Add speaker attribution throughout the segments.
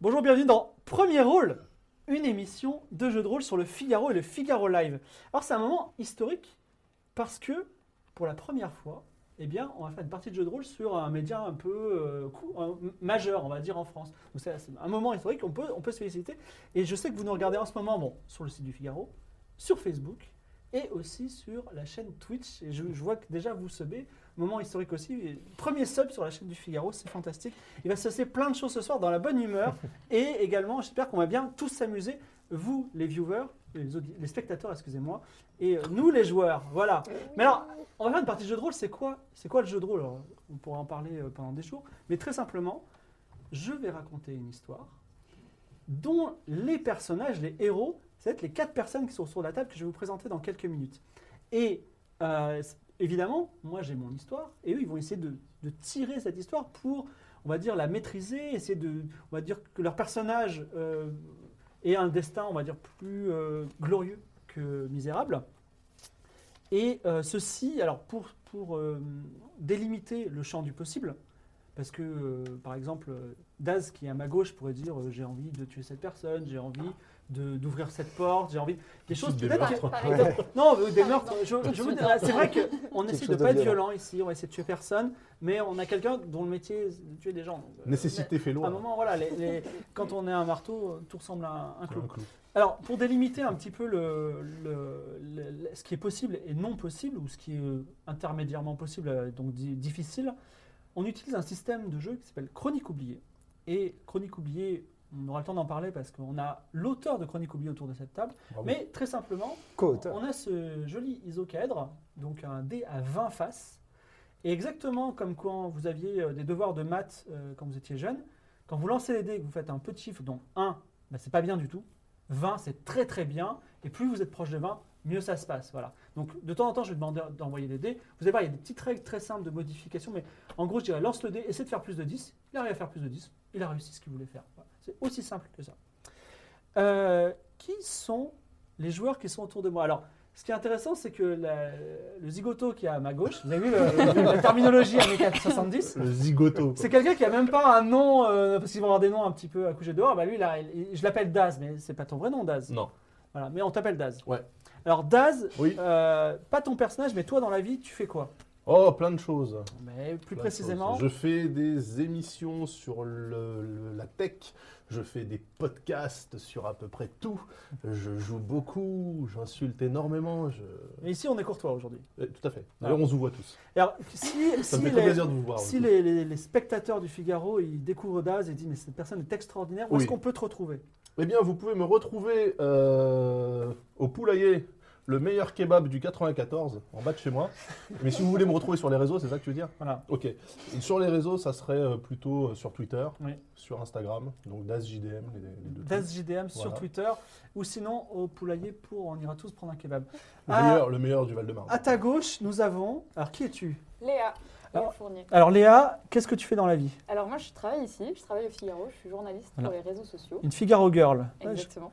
Speaker 1: Bonjour, bienvenue dans Premier Rôle, une émission de jeu de rôle sur le Figaro et le Figaro Live. Alors c'est un moment historique parce que pour la première fois, eh bien, on va faire une partie de jeu de rôle sur un média un peu euh, cou- euh, m- majeur, on va dire, en France. Donc c'est c'est un moment historique, on peut, on peut se féliciter. Et je sais que vous nous regardez en ce moment, bon, sur le site du Figaro, sur Facebook et aussi sur la chaîne Twitch. Et je, je vois que déjà vous subez. Moment historique aussi. Et Premier sub sur la chaîne du Figaro, c'est fantastique. Il va se passer plein de choses ce soir dans la bonne humeur. Et également, j'espère qu'on va bien tous s'amuser, vous les viewers, les, audi- les spectateurs, excusez-moi, et euh, nous les joueurs. Voilà. Mais alors, on va faire une partie de jeu de rôle. C'est quoi C'est quoi le jeu de rôle Alors, On pourra en parler euh, pendant des jours. Mais très simplement, je vais raconter une histoire dont les personnages, les héros, c'est les quatre personnes qui sont sur la table que je vais vous présenter dans quelques minutes. Et euh, c- évidemment, moi j'ai mon histoire, et eux ils vont essayer de, de tirer cette histoire pour, on va dire, la maîtriser, essayer de, on va dire que leur personnage euh, ait un destin, on va dire, plus euh, glorieux que misérable. Et euh, ceci, alors pour, pour euh, délimiter le champ du possible, parce que, euh, par exemple, euh, Daz, qui est à ma gauche, pourrait dire euh, j'ai envie de tuer cette personne, j'ai envie de- d'ouvrir cette porte, j'ai envie. de- Des choses
Speaker 2: des
Speaker 1: peut-être
Speaker 2: meurtres.
Speaker 1: que-
Speaker 2: Par-
Speaker 3: par
Speaker 1: Ouais. Non, euh, des meurtres. je- je
Speaker 3: Tout de
Speaker 1: vous
Speaker 3: suite,
Speaker 1: dirais, c'est vrai qu'on essaie de
Speaker 4: chose de
Speaker 1: pas être
Speaker 4: violent.
Speaker 1: violent ici, on essaie de tuer personne, mais on a quelqu'un dont le métier est de tuer des gens. donc, euh,
Speaker 2: Nécessité fait
Speaker 1: à
Speaker 2: loi.
Speaker 1: un moment, voilà, les- les- quand on est un marteau, euh, tout ressemble à un, un clou.
Speaker 2: Un clou.
Speaker 1: Alors, pour délimiter un petit peu le, le- le- le- ce qui est possible et non possible, ou ce qui est euh, intermédiairement possible, euh, donc di- difficile, on utilise un système de jeu qui s'appelle Chronique oubliée. Et Chronique oubliée, on aura le temps d'en parler parce qu'on a l'auteur de Chronique oubliée autour de cette table.
Speaker 2: Bravo.
Speaker 1: Mais très simplement,
Speaker 4: Co-auteur.
Speaker 1: on a ce joli isocaèdre, donc un dé à 20 faces. Et exactement comme quand vous aviez euh, des devoirs de maths euh, quand vous étiez jeune, quand vous lancez les dés et que vous faites un petit chiffre, dont 1, bah, c'est pas bien du tout. 20, c'est très très bien. Et plus vous êtes proche de 20, mieux ça se passe. Voilà. Donc de temps en temps, je vais demander d'envoyer des dés. Vous allez voir, il y a des petites règles très simples de modification. Mais en gros, je dirais lance le dé, essaie de faire plus de 10. Il arrive à faire plus de 10. Il a réussi ce qu'il voulait faire. Voilà. C'est aussi simple que ça. Euh, qui sont les joueurs qui sont autour de moi Alors, ce qui est intéressant, c'est que la- le zigoto qui est à ma gauche, vous avez vu euh, le- la terminologie avec 70
Speaker 2: Le zigoto. quoi.
Speaker 1: c'est quelqu'un qui a même pas un nom, euh, parce qu'ils vont avoir des noms un petit peu à coucher dehors. Bah lui, là, il- il- je l'appelle Daz, mais c'est pas ton vrai nom, Daz.
Speaker 2: Non.
Speaker 1: Voilà, mais on t'appelle Daz.
Speaker 2: Ouais.
Speaker 1: Alors Daz,
Speaker 2: Oui.
Speaker 1: euh, pas ton personnage, mais toi dans la vie, tu fais quoi
Speaker 2: Oh, plein de choses.
Speaker 1: Mais plus
Speaker 2: Plein de
Speaker 1: précisément,
Speaker 2: choses. Je fais des émissions sur le- le- la tech. Je fais des podcasts sur à peu près tout. Je joue beaucoup. J'insulte énormément. Je...
Speaker 1: mais ici on est courtois aujourd'hui.
Speaker 2: Eh, Tout à fait. D'ailleurs, on se voit tous.
Speaker 1: Et Alors si,
Speaker 2: Ça
Speaker 1: Ah. si
Speaker 2: me fait
Speaker 1: les,
Speaker 2: plaisir de vous voir.
Speaker 1: si
Speaker 2: vous
Speaker 1: les- les- les spectateurs du Figaro, ils découvrent Daz et disent mais cette personne est extraordinaire, où
Speaker 2: Oui.
Speaker 1: est-ce qu'on peut te retrouver
Speaker 2: tous. Eh bien, vous pouvez me retrouver euh, au Poulailler. Le meilleur kebab du 94, en bas de chez moi. Mais si vous voulez me retrouver sur les réseaux, c'est ça que tu veux dire
Speaker 1: Voilà.
Speaker 2: Ok. Et sur les réseaux, ça serait euh, plutôt euh, sur Twitter,
Speaker 1: Oui.
Speaker 2: sur Instagram, donc DasJDM, les, les deux.
Speaker 1: Daz JDM sur
Speaker 2: Voilà.
Speaker 1: Twitter, ou sinon au poulailler pour on ira tous prendre un kebab.
Speaker 2: Le,
Speaker 1: Ah.
Speaker 2: meilleur, le meilleur du Val-de-Marne.
Speaker 1: À ta gauche, nous avons. Alors qui es-tu
Speaker 3: Léa,
Speaker 1: Alors-
Speaker 3: Léa Fournier.
Speaker 1: Alors Léa, qu'est-ce que tu fais dans la vie
Speaker 3: Alors moi, je travaille ici, je travaille au Figaro, je suis journaliste
Speaker 1: Voilà.
Speaker 3: pour les réseaux sociaux.
Speaker 1: Une Figaro girl. Ouais, je-
Speaker 3: Exactement.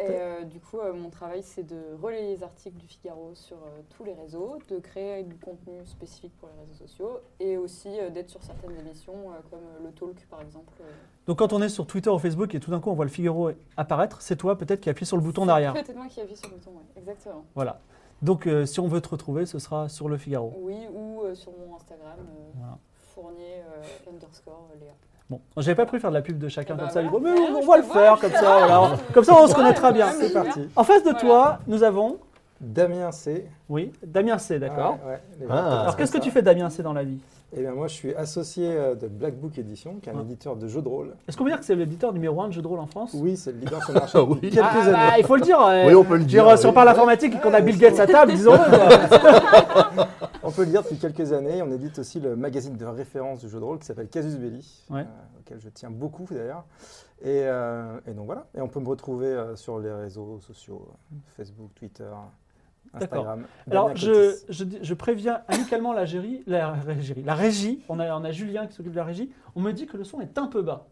Speaker 3: Et euh, du coup, euh, mon travail, c'est de relayer les articles du Figaro sur euh, tous les réseaux, de créer du contenu spécifique pour les réseaux sociaux et aussi euh, d'être sur certaines émissions euh, comme euh, le Talk, par exemple. euh.
Speaker 1: Donc quand on est sur Twitter ou Facebook et tout d'un coup on voit le Figaro apparaître, c'est toi peut-être qui appuie sur le bouton d'arrière.
Speaker 3: C'est peut-être moi qui appuie sur le bouton, oui, exactement.
Speaker 1: Voilà. Donc euh, si on veut te retrouver, ce sera sur le Figaro.
Speaker 3: Oui, ou euh, sur mon Instagram, euh,
Speaker 1: Voilà.
Speaker 3: Fournier euh, underscore Léa.
Speaker 1: Bon, j'avais pas prévu faire de la pub de chacun
Speaker 3: Eh ben
Speaker 1: comme ça.
Speaker 3: voilà.
Speaker 1: Mais
Speaker 3: Ah,
Speaker 1: Euh, on, on
Speaker 3: je
Speaker 1: va
Speaker 3: te
Speaker 1: le
Speaker 3: vois,
Speaker 1: faire
Speaker 3: je
Speaker 1: comme
Speaker 3: te
Speaker 1: ça.
Speaker 3: vois.
Speaker 1: voilà. Comme ça on se
Speaker 3: Ouais,
Speaker 1: connaîtra bien.
Speaker 3: ouais,
Speaker 4: C'est parti.
Speaker 1: En face de
Speaker 3: Voilà.
Speaker 1: toi, nous avons
Speaker 4: Damien C.
Speaker 1: oui Damien C. D'accord.
Speaker 4: Ouais, ouais, les
Speaker 2: Ah.
Speaker 4: auteurs,
Speaker 1: Alors
Speaker 4: c'est
Speaker 1: qu'est-ce que
Speaker 4: ça.
Speaker 1: tu fais Damien C. dans la vie
Speaker 4: Eh bien, moi, je suis associé euh, de Black Book Edition, qui est un
Speaker 1: Ah.
Speaker 4: éditeur de jeux de rôle.
Speaker 1: Est-ce qu'on peut dire que c'est l'éditeur numéro un de jeux de rôle en France
Speaker 4: Oui, c'est le leader sur le marché
Speaker 2: Ah
Speaker 4: depuis
Speaker 2: oui.
Speaker 4: quelques
Speaker 1: Ah,
Speaker 4: années.
Speaker 1: bah, il faut le dire. euh,
Speaker 2: Oui, on peut le
Speaker 1: je veux
Speaker 2: dire,
Speaker 1: Si
Speaker 2: oui.
Speaker 1: on parle d'informatique et qu'on a
Speaker 4: Ouais,
Speaker 1: Bill
Speaker 4: c'est
Speaker 1: Gates à table, disons-le. quoi.
Speaker 4: On peut le dire depuis quelques années. On édite aussi le magazine de référence du jeu de rôle qui s'appelle Casus Belli,
Speaker 1: Ouais.
Speaker 4: euh, auquel je tiens beaucoup d'ailleurs. Et, euh, et donc voilà. Et on peut me retrouver euh, sur les réseaux sociaux euh, Facebook, Twitter, Instagram. Damien
Speaker 1: Alors, je,
Speaker 4: Cotis.
Speaker 1: je, dis- je préviens amicalement la gérie- la régie. La régie, on a, on a Julien qui s'occupe de la régie. On me dit que le son est un peu bas.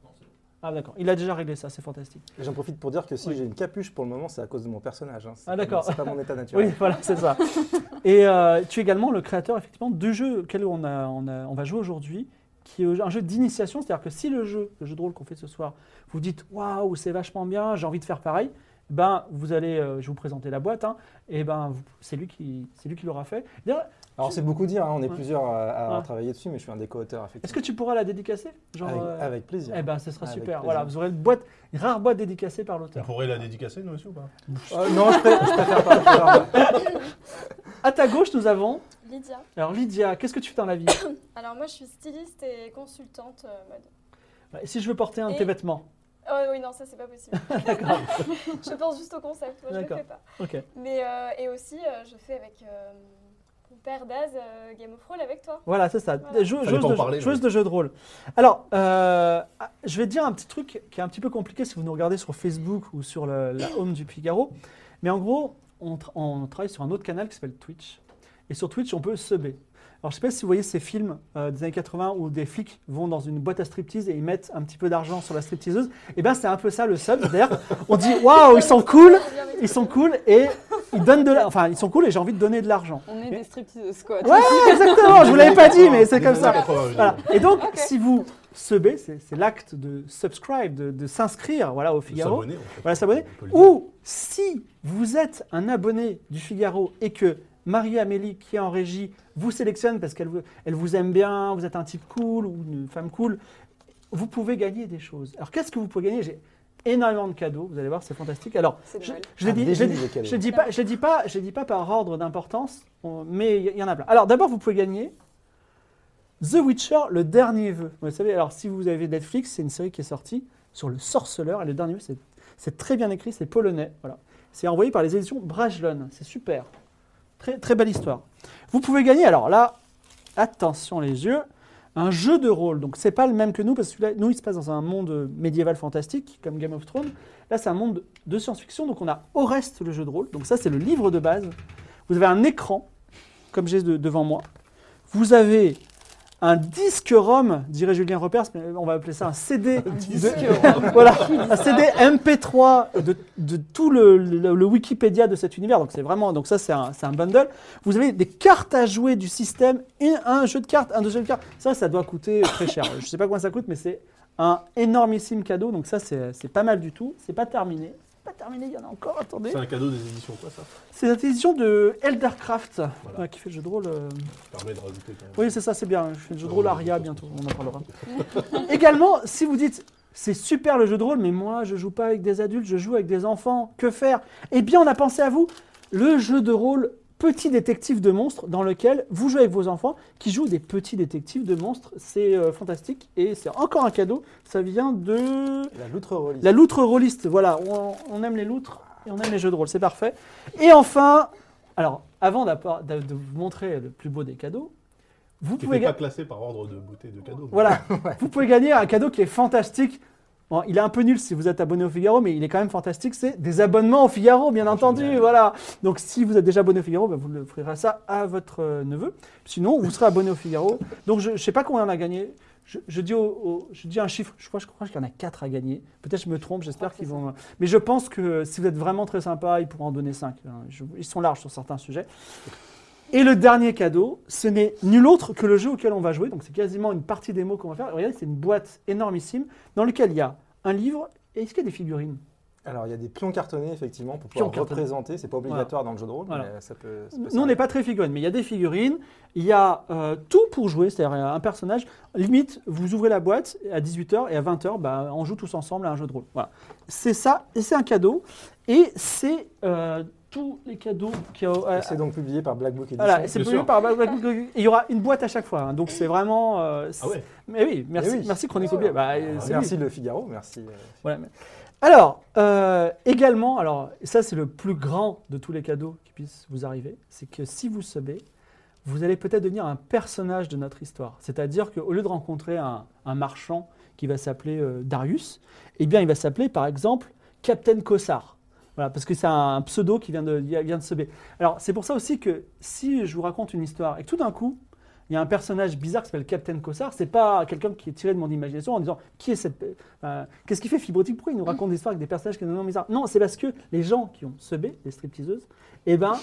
Speaker 1: Ah, d'accord. Il a déjà réglé ça, c'est fantastique.
Speaker 4: Et J'en profite pour dire que si
Speaker 1: Oui.
Speaker 4: j'ai une capuche pour le moment, c'est à cause de mon personnage. hein. C'est
Speaker 1: Ah,
Speaker 4: pas-
Speaker 1: d'accord.
Speaker 4: C'est pas mon état naturel.
Speaker 1: Oui, voilà, c'est ça. Et euh, tu es également le créateur, effectivement, du jeu auquel on, a- on a- on va jouer aujourd'hui, qui est un jeu d'initiation, c'est-à-dire que si le jeu, le jeu de rôle qu'on fait ce soir, vous dites waouh, c'est vachement bien, j'ai envie de faire pareil, ben vous allez, euh, je vais vous présenter la boîte, hein, et ben vous- c'est lui qui, c'est lui qui l'aura fait. D'ailleurs,
Speaker 4: Alors c'est beaucoup dire, hein, on est
Speaker 1: Ouais.
Speaker 4: plusieurs à, à avoir
Speaker 1: Ouais.
Speaker 4: travaillé dessus, mais je suis un des co-auteurs,
Speaker 1: Est-ce
Speaker 4: effectivement.
Speaker 1: que tu pourras la dédicacer, genre
Speaker 4: avec,
Speaker 1: euh,
Speaker 4: avec plaisir.
Speaker 1: Eh ben, ce sera
Speaker 4: Ah, Avec
Speaker 1: super.
Speaker 4: plaisir.
Speaker 1: Voilà, vous aurez une boîte, une rare boîte dédicacée par
Speaker 2: On
Speaker 1: l'auteur.
Speaker 2: pourrait la dédicacer, nous aussi, ou pas
Speaker 4: Euh, non, je, pré- je préfère pas. je préfère pas.
Speaker 1: À ta gauche, nous avons.
Speaker 5: Lydia.
Speaker 1: Alors Lydia, qu'est-ce que tu fais dans la vie
Speaker 5: Alors moi je suis styliste et consultante euh, mode.
Speaker 1: Bah, Si je veux porter un de
Speaker 5: Et-
Speaker 1: tes vêtements.
Speaker 5: Oh oui non ça c'est pas possible. je pense juste au concept, moi je le
Speaker 1: D'accord.
Speaker 5: fais pas.
Speaker 1: Ok.
Speaker 5: Mais euh, et aussi euh, je fais avec euh, mon père Daz euh, Game of Roll avec toi.
Speaker 1: Voilà, c'est ça.
Speaker 5: Voilà.
Speaker 1: Jou-
Speaker 2: Fallait
Speaker 1: joueuse,
Speaker 2: pas en
Speaker 1: de,
Speaker 2: parler,
Speaker 1: joueuse
Speaker 2: mais-
Speaker 1: de jeu de rôle. Alors, euh, ah, je vais te dire un petit truc qui est un petit peu compliqué si vous nous regardez sur Facebook ou sur le- la home du Figaro. Mais en gros, on, tra- on travaille sur un autre canal qui s'appelle Twitch. Et sur Twitch, on peut subber. Alors, je sais pas si vous voyez ces films euh, des années 80 où des flics vont dans une boîte à striptease et ils mettent un petit peu d'argent sur la stripteaseuse. Et bien, c'est un peu ça le sub. D'ailleurs, on dit waouh, Ah, ils sont cool,
Speaker 5: Bien avec
Speaker 1: ils sont cool et ils donnent de la- Enfin, ils sont cool et j'ai envie de donner de l'argent.
Speaker 3: On est des striptease quoi.
Speaker 1: Ouais, exactement, je vous l'avais pas dit, mais c'est comme ça.
Speaker 2: 80,
Speaker 1: Voilà. Et donc,
Speaker 3: Ok.
Speaker 1: si vous subez, c'est c'est l'acte de subscribe, de, de s'inscrire voilà, au Figaro.
Speaker 2: S'abonner, en fait.
Speaker 1: Voilà, s'abonner.
Speaker 2: On peut le dire.
Speaker 1: Ou si vous êtes un abonné du Figaro et que Marie-Amélie, qui est en régie, vous sélectionne parce qu'elle vous, elle vous aime bien, vous êtes un type cool ou une femme cool, vous pouvez gagner des choses. Alors, qu'est-ce que vous pouvez gagner J'ai énormément de cadeaux, vous allez voir, c'est fantastique. Alors,
Speaker 3: C'est
Speaker 1: je,
Speaker 3: Noël.
Speaker 1: je l'ai
Speaker 4: Un
Speaker 1: dit, je l'ai
Speaker 4: débile
Speaker 1: dit-
Speaker 4: de cadeau.
Speaker 1: je l'ai dit pas, je l'ai dis pas, je l'ai dis pas par ordre d'importance, on- mais il y, il y en a plein. Alors d'abord, vous pouvez gagner The Witcher, le dernier vœu. Vous savez, alors si vous avez Netflix, c'est une série qui est sortie sur le sorceleur et le dernier vœu, c'est- c'est très bien écrit, c'est polonais, voilà. C'est envoyé par les éditions Brajlon, c'est super. Très, très belle histoire. Vous pouvez gagner, alors là, attention les yeux, un jeu de rôle. Donc c'est pas le même que nous, parce que celui-là, nous, il se passe dans un monde euh, médiéval fantastique, comme Game of Thrones. Là, c'est un monde de science-fiction, donc on a Oreste, le jeu de rôle. Donc ça, c'est le livre de base. Vous avez un écran, comme j'ai de- devant moi. Vous avez un disque ROM, dirait Julien Repers, mais on va appeler ça un CD. de- voilà, un CD MP3 de, de tout le, le- le Wikipédia de cet univers. Donc c'est vraiment, donc ça c'est un, c'est un bundle. Vous avez des cartes à jouer du système, et un jeu de cartes, un deuxième cartes. Ça, ça doit coûter très cher. Je sais pas combien ça coûte, mais c'est un énormissime cadeau. Donc ça c'est c'est pas mal du tout. C'est pas terminé. C'est Pas terminé, il y en a encore. Attendez.
Speaker 2: C'est un cadeau des éditions, quoi, ça
Speaker 1: C'est cette édition de Eldercraft
Speaker 2: Voilà.
Speaker 1: euh, qui fait le jeu de rôle. euh,
Speaker 2: Ça permet de rajouter quand même.
Speaker 1: Oui, c'est ça, c'est bien. Je fais le jeu de rôle Aria bientôt, on en parlera. Également, si vous dites c'est super le jeu de rôle, mais moi je joue pas avec des adultes, je joue avec des enfants, que faire Eh bien, on a pensé à vous, le jeu de rôle Petit détective de monstres dans lequel vous jouez avec vos enfants qui jouent des petits détectives de monstres. C'est euh, fantastique et c'est encore un cadeau. Ça vient de
Speaker 4: La loutre relise.
Speaker 1: la loutre rôliste, voilà, on, on aime les loutres et on aime les jeux de rôle, c'est parfait. Et enfin, alors, avant d'appar- d'a- de vous montrer le plus beau des cadeaux, vous
Speaker 2: Qui
Speaker 1: pouvez,
Speaker 2: n'était
Speaker 1: ga-
Speaker 2: pas classé par ordre de beauté de cadeau. mais-
Speaker 1: voilà, vous pouvez gagner un cadeau qui est fantastique. Bon, il est un peu nul si vous êtes abonné au Figaro, mais il est quand même fantastique, c'est des abonnements au Figaro, bien entendu, voilà. Donc si vous êtes déjà abonné au Figaro, ben, vous le offrirez ça à votre euh, neveu. Sinon, vous serez abonné au Figaro. Donc je ne sais pas combien on a gagné. Je, je dis, au- au- je dis un chiffre, je crois, je crois qu'il y en a 4 à gagner. Peut-être je me trompe, j'espère
Speaker 3: crois que
Speaker 1: qu'ils
Speaker 3: c'est
Speaker 1: vont... Mais je pense que si vous êtes vraiment très sympa, ils pourront en donner 5. Ils sont larges sur certains sujets. Et le dernier cadeau, ce n'est nul autre que le jeu auquel on va jouer. Donc c'est quasiment une partie des mots qu'on va faire. Regardez, c'est une boîte énormissime dans laquelle il y a un livre. Et est-ce qu'il y a des figurines
Speaker 4: Alors il y a des pions cartonnés, effectivement, pour
Speaker 1: Pions
Speaker 4: pouvoir
Speaker 1: cartonnés.
Speaker 4: représenter. C'est pas obligatoire dans le jeu de rôle,
Speaker 1: Voilà.
Speaker 4: mais ça peut. ça peut
Speaker 1: Nous, on
Speaker 4: servir.
Speaker 1: n'est pas très figurines, mais il y a des figurines, il y a euh, tout pour jouer, c'est-à-dire un personnage. Limite, vous ouvrez la boîte à 18h et à 20h, bah, on joue tous ensemble à un jeu de rôle. Voilà. C'est ça, et c'est un cadeau. Et c'est euh, tous les cadeaux qu'il y a. au-
Speaker 4: Et C'est donc publié par Black Book Edition.
Speaker 1: voilà, et c'est
Speaker 2: Bien
Speaker 1: produit
Speaker 2: sûr.
Speaker 1: par Black Book. Et Il y aura une boîte à chaque fois, hein. donc c'est vraiment. euh,
Speaker 2: Ah ouais
Speaker 1: Mais oui, merci,
Speaker 4: Mais oui.
Speaker 1: merci Chronique Oubliée. Bah, euh,
Speaker 4: Alors,
Speaker 1: c'est lui.
Speaker 4: merci Le Figaro, merci. euh,
Speaker 1: Voilà. Alors, euh, également, alors, ça c'est le plus grand de tous les cadeaux qui puissent vous arriver, c'est que si vous subez, vous allez peut-être devenir un personnage de notre histoire. C'est-à-dire qu'au lieu de rencontrer un, un marchand qui va s'appeler euh, Darius, eh bien il va s'appeler par exemple Captain Cossard. Voilà, parce que c'est un, pseudo qui vient de, il vient de subé. Alors c'est pour ça aussi que si je vous raconte une histoire et que tout d'un coup, Il y a un personnage bizarre qui s'appelle Captain Cossard. C'est pas quelqu'un qui est tiré de mon imagination en disant qui est cette. euh, Qu'est-ce qui fait Fibrotique Pourquoi il nous raconte des histoires avec des personnages qui ont des noms bizarres Non, c'est parce que les gens qui ont sebé, les stripteaseuses, eh ben,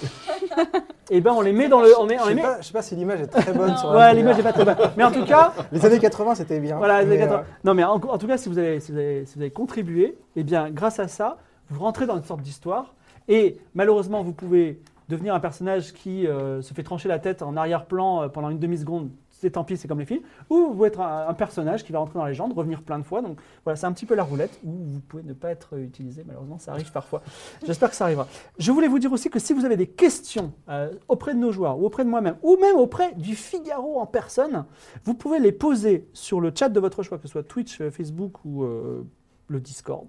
Speaker 1: eh ben on les met dans le. On met- on
Speaker 4: Je
Speaker 1: les
Speaker 4: sais,
Speaker 1: met-
Speaker 4: pas, je sais pas si l'image est très bonne
Speaker 3: Non.
Speaker 4: sur la
Speaker 1: Ouais,
Speaker 4: VR.
Speaker 1: l'image est pas très bonne. Mais en tout cas,
Speaker 4: Les années 80, c'était bien.
Speaker 1: voilà, les
Speaker 4: mais,
Speaker 1: années 80.
Speaker 4: euh,
Speaker 1: Non, mais en, en tout cas, si vous, avez, si, vous avez, si vous avez contribué, eh bien, grâce à ça, vous rentrez dans une sorte d'histoire. Et malheureusement, vous pouvez devenir un personnage qui euh, se fait trancher la tête en arrière-plan euh, pendant une demi-seconde. C'est tant pis, c'est comme les films. Ou vous pouvez être un, un personnage qui va rentrer dans la légende, revenir plein de fois. Donc voilà, c'est un petit peu la roulette où vous pouvez ne pas être euh, utilisé. Malheureusement, ça arrive parfois. J'espère que ça arrivera. Je voulais vous dire aussi que si vous avez des questions euh, auprès de nos joueurs ou auprès de moi-même ou même auprès du Figaro en personne, vous pouvez les poser sur le chat de votre choix, que ce soit Twitch, euh, Facebook ou euh, le Discord.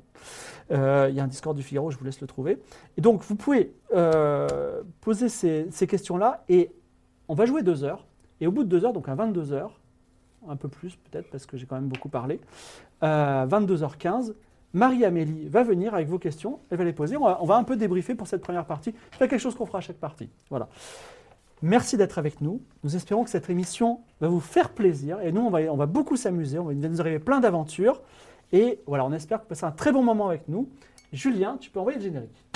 Speaker 1: Euh, Il y a un Discord du Figaro, je vous laisse le trouver. Et donc, vous pouvez euh, poser ces, ces questions-là et on va jouer deux heures. Et au bout de deux heures, donc à 22 heures, un peu plus peut-être parce que j'ai quand même beaucoup parlé, euh, 22h15, Marie-Amélie va venir avec vos questions, elle va les poser. On va, on va un peu débriefer pour cette première partie. C'est pas quelque chose qu'on fera à chaque partie. Voilà. Merci d'être avec nous. Nous espérons que cette émission va vous faire plaisir. Et nous, on va, on va beaucoup s'amuser. On va il va nous arriver plein d'aventures. Et voilà, on espère que vous passez un très bon moment avec nous. Julien, tu peux envoyer le générique.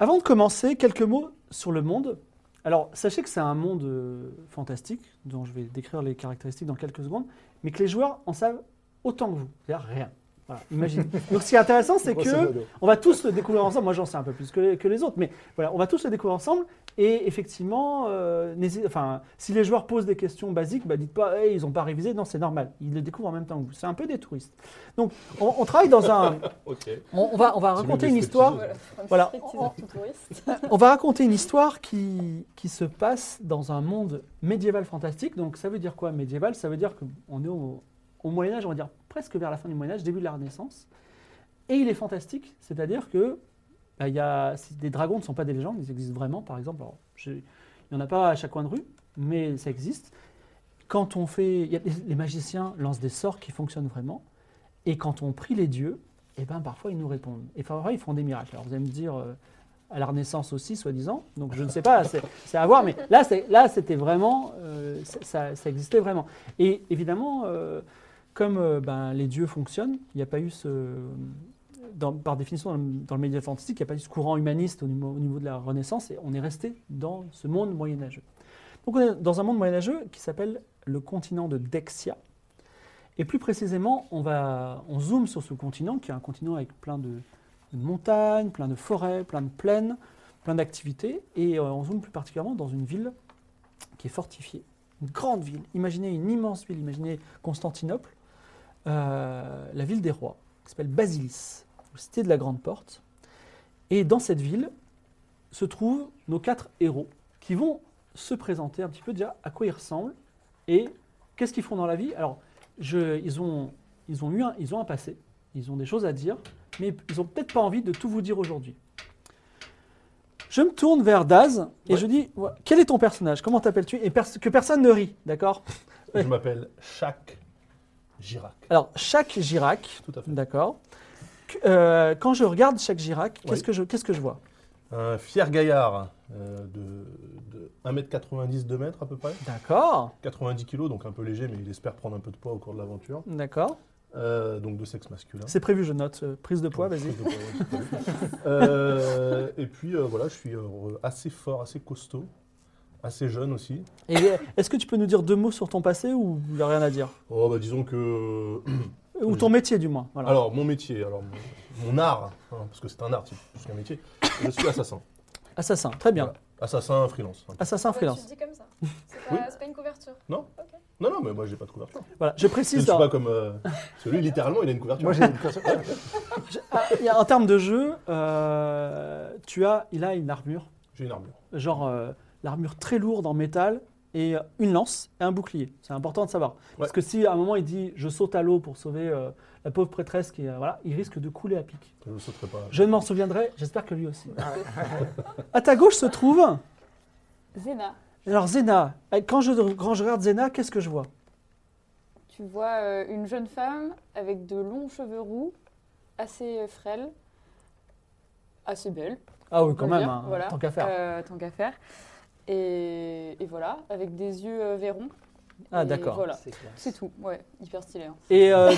Speaker 1: Avant de commencer, quelques mots sur le monde. Alors, sachez que c'est un monde euh, fantastique, dont je vais décrire les caractéristiques dans quelques secondes, mais que les joueurs en savent autant que vous, c'est-à-dire rien. Voilà, imaginez. Donc, ce qui est intéressant, c'est que...
Speaker 4: grosso modo.
Speaker 1: On va tous le découvrir ensemble. Moi, j'en sais un peu plus que les, que les autres, mais voilà, on va tous le découvrir ensemble. Et effectivement, euh, n'hési- enfin, si les joueurs posent des questions basiques, bah, dites pas, Hey, ils n'ont pas révisé. Non, c'est normal. Ils le découvrent en même temps que vous. C'est un peu des touristes. Donc, on, on travaille dans un.
Speaker 2: Ok.
Speaker 1: On, on va, on va raconter une
Speaker 2: des
Speaker 1: histoire.
Speaker 2: stripteaseuses.
Speaker 3: Voilà,
Speaker 1: Voilà.
Speaker 3: stripteaseur tout touriste.
Speaker 1: On va raconter une histoire qui, qui se passe dans un monde médiéval fantastique. Donc ça veut dire quoi médiéval Ça veut dire qu'on est au, au Moyen Âge, on va dire presque vers la fin du Moyen Âge, début de la Renaissance. Et il est fantastique, c'est-à-dire que bah, il y a, c'est- des dragons ne sont pas des légendes, ils existent vraiment. Par exemple, Alors, je- il n'y en a pas à chaque coin de rue, mais ça existe. Quand on fait, il y a- les, les magiciens lancent des sorts qui fonctionnent vraiment. Et quand on prie les dieux, et ben parfois ils nous répondent. Et parfois ils font des miracles. Alors vous allez me dire. euh, à la Renaissance aussi, soi-disant. Donc je ne sais pas, c'est c'est à voir, mais là, c'est- là c'était vraiment, euh, ça- ça, ça existait vraiment. Et évidemment, euh, comme euh, ben, les dieux fonctionnent, il n'y a pas eu ce... dans- par définition, dans le, dans le média fantastique, il n'y a pas eu ce courant humaniste au niveau, au niveau de la Renaissance, et on est resté dans ce monde moyenâgeux. Donc on est dans un monde moyenâgeux qui s'appelle le continent de Dexia. Et plus précisément, on, va, on zoome sur ce continent, qui est un continent avec plein de, de montagnes, plein de forêts, plein de plaines, plein d'activités. Et euh, on zoome plus particulièrement dans une ville qui est fortifiée. Une grande ville. Imaginez une immense ville. Imaginez Constantinople, euh, la ville des rois, qui s'appelle Basilis, ou cité de la Grande Porte. Et dans cette ville se trouvent nos quatre héros qui vont se présenter un petit peu déjà à quoi ils ressemblent et qu'est-ce qu'ils font dans la vie. Alors, je- ils, ont, ils, ont eu un, ils ont un passé, ils ont des choses à dire, mais ils n'ont peut-être pas envie de tout vous dire aujourd'hui. Je me tourne vers Daz et
Speaker 2: Ouais.
Speaker 1: je dis ouais, Quel est ton personnage Comment t'appelles-tu Et pers- que personne ne rit, d'accord
Speaker 2: Je m'appelle Jacques Girac.
Speaker 1: Alors, chaque Girac,
Speaker 2: Tout à fait.
Speaker 1: d'accord. Qu- euh, quand je regarde chaque Girac,
Speaker 2: Oui.
Speaker 1: qu'est-ce que je qu'est-ce que je vois
Speaker 2: Un fier gaillard euh, de, de 1m90, 2m à peu près.
Speaker 1: D'accord,
Speaker 2: 90 kg, donc un peu léger, mais il espère prendre un peu de poids au cours de l'aventure.
Speaker 1: d'accord.
Speaker 2: Euh, donc de sexe masculin.
Speaker 1: C'est prévu, je note. euh, prise de poids,
Speaker 2: Ouais,
Speaker 1: vas-y.
Speaker 2: prise de poids, ouais, j'ai pas vu. Euh, et puis euh, voilà, je suis euh, assez fort, assez costaud, assez jeune aussi.
Speaker 1: Et euh, est-ce que tu peux nous dire deux mots sur ton passé ou il n'y a rien à dire
Speaker 2: Oh, bah, disons que.
Speaker 1: Ou ton métier, du moins. Voilà.
Speaker 2: Alors, mon métier, alors mon, mon art, hein, parce que c'est un art, c'est plus qu'un métier, je suis assassin.
Speaker 1: Assassin, très bien.
Speaker 2: Voilà. Assassin, freelance. hein.
Speaker 1: Assassin
Speaker 5: Ouais, tu
Speaker 1: freelance.
Speaker 5: le dis comme ça. C'est pas,
Speaker 2: Oui.
Speaker 5: c'est pas une couverture.
Speaker 2: Non, non, mais moi j'ai pas de couverture.
Speaker 1: Voilà, je
Speaker 2: Je ne
Speaker 1: précise.
Speaker 2: suis pas
Speaker 1: alors,
Speaker 2: comme. euh, celui, littéralement, il a une couverture.
Speaker 4: Moi, j'ai une question.
Speaker 1: je- ah, il y a- en termes de jeu, euh, tu as, il a une armure.
Speaker 2: J'ai une armure.
Speaker 1: genre euh, l'armure très lourde en métal et euh, une lance et un bouclier. C'est important de savoir. Parce
Speaker 2: Ouais.
Speaker 1: que si à un moment il dit je saute à l'eau pour sauver euh, la pauvre prêtresse qui est, euh, voilà, il risque de couler à pic.
Speaker 2: Je ne sauterai pas.
Speaker 1: Je ne m'en souviendrai, j'espère que lui aussi.
Speaker 3: Ah
Speaker 1: à ta gauche se trouve
Speaker 3: Zéna,
Speaker 1: alors Zena. Euh, Quand je, quand je regarde Zena, qu'est-ce que je vois
Speaker 3: tu vois euh, une jeune femme avec de longs cheveux roux, assez frêle, assez belle,
Speaker 1: Ah oui,
Speaker 3: On
Speaker 1: quand
Speaker 3: va
Speaker 1: même,
Speaker 3: dire,
Speaker 1: hein,
Speaker 3: voilà.
Speaker 1: tant qu'à faire.
Speaker 3: euh, tant qu'à faire. Et, et voilà, avec des yeux euh, verrons.
Speaker 1: ah
Speaker 3: et
Speaker 1: d'accord.
Speaker 3: voilà.
Speaker 1: C'est classe.
Speaker 3: C'est tout, ouais, hyper stylé. hein.
Speaker 1: Et euh,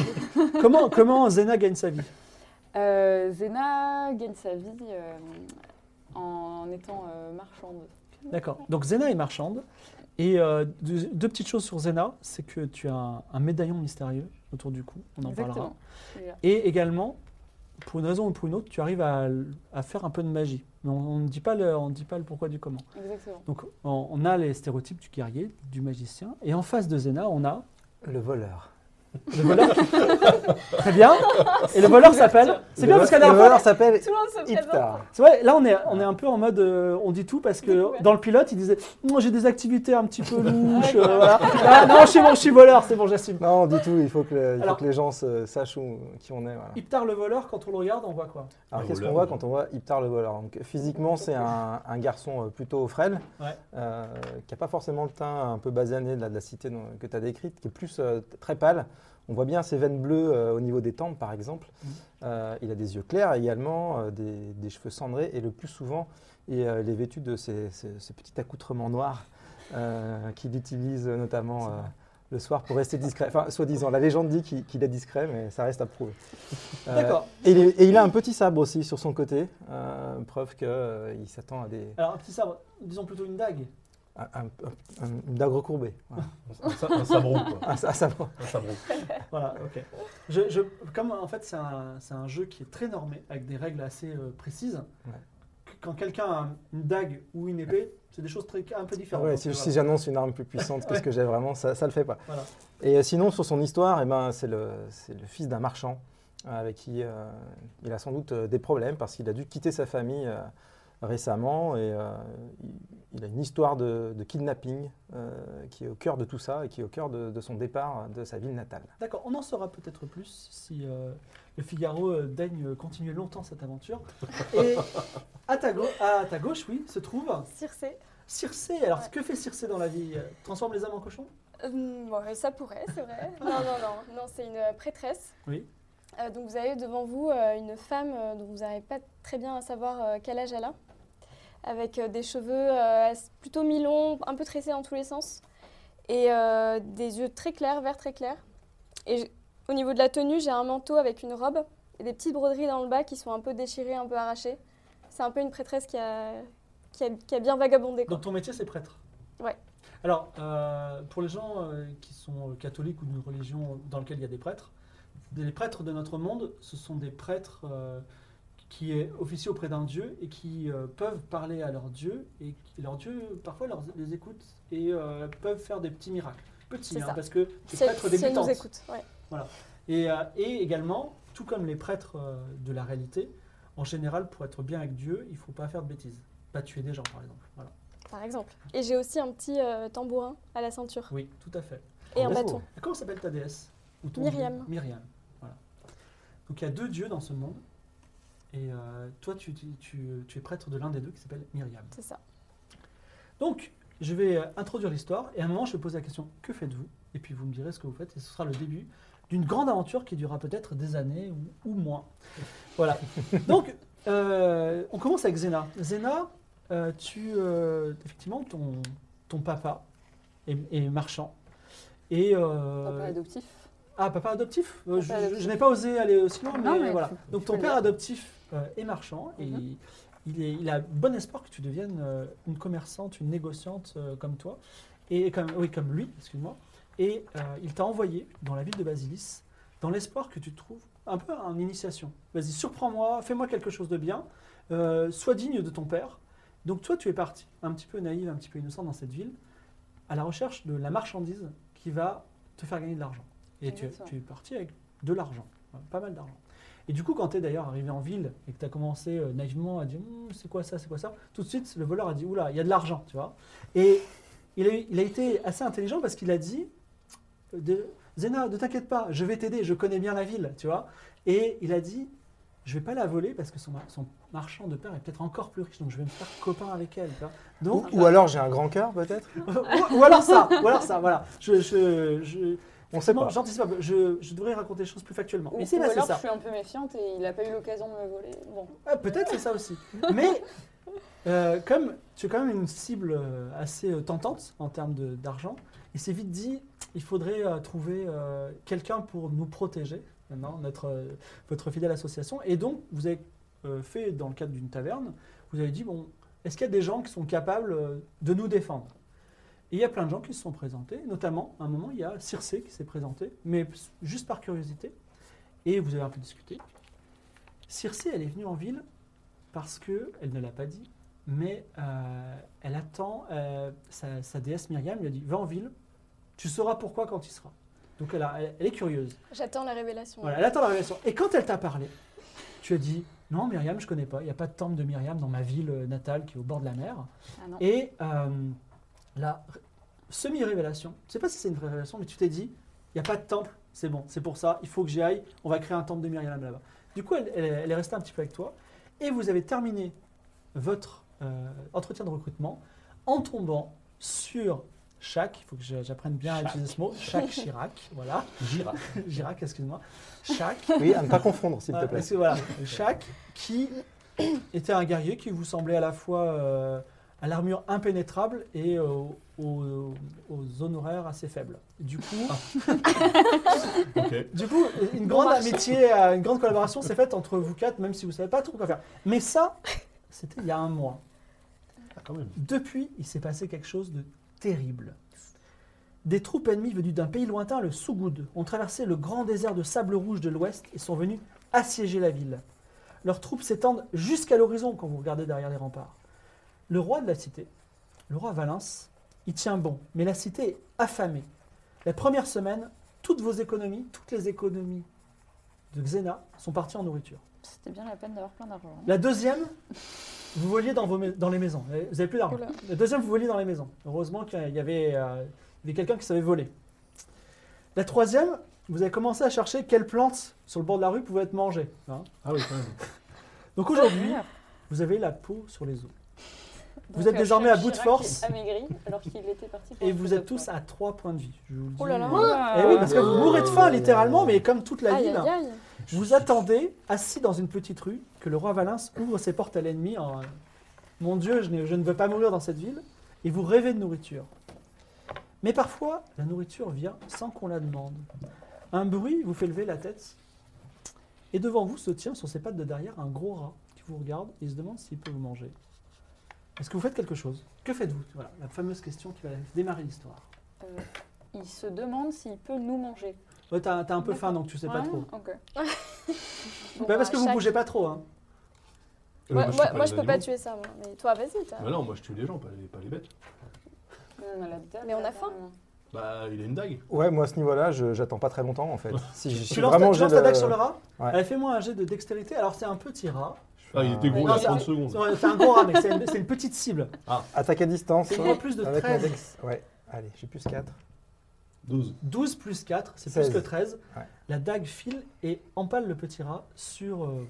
Speaker 1: comment, comment Zena gagne sa vie
Speaker 3: Euh, Zéna gagne sa vie euh, en étant euh, marchande.
Speaker 1: D'accord. Donc Zena est marchande. Et euh, deux, deux petites choses sur Zena, c'est que tu as un, un médaillon mystérieux autour du cou, on en parlera.
Speaker 3: Exactement. Celui-là.
Speaker 1: Et également, pour une raison ou pour une autre, tu arrives à, à faire un peu de magie. Mais on on ne dit, pas le- on ne dit pas le pourquoi du comment.
Speaker 3: Exactement.
Speaker 1: Donc on, on a les stéréotypes du guerrier, du magicien. Et en face de Zena, on a
Speaker 4: Le voleur.
Speaker 1: le voleur. Très bien. Et le voleur s'appelle... C'est bien parce qu'à la
Speaker 4: Le
Speaker 1: dernière fois,
Speaker 4: voleur s'appelle
Speaker 5: Tout le monde se présente.
Speaker 4: Iptar.
Speaker 1: C'est vrai, là on est, on est un peu en mode euh, on dit tout parce que
Speaker 5: Découverte.
Speaker 1: dans le pilote il disait Moi, j'ai des activités un petit peu louches,
Speaker 3: Ouais,
Speaker 1: euh, voilà. Ah, non, je suis, bon, je suis voleur, c'est bon, j'assume.
Speaker 4: Non, du tout, il faut que, le- il faut
Speaker 1: Alors-
Speaker 4: que les gens se- sachent où- qui on est. voilà.
Speaker 1: Iptar le voleur, quand on le regarde, on voit quoi
Speaker 4: Alors
Speaker 2: Le
Speaker 4: qu'est-ce qu'on
Speaker 2: voleur,
Speaker 4: voit
Speaker 2: déjà.
Speaker 4: quand on voit Iptar le voleur Donc, Physiquement, c'est un, un garçon euh, plutôt frêle,
Speaker 1: Ouais.
Speaker 4: euh, qui n'a pas forcément le teint un peu basané de la, de la cité dont- que tu as décrite, qui est plus euh, t- très pâle. On voit bien ses veines bleues euh, au niveau des tempes, par exemple.
Speaker 1: Mhm.
Speaker 4: Euh, il a des yeux clairs également, euh, des, des cheveux cendrés, et le plus souvent, il, euh, il est vêtu de ces, ces- ces petits accoutrements noirs euh, qu'il utilise euh, notamment euh, le soir pour rester discret. Enfin, soi-disant, la légende dit qu'il qu'il est discret, mais ça reste à prouver. Euh,
Speaker 1: D'accord.
Speaker 4: et il, est- et il a un petit sabre aussi sur son côté, euh, preuve qu'il s'attend à des,
Speaker 1: Alors un petit sabre, disons plutôt une dague.
Speaker 4: à- à- à- à une dague recourbée. Voilà.
Speaker 2: Un, sa- un sabron, quoi.
Speaker 4: Un, sa- un sabre.
Speaker 2: Un sabron.
Speaker 1: Voilà, ok. Je, je- comme en fait c'est un, c'est un jeu qui est très normé, avec des règles assez euh, précises,
Speaker 4: Ouais.
Speaker 1: quand quelqu'un a une dague ou une épée, c'est des choses très, un peu différentes.
Speaker 4: Ouais,
Speaker 1: Donc,
Speaker 4: si
Speaker 1: voilà.
Speaker 4: si j'annonce une arme plus puissante que ce que j'ai vraiment, ça ne le fait pas.
Speaker 1: Voilà.
Speaker 4: Et euh, sinon, sur son histoire, eh ben, c'est le, c'est le fils d'un marchand euh, avec qui euh, il a sans doute euh, des problèmes parce qu'il a dû quitter sa famille euh, récemment et euh, il, il a une histoire de, de kidnapping euh, qui est au cœur de tout ça et qui est au cœur de- de son départ de sa ville natale.
Speaker 1: D'accord, on en saura peut-être plus si euh, le Figaro euh, daigne euh, continuer longtemps cette aventure. Et à ta, gau- à ta gauche, oui, se trouve
Speaker 5: Circé.
Speaker 1: Circé. Alors,
Speaker 5: Ouais.
Speaker 1: que fait Circé dans la vie Euh, Transforme les âmes en cochons
Speaker 5: Hum, ouais, ça pourrait, c'est vrai. Non, non, non. Non, c'est une euh, prêtresse.
Speaker 1: Oui.
Speaker 5: Euh, donc vous avez devant vous euh, une femme euh, dont vous n'arrivez pas très bien à savoir euh, quel âge elle a, avec euh, des cheveux euh, as- plutôt mi-longs, un peu tressés dans tous les sens, et euh, des yeux très clairs, verts très clairs. Et j- au niveau de la tenue, j'ai un manteau avec une robe et des petites broderies dans le bas qui sont un peu déchirées, un peu arrachées. C'est un peu une prêtresse qui a, qui a, qui a bien vagabondé. quoi.
Speaker 1: Donc, ton métier, c'est prêtre
Speaker 5: Ouais.
Speaker 1: Alors, euh, pour les gens euh, qui sont euh, catholiques ou d'une religion dans laquelle il y a des prêtres, les prêtres de notre monde, ce sont des prêtres euh, qui euh, officient auprès d'un dieu et qui euh, peuvent parler à leur dieu. Et qui- leur dieu, parfois, leur- les écoute et euh, peuvent faire des petits miracles. Petits,
Speaker 5: C'est
Speaker 1: hein,
Speaker 5: ça.
Speaker 1: parce que les
Speaker 5: Si elle,
Speaker 1: prêtres
Speaker 5: si elle nous
Speaker 1: débutants.
Speaker 5: écoute, ouais.
Speaker 1: Et, euh, et également, tout comme les prêtres euh, de la réalité, en général, pour être bien avec Dieu, il ne faut pas faire de bêtises. Pas tuer des gens, par exemple. Voilà.
Speaker 5: par exemple. Et j'ai aussi un petit euh, tambourin à la ceinture.
Speaker 1: Oui, tout à fait.
Speaker 5: Et un
Speaker 4: Oh.
Speaker 5: bâton.
Speaker 1: Comment s'appelle ta déesse Ou ton
Speaker 5: Myriam.
Speaker 1: dieu Myriam. Voilà. Donc il y a deux dieux dans ce monde. Et euh, toi, tu, tu- tu- tu es prêtre de l'un des deux qui s'appelle Myriam.
Speaker 5: C'est ça.
Speaker 1: Donc, je vais euh, introduire l'histoire. Et à un moment, je vais poser la question que faites-vous Et puis vous me direz ce que vous faites. Et ce sera le début d'une grande aventure qui durera peut-être des années ou, ou moins. Voilà. Donc, euh, on commence avec Zéna. Zéna, euh, tu, euh, effectivement, ton, ton papa est, est marchand. Et euh,
Speaker 3: Papa adoptif.
Speaker 1: ah, papa adoptif Euh,
Speaker 3: Papa
Speaker 1: je- je- Je,
Speaker 3: adoptif.
Speaker 1: n'ai pas osé aller aussi loin, mais,
Speaker 3: Non, mais
Speaker 1: voilà.
Speaker 3: tu-
Speaker 1: Donc
Speaker 3: tu
Speaker 1: ton
Speaker 3: peux le
Speaker 1: père
Speaker 3: dire.
Speaker 1: adoptif euh, est marchand et
Speaker 3: Mhm.
Speaker 1: il, est- il a bon espoir que tu deviennes euh, une commerçante, une négociante euh, comme toi, et comme, oui, comme lui, excuse-moi. Et euh, il t'a envoyé dans la ville de Basilis dans l'espoir que tu trouves un peu en initiation. Vas-y, surprends-moi, fais-moi quelque chose de bien, euh, sois digne de ton père. Donc toi, tu es parti, un petit peu naïve, un petit peu innocent dans cette ville, à la recherche de la marchandise qui va te faire gagner de l'argent. Et tu,
Speaker 3: Exactement.
Speaker 1: tu es parti avec de l'argent, euh, hein, pas mal d'argent. Et du coup, quand tu es d'ailleurs arrivé en ville et que tu as commencé euh, naïvement à dire Hum, c'est quoi ça, c'est quoi ça, tout de suite le voleur a dit oula, il y a de l'argent, tu vois. Et il a, eu- il a été assez intelligent parce qu'il a dit euh, de, Zena, ne t'inquiète pas, je vais t'aider, je connais bien la ville, tu vois. Et il a dit je vais pas la voler parce que son, mar- son marchand de pain est peut-être encore plus riche, donc je vais me faire copain avec elle, tu vois.
Speaker 4: Ou,
Speaker 1: Donc,
Speaker 4: ou alors j'ai un grand cœur peut-être
Speaker 1: ou, ou alors ça, ou alors ça, voilà. Je, je, je-
Speaker 4: On sait
Speaker 1: non,
Speaker 4: pas.
Speaker 1: j'anticipe pas, je, je devrais raconter les choses plus factuellement.
Speaker 3: Ou,
Speaker 1: Mais c'est
Speaker 3: ou
Speaker 1: passé
Speaker 3: alors
Speaker 1: ça.
Speaker 3: je suis un peu méfiante et il n'a pas eu l'occasion de me voler. Bon,
Speaker 1: Ah, Peut-être c'est ça aussi. Mais euh, comme tu es quand même une cible euh, assez euh, tentante en termes de- d'argent, il s'est vite dit il faudrait euh, trouver euh, quelqu'un pour nous protéger, maintenant, notre, euh, votre fidèle association. Et donc, vous avez euh, fait, dans le cadre d'une taverne, vous avez dit bon, est-ce qu'il y a des gens qui sont capables euh, de nous défendre et il y a plein de gens qui se sont présentés, notamment à un moment il y a Circé qui s'est présenté, mais juste par curiosité. Et vous avez un peu discuté. Circé, elle est venue en ville parce que, elle ne l'a pas dit, mais euh, elle attend, euh, sa, sa déesse Myriam lui a dit, va en ville, tu sauras pourquoi quand il sera. Donc elle, a- elle- elle est curieuse.
Speaker 5: J'attends la révélation.
Speaker 1: Voilà, elle attend la révélation. Et quand elle t'a parlé, tu as dit, non Myriam, je connais pas, il n'y a pas de temple de Myriam dans ma ville euh, natale qui est au bord de la mer.
Speaker 3: ah non.
Speaker 1: Et euh, la ré- semi-révélation, je ne sais pas si c'est une vraie révélation, mais tu t'es dit, il n'y a pas de temple, c'est bon, c'est pour ça, il faut que j'y aille, on va créer un temple de Myriam là-bas. Du coup, elle, elle est- elle est restée un petit peu avec toi, et vous avez terminé votre euh, entretien de recrutement en tombant sur Chak, il faut que je- j'apprenne bien à utiliser ce mot, Chak Chirac, voilà,
Speaker 2: Girac.
Speaker 1: Girac, excuse-moi, Chak,
Speaker 4: Oui, à ne pas confondre s'il te
Speaker 1: voilà,
Speaker 4: plaît.
Speaker 1: Ah, parce que voilà, Shaq, qui était un guerrier qui vous semblait à la fois euh, à l'armure impénétrable et euh, aux, aux honoraires assez faibles. Du coup,
Speaker 4: Ah.
Speaker 2: Ok.
Speaker 1: du coup une grande amitié, euh, une grande collaboration s'est faite entre vous quatre, même si vous ne savez pas trop quoi faire. Mais ça, c'était il y a un mois.
Speaker 2: Ah, quand même.
Speaker 1: Depuis, il s'est passé quelque chose de terrible. Des troupes ennemies venues d'un pays lointain, le Sougoud, ont traversé le grand désert de sable rouge de l'ouest et sont venues assiéger la ville. Leurs troupes s'étendent jusqu'à l'horizon quand vous regardez derrière les remparts. Le roi de la cité, le roi Valens, y tient bon, mais la cité est affamée. La première semaine, toutes vos économies, toutes les économies de Xena sont parties en nourriture.
Speaker 3: C'était bien la peine d'avoir plein d'argent. hein.
Speaker 1: La deuxième, vous voliez dans, vos, mais- dans les maisons. Euh, Vous n'avez plus d'argent.
Speaker 5: Oula.
Speaker 1: La deuxième, vous voliez dans les maisons. Heureusement qu'il y avait, euh, il y avait quelqu'un qui savait voler. La troisième, vous avez commencé à chercher quelles plantes sur le bord de la rue pouvaient être mangées. hein.
Speaker 2: Ah oui, quand même.
Speaker 1: Donc aujourd'hui,
Speaker 3: Merde.
Speaker 1: vous avez la peau sur les os. Vous
Speaker 3: Donc,
Speaker 1: êtes
Speaker 3: euh,
Speaker 1: désormais à
Speaker 3: Jacques
Speaker 1: bout de
Speaker 3: Chirac
Speaker 1: force.
Speaker 3: est amaigri alors qu'il était parti. pour
Speaker 1: Et
Speaker 3: un
Speaker 1: vous
Speaker 3: truc
Speaker 1: êtes
Speaker 3: de
Speaker 1: tous
Speaker 3: fou.
Speaker 1: à 3 points de vie. Je vous le
Speaker 5: Oh là
Speaker 1: dis.
Speaker 5: là.
Speaker 1: Eh oui, parce que vous mourrez de faim littéralement, mais comme toute la
Speaker 5: Aïe,
Speaker 1: ville.
Speaker 5: aïe, aïe.
Speaker 1: Vous attendez, assis dans une petite rue, que le roi Valens ouvre ses portes à l'ennemi en euh, Mon Dieu, je, n'ai- je ne veux pas mourir dans cette ville, et vous rêvez de nourriture. Mais parfois, la nourriture vient sans qu'on la demande. Un bruit vous fait lever la tête, et devant vous se tient sur ses pattes de derrière un gros rat qui vous regarde et se demande s'il peut vous manger. Est-ce que vous faites quelque chose Que faites-vous Voilà la fameuse question qui va démarrer l'histoire.
Speaker 3: Euh, il se demande s'il peut nous manger.
Speaker 1: Ouais, t'as t'as un peu faim,
Speaker 3: D'accord.
Speaker 1: donc tu sais pas
Speaker 3: Ouais,
Speaker 1: trop.
Speaker 3: ok.
Speaker 5: Bon,
Speaker 1: Bah, parce
Speaker 5: un
Speaker 1: que vous
Speaker 5: chat.
Speaker 1: bougez pas trop. Hein.
Speaker 2: Euh,
Speaker 5: Ouais, moi,
Speaker 2: tue
Speaker 5: moi,
Speaker 2: les
Speaker 5: je peux pas
Speaker 2: animaux.
Speaker 5: tuer ça, moi. Mais toi, vas-y, t'as-
Speaker 2: Bah non, moi je tue les gens, pas les, pas les bêtes.
Speaker 3: On a la dalle,
Speaker 5: Mais on a
Speaker 3: là,
Speaker 5: faim.
Speaker 3: quand même.
Speaker 2: Bah, il a une dague.
Speaker 4: Ouais, moi à ce niveau-là, je- j'attends pas très longtemps en fait. Si, je- si
Speaker 1: Tu lances, ta, tu
Speaker 4: j'ai
Speaker 1: lances ta
Speaker 4: le-
Speaker 1: dague sur le rat
Speaker 4: Ouais.
Speaker 1: Elle Fais-moi un jet de dextérité. Alors, c'est un petit rat.
Speaker 2: Ah, il était gros, il
Speaker 1: Non,
Speaker 2: a
Speaker 1: c'est-
Speaker 2: 30 secondes.
Speaker 1: Ouais, C'est un gros rat, mais c'est une, c'est une petite cible.
Speaker 4: Ah. Attaque à distance.
Speaker 1: C'est une fois plus de
Speaker 4: Avec mon
Speaker 1: 13.
Speaker 4: dex. Ouais, allez, j'ai plus 4.
Speaker 2: 12.
Speaker 1: 12 plus 4, c'est plus
Speaker 4: 16.
Speaker 1: que 13.
Speaker 4: Ouais.
Speaker 1: La dague file et empale le petit rat sur euh,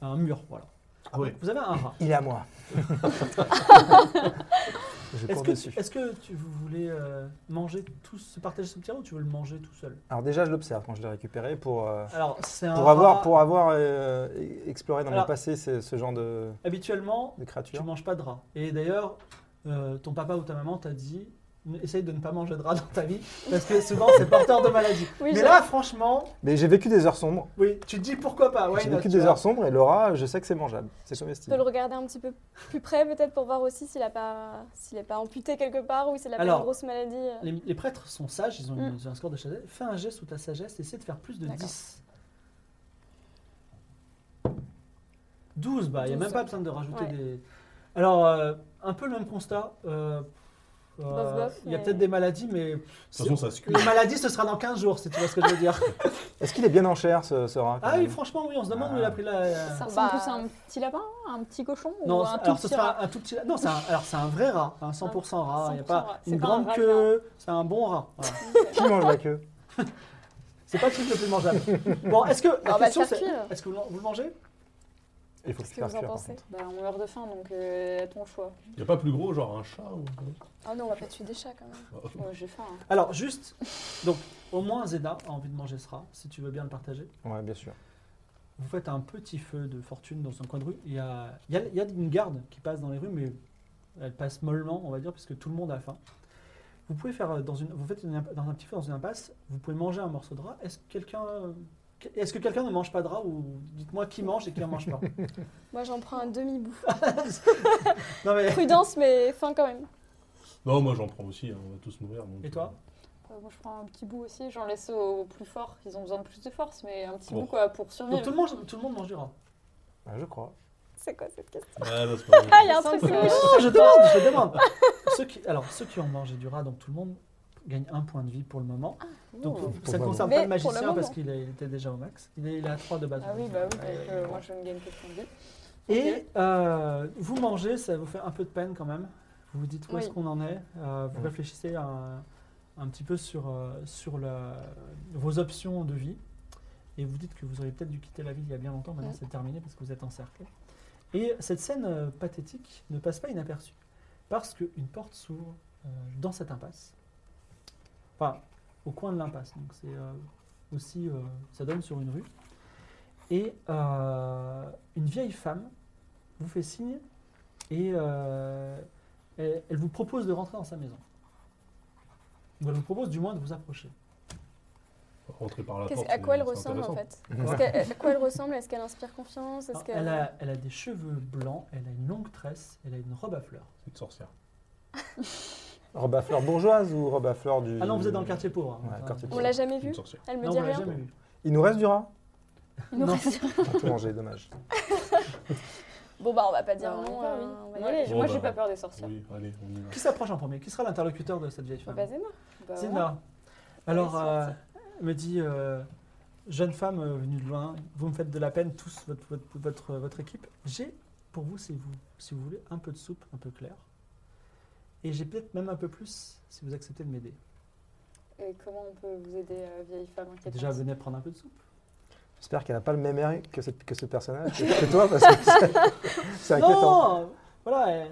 Speaker 1: un mur. Voilà.
Speaker 2: Ah ouais.
Speaker 1: Vous avez un rat.
Speaker 4: Il est à moi. je
Speaker 1: Est-ce
Speaker 4: cours
Speaker 1: que,
Speaker 4: dessus.
Speaker 1: tu- est-ce que tu vous voulez euh, manger tous, se partager ce petit rat ou tu veux le manger tout seul
Speaker 4: Alors déjà, je l'observe quand je l'ai récupéré pour, euh,
Speaker 1: Alors, c'est un
Speaker 4: pour avoir,
Speaker 1: rat-
Speaker 4: pour avoir euh, exploré dans
Speaker 1: Ah. Alors-
Speaker 4: le passé ce, ce genre de,
Speaker 1: Habituellement,
Speaker 4: de
Speaker 1: tu
Speaker 4: créature.
Speaker 1: manges pas de rat. Et d'ailleurs, euh, ton papa ou ta maman t'a dit n- essaye de ne pas manger de rat dans ta vie parce que souvent c'est porteur de maladies.
Speaker 5: Oui,
Speaker 1: Mais
Speaker 5: j'ai-
Speaker 1: là, franchement,
Speaker 4: Mais j'ai vécu des heures sombres.
Speaker 1: oui, tu te dis pourquoi pas. why
Speaker 4: J'ai
Speaker 1: not,
Speaker 4: vécu
Speaker 1: bah, tu
Speaker 4: des
Speaker 1: vois.
Speaker 4: heures sombres et Laura, je sais que c'est mangeable, c'est
Speaker 5: Tu peux
Speaker 4: comestible.
Speaker 5: le regarder un petit peu plus près, peut-être, pour voir aussi s'il a pas, s'il est pas amputé quelque part ou s'il a pas
Speaker 1: Alors,
Speaker 5: une grosse maladie. euh.
Speaker 1: Les, les prêtres sont sages, ils ont une- un score de sagesse. Fais un geste ou ta sagesse, essaie de faire plus de
Speaker 5: Mm. D'accord.
Speaker 1: 10. 12, bah, il n'y a
Speaker 5: 12.
Speaker 1: même pas besoin de rajouter
Speaker 5: Ouais.
Speaker 1: des. Alors, euh, un peu le même constat. euh,
Speaker 5: Bof, bof,
Speaker 1: il y a
Speaker 5: mais-
Speaker 1: peut-être des maladies, mais
Speaker 2: De toute façon, ça se cuit.
Speaker 1: les maladies, ce sera dans 15 jours, si tu vois ce que je veux dire.
Speaker 4: Est-ce qu'il est bien en chair, ce, ce rat quand
Speaker 1: ah oui,
Speaker 4: même
Speaker 1: franchement, oui, on se demande où il a pris la.
Speaker 3: Ça
Speaker 5: Bah-
Speaker 3: ressemble plus à un petit lapin, un petit cochon
Speaker 1: Non,
Speaker 3: ou un tout
Speaker 1: alors ce
Speaker 3: petit rat Ah,
Speaker 1: sera un tout petit. Non, c'est un, alors c'est un vrai rat, hein, un 100% rat. Il n'y a
Speaker 3: 100%
Speaker 1: pas
Speaker 3: rat.
Speaker 1: une
Speaker 3: C'est pas un
Speaker 1: grande
Speaker 3: rat
Speaker 1: queue, c'est un bon rat. Voilà.
Speaker 4: Qui mange la queue
Speaker 1: C'est pas le truc le plus mangeable. Bon, est-ce que la
Speaker 5: on
Speaker 3: bah,
Speaker 5: va le
Speaker 1: question
Speaker 5: faire
Speaker 1: c'est
Speaker 5: cuire.
Speaker 1: est-ce que vous, le- vous le mangez
Speaker 4: Il faut que
Speaker 5: Qu'est-ce
Speaker 4: tu
Speaker 5: que
Speaker 4: fasses
Speaker 5: vous en
Speaker 4: cuire, par
Speaker 5: pensez
Speaker 4: contre.
Speaker 3: Bah, on meurt de faim, donc euh, à ton choix.
Speaker 2: Il n'y a pas plus gros, genre un Bah, chat ou...
Speaker 5: Ah non, on va pas tuer des chats quand même.
Speaker 3: Euh, J'ai faim. hein.
Speaker 1: Alors juste, donc au moins Zeda a envie de manger ce rat, si tu veux bien le partager.
Speaker 4: Ouais, bien sûr.
Speaker 1: Vous faites un petit feu de fortune dans un coin de rue. Il y a, il y a- il y a une garde qui passe dans les rues, mais elle passe mollement, on va dire, parce que tout le monde a faim. Vous pouvez faire euh, dans une, vous faites une imp- dans un petit feu dans une impasse. Vous pouvez manger un morceau de rat. Est-ce que quelqu'un, euh, que- est-ce que quelqu'un ne mange pas de rat ou dites-moi qui mange et qui ne mange pas.
Speaker 5: Moi, j'en prends un demi-bout.
Speaker 1: non mais
Speaker 5: Prudence, mais fin quand même.
Speaker 2: Non, moi j'en prends aussi, hein, on va tous mourir. donc,
Speaker 1: Et toi
Speaker 3: Euh, moi, je prends un petit bout aussi, j'en laisse aux plus forts. Ils ont besoin de plus de force, mais un petit
Speaker 2: Bon.
Speaker 3: bout quoi pour
Speaker 1: donc
Speaker 3: survivre.
Speaker 1: tout le monde, tout le monde mange du rat.
Speaker 4: Ah, je crois.
Speaker 5: C'est quoi cette question
Speaker 2: euh, Ah, non, c'est pas
Speaker 5: Ah,
Speaker 2: vrai.
Speaker 5: il y a un truc.
Speaker 3: Ça,
Speaker 5: qui
Speaker 3: ça-
Speaker 5: me gêne.
Speaker 1: Non, je demande, je demande. Ceux qui, alors ceux qui ont mangé du rat, donc tout le monde gagne un point de vie pour le moment. Donc
Speaker 3: Oh.
Speaker 1: ça ne
Speaker 4: le
Speaker 1: concerne
Speaker 5: moment.
Speaker 1: pas le
Speaker 5: Mais pour le
Speaker 1: magicien parce
Speaker 5: moment.
Speaker 1: qu'il est- il était déjà au max. Il est, il est à 3 de base. euh,
Speaker 3: Ah oui, bah oui, parce que moi je ne gagne que de points de vie.
Speaker 1: Et euh, vous mangez, ça vous fait un peu de peine quand même. Vous vous dites où est-ce
Speaker 5: Oui.
Speaker 1: qu'on en est. Euh, vous
Speaker 4: Mm.
Speaker 1: réfléchissez un, un petit peu sur, euh, sur la- vos options de vie. Et vous dites que vous auriez peut-être dû quitter la ville il y a bien longtemps. Maintenant,
Speaker 3: Mm.
Speaker 1: c'est terminé parce que vous êtes encerclé. Et cette scène euh, pathétique ne passe pas inaperçue. Parce qu'une porte s'ouvre euh, dans cette impasse. Enfin, au coin de l'impasse. Donc, c'est euh, aussi. euh, ça donne sur une rue. Et euh, une vieille femme vous fait signe et euh, elle, elle vous propose de rentrer dans sa maison. Ou elle vous propose du moins de vous approcher.
Speaker 2: Rentrer par la
Speaker 5: Qu'est-ce-
Speaker 2: porte.
Speaker 5: à quoi elle
Speaker 2: c'est- c'est
Speaker 5: ressemble en
Speaker 2: intéressant.
Speaker 5: fait
Speaker 1: Mmh.
Speaker 5: Est-ce qu'elle- À quoi elle ressemble Est-ce qu'elle inspire confiance
Speaker 1: Alors,
Speaker 5: Est-ce
Speaker 1: Ah, Hein, elle,
Speaker 5: qu'elle
Speaker 1: a, elle a des cheveux blancs, elle a une longue tresse, elle a une robe à fleurs.
Speaker 2: C'est une sorcière.
Speaker 4: Robe à fleurs bourgeoise ou robe à fleurs du.
Speaker 1: Ah non, vous êtes dans le quartier pauvre. hein.
Speaker 4: Ouais,
Speaker 1: Enfin,
Speaker 4: quartier
Speaker 5: On
Speaker 4: pauvre.
Speaker 5: l'a jamais
Speaker 2: C'est une
Speaker 5: vue
Speaker 2: sorcière.
Speaker 5: Elle me
Speaker 1: Non,
Speaker 5: dit
Speaker 1: on l'a
Speaker 5: rien
Speaker 1: jamais vu.
Speaker 4: Il nous reste du rat
Speaker 3: Il nous
Speaker 1: Non.
Speaker 3: reste-
Speaker 4: On a tout mangé, dommage.
Speaker 5: Bon, bah, on va pas dire
Speaker 3: Bah, on y
Speaker 5: non.
Speaker 3: va,
Speaker 5: euh,
Speaker 3: oui.
Speaker 5: On va y
Speaker 3: Moi,
Speaker 5: aller.
Speaker 3: j'ai- moi, j'ai pas
Speaker 2: bah.
Speaker 3: peur des sorcières.
Speaker 2: Oui, allez, on y va.
Speaker 1: Qui s'approche en premier Qui sera l'interlocuteur de cette vieille femme
Speaker 5: Bah, Zéna.
Speaker 3: Bah, ouais.
Speaker 1: Zina. Alors,
Speaker 3: Allez,
Speaker 1: euh, me dit, euh, jeune femme euh, venue de loin, vous me faites de la peine, tous, votre, votre, votre, votre équipe. J'ai pour vous, si vous, si vous voulez, un peu de soupe, un peu clair. Et j'ai peut-être même un peu plus, si vous acceptez de m'aider.
Speaker 3: Et comment on peut vous aider, euh, vieille femme inquiétante
Speaker 1: Déjà, venez prendre un peu de soupe.
Speaker 4: J'espère qu'elle n'a pas le même air que, cette- que ce personnage, que, que toi, parce que c'est- c'est inquiétant.
Speaker 1: Non Voilà, elle,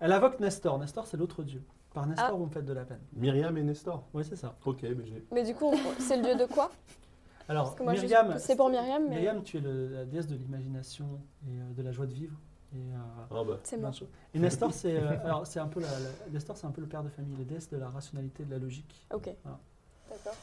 Speaker 1: elle invoque Nestor. Nestor, c'est l'autre dieu. Par Nestor,
Speaker 5: Ah.
Speaker 1: vous me faites de la peine.
Speaker 2: Myriam et Nestor.
Speaker 1: Oui, c'est ça.
Speaker 2: Ok, mais j'ai.
Speaker 5: Mais du coup, on- c'est le dieu de quoi
Speaker 1: Alors,
Speaker 5: Parce que moi, je-
Speaker 1: Myriam,
Speaker 5: c'est pour Myriam, mais
Speaker 1: Myriam, tu es le- la déesse de l'imagination et euh, de la joie de vivre. Et, euh,
Speaker 2: Ah bah.
Speaker 5: c'est
Speaker 1: Plein
Speaker 5: moi.
Speaker 1: de choses. Et Nestor, c'est euh, alors, c'est un peu la- la- Nestor, c'est un peu le père de famille, les déesses de la rationalité, de la logique.
Speaker 5: Ok.
Speaker 3: D'accord.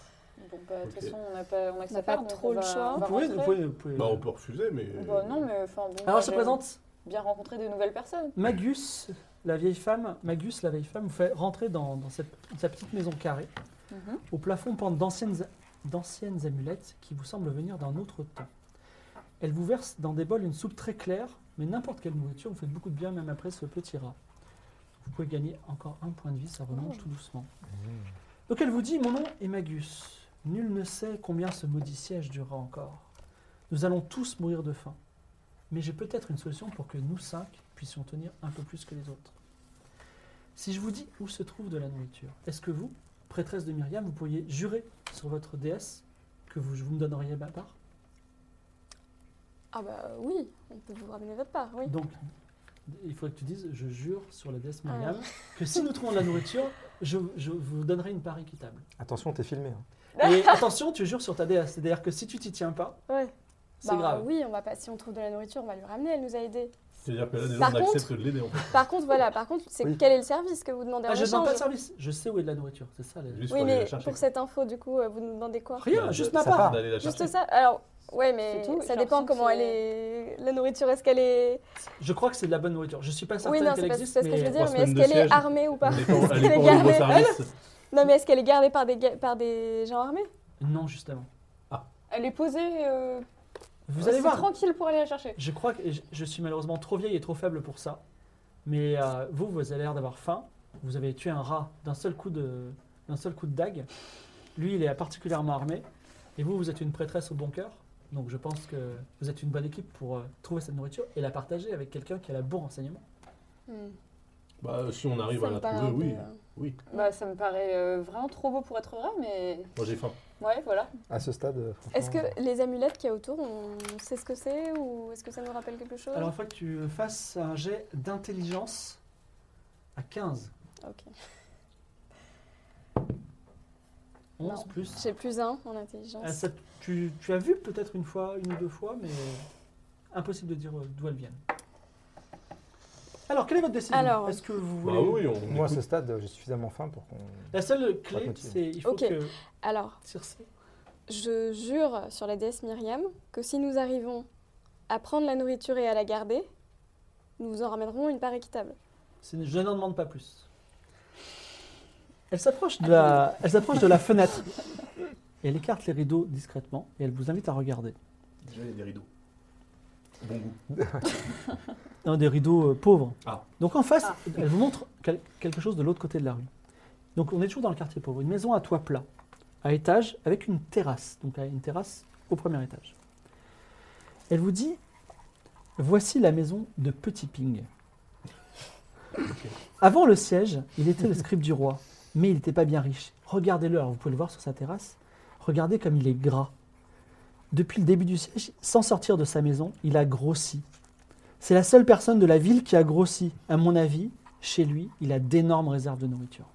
Speaker 3: Bon, bah, de toute
Speaker 2: Ok.
Speaker 3: façon, on n'a pas, on n'accepte
Speaker 5: pas
Speaker 3: donc
Speaker 5: trop
Speaker 3: on
Speaker 5: le
Speaker 3: va-
Speaker 5: choix.
Speaker 3: on
Speaker 1: Vous
Speaker 3: va
Speaker 1: pouvez,
Speaker 3: rentrer.
Speaker 1: vous pouvez, vous pouvez- euh,
Speaker 2: Bah, on peut refuser, mais.
Speaker 3: Bah, non, mais enfin, bon.
Speaker 1: Alors,
Speaker 3: bah,
Speaker 1: je te
Speaker 3: j'aime
Speaker 1: présente
Speaker 3: Bien rencontrer de nouvelles personnes.
Speaker 1: Magus, la vieille femme. Magus, la vieille femme, vous fait rentrer dans, dans cette, sa petite maison carrée. Au plafond pendent d'anciennes d'anciennes amulettes qui vous semblent venir d'un autre temps. Elle vous verse dans des bols une soupe très claire, mais n'importe quelle nourriture vous fait beaucoup de bien même après ce petit rat. Vous pouvez gagner encore un point de vie, ça remonte tout doucement. Donc elle vous dit, mon nom est Magus. Nul ne sait combien ce maudit siège durera encore. Nous allons tous mourir de faim. Mais j'ai peut-être une solution pour que nous cinq puissions tenir un peu plus que les autres. Si je vous dis où se trouve de la nourriture, est-ce que vous, prêtresse de Myriam, vous pourriez jurer sur votre déesse que vous, vous me donneriez ma part
Speaker 5: Ah bah oui, on peut vous ramener votre part, oui.
Speaker 1: Donc, il faudrait que tu dises, je jure sur la déesse
Speaker 5: Ah ouais.
Speaker 1: Myriam, que si nous trouvons de la nourriture, je, je vous donnerai une part équitable.
Speaker 4: Attention, t'es filmé. hein.
Speaker 5: Ah.
Speaker 1: Et attention, tu jures sur ta déesse, c'est-à-dire que si tu t'y tiens pas,
Speaker 5: Ouais.
Speaker 1: c'est
Speaker 5: Bah
Speaker 1: grave.
Speaker 5: oui, on va pas. Si on trouve de la nourriture, on va lui ramener. Elle nous a aidés.
Speaker 2: C'est-à-dire que là, déjà,
Speaker 5: Par
Speaker 2: on accepte de l'aider en fait.
Speaker 5: Par contre, voilà. Par contre, c'est
Speaker 4: Oui.
Speaker 5: quel est le service que vous demandez en
Speaker 1: Ah, je ne demande
Speaker 5: échange
Speaker 1: pas de service, je sais où est de la nourriture, c'est ça. la-
Speaker 2: Juste
Speaker 5: Oui,
Speaker 2: pour aller
Speaker 5: mais
Speaker 2: la chercher.
Speaker 5: pour cette info, du coup, euh, vous nous demandez quoi
Speaker 1: Rien,
Speaker 2: Bah,
Speaker 1: juste
Speaker 2: ça
Speaker 1: ma
Speaker 4: part.
Speaker 1: part.
Speaker 2: D'aller la chercher.
Speaker 5: Juste ça Alors, ouais, mais
Speaker 3: C'est tout,
Speaker 5: ça
Speaker 3: j'ai
Speaker 5: dépend
Speaker 3: l'impression que
Speaker 5: comment elle est. La nourriture, est-ce qu'elle est.
Speaker 1: Je crois que c'est de la bonne nourriture. Je suis pas certain
Speaker 5: Oui, non, c'est
Speaker 1: qu'elle
Speaker 5: pas,
Speaker 1: existe,
Speaker 5: c'est pas ce que je veux
Speaker 1: mais
Speaker 5: dire,
Speaker 2: trois
Speaker 5: mais est-ce
Speaker 2: semaines de
Speaker 5: qu'elle est
Speaker 2: siège,
Speaker 5: armée ou pas
Speaker 2: Elle est pas-
Speaker 5: Est-ce
Speaker 2: Elle est
Speaker 5: qu'elle
Speaker 2: pas
Speaker 5: est
Speaker 2: au niveau
Speaker 5: gardée
Speaker 2: service.
Speaker 5: Non, mais est-ce qu'elle est gardée par des, ga- par des gens armés
Speaker 1: non, justement.
Speaker 3: Elle est posée. euh,
Speaker 1: Vous
Speaker 3: c'est
Speaker 1: allez voir.
Speaker 3: tranquille pour aller la chercher.
Speaker 1: Je crois que je, je suis malheureusement trop vieille et trop faible pour ça. Mais euh, vous, vous avez l'air d'avoir faim. Vous avez tué un rat d'un seul coup de d'un seul coup de dague. Lui, il est particulièrement armé. Et vous, vous êtes une prêtresse au bon cœur. Donc je pense que vous êtes une bonne équipe pour euh, trouver cette nourriture et la partager avec quelqu'un qui a la bon renseignement.
Speaker 5: Hmm.
Speaker 2: Bah, si on arrive
Speaker 5: Ça
Speaker 2: à
Speaker 5: me
Speaker 2: la
Speaker 5: paraît
Speaker 2: trouver,
Speaker 5: un peu,
Speaker 2: oui.
Speaker 5: euh,
Speaker 2: Oui,
Speaker 1: Mhm.
Speaker 3: Bah, ça me paraît euh, vraiment trop beau pour être vrai, mais
Speaker 2: moi j'ai faim.
Speaker 3: ouais, voilà.
Speaker 4: À ce stade, euh, franchement,
Speaker 5: Est-ce que les amulettes qu'il y a autour, on sait ce que c'est ou est-ce que ça nous rappelle quelque chose
Speaker 1: Alors il faut que tu fasses un jet d'intelligence à 15.
Speaker 5: Ok.
Speaker 1: 11
Speaker 5: Non.
Speaker 1: plus.
Speaker 5: J'ai plus un en
Speaker 1: Ah,
Speaker 5: intelligence.
Speaker 1: ça, tu, tu as vu peut-être une fois, une ou deux fois, mais impossible de dire euh, d'où elles viennent. Alors, quelle est votre décision
Speaker 5: Alors-
Speaker 1: Est-ce que vous
Speaker 2: Bah
Speaker 1: voulez...
Speaker 2: oui, on.
Speaker 4: moi, à ce stade, euh, j'ai suffisamment faim pour qu'on.
Speaker 1: La seule
Speaker 4: Pas de
Speaker 1: clé,
Speaker 4: motif.
Speaker 1: c'est il faut
Speaker 5: Ok.
Speaker 1: que
Speaker 5: Alors,
Speaker 1: Circe
Speaker 5: je jure sur la déesse Myriam que si nous arrivons à prendre la nourriture et à la garder, nous vous en ramènerons une part équitable.
Speaker 1: C'est- Je n'en demande pas plus. Elle s'approche de la, elle s'approche de la fenêtre. Et elle écarte les rideaux discrètement et elle vous invite à regarder.
Speaker 2: Déjà, il y a des rideaux. Bon goût.
Speaker 1: Non, des rideaux euh, pauvres.
Speaker 2: Ah.
Speaker 1: Donc en face,
Speaker 3: Ah.
Speaker 1: elle vous montre quel- quelque chose de l'autre côté de la rue. Donc on est toujours dans le quartier pauvre. Une maison à toit plat, à étage, avec une terrasse. Donc à une terrasse au premier étage. Elle vous dit Voici la maison de Petit Ping. Avant le siège, il était le scribe du roi, mais il n'était pas bien riche. Regardez-le, alors vous pouvez le voir sur sa terrasse. Regardez comme il est gras. Depuis le début du siège, sans sortir de sa maison, il a grossi. C'est la seule personne de la ville qui a grossi. À mon avis, chez lui, il a d'énormes réserves de nourriture.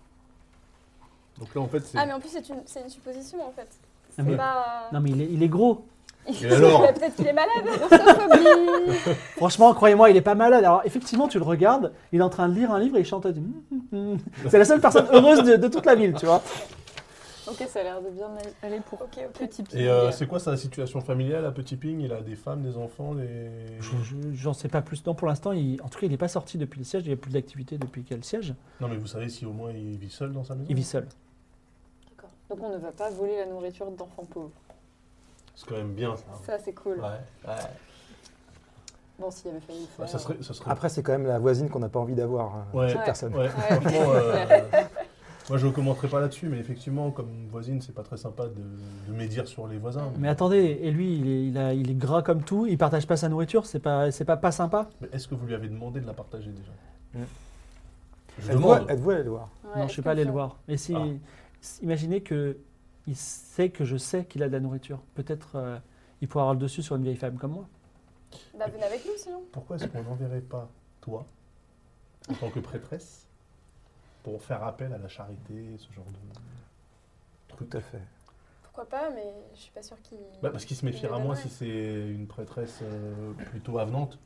Speaker 2: Donc là, en fait, c'est.
Speaker 5: Ah, mais en plus, c'est une, c'est une supposition en fait. C'est
Speaker 1: Ah, mais-
Speaker 5: pas.
Speaker 1: Non mais il est, il est gros.
Speaker 2: Et alors
Speaker 5: Peut-être qu'il est malade. Orthophobie.
Speaker 1: Franchement, croyez-moi, il est pas malade. Alors effectivement, tu le regardes, il est en train de lire un livre et il chante. il dit, Hum, hum, hum. C'est la seule personne heureuse de, de toute la ville, tu vois.
Speaker 3: Ok, ça a l'air de bien aller pour
Speaker 5: ok, ok.
Speaker 3: petit pied.
Speaker 2: Et euh, c'est quoi sa situation familiale à Petit Ping Il a des femmes, des enfants, des.
Speaker 1: Je- je- J'en sais pas plus. Non, pour l'instant, il- en tout cas, il n'est pas sorti depuis le siège. Il n'y a plus d'activité depuis quel siège
Speaker 2: Non, mais vous savez si au moins il vit seul dans sa maison
Speaker 1: Il vit seul.
Speaker 3: D'accord. Donc on ne va pas voler la nourriture d'enfants pauvres.
Speaker 2: C'est quand même bien ça.
Speaker 1: Ah.
Speaker 3: Ça, c'est cool.
Speaker 2: Ouais, ouais.
Speaker 3: Bon, s'il y avait failli le
Speaker 1: Bah,
Speaker 2: Ouais,
Speaker 3: faire.
Speaker 2: ça serait. Ça serait...
Speaker 4: Après, c'est quand même la voisine qu'on n'a pas envie d'avoir. hein,
Speaker 2: Ouais.
Speaker 4: Cette personne.
Speaker 2: Ouais,
Speaker 3: Ouais.
Speaker 2: franchement, euh, moi je ne commenterai pas là-dessus, mais effectivement, comme voisine, c'est pas très sympa de, de médire sur les voisins.
Speaker 1: Mais attendez, et lui, il est, il a- il est gras comme tout. Il partage pas sa nourriture. C'est pas, c'est pas pas sympa.
Speaker 2: Mais est-ce que vous lui avez demandé de la partager déjà
Speaker 1: Hmm.
Speaker 4: Ouais.
Speaker 2: Je
Speaker 4: Êtes-vous
Speaker 2: demande.
Speaker 4: êtes-vous allé le voir
Speaker 3: Ouais,
Speaker 1: non, je
Speaker 3: est-ce
Speaker 1: suis
Speaker 3: qu'on
Speaker 1: pas allé le
Speaker 3: fait-
Speaker 1: voir. Mais si,
Speaker 2: Ah.
Speaker 1: s- imaginez que il sait que je sais qu'il a de la nourriture. Peut-être euh, il pourra avoir le dessus sur une vieille femme comme moi.
Speaker 5: Bah, venez avec nous sinon.
Speaker 2: Pourquoi est-ce qu'on n'enverrait pas toi, en tant que prêtresse, pour faire appel à la charité, ce genre de truc
Speaker 4: Tout à fait.
Speaker 5: Pourquoi pas, mais je suis pas sûre qu'il.
Speaker 2: Bah, parce qu'il se méfiera
Speaker 5: Il
Speaker 2: moins
Speaker 5: donnerait.
Speaker 2: si c'est une prêtresse euh, plutôt avenante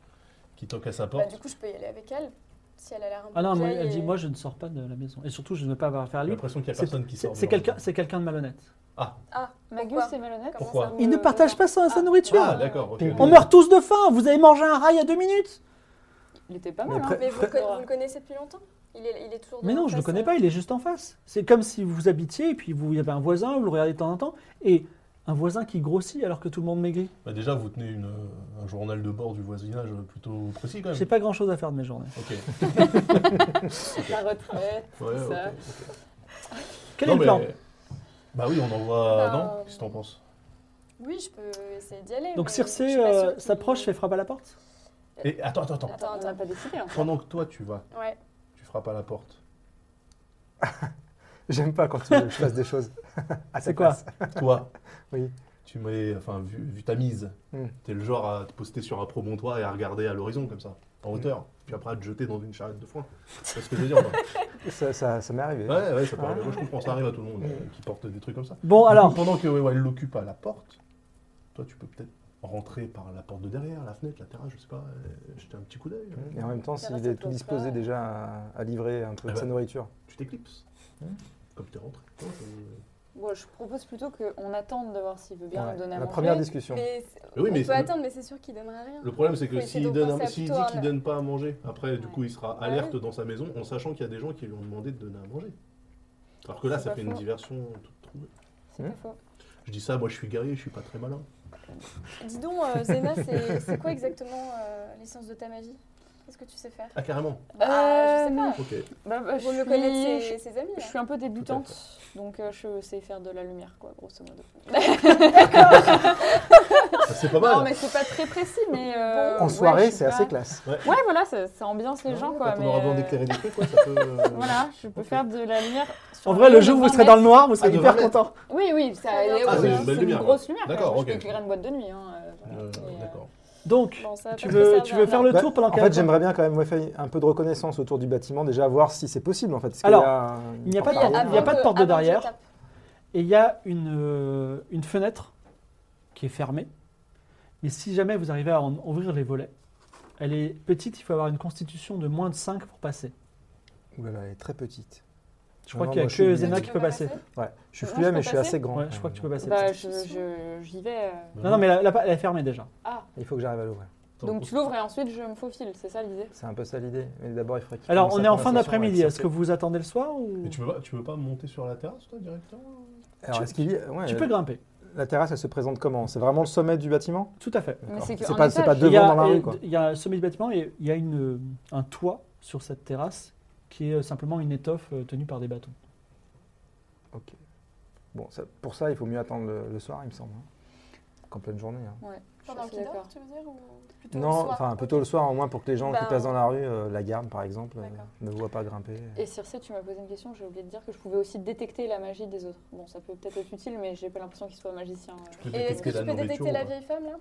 Speaker 2: qui toque à sa
Speaker 5: Bah,
Speaker 2: porte.
Speaker 5: du coup, je peux y aller avec elle si elle a l'air un peu.
Speaker 1: Ah non, moi,
Speaker 5: vieille
Speaker 1: elle
Speaker 5: et-
Speaker 1: dit moi je ne sors pas de la maison. Et surtout, je ne veux pas avoir affaire à
Speaker 2: J'ai
Speaker 1: lui.
Speaker 2: l'impression qu'il n'y a
Speaker 1: Ah c'est-
Speaker 2: personne qui
Speaker 1: C'est
Speaker 2: sort.
Speaker 1: c'est
Speaker 2: dehors.
Speaker 1: quelqu'un, c'est quelqu'un de malhonnête.
Speaker 2: Ah,
Speaker 5: Ah,
Speaker 3: Magus,
Speaker 5: Pourquoi
Speaker 3: c'est malhonnête
Speaker 5: Comment
Speaker 2: Pourquoi
Speaker 5: ça
Speaker 1: Il ne
Speaker 5: me-
Speaker 1: partage pas sa, sa
Speaker 5: Euh, Ah.
Speaker 1: nourriture.
Speaker 2: ah, d'accord. ok.
Speaker 4: Ping-pong.
Speaker 1: On meurt tous de faim. Vous avez mangé un rat il y a deux minutes.
Speaker 3: Il était pas
Speaker 4: Mais
Speaker 3: mal.
Speaker 4: après-
Speaker 3: hein.
Speaker 5: Ah, Mais vous, le
Speaker 3: Frère-
Speaker 5: conna- vous le connaissez depuis longtemps il est, il est toujours.
Speaker 1: Mais non, je ne le connais pas, il est juste en face. C'est comme si vous habitiez et puis vous, il y avait un voisin, vous le regardez de temps en temps, et un voisin qui grossit alors que tout le monde maigrit.
Speaker 2: Bah, déjà, vous tenez une, euh, un journal de bord du voisinage plutôt précis quand même.
Speaker 1: J'ai pas grand-chose à faire de mes journées.
Speaker 2: Ok.
Speaker 3: La retraite, tout
Speaker 2: Ouais,
Speaker 3: ça.
Speaker 2: ok, ok.
Speaker 1: Quel
Speaker 2: Non,
Speaker 1: est le plan
Speaker 2: mais- Bah oui, on envoie.
Speaker 5: Ben,
Speaker 2: Non Qu'est-ce que t'en penses
Speaker 5: Oui, je peux essayer d'y aller.
Speaker 1: Donc
Speaker 5: mais
Speaker 1: Circe
Speaker 5: je suis pas
Speaker 1: euh,
Speaker 5: sûre qu'il-
Speaker 1: s'approche, fait frappe à la porte.
Speaker 2: Et attends, attends, attends.
Speaker 5: Attends,
Speaker 3: Attends, on n'a pas décidé. hein.
Speaker 2: Pendant que toi tu vas,
Speaker 5: Ouais.
Speaker 2: tu frappes à la porte.
Speaker 4: J'aime pas quand tu veux que je fasse des choses. à
Speaker 1: C'est
Speaker 4: ta
Speaker 1: quoi
Speaker 4: place.
Speaker 2: Toi,
Speaker 4: Oui.
Speaker 2: tu mets. Enfin, vu, vu ta mise,
Speaker 4: Hmm.
Speaker 2: t'es le genre à te poster sur un promontoire et à regarder à l'horizon comme ça, en hauteur. Puis après à te jeter dans une charrette de foin. C'est ce que je veux dire. moi.
Speaker 4: Ça, ça, ça m'est arrivé.
Speaker 2: Ouais, ouais, ça peut arriver. Moi, je comprends, ça arrive à tout le monde euh, qui porte des trucs comme ça.
Speaker 5: Ah,
Speaker 1: Bon, alors,
Speaker 2: Pendant que ouais, ouais, elle l'occupe à la porte, toi, tu peux peut-être rentrer par la porte de derrière, la fenêtre, la terrasse, je sais pas, euh, jeter un petit coup d'œil.
Speaker 4: Et en même temps,
Speaker 3: Ça va,
Speaker 4: s'il
Speaker 3: ça
Speaker 4: est
Speaker 3: te
Speaker 4: tout
Speaker 3: pose
Speaker 4: disposé
Speaker 3: pas.
Speaker 4: déjà à, à livrer un peu
Speaker 2: Ah
Speaker 4: de sa
Speaker 2: bah.
Speaker 4: nourriture.
Speaker 2: Tu t'éclipses.
Speaker 4: Hmm.
Speaker 2: Comme t'es rentré. toi, t'es-
Speaker 3: Bon, je propose plutôt qu'on attende de voir s'il veut bien
Speaker 4: Ouais.
Speaker 3: nous donner à
Speaker 4: La
Speaker 3: manger.
Speaker 4: première discussion.
Speaker 5: Mais c'est-
Speaker 2: Mais oui,
Speaker 5: on
Speaker 2: mais
Speaker 5: peut
Speaker 2: c'est-
Speaker 5: attendre, mais c'est sûr qu'il donnera rien.
Speaker 2: Le problème, c'est que
Speaker 5: Oui, c'est
Speaker 2: s'il
Speaker 5: donc
Speaker 2: donne
Speaker 5: penser
Speaker 2: un-
Speaker 5: à
Speaker 2: s'il dit
Speaker 5: plutôt un-
Speaker 2: qu'il donne pas à manger, après, du
Speaker 3: Ouais.
Speaker 2: coup, il sera
Speaker 5: Ah
Speaker 2: alerte
Speaker 5: oui.
Speaker 2: dans sa maison en sachant qu'il y a des gens qui lui ont demandé de donner à manger. Alors que là,
Speaker 3: C'est
Speaker 2: ça
Speaker 3: pas
Speaker 2: fait une
Speaker 3: faux.
Speaker 2: diversion toute trouvée.
Speaker 3: C'est
Speaker 4: Hmm.
Speaker 3: pas faux.
Speaker 2: Je dis ça, moi, je suis guerrier, je suis pas très malin.
Speaker 5: Dis donc, euh, Zéna, c'est c'est quoi exactement euh, l'essence de ta magie Qu'est-ce que tu sais faire Bah,
Speaker 2: Ah, carrément.
Speaker 3: Euh,
Speaker 5: Je sais pas.
Speaker 2: Ok.
Speaker 3: Bah, bah, je
Speaker 5: Vaut mieux
Speaker 3: suis-
Speaker 5: connaître ses, ses amis.
Speaker 3: Je
Speaker 5: là.
Speaker 3: suis un peu débutante, donc euh, je sais faire de la lumière, quoi, grosso modo.
Speaker 2: Ah, c'est pas
Speaker 3: Non,
Speaker 2: mal.
Speaker 3: mais c'est pas très précis, mais. euh,
Speaker 4: En
Speaker 3: ouais, je
Speaker 4: soirée,
Speaker 3: suis
Speaker 4: c'est
Speaker 3: pas-
Speaker 4: assez classe.
Speaker 3: Ouais, voilà, ça, ça ambiance les
Speaker 2: Ouais,
Speaker 3: gens,
Speaker 2: quand
Speaker 3: quoi.
Speaker 2: on
Speaker 3: mais,
Speaker 2: aura besoin
Speaker 3: euh,
Speaker 2: d'éclairer des trucs, quoi, ça peut. euh,
Speaker 3: Voilà, je peux
Speaker 2: Ok.
Speaker 3: faire de la lumière. sur
Speaker 1: En
Speaker 3: un
Speaker 1: vrai, le
Speaker 3: rayon
Speaker 1: jour
Speaker 3: de
Speaker 1: où vous
Speaker 3: 20
Speaker 1: serez dans le
Speaker 3: mètres.
Speaker 1: noir, vous
Speaker 2: Ah,
Speaker 1: serez
Speaker 2: de
Speaker 1: hyper
Speaker 2: 20 mètres.
Speaker 1: content.
Speaker 3: Oui, oui, ça,
Speaker 5: Ah,
Speaker 3: elle
Speaker 5: c'est
Speaker 3: est-
Speaker 5: une
Speaker 3: c'est
Speaker 2: belle
Speaker 3: une
Speaker 2: lumière,
Speaker 3: grosse lumière.
Speaker 2: D'accord,
Speaker 3: D'accord,
Speaker 2: ok.
Speaker 3: Je peux éclairer une boîte de nuit. Hein, euh, voilà.
Speaker 2: euh,
Speaker 3: Et, euh,
Speaker 2: D'accord.
Speaker 1: Donc,
Speaker 5: Bon, ça va
Speaker 1: tu
Speaker 5: pas
Speaker 1: veux,
Speaker 5: servir,
Speaker 1: tu veux
Speaker 5: là.
Speaker 1: faire le
Speaker 4: Bah,
Speaker 1: tour pendant
Speaker 4: En
Speaker 1: qu'elle-
Speaker 4: fait, j'aimerais bien quand même ouais, faire un peu de reconnaissance autour du bâtiment, déjà voir si c'est possible en fait. Est-ce qu'il
Speaker 1: Alors,
Speaker 4: y a un- euh,
Speaker 1: il n'y a
Speaker 4: un
Speaker 1: pas de-
Speaker 4: pare-haut
Speaker 1: il y a pas de
Speaker 5: que-
Speaker 1: porte de
Speaker 5: hein. avant que je
Speaker 1: derrière.
Speaker 5: tape.
Speaker 1: Et il y a une, euh, une fenêtre qui est fermée. Mais si jamais vous arrivez à en ouvrir les volets, elle est petite, il faut avoir une constitution de moins de 5 pour passer.
Speaker 4: Ouh là là, elle est très petite.
Speaker 1: Je crois
Speaker 4: Non,
Speaker 1: qu'il n'y a
Speaker 4: moi, je
Speaker 1: que
Speaker 4: suis-
Speaker 1: Zena qui
Speaker 5: Tu
Speaker 1: peut passer.
Speaker 4: Ouais, je suis
Speaker 3: Moi,
Speaker 4: fluet
Speaker 3: Ah, je peux
Speaker 4: mais je suis
Speaker 3: passer
Speaker 4: assez grand.
Speaker 1: Ouais, je crois que tu peux passer.
Speaker 3: Bah, je- je- j'y vais. euh.
Speaker 1: Non, non, mais la, la- elle est fermée déjà.
Speaker 3: Ah,
Speaker 4: Il faut que j'arrive à l'ouvrir.
Speaker 3: donc tu l'ouvres et ensuite je me faufile, c'est ça l'idée
Speaker 4: C'est un peu ça l'idée. Mais d'abord, il faudrait qu'il
Speaker 1: Alors,
Speaker 4: commence
Speaker 1: on est
Speaker 4: la
Speaker 1: en fin
Speaker 4: conversation
Speaker 1: d'après-midi.
Speaker 4: avec
Speaker 1: Est-ce que vous vous attendez le soir ou
Speaker 2: Mais tu peux, pas, tu peux pas monter sur la terrasse, toi, directement
Speaker 4: certains- Alors, est-ce qu'il y a- ouais,
Speaker 1: Tu peux grimper,
Speaker 4: La terrasse, elle se présente comment C'est vraiment le sommet du bâtiment
Speaker 1: tout à fait.
Speaker 3: Mais
Speaker 4: D'accord.
Speaker 3: c'est que
Speaker 4: C'est
Speaker 3: un
Speaker 4: pas, c'est pas
Speaker 3: étage.
Speaker 1: il y a,
Speaker 4: devant dans la
Speaker 1: et-
Speaker 4: rue quoi.
Speaker 1: il y a le sommet du bâtiment et il y a une, euh, un toit sur cette terrasse qui est euh, simplement une étoffe euh, tenue par des bâtons.
Speaker 4: Ok. Bon, ça- pour ça, il faut mieux attendre le, le soir, il me semble. hein, Qu'en pleine journée. hein.
Speaker 3: Ouais, je suis
Speaker 5: Pendant
Speaker 3: assez
Speaker 5: qu'il dort,
Speaker 3: d'accord.
Speaker 5: tu veux dire ou plutôt le
Speaker 4: Non,
Speaker 5: soir
Speaker 4: enfin plutôt le soir au moins pour que les gens qui
Speaker 5: Ben,
Speaker 4: passent dans la rue, euh, la garde par exemple, euh,
Speaker 5: D'accord.
Speaker 4: ne voient pas grimper.
Speaker 3: Et Circe, tu m'as posé une question, j'ai oublié de dire que je pouvais aussi détecter la magie des autres. Bon, ça peut peut-être être utile, mais j'ai pas l'impression qu'ils soient magiciens. euh.
Speaker 5: Et est-ce que tu peux détecter la vieille femme là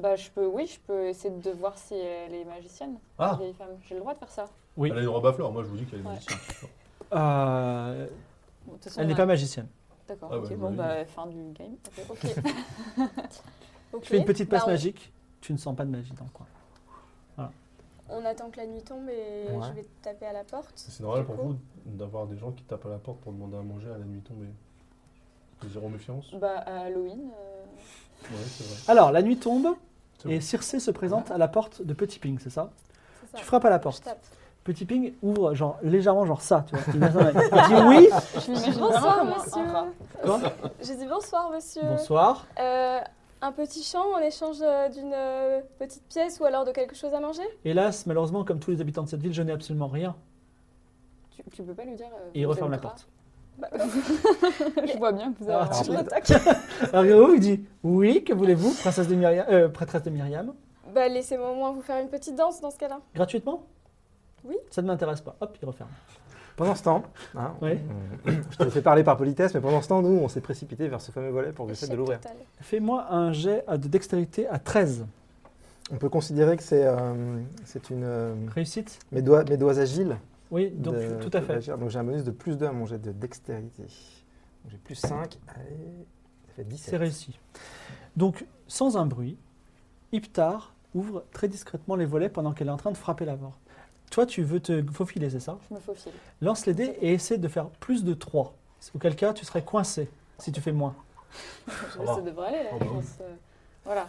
Speaker 3: Bah, je peux, oui, je peux essayer de voir si elle est magicienne, la
Speaker 2: Ah,
Speaker 3: vieille femme. J'ai le droit de faire ça.
Speaker 1: Oui.
Speaker 2: elle a une robe à fleurs, moi je vous dis qu'elle est
Speaker 3: Ouais.
Speaker 2: magicienne.
Speaker 1: Euh,
Speaker 3: Bon, de toute façon,
Speaker 1: elle
Speaker 3: on
Speaker 1: n'est
Speaker 3: a-
Speaker 1: pas magicienne.
Speaker 3: D'accord,
Speaker 2: Ah
Speaker 3: ok,
Speaker 2: ouais,
Speaker 3: bon,
Speaker 2: oui.
Speaker 3: bah, fin du game. Ok, ok.
Speaker 5: Ok.
Speaker 1: Tu fais une petite passe
Speaker 5: Bah, on-
Speaker 1: magique, tu ne sens pas de magie dans le coin.
Speaker 5: On attend que la nuit tombe et
Speaker 4: Ouais.
Speaker 5: je vais taper à la porte.
Speaker 2: C'est normal
Speaker 5: Du
Speaker 2: pour
Speaker 5: coup-
Speaker 2: vous d'avoir des gens qui tapent à la porte pour demander à manger à la nuit tombée. Zéro méfiance
Speaker 3: bah, à Halloween. euh,
Speaker 2: Ouais, c'est vrai.
Speaker 1: Alors, la nuit tombe
Speaker 2: C'est
Speaker 1: et
Speaker 2: bon.
Speaker 1: Circé se présente à la porte de Petit Ping, c'est ça,
Speaker 5: C'est ça.
Speaker 1: Tu frappes à la
Speaker 5: Je
Speaker 1: porte.
Speaker 5: tape.
Speaker 1: Petit Ping ouvre genre légèrement genre ça, tu vois. Il, dit oui.
Speaker 3: Je l'imagine vraiment
Speaker 5: Bonsoir
Speaker 3: comme un- un
Speaker 5: monsieur.
Speaker 3: rat.
Speaker 1: Quoi
Speaker 5: J'ai dit bonsoir monsieur.
Speaker 1: Bonsoir.
Speaker 5: Euh, un petit champ en échange euh, d'une euh, petite pièce ou alors de quelque chose à manger
Speaker 1: Hélas, malheureusement, comme tous les habitants de cette ville, je n'ai absolument rien.
Speaker 3: Tu, tu peux pas lui dire. euh,
Speaker 1: Et il
Speaker 3: vous
Speaker 1: referme la
Speaker 3: êtes rat.
Speaker 1: porte.
Speaker 3: je vois bien que vous avez.
Speaker 1: Ah,
Speaker 4: tu
Speaker 1: Alors, Grégoire il dit oui. Que voulez-vous, princesse de Myriam, euh, prêtresse de Myriam
Speaker 5: Bah laissez-moi au moins vous faire une petite danse dans ce cas-là.
Speaker 1: Gratuitement
Speaker 5: Oui.
Speaker 1: Ça ne m'intéresse pas. Hop, il referme.
Speaker 4: Pendant ce temps, hein,
Speaker 1: Ouais.
Speaker 4: on- on- je te le fais parler par politesse, mais pendant ce temps, nous, on s'est précipité vers ce fameux volet pour que j'essaie de
Speaker 5: Échec
Speaker 4: l'ouvrir.
Speaker 5: total.
Speaker 1: Fais-moi un jet à- de dextérité à 13.
Speaker 4: On peut considérer que c'est euh, c'est une euh,
Speaker 1: Réussite
Speaker 4: mes doigts mes doigts agiles.
Speaker 1: Oui, donc
Speaker 4: de-
Speaker 1: tout à
Speaker 4: de
Speaker 1: fait.
Speaker 4: l'agir. Donc j'ai un bonus de plus 2 à mon jet de dextérité. Donc, J'ai plus 5, allez, ça fait
Speaker 1: C'est
Speaker 4: 17.
Speaker 1: réussi. Donc, sans un bruit, Iptar ouvre très discrètement les volets pendant qu'elle est en train de frapper la porte. Toi, tu veux te faufiler, c'est ça
Speaker 3: Je me faufile.
Speaker 1: Lance les dés et essaie de faire plus de 3. Auquel cas, tu serais coincé si tu fais moins.
Speaker 3: Je-
Speaker 2: va.
Speaker 3: Ça devrait aller là,
Speaker 2: Oh,
Speaker 3: je
Speaker 2: bah oui.
Speaker 3: pense. euh, Voilà.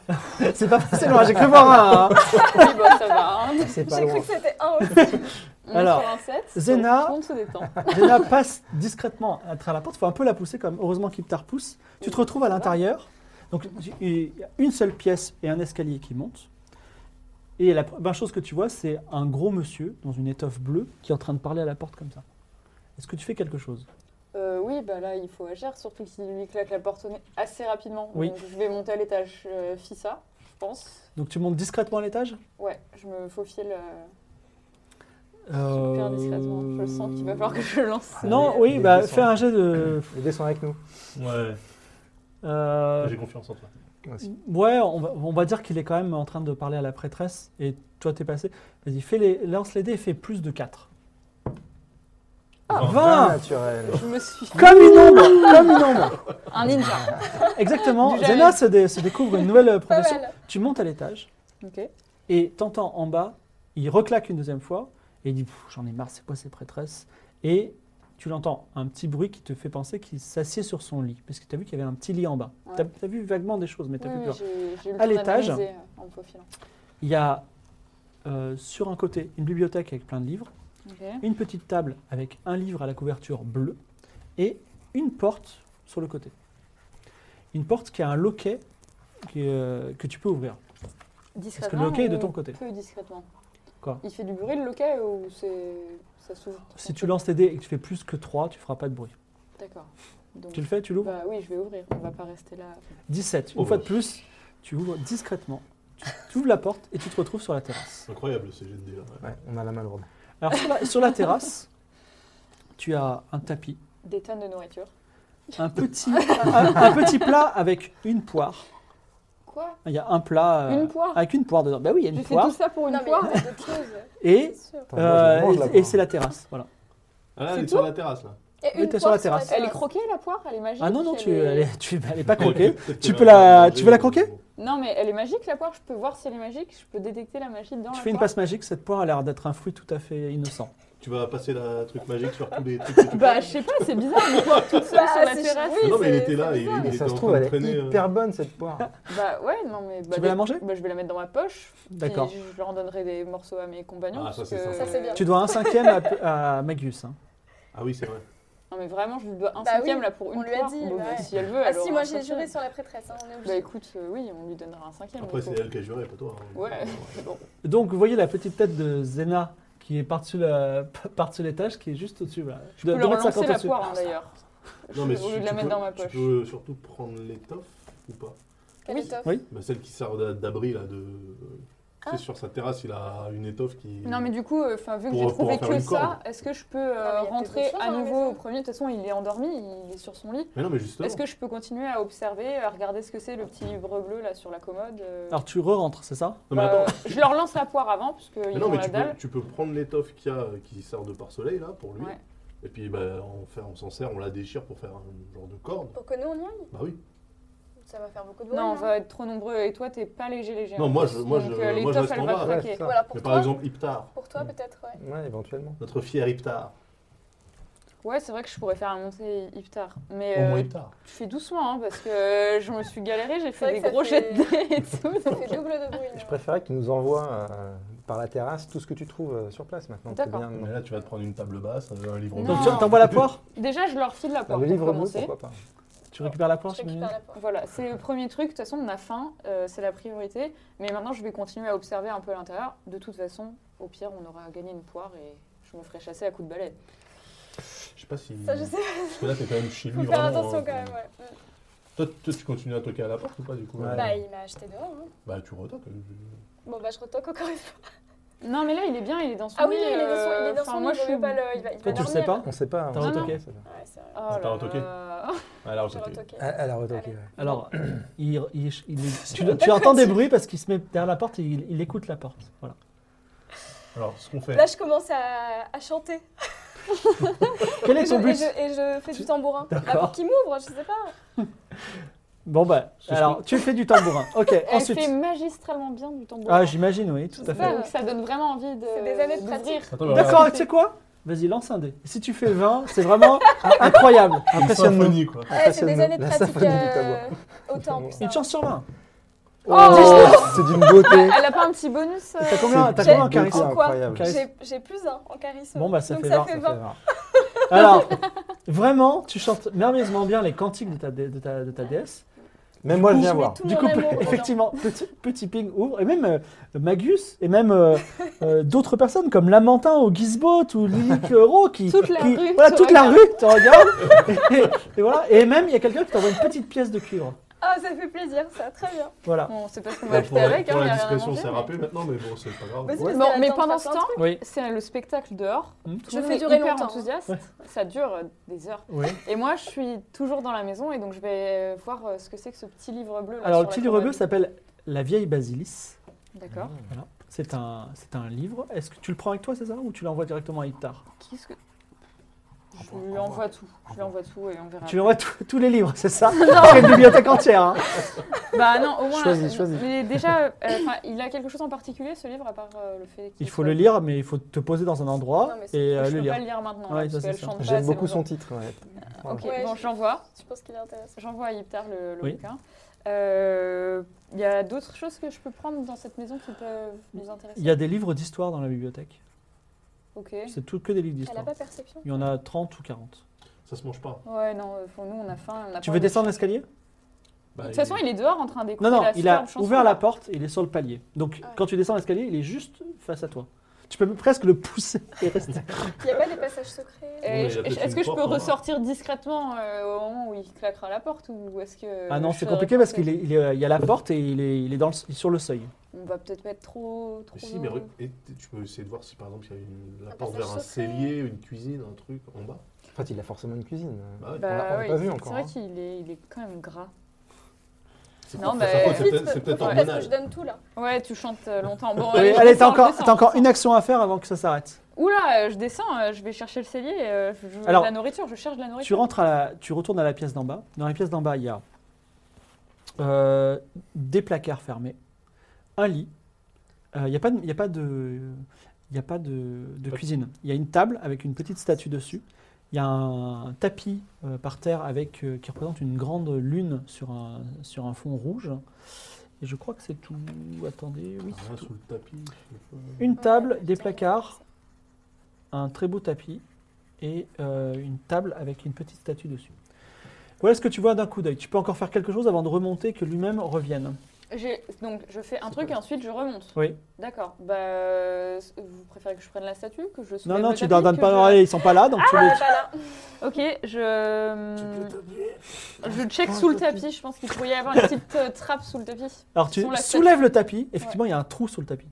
Speaker 1: c'est pas passé loin, j'ai cru voir un. hein.
Speaker 3: Oui, bon, ça va. hein.
Speaker 4: C'est pas
Speaker 5: J'ai cru
Speaker 4: loin.
Speaker 5: que c'était un aussi.
Speaker 3: On est
Speaker 1: Alors,
Speaker 3: sur un sept,
Speaker 1: Zena-
Speaker 3: donc Tout le monde se détend.
Speaker 1: Jenna passe discrètement à travers la porte. faut un peu la pousser quand même. Heureusement qu'Iptar pousse. Tu te retrouves à l'intérieur. Donc, tu- il y a une seule pièce et un escalier qui monte. Et la première chose que tu vois, c'est un gros monsieur dans une étoffe bleue qui est en train de parler à la porte comme ça. Est-ce que tu fais quelque chose
Speaker 3: Euh, oui, bah là, il faut agir, surtout qu'il lui claque la porte au nez assez rapidement.
Speaker 1: Oui.
Speaker 3: Donc, je vais monter à l'étage euh, Fissa, je pense.
Speaker 1: Donc, tu montes discrètement à l'étage
Speaker 3: Ouais, je me faufile euh,
Speaker 1: Euh,
Speaker 3: super discrètement. Je le sens qu'il va falloir que je le lance. Euh,
Speaker 1: Non,
Speaker 4: Les
Speaker 1: oui,
Speaker 4: dés
Speaker 1: bah,
Speaker 4: sont-
Speaker 1: fais un jet de.
Speaker 4: Les dés sont avec nous.
Speaker 2: Ouais,
Speaker 1: euh,
Speaker 2: j'ai confiance en toi.
Speaker 4: Merci.
Speaker 1: Ouais, on va, on va dire qu'il est quand même en train de parler à la prêtresse et toi t'es passé. Vas-y, fais les, lance les dés et fais plus de 4.
Speaker 2: Ah,
Speaker 1: 20
Speaker 4: naturel.
Speaker 3: Je me suis.
Speaker 1: Comme une ombre Comme une ombre
Speaker 3: Un ninja.
Speaker 1: Exactement,
Speaker 3: Du jamais.
Speaker 1: Zena se, dé- se découvre une nouvelle euh,
Speaker 5: Pas
Speaker 1: profession.
Speaker 5: mal.
Speaker 1: Tu montes à l'étage
Speaker 3: Ok.
Speaker 1: et t'entends en bas, il reclaque une deuxième fois et il dit Pff, J'en ai marre, c'est quoi ces prêtresses Et tu l'entends, un petit bruit qui te fait penser qu'il s'assied sur son lit, parce que t'as vu qu'il y avait un petit lit en bas.
Speaker 3: Ouais.
Speaker 1: T'as as vu vaguement des choses, mais t'as plus
Speaker 3: Oui, oui,
Speaker 1: peur.
Speaker 3: j'ai- j'ai eu le
Speaker 1: À
Speaker 3: temps
Speaker 1: l'étage.
Speaker 3: d'analyser, euh, en me faufilant.
Speaker 1: Il y a euh, sur un côté une bibliothèque avec plein de livres. une petite table avec un livre à la couverture bleue et une porte sur le côté. Une porte qui a un loquet qui, euh, que tu peux ouvrir. Parce que
Speaker 3: Discrètement.
Speaker 1: le loquet est de
Speaker 3: ou
Speaker 1: ton côté.
Speaker 3: Peu discrètement.
Speaker 1: Quoi
Speaker 3: Il fait du bruit le loquet ou c'est ça s'ouvre
Speaker 1: Si tu lances tes dés et que tu fais plus que 3, tu feras pas de bruit.
Speaker 3: D'accord. Donc,
Speaker 1: Tu le fais, tu l'ouvres
Speaker 3: bah oui, je vais ouvrir. On va pas rester là.
Speaker 1: 17. Une
Speaker 2: Oh.
Speaker 1: fois de plus, tu ouvres discrètement. Tu tu ouvres la porte et tu te retrouves sur la terrasse.
Speaker 2: C'est incroyable ce GND là.
Speaker 4: Ouais, on a la main lourde.
Speaker 1: Alors sur la, sur la terrasse, tu as un tapis,
Speaker 3: Des tonnes de nourriture.
Speaker 1: un petit, un, un petit plat avec une poire.
Speaker 3: Quoi
Speaker 1: Il y a un plat euh,
Speaker 3: Une poire
Speaker 1: avec une poire dedans. Ben oui, il y a
Speaker 3: J'ai
Speaker 1: une
Speaker 3: fait
Speaker 1: poire.
Speaker 3: tout ça pour une
Speaker 5: Non, mais
Speaker 3: poire
Speaker 5: il y a d'autres choses,
Speaker 1: Et,
Speaker 5: bien sûr.
Speaker 4: Attends, moi, je
Speaker 1: euh,
Speaker 4: mange la
Speaker 1: et- et
Speaker 4: poire.
Speaker 1: c'est la terrasse. Voilà.
Speaker 2: Ah là,
Speaker 3: C'est
Speaker 2: elle est
Speaker 3: tout
Speaker 2: sur la terrasse là.
Speaker 5: Et
Speaker 1: Oui,
Speaker 5: une
Speaker 1: t'es sur la
Speaker 5: poire
Speaker 1: terrasse.
Speaker 3: Elle est croquée la poire Elle est magique
Speaker 1: Ah non, non, tu, elle est, tu- elle est pas croquée.
Speaker 2: Peut-être
Speaker 1: Ah, Tu
Speaker 2: qu'elle
Speaker 1: peux
Speaker 2: va
Speaker 1: la-
Speaker 2: manger,
Speaker 1: tu veux la
Speaker 2: euh,
Speaker 1: croquer
Speaker 3: Non, mais elle est magique la poire. Je peux voir si elle est magique. Je peux détecter la magie dans
Speaker 1: Tu
Speaker 3: la
Speaker 1: fais une
Speaker 3: poire.
Speaker 1: passe magique, cette poire a l'air d'être un fruit tout à fait innocent.
Speaker 2: Tu vas passer la truc magique sur tous les trucs que tu
Speaker 3: Bah je sais pas, c'est bizarre. mais toute seule
Speaker 5: Bah,
Speaker 3: sur la
Speaker 5: c'est-
Speaker 3: terrasse.
Speaker 5: oui,
Speaker 2: Non, mais il
Speaker 5: c'est-
Speaker 2: était là,
Speaker 5: c'est
Speaker 2: il-
Speaker 5: bizarre.
Speaker 4: Et ça
Speaker 2: était
Speaker 4: se
Speaker 2: en
Speaker 4: trouve,
Speaker 2: train de
Speaker 4: elle est
Speaker 2: traîner, euh.
Speaker 4: hyper bonne cette poire.
Speaker 3: Bah ouais, non mais. Bah,
Speaker 1: Tu veux la manger
Speaker 3: bah, je vais la mettre dans ma poche. puis
Speaker 1: D'accord.
Speaker 3: Je leur donnerai des morceaux à mes compagnons.
Speaker 2: Ah, ça,
Speaker 3: parce
Speaker 2: c'est
Speaker 3: que-
Speaker 2: sympa.
Speaker 5: Ça, c'est bien.
Speaker 1: Tu dois un cinquième à, à Magus. hein.
Speaker 2: Ah oui, c'est vrai.
Speaker 3: Non mais vraiment, je lui dois un
Speaker 5: Bah
Speaker 3: cinquième
Speaker 5: oui,
Speaker 3: là pour une
Speaker 5: on lui a
Speaker 3: poire.
Speaker 5: dit,
Speaker 3: Bon, bah,
Speaker 5: ouais.
Speaker 3: Si elle veut,
Speaker 5: Ah
Speaker 3: elle
Speaker 5: si,
Speaker 3: aura
Speaker 5: moi
Speaker 3: un
Speaker 5: j'ai
Speaker 3: cinquième.
Speaker 5: juré sur la prêtresse, hein, on est
Speaker 3: Bah
Speaker 5: obligé.
Speaker 3: écoute, euh, oui, on lui donnera un cinquième.
Speaker 2: Après,
Speaker 3: il faut-
Speaker 2: c'est elle qui a juré, pas toi. hein.
Speaker 3: Ouais, bon.
Speaker 1: Donc vous voyez la petite tête de Zena qui est par-dessus la- par-dessus l'étage, qui est juste au-dessus. Voilà.
Speaker 3: Je peux
Speaker 1: De- de
Speaker 3: leur
Speaker 1: mettre
Speaker 3: lancer
Speaker 1: 50
Speaker 3: la
Speaker 1: au-dessus.
Speaker 3: poire hein, d'ailleurs.
Speaker 2: Non, mais
Speaker 3: Je- au lieu
Speaker 2: tu-
Speaker 3: de la
Speaker 2: tu
Speaker 3: mettre
Speaker 2: peux-
Speaker 3: dans ma
Speaker 2: Tu
Speaker 3: poche.
Speaker 2: peux surtout prendre l'étoffe ou pas
Speaker 5: Quelle
Speaker 3: oui.
Speaker 5: étoffe.
Speaker 1: Oui.
Speaker 2: Bah, Celle qui sert d'a- d'abri là. de... Tu
Speaker 5: Ah.
Speaker 2: sais, sur sa terrasse, il a une étoffe qui.
Speaker 3: Non mais du coup, euh, 'fin, vu que
Speaker 2: Pour-
Speaker 3: j'ai
Speaker 2: pour
Speaker 3: trouvé
Speaker 2: en faire
Speaker 3: que
Speaker 2: une
Speaker 3: ça,
Speaker 2: corde.
Speaker 3: est-ce que je peux euh,
Speaker 5: Non, mais il y a
Speaker 3: rentrer
Speaker 5: d'autres choses
Speaker 3: à
Speaker 5: dans la
Speaker 3: nouveau
Speaker 5: maison.
Speaker 3: au premier De toute façon, il est endormi, il est sur son lit.
Speaker 2: Mais non, mais justement.
Speaker 3: Est-ce que je peux continuer à observer, à regarder ce que c'est le petit livre bleu là sur la commode euh,
Speaker 1: Alors tu re-rentres, c'est ça
Speaker 2: Non, mais
Speaker 3: bah,
Speaker 2: attends.
Speaker 3: Je leur lance la poire avant, parce
Speaker 2: Mais
Speaker 3: qu'ils
Speaker 2: non,
Speaker 3: euh, ont
Speaker 2: mais
Speaker 3: la
Speaker 2: tu
Speaker 3: dalle.
Speaker 2: peux, tu peux prendre l'étoffe qu'il y a euh, qui sert de pare-soleil là pour lui.
Speaker 3: Ouais.
Speaker 2: Et puis bah, on, fait- on s'en sert, on la déchire pour faire un genre de corde.
Speaker 5: Pour que nous, on y aille
Speaker 2: Bah oui.
Speaker 5: Ça va faire beaucoup de bruit.
Speaker 3: Non, on
Speaker 5: hein.
Speaker 3: va être trop nombreux et toi, t'es pas léger, léger.
Speaker 2: Non,
Speaker 3: en
Speaker 2: moi,
Speaker 3: plus.
Speaker 2: je- moi,
Speaker 3: Donc,
Speaker 2: je-
Speaker 3: euh,
Speaker 2: moi, je
Speaker 3: l'étoffe,
Speaker 2: reste
Speaker 3: elle
Speaker 2: en
Speaker 3: va
Speaker 2: bas,
Speaker 4: Ouais,
Speaker 3: craquer.
Speaker 4: c'est ça.
Speaker 5: Ou alors pour
Speaker 2: Mais par
Speaker 5: toi,
Speaker 2: exemple, Iptar,
Speaker 5: pour toi peut-être, ouais.
Speaker 4: Ouais, éventuellement.
Speaker 2: notre fier Iptar.
Speaker 3: Ouais, c'est vrai que je pourrais faire monter Iftar. Mais
Speaker 2: Au moins
Speaker 3: euh,
Speaker 2: Iptar.
Speaker 3: tu fais doucement, hein, parce que je me suis galéré, j'ai
Speaker 5: vrai
Speaker 3: fait des
Speaker 5: que ça
Speaker 3: gros
Speaker 5: fait-
Speaker 3: jets de dés et tout.
Speaker 5: Ça fait double de bruit.
Speaker 4: Je
Speaker 5: ouais.
Speaker 4: préférais que tu nous envoies euh, par la terrasse tout ce que tu trouves euh, sur place maintenant. c'est
Speaker 3: D'accord.
Speaker 4: bien, non.
Speaker 2: Mais là, tu vas te prendre une table basse, euh, un livre
Speaker 3: Non.
Speaker 1: Donc
Speaker 2: blanc.
Speaker 1: tu t'envoies la poire
Speaker 3: Déjà, je leur
Speaker 2: Ah,
Speaker 3: file la
Speaker 4: Bah,
Speaker 3: poire
Speaker 4: le
Speaker 3: pour
Speaker 4: livre bleu,
Speaker 3: commencer.
Speaker 4: pourquoi pas
Speaker 1: Tu récupères la poire
Speaker 5: Je récupère la poire.
Speaker 3: Voilà, c'est le premier truc. De toute façon, on a faim, euh, c'est la priorité. Mais maintenant, je vais continuer à observer un peu à l'intérieur. De toute façon, au pire, on aura gagné une poire et je me ferai chasser à coups de balai.
Speaker 2: Je sais pas si.
Speaker 5: Ça, je sais.
Speaker 2: Parce que là, t'es quand même chez lui.
Speaker 5: Faut faire
Speaker 2: vraiment,
Speaker 5: attention
Speaker 2: hein.
Speaker 5: quand même, ouais. Mm.
Speaker 2: Toi, toi, tu continues à toquer à la porte ou pas du coup
Speaker 4: Ouais.
Speaker 5: Bah, il m'a acheté dehors. hein.
Speaker 2: Bah, tu retoques.
Speaker 5: Bon, bah, je retoque encore une fois.
Speaker 3: Non, mais là, il est bien, il est dans son
Speaker 5: Ah oui,
Speaker 3: lit,
Speaker 5: il est dans son, il
Speaker 3: euh,
Speaker 5: est dans
Speaker 3: enfin,
Speaker 5: son
Speaker 3: moi,
Speaker 5: lit,
Speaker 3: je suis
Speaker 5: vaut mieux pas le- il va, il
Speaker 1: Toi,
Speaker 5: va
Speaker 1: tu le
Speaker 5: dormir.
Speaker 1: sais pas
Speaker 4: On sait pas. hein,
Speaker 1: T'as
Speaker 4: on sait
Speaker 1: retoqué
Speaker 4: pas.
Speaker 5: Ouais, c'est vrai.
Speaker 3: Oh
Speaker 2: C'est pas
Speaker 3: là
Speaker 2: retoqué.
Speaker 3: là.
Speaker 2: Alors, retoqué.
Speaker 5: J'ai
Speaker 1: Ah,
Speaker 5: retoqué.
Speaker 4: Elle, elle a retoqué.
Speaker 5: Allez.
Speaker 4: ouais.
Speaker 1: Alors, il- il- il- tu, tu entends des bruits parce qu'il se met derrière la porte et il, il écoute la porte. Voilà.
Speaker 2: Alors, ce qu'on fait.
Speaker 5: Là, je commence à, à chanter.
Speaker 1: Quel
Speaker 5: Et
Speaker 1: est
Speaker 5: je,
Speaker 1: ton
Speaker 5: et,
Speaker 1: but
Speaker 5: je, et je fais du tambourin. Bah,
Speaker 1: D'accord.
Speaker 5: pour qu'il m'ouvre, je sais pas.
Speaker 1: Bon, bah,
Speaker 2: Ce
Speaker 1: alors tu fais du tambourin. Ok,
Speaker 3: Elle
Speaker 1: ensuite.
Speaker 3: fait magistralement bien du tambour.
Speaker 1: Ah, j'imagine, oui, tout à
Speaker 3: C'est
Speaker 1: fait.
Speaker 3: ça, donc ça donne vraiment envie de.
Speaker 5: C'est des années de
Speaker 3: d'ouvrir.
Speaker 5: pratique.
Speaker 2: Attends, mais regarde,
Speaker 1: D'accord, tu sais quoi Vas-y, lance un dé. Si tu fais 20, c'est vraiment incroyable.
Speaker 2: c'est une
Speaker 4: Impressionne-nous.
Speaker 2: symphonie, quoi.
Speaker 5: Ouais, c'est des
Speaker 4: Impressionne-nous.
Speaker 5: années de
Speaker 4: La
Speaker 5: pratique
Speaker 4: symphonie du
Speaker 5: euh,
Speaker 4: tableau.
Speaker 5: autant pour ça.
Speaker 1: Une chance sur 20.
Speaker 4: Oh, c'est d'une beauté.
Speaker 3: Elle a pas un petit bonus euh,
Speaker 1: T'as combien, t'as
Speaker 5: J'ai-
Speaker 1: combien en
Speaker 4: J'ai-
Speaker 1: charisme
Speaker 5: En quoi
Speaker 4: incroyable. hein.
Speaker 5: J'ai- J'ai plus un en charisme.
Speaker 1: Bon, bah, ça
Speaker 5: Donc
Speaker 1: fait
Speaker 5: ça
Speaker 1: vingt,
Speaker 5: fait
Speaker 4: Ça
Speaker 5: 20.
Speaker 4: fait rare.
Speaker 1: Alors, vraiment, tu chantes merveilleusement bien les cantiques de ta, dé- de ta, de ta déesse.
Speaker 4: Même moi, je
Speaker 1: coup,
Speaker 4: viens
Speaker 1: je
Speaker 4: voir.
Speaker 5: Tout
Speaker 1: Du
Speaker 5: mon
Speaker 1: coup,
Speaker 5: amour
Speaker 1: pe-
Speaker 5: dedans.
Speaker 1: effectivement, petit, petit ping ouvre, et même euh, Magus, et même euh, euh, d'autres personnes comme Lamentin au Gisbot ou Lilic Euro qui.
Speaker 3: Toute la
Speaker 1: qui-
Speaker 3: rue
Speaker 1: Voilà,
Speaker 3: te
Speaker 1: toute la
Speaker 3: regarde.
Speaker 1: rue te regarde. et, et voilà. et même, il y a quelqu'un qui t'envoie une petite pièce de cuivre.
Speaker 5: Ah, ça fait plaisir, ça, très bien.
Speaker 1: Voilà.
Speaker 3: Bon, c'est parce qu'on va
Speaker 2: Bah,
Speaker 3: acheter
Speaker 2: Pour la-
Speaker 3: avec, hein,
Speaker 2: pour
Speaker 3: il y
Speaker 2: la
Speaker 3: a rien à
Speaker 2: discrétion,
Speaker 3: manger,
Speaker 2: c'est
Speaker 3: mais-
Speaker 2: râpé maintenant, mais bon, c'est pas grave.
Speaker 5: Vas-y, parce
Speaker 3: Bon,
Speaker 5: qu'elle
Speaker 3: mais
Speaker 5: attend de
Speaker 3: pendant
Speaker 5: faire
Speaker 3: ce
Speaker 5: plein de
Speaker 3: temps,
Speaker 5: trucs.
Speaker 1: Oui.
Speaker 3: c'est le spectacle dehors.
Speaker 1: Hmm.
Speaker 3: Tout
Speaker 5: Je
Speaker 3: le monde
Speaker 5: fais
Speaker 3: est
Speaker 5: durer
Speaker 3: hyper
Speaker 5: longtemps, hein.
Speaker 3: enthousiaste.
Speaker 1: Ouais.
Speaker 3: Ça dure euh, des heures.
Speaker 1: Oui.
Speaker 3: Et moi, je suis toujours dans la maison et donc je vais euh, voir euh, ce que c'est que ce petit livre bleu. là,
Speaker 1: Alors,
Speaker 3: sur
Speaker 1: le
Speaker 3: la
Speaker 1: petit livre bleu
Speaker 3: commode.
Speaker 1: s'appelle La vieille Basilis.
Speaker 3: D'accord.
Speaker 1: Voilà. C'est un, c'est un livre. Est-ce que tu le prends avec toi, c'est ça Ou tu l'envoies directement à Ictar
Speaker 3: Qu'est-ce que. Je lui envoie tout. Je lui envoie tout et on verra.
Speaker 1: Tu lui envoies tous tous les livres, c'est ça C'est une bibliothèque entière. hein.
Speaker 3: Bah non, au moins.
Speaker 4: Choisis,
Speaker 3: euh,
Speaker 4: choisis.
Speaker 3: Mais déjà, euh, enfin, il a quelque chose en particulier ce livre à part euh, le fait qu'il
Speaker 1: Il faut
Speaker 3: soit-
Speaker 1: le lire, mais il faut te poser dans un endroit
Speaker 5: Non, mais c'est-
Speaker 1: et euh,
Speaker 3: Je
Speaker 1: le
Speaker 3: peux
Speaker 1: lire.
Speaker 3: pas le lire maintenant. là,
Speaker 1: Ouais, ça,
Speaker 3: parce
Speaker 1: c'est
Speaker 3: qu'elle
Speaker 1: ça.
Speaker 3: chante pas
Speaker 4: J'aime
Speaker 3: assez
Speaker 4: beaucoup son
Speaker 3: longtemps.
Speaker 4: titre. ouais.
Speaker 3: Ok,
Speaker 5: Ouais,
Speaker 3: bon,
Speaker 5: je-
Speaker 3: j'envoie.
Speaker 5: Je pense qu'il est intéressant.
Speaker 3: J'envoie à Iptar le, le
Speaker 1: Oui.
Speaker 3: bouquin. Euh, Il y a d'autres choses que je peux prendre dans cette maison qui peuvent nous intéresser.
Speaker 1: Il y a des livres d'histoire dans la bibliothèque.
Speaker 3: Ok.
Speaker 1: C'est tout que des livres
Speaker 5: Elle a
Speaker 1: d'histoire.
Speaker 5: pas perception.
Speaker 1: Il y en a 30 ou 40.
Speaker 2: Ça se mange pas.
Speaker 3: Ouais, non, euh, faut- nous on a faim. On a
Speaker 1: Tu
Speaker 3: pas
Speaker 1: veux
Speaker 3: envie.
Speaker 1: descendre l'escalier
Speaker 2: Bah,
Speaker 3: De toute façon, il est dehors en train d'écouter
Speaker 1: Non, non,
Speaker 3: la
Speaker 1: il a
Speaker 3: superbe chanson.
Speaker 1: ouvert la porte, il est sur le palier. Donc
Speaker 5: Ah ouais.
Speaker 1: quand tu descends l'escalier, il est juste face à toi. Tu peux presque le pousser et rester.
Speaker 5: Il n'y a pas des passages secrets
Speaker 2: mais il y a
Speaker 3: Est-ce
Speaker 2: peut-être
Speaker 3: est-ce
Speaker 2: une
Speaker 3: que je
Speaker 2: porte,
Speaker 3: peux
Speaker 2: hein.
Speaker 3: ressortir discrètement euh, au moment où il claquera la porte ou est-ce que
Speaker 1: Ah non,
Speaker 3: je
Speaker 1: c'est
Speaker 3: serai
Speaker 1: compliqué parce
Speaker 3: coincée
Speaker 1: qu'il est- il est, euh, il y a la porte et il est, il est dans le- il est sur le seuil.
Speaker 3: On va peut-être mettre trop trop.
Speaker 2: Mais si, mais
Speaker 3: de-
Speaker 2: re- et t- tu peux essayer de voir si par exemple il y a une, la
Speaker 5: Un
Speaker 2: porte
Speaker 5: passage
Speaker 2: vers un
Speaker 5: secret.
Speaker 2: cellier, une cuisine, un truc en bas.
Speaker 4: En fait, il a forcément une cuisine.
Speaker 2: Bah ouais.
Speaker 4: on l'a- on l'a
Speaker 3: oui,
Speaker 4: pas vu
Speaker 3: c'est- C'est
Speaker 4: encore, hein.
Speaker 3: vrai qu'il est, il est quand même gras.
Speaker 2: C'est
Speaker 3: Non,
Speaker 2: pour
Speaker 3: mais-
Speaker 2: faire sa faute, c'est
Speaker 5: Vite,
Speaker 2: peut-être- c'est peut-être
Speaker 5: faut parce que
Speaker 2: hormonal.
Speaker 5: je donne tout là.
Speaker 3: Ouais, tu chantes euh, longtemps. Bon,
Speaker 1: Oui,
Speaker 3: allez, je
Speaker 1: allez, t'as
Speaker 3: descends, je
Speaker 1: encore,
Speaker 3: descends,
Speaker 1: t'as encore
Speaker 3: je
Speaker 1: une
Speaker 3: descends.
Speaker 1: action à faire avant que ça s'arrête.
Speaker 3: Oula, euh, je descends, euh, je vais chercher le cellier. euh, je- je-
Speaker 1: Alors,
Speaker 3: de la nourriture, je cherche de la
Speaker 1: Tu
Speaker 3: nourriture.
Speaker 1: rentres à la, tu retournes à la pièce d'en bas. Dans la pièce d'en bas, il y a euh, des placards fermés, un lit. Euh, Il n'y a pas, de- il y a pas de, il y a pas de, de
Speaker 2: Pas de-
Speaker 1: cuisine. Il y a une table avec une petite statue dessus. Il y a un tapis euh, par terre avec euh, qui représente une grande lune sur un sur un fond rouge. Et je crois que c'est tout. Attendez, oui.
Speaker 2: Rien Ah, sous le tapis. je sais pas.
Speaker 1: Une
Speaker 5: Ouais,
Speaker 1: table,
Speaker 5: ouais,
Speaker 1: des
Speaker 5: c'est vrai.
Speaker 1: placards, un très beau tapis et euh, une table avec une petite statue dessus. Voilà ce que tu vois d'un coup d'œil. Tu peux encore faire quelque chose avant de remonter que lui-même revienne.
Speaker 3: J'ai- Donc, je fais un truc et ensuite je remonte.
Speaker 1: Oui.
Speaker 3: D'accord. Bah, euh, vous préférez que je prenne la statue que je
Speaker 1: Non,
Speaker 3: soulève
Speaker 1: non,
Speaker 3: le
Speaker 1: tu
Speaker 3: tapis,
Speaker 1: ne donnes
Speaker 3: que
Speaker 1: pas
Speaker 3: je- Ah, bah,
Speaker 1: l'oreille, ils sont pas là, donc tu les.
Speaker 3: Ok, je. Je check
Speaker 1: Ah,
Speaker 3: sous le
Speaker 1: je tapis.
Speaker 3: tapis. Je pense qu'il pourrait y avoir une petite euh, trappe sous le tapis.
Speaker 1: Alors tu
Speaker 3: sont la
Speaker 1: soulèves le tapis. Effectivement, il y a un trou sous le tapis.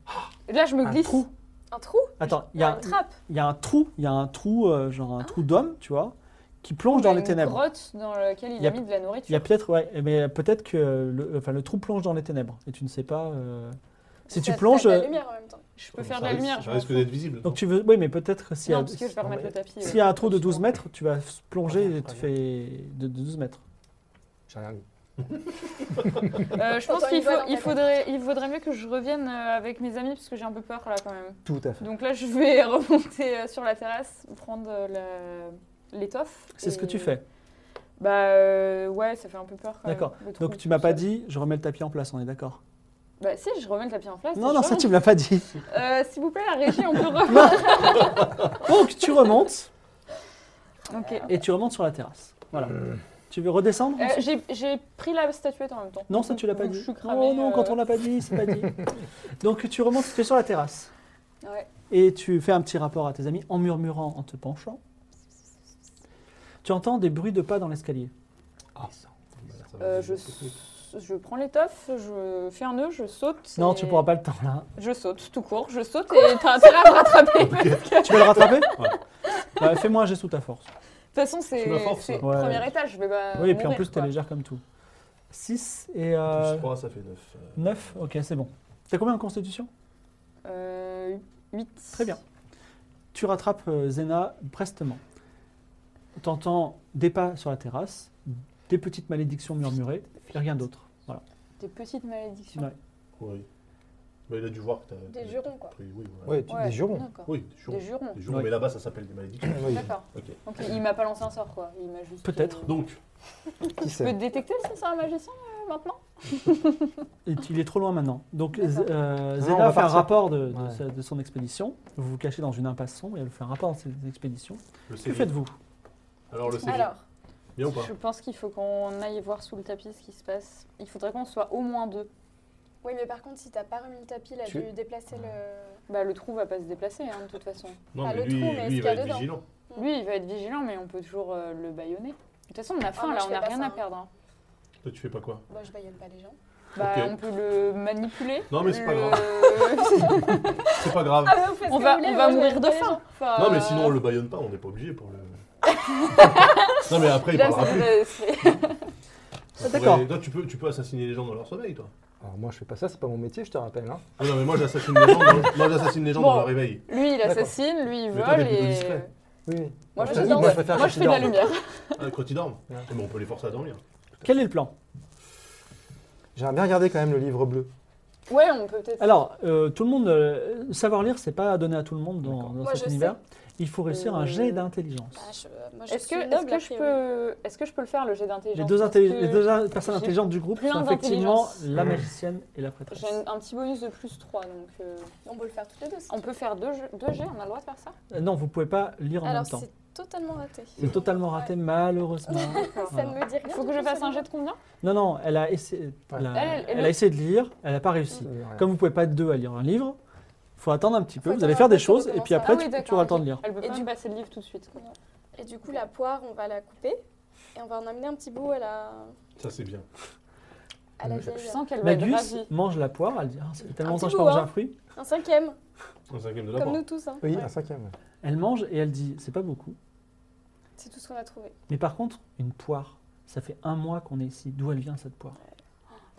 Speaker 3: Et là, je me
Speaker 1: Un
Speaker 3: glisse.
Speaker 1: trou.
Speaker 5: Un trou
Speaker 1: Attends, il y, a,
Speaker 5: Une trappe
Speaker 1: il y a un trou, il y a un trou, euh, genre un trou d'homme, tu vois, qui plonge
Speaker 3: Il y
Speaker 1: dans
Speaker 3: a
Speaker 1: les
Speaker 3: une
Speaker 1: ténèbres.
Speaker 3: grotte dans laquelle il
Speaker 1: Y a-
Speaker 3: a mis de la
Speaker 1: Il y a
Speaker 3: nourriture.
Speaker 1: peut-être, ouais, mais peut-être que le, enfin, le trou plonge dans les ténèbres et tu ne sais pas. euh, Si tu
Speaker 5: Ça- ça a
Speaker 1: plonges,
Speaker 5: de la
Speaker 1: euh,
Speaker 5: lumière en même temps.
Speaker 3: Je peux
Speaker 2: Ça
Speaker 3: faire de la
Speaker 2: risque-
Speaker 3: lumière. je
Speaker 2: Ça
Speaker 3: m'en
Speaker 2: risque hein,
Speaker 3: fous.
Speaker 2: d'être visible.
Speaker 1: donc tu veux, oui, mais peut-être si.
Speaker 3: Non, parce que je vais
Speaker 4: Non,
Speaker 3: remettre
Speaker 4: mais
Speaker 3: le tapis.
Speaker 1: S'il
Speaker 3: euh,
Speaker 1: y a un trou de
Speaker 3: justement.
Speaker 1: 12 mètres, tu vas s- plonger et tu
Speaker 4: Très bien.
Speaker 1: fais de de 12 mètres.
Speaker 4: J'ai rien dit.
Speaker 3: Euh, je pense
Speaker 5: Autant
Speaker 3: qu'il
Speaker 5: une
Speaker 3: faut,
Speaker 5: balle, un
Speaker 3: il
Speaker 5: ballon.
Speaker 3: faudrait, il vaudrait mieux que je revienne euh, avec mes amis parce que j'ai un peu peur là quand même.
Speaker 4: Tout à fait.
Speaker 3: Donc là, je vais remonter euh, sur la terrasse, prendre euh, la- l'étoffe.
Speaker 1: C'est ce que
Speaker 3: et-
Speaker 1: tu fais.
Speaker 3: Bah euh, ouais, ça fait un peu peur quand même.
Speaker 1: D'accord.
Speaker 3: le trou
Speaker 1: Donc tu m'as pas
Speaker 3: seul.
Speaker 1: dit, je remets le tapis en place, on est d'accord
Speaker 3: Bah si, je remets le tapis en place.
Speaker 1: Non,
Speaker 3: et
Speaker 1: non,
Speaker 3: je
Speaker 1: ça tu
Speaker 3: remonte.
Speaker 1: me l'as pas dit.
Speaker 3: Euh, S'il vous plaît, la régie, on peut remonter.
Speaker 1: Donc tu remontes
Speaker 3: Ok.
Speaker 1: et tu remontes sur la terrasse. Voilà.
Speaker 4: Euh.
Speaker 1: Tu veux redescendre
Speaker 3: Euh, j'ai- J'ai pris la statuette en même temps.
Speaker 1: Non, ça tu l'as pas
Speaker 3: Donc,
Speaker 1: dit.
Speaker 3: Je suis cramée.
Speaker 1: Oh non, quand on
Speaker 3: euh,
Speaker 1: l'a pas dit, c'est pas dit. Donc tu remontes, tu es sur la terrasse
Speaker 3: ouais.
Speaker 1: et tu fais un petit rapport à tes amis en murmurant, en te penchant. Tu entends des bruits de pas dans l'escalier.
Speaker 2: Bah,
Speaker 3: Euh, je, je prends l'étoffe, je fais un nœud, je saute.
Speaker 1: Non,
Speaker 3: et-
Speaker 1: tu pourras pas le temps là.
Speaker 3: Je saute, tout court, je saute et t'as intérêt à me rattraper. De toute
Speaker 1: Tu veux le rattraper Bah, Fais-moi un geste sous ta force.
Speaker 3: façon, c'est
Speaker 2: Sous la force,
Speaker 3: c'est
Speaker 2: ouais.
Speaker 3: premier étage, je vais pas.
Speaker 1: Oui, et puis en
Speaker 3: mourir,
Speaker 1: plus, t'es
Speaker 3: Euh, quoi.
Speaker 1: légère comme tout. 6 et
Speaker 2: Plus 3, ça fait euh,
Speaker 1: 9,
Speaker 2: 9.
Speaker 1: ok, c'est bon. T'as combien en constitution
Speaker 3: Euh, 8.
Speaker 1: Très bien. Tu rattrapes euh, Zena prestement. T'entends des pas sur la terrasse, des petites malédictions murmurées, et rien d'autre. Voilà.
Speaker 3: Des petites malédictions.
Speaker 1: Ouais.
Speaker 2: Oui. Bah, il a dû voir que t'as.
Speaker 5: Des jurons, quoi.
Speaker 2: t'as pris- Oui, voilà.
Speaker 4: Ouais, tu- des jurons.
Speaker 3: D'accord.
Speaker 2: Oui, des jurons.
Speaker 3: Des jurons.
Speaker 2: Des jurons,
Speaker 1: Ouais.
Speaker 2: mais là-bas, ça s'appelle des malédictions.
Speaker 4: Oui,
Speaker 3: D'accord.
Speaker 2: Ok.
Speaker 3: Ok, il m'a pas lancé un sort, quoi. Il m'a juste.
Speaker 1: Peut-être.
Speaker 3: euh,
Speaker 2: Donc,
Speaker 4: qui
Speaker 3: Je peux
Speaker 4: sait
Speaker 3: détecter si c'est un magicien euh, maintenant
Speaker 1: Et tu- il est trop loin maintenant. Donc
Speaker 3: D'accord.
Speaker 1: Z- euh,
Speaker 4: Non, on
Speaker 1: Zena
Speaker 4: va
Speaker 1: fait un
Speaker 4: partir.
Speaker 1: rapport de, de
Speaker 4: Ouais.
Speaker 1: sa- de son expédition. Vous vous cachez dans une impasse sombre et elle fait un rapport de cette expédition.
Speaker 2: le
Speaker 1: Que
Speaker 2: CV.
Speaker 1: faites-vous
Speaker 2: Alors, le CV.
Speaker 5: Alors,
Speaker 2: Bien ou pas
Speaker 3: Je pense qu'il faut qu'on aille voir sous le tapis ce qui se passe. Il faudrait qu'on soit au moins deux.
Speaker 5: oui, mais par contre, si t'as pas remis le tapis, là,
Speaker 4: Tu-
Speaker 5: tu déplacer le.
Speaker 3: Bah, le trou va pas se déplacer, hein, de toute façon.
Speaker 2: Non,
Speaker 5: Ah,
Speaker 2: mais
Speaker 5: le
Speaker 2: lui,
Speaker 5: trou, mais
Speaker 2: lui,
Speaker 5: est-ce
Speaker 2: il va
Speaker 5: qu'il y a
Speaker 2: être
Speaker 5: dedans
Speaker 2: vigilant.
Speaker 3: Lui, il va être vigilant, mais on peut toujours euh, le baïonner. De toute façon, on a faim,
Speaker 5: moi,
Speaker 3: là,
Speaker 5: je
Speaker 3: on
Speaker 5: fais
Speaker 3: n'a
Speaker 5: pas
Speaker 3: rien
Speaker 5: ça,
Speaker 3: à
Speaker 5: hein.
Speaker 3: perdre. hein.
Speaker 2: Toi, tu fais pas quoi
Speaker 5: Moi, je baïonne pas les gens.
Speaker 3: Bah,
Speaker 2: Ok.
Speaker 3: on peut le manipuler.
Speaker 2: Non, mais c'est pas
Speaker 3: le-
Speaker 2: grave. C'est pas grave.
Speaker 5: mais vous faites
Speaker 3: Ah, on va, on va mourir de faim. Enfin, euh,
Speaker 2: Non, mais sinon, on le baïonne pas, on n'est pas obligé pour le. non, mais après, il
Speaker 3: Là,
Speaker 2: parlera
Speaker 3: c'est-
Speaker 2: plus.
Speaker 3: c'est-
Speaker 1: Ah,
Speaker 2: On
Speaker 1: d'accord.
Speaker 2: pourrait- Toi, tu peux, tu peux assassiner les gens dans leur sommeil, toi.
Speaker 4: Alors moi je fais pas ça, c'est pas mon métier, je te rappelle. hein.
Speaker 2: Non, non, mais moi, j'assassine les gens, dans... moi, j'assassine les gens
Speaker 3: Bon.
Speaker 2: dans leur réveil.
Speaker 3: Lui, il
Speaker 4: D'accord.
Speaker 3: assassine, lui, il
Speaker 2: Mais toi,
Speaker 3: vole
Speaker 2: t'es plutôt
Speaker 3: et.
Speaker 2: discret.
Speaker 4: Oui.
Speaker 3: Moi,
Speaker 5: je
Speaker 4: te
Speaker 5: fais
Speaker 4: dis,
Speaker 5: dans-
Speaker 4: moi, je préfère
Speaker 3: Moi,
Speaker 4: que
Speaker 3: je
Speaker 4: tu
Speaker 3: fais de la
Speaker 4: dormes.
Speaker 3: lumière.
Speaker 2: Ah, quand ils dorment.
Speaker 4: Ouais.
Speaker 2: Eh ben, on peut les forcer à dormir.
Speaker 1: Quel est le plan
Speaker 4: J'aimerais bien regarder quand même le livre bleu.
Speaker 3: Ouais, on peut peut-être.
Speaker 1: Alors, euh, tout le monde, euh, savoir lire, c'est pas donné à tout le monde dans,
Speaker 4: D'accord.
Speaker 1: dans
Speaker 5: Moi,
Speaker 1: cet
Speaker 5: je
Speaker 1: univers. Il faut réussir un
Speaker 3: Euh,
Speaker 1: jet d'intelligence.
Speaker 5: Bah, je- moi, je
Speaker 3: Est-ce que,
Speaker 5: suis
Speaker 3: est
Speaker 5: noble, a
Speaker 3: que je
Speaker 5: priori.
Speaker 3: peux, est-ce que je peux le faire le jet d'intelligence
Speaker 1: Les deux,
Speaker 3: Parce
Speaker 1: intelli-
Speaker 3: que
Speaker 1: les deux in- personnes
Speaker 3: j'ai
Speaker 1: intelligentes du groupe
Speaker 3: plein
Speaker 1: sont effectivement
Speaker 3: d'intelligence.
Speaker 1: la magicienne et la prêtresse.
Speaker 3: J'ai un un petit bonus de plus 3, donc euh,
Speaker 5: On peut le faire toutes les deux. si
Speaker 3: on
Speaker 5: tu
Speaker 3: peut faire deux, jeux- deux jets, on a le droit de faire ça
Speaker 1: Euh, Non, vous pouvez pas lire
Speaker 5: veux.
Speaker 1: en
Speaker 5: Alors,
Speaker 1: même temps.
Speaker 5: c'est totalement raté.
Speaker 1: C'est totalement raté, malheureusement.
Speaker 5: Ça
Speaker 1: Voilà.
Speaker 5: ne me dit rien.
Speaker 3: Il faut
Speaker 5: du
Speaker 3: que je
Speaker 5: tout,
Speaker 3: fasse
Speaker 5: ça
Speaker 3: un
Speaker 5: me
Speaker 3: jet de combien
Speaker 1: Non, non, elle a essayé,
Speaker 4: Ouais.
Speaker 1: elle a,
Speaker 3: Elle, elle-
Speaker 1: elle a essayé de lire, elle n'a pas réussi.
Speaker 4: Ça veut rien.
Speaker 1: Comme vous pouvez pas être deux à lire un livre, faut attendre un petit peu,
Speaker 5: Faut
Speaker 1: vous allez
Speaker 5: attendre
Speaker 1: faire
Speaker 5: un peu
Speaker 1: des
Speaker 5: que
Speaker 1: choses,
Speaker 5: ça
Speaker 1: et puis
Speaker 5: recommence.
Speaker 1: après,
Speaker 5: Ah oui,
Speaker 1: tu- tu,
Speaker 3: d'accord,
Speaker 1: auras le
Speaker 3: ok.
Speaker 1: temps de lire.
Speaker 3: Elle peut
Speaker 5: Et
Speaker 3: pas
Speaker 5: du-
Speaker 3: me passer le livre tout de suite. quoi.
Speaker 5: Et du coup, la poire, on va la couper et on va en amener un petit bout à la,
Speaker 2: Ça, c'est bien.
Speaker 5: à la
Speaker 4: Euh,
Speaker 5: vieille.
Speaker 3: Je sens qu'elle va être
Speaker 1: Magus
Speaker 3: ravie.
Speaker 1: mange la poire, elle dit Ah, ça fait tellement
Speaker 5: Un
Speaker 1: longtemps que
Speaker 5: petit
Speaker 1: je n'ai pas
Speaker 5: bout,
Speaker 1: mangé
Speaker 5: hein.
Speaker 1: un fruit.
Speaker 5: Un cinquième,
Speaker 2: Un cinquième de la
Speaker 5: comme
Speaker 2: poire.
Speaker 5: nous tous. hein.
Speaker 4: Oui,
Speaker 5: Ouais.
Speaker 4: un cinquième. ouais.
Speaker 1: Elle mange et elle dit C'est pas beaucoup.
Speaker 5: C'est tout ce qu'on a trouvé.
Speaker 1: Mais par contre, une poire, ça fait un mois qu'on est ici. D'où elle vient cette poire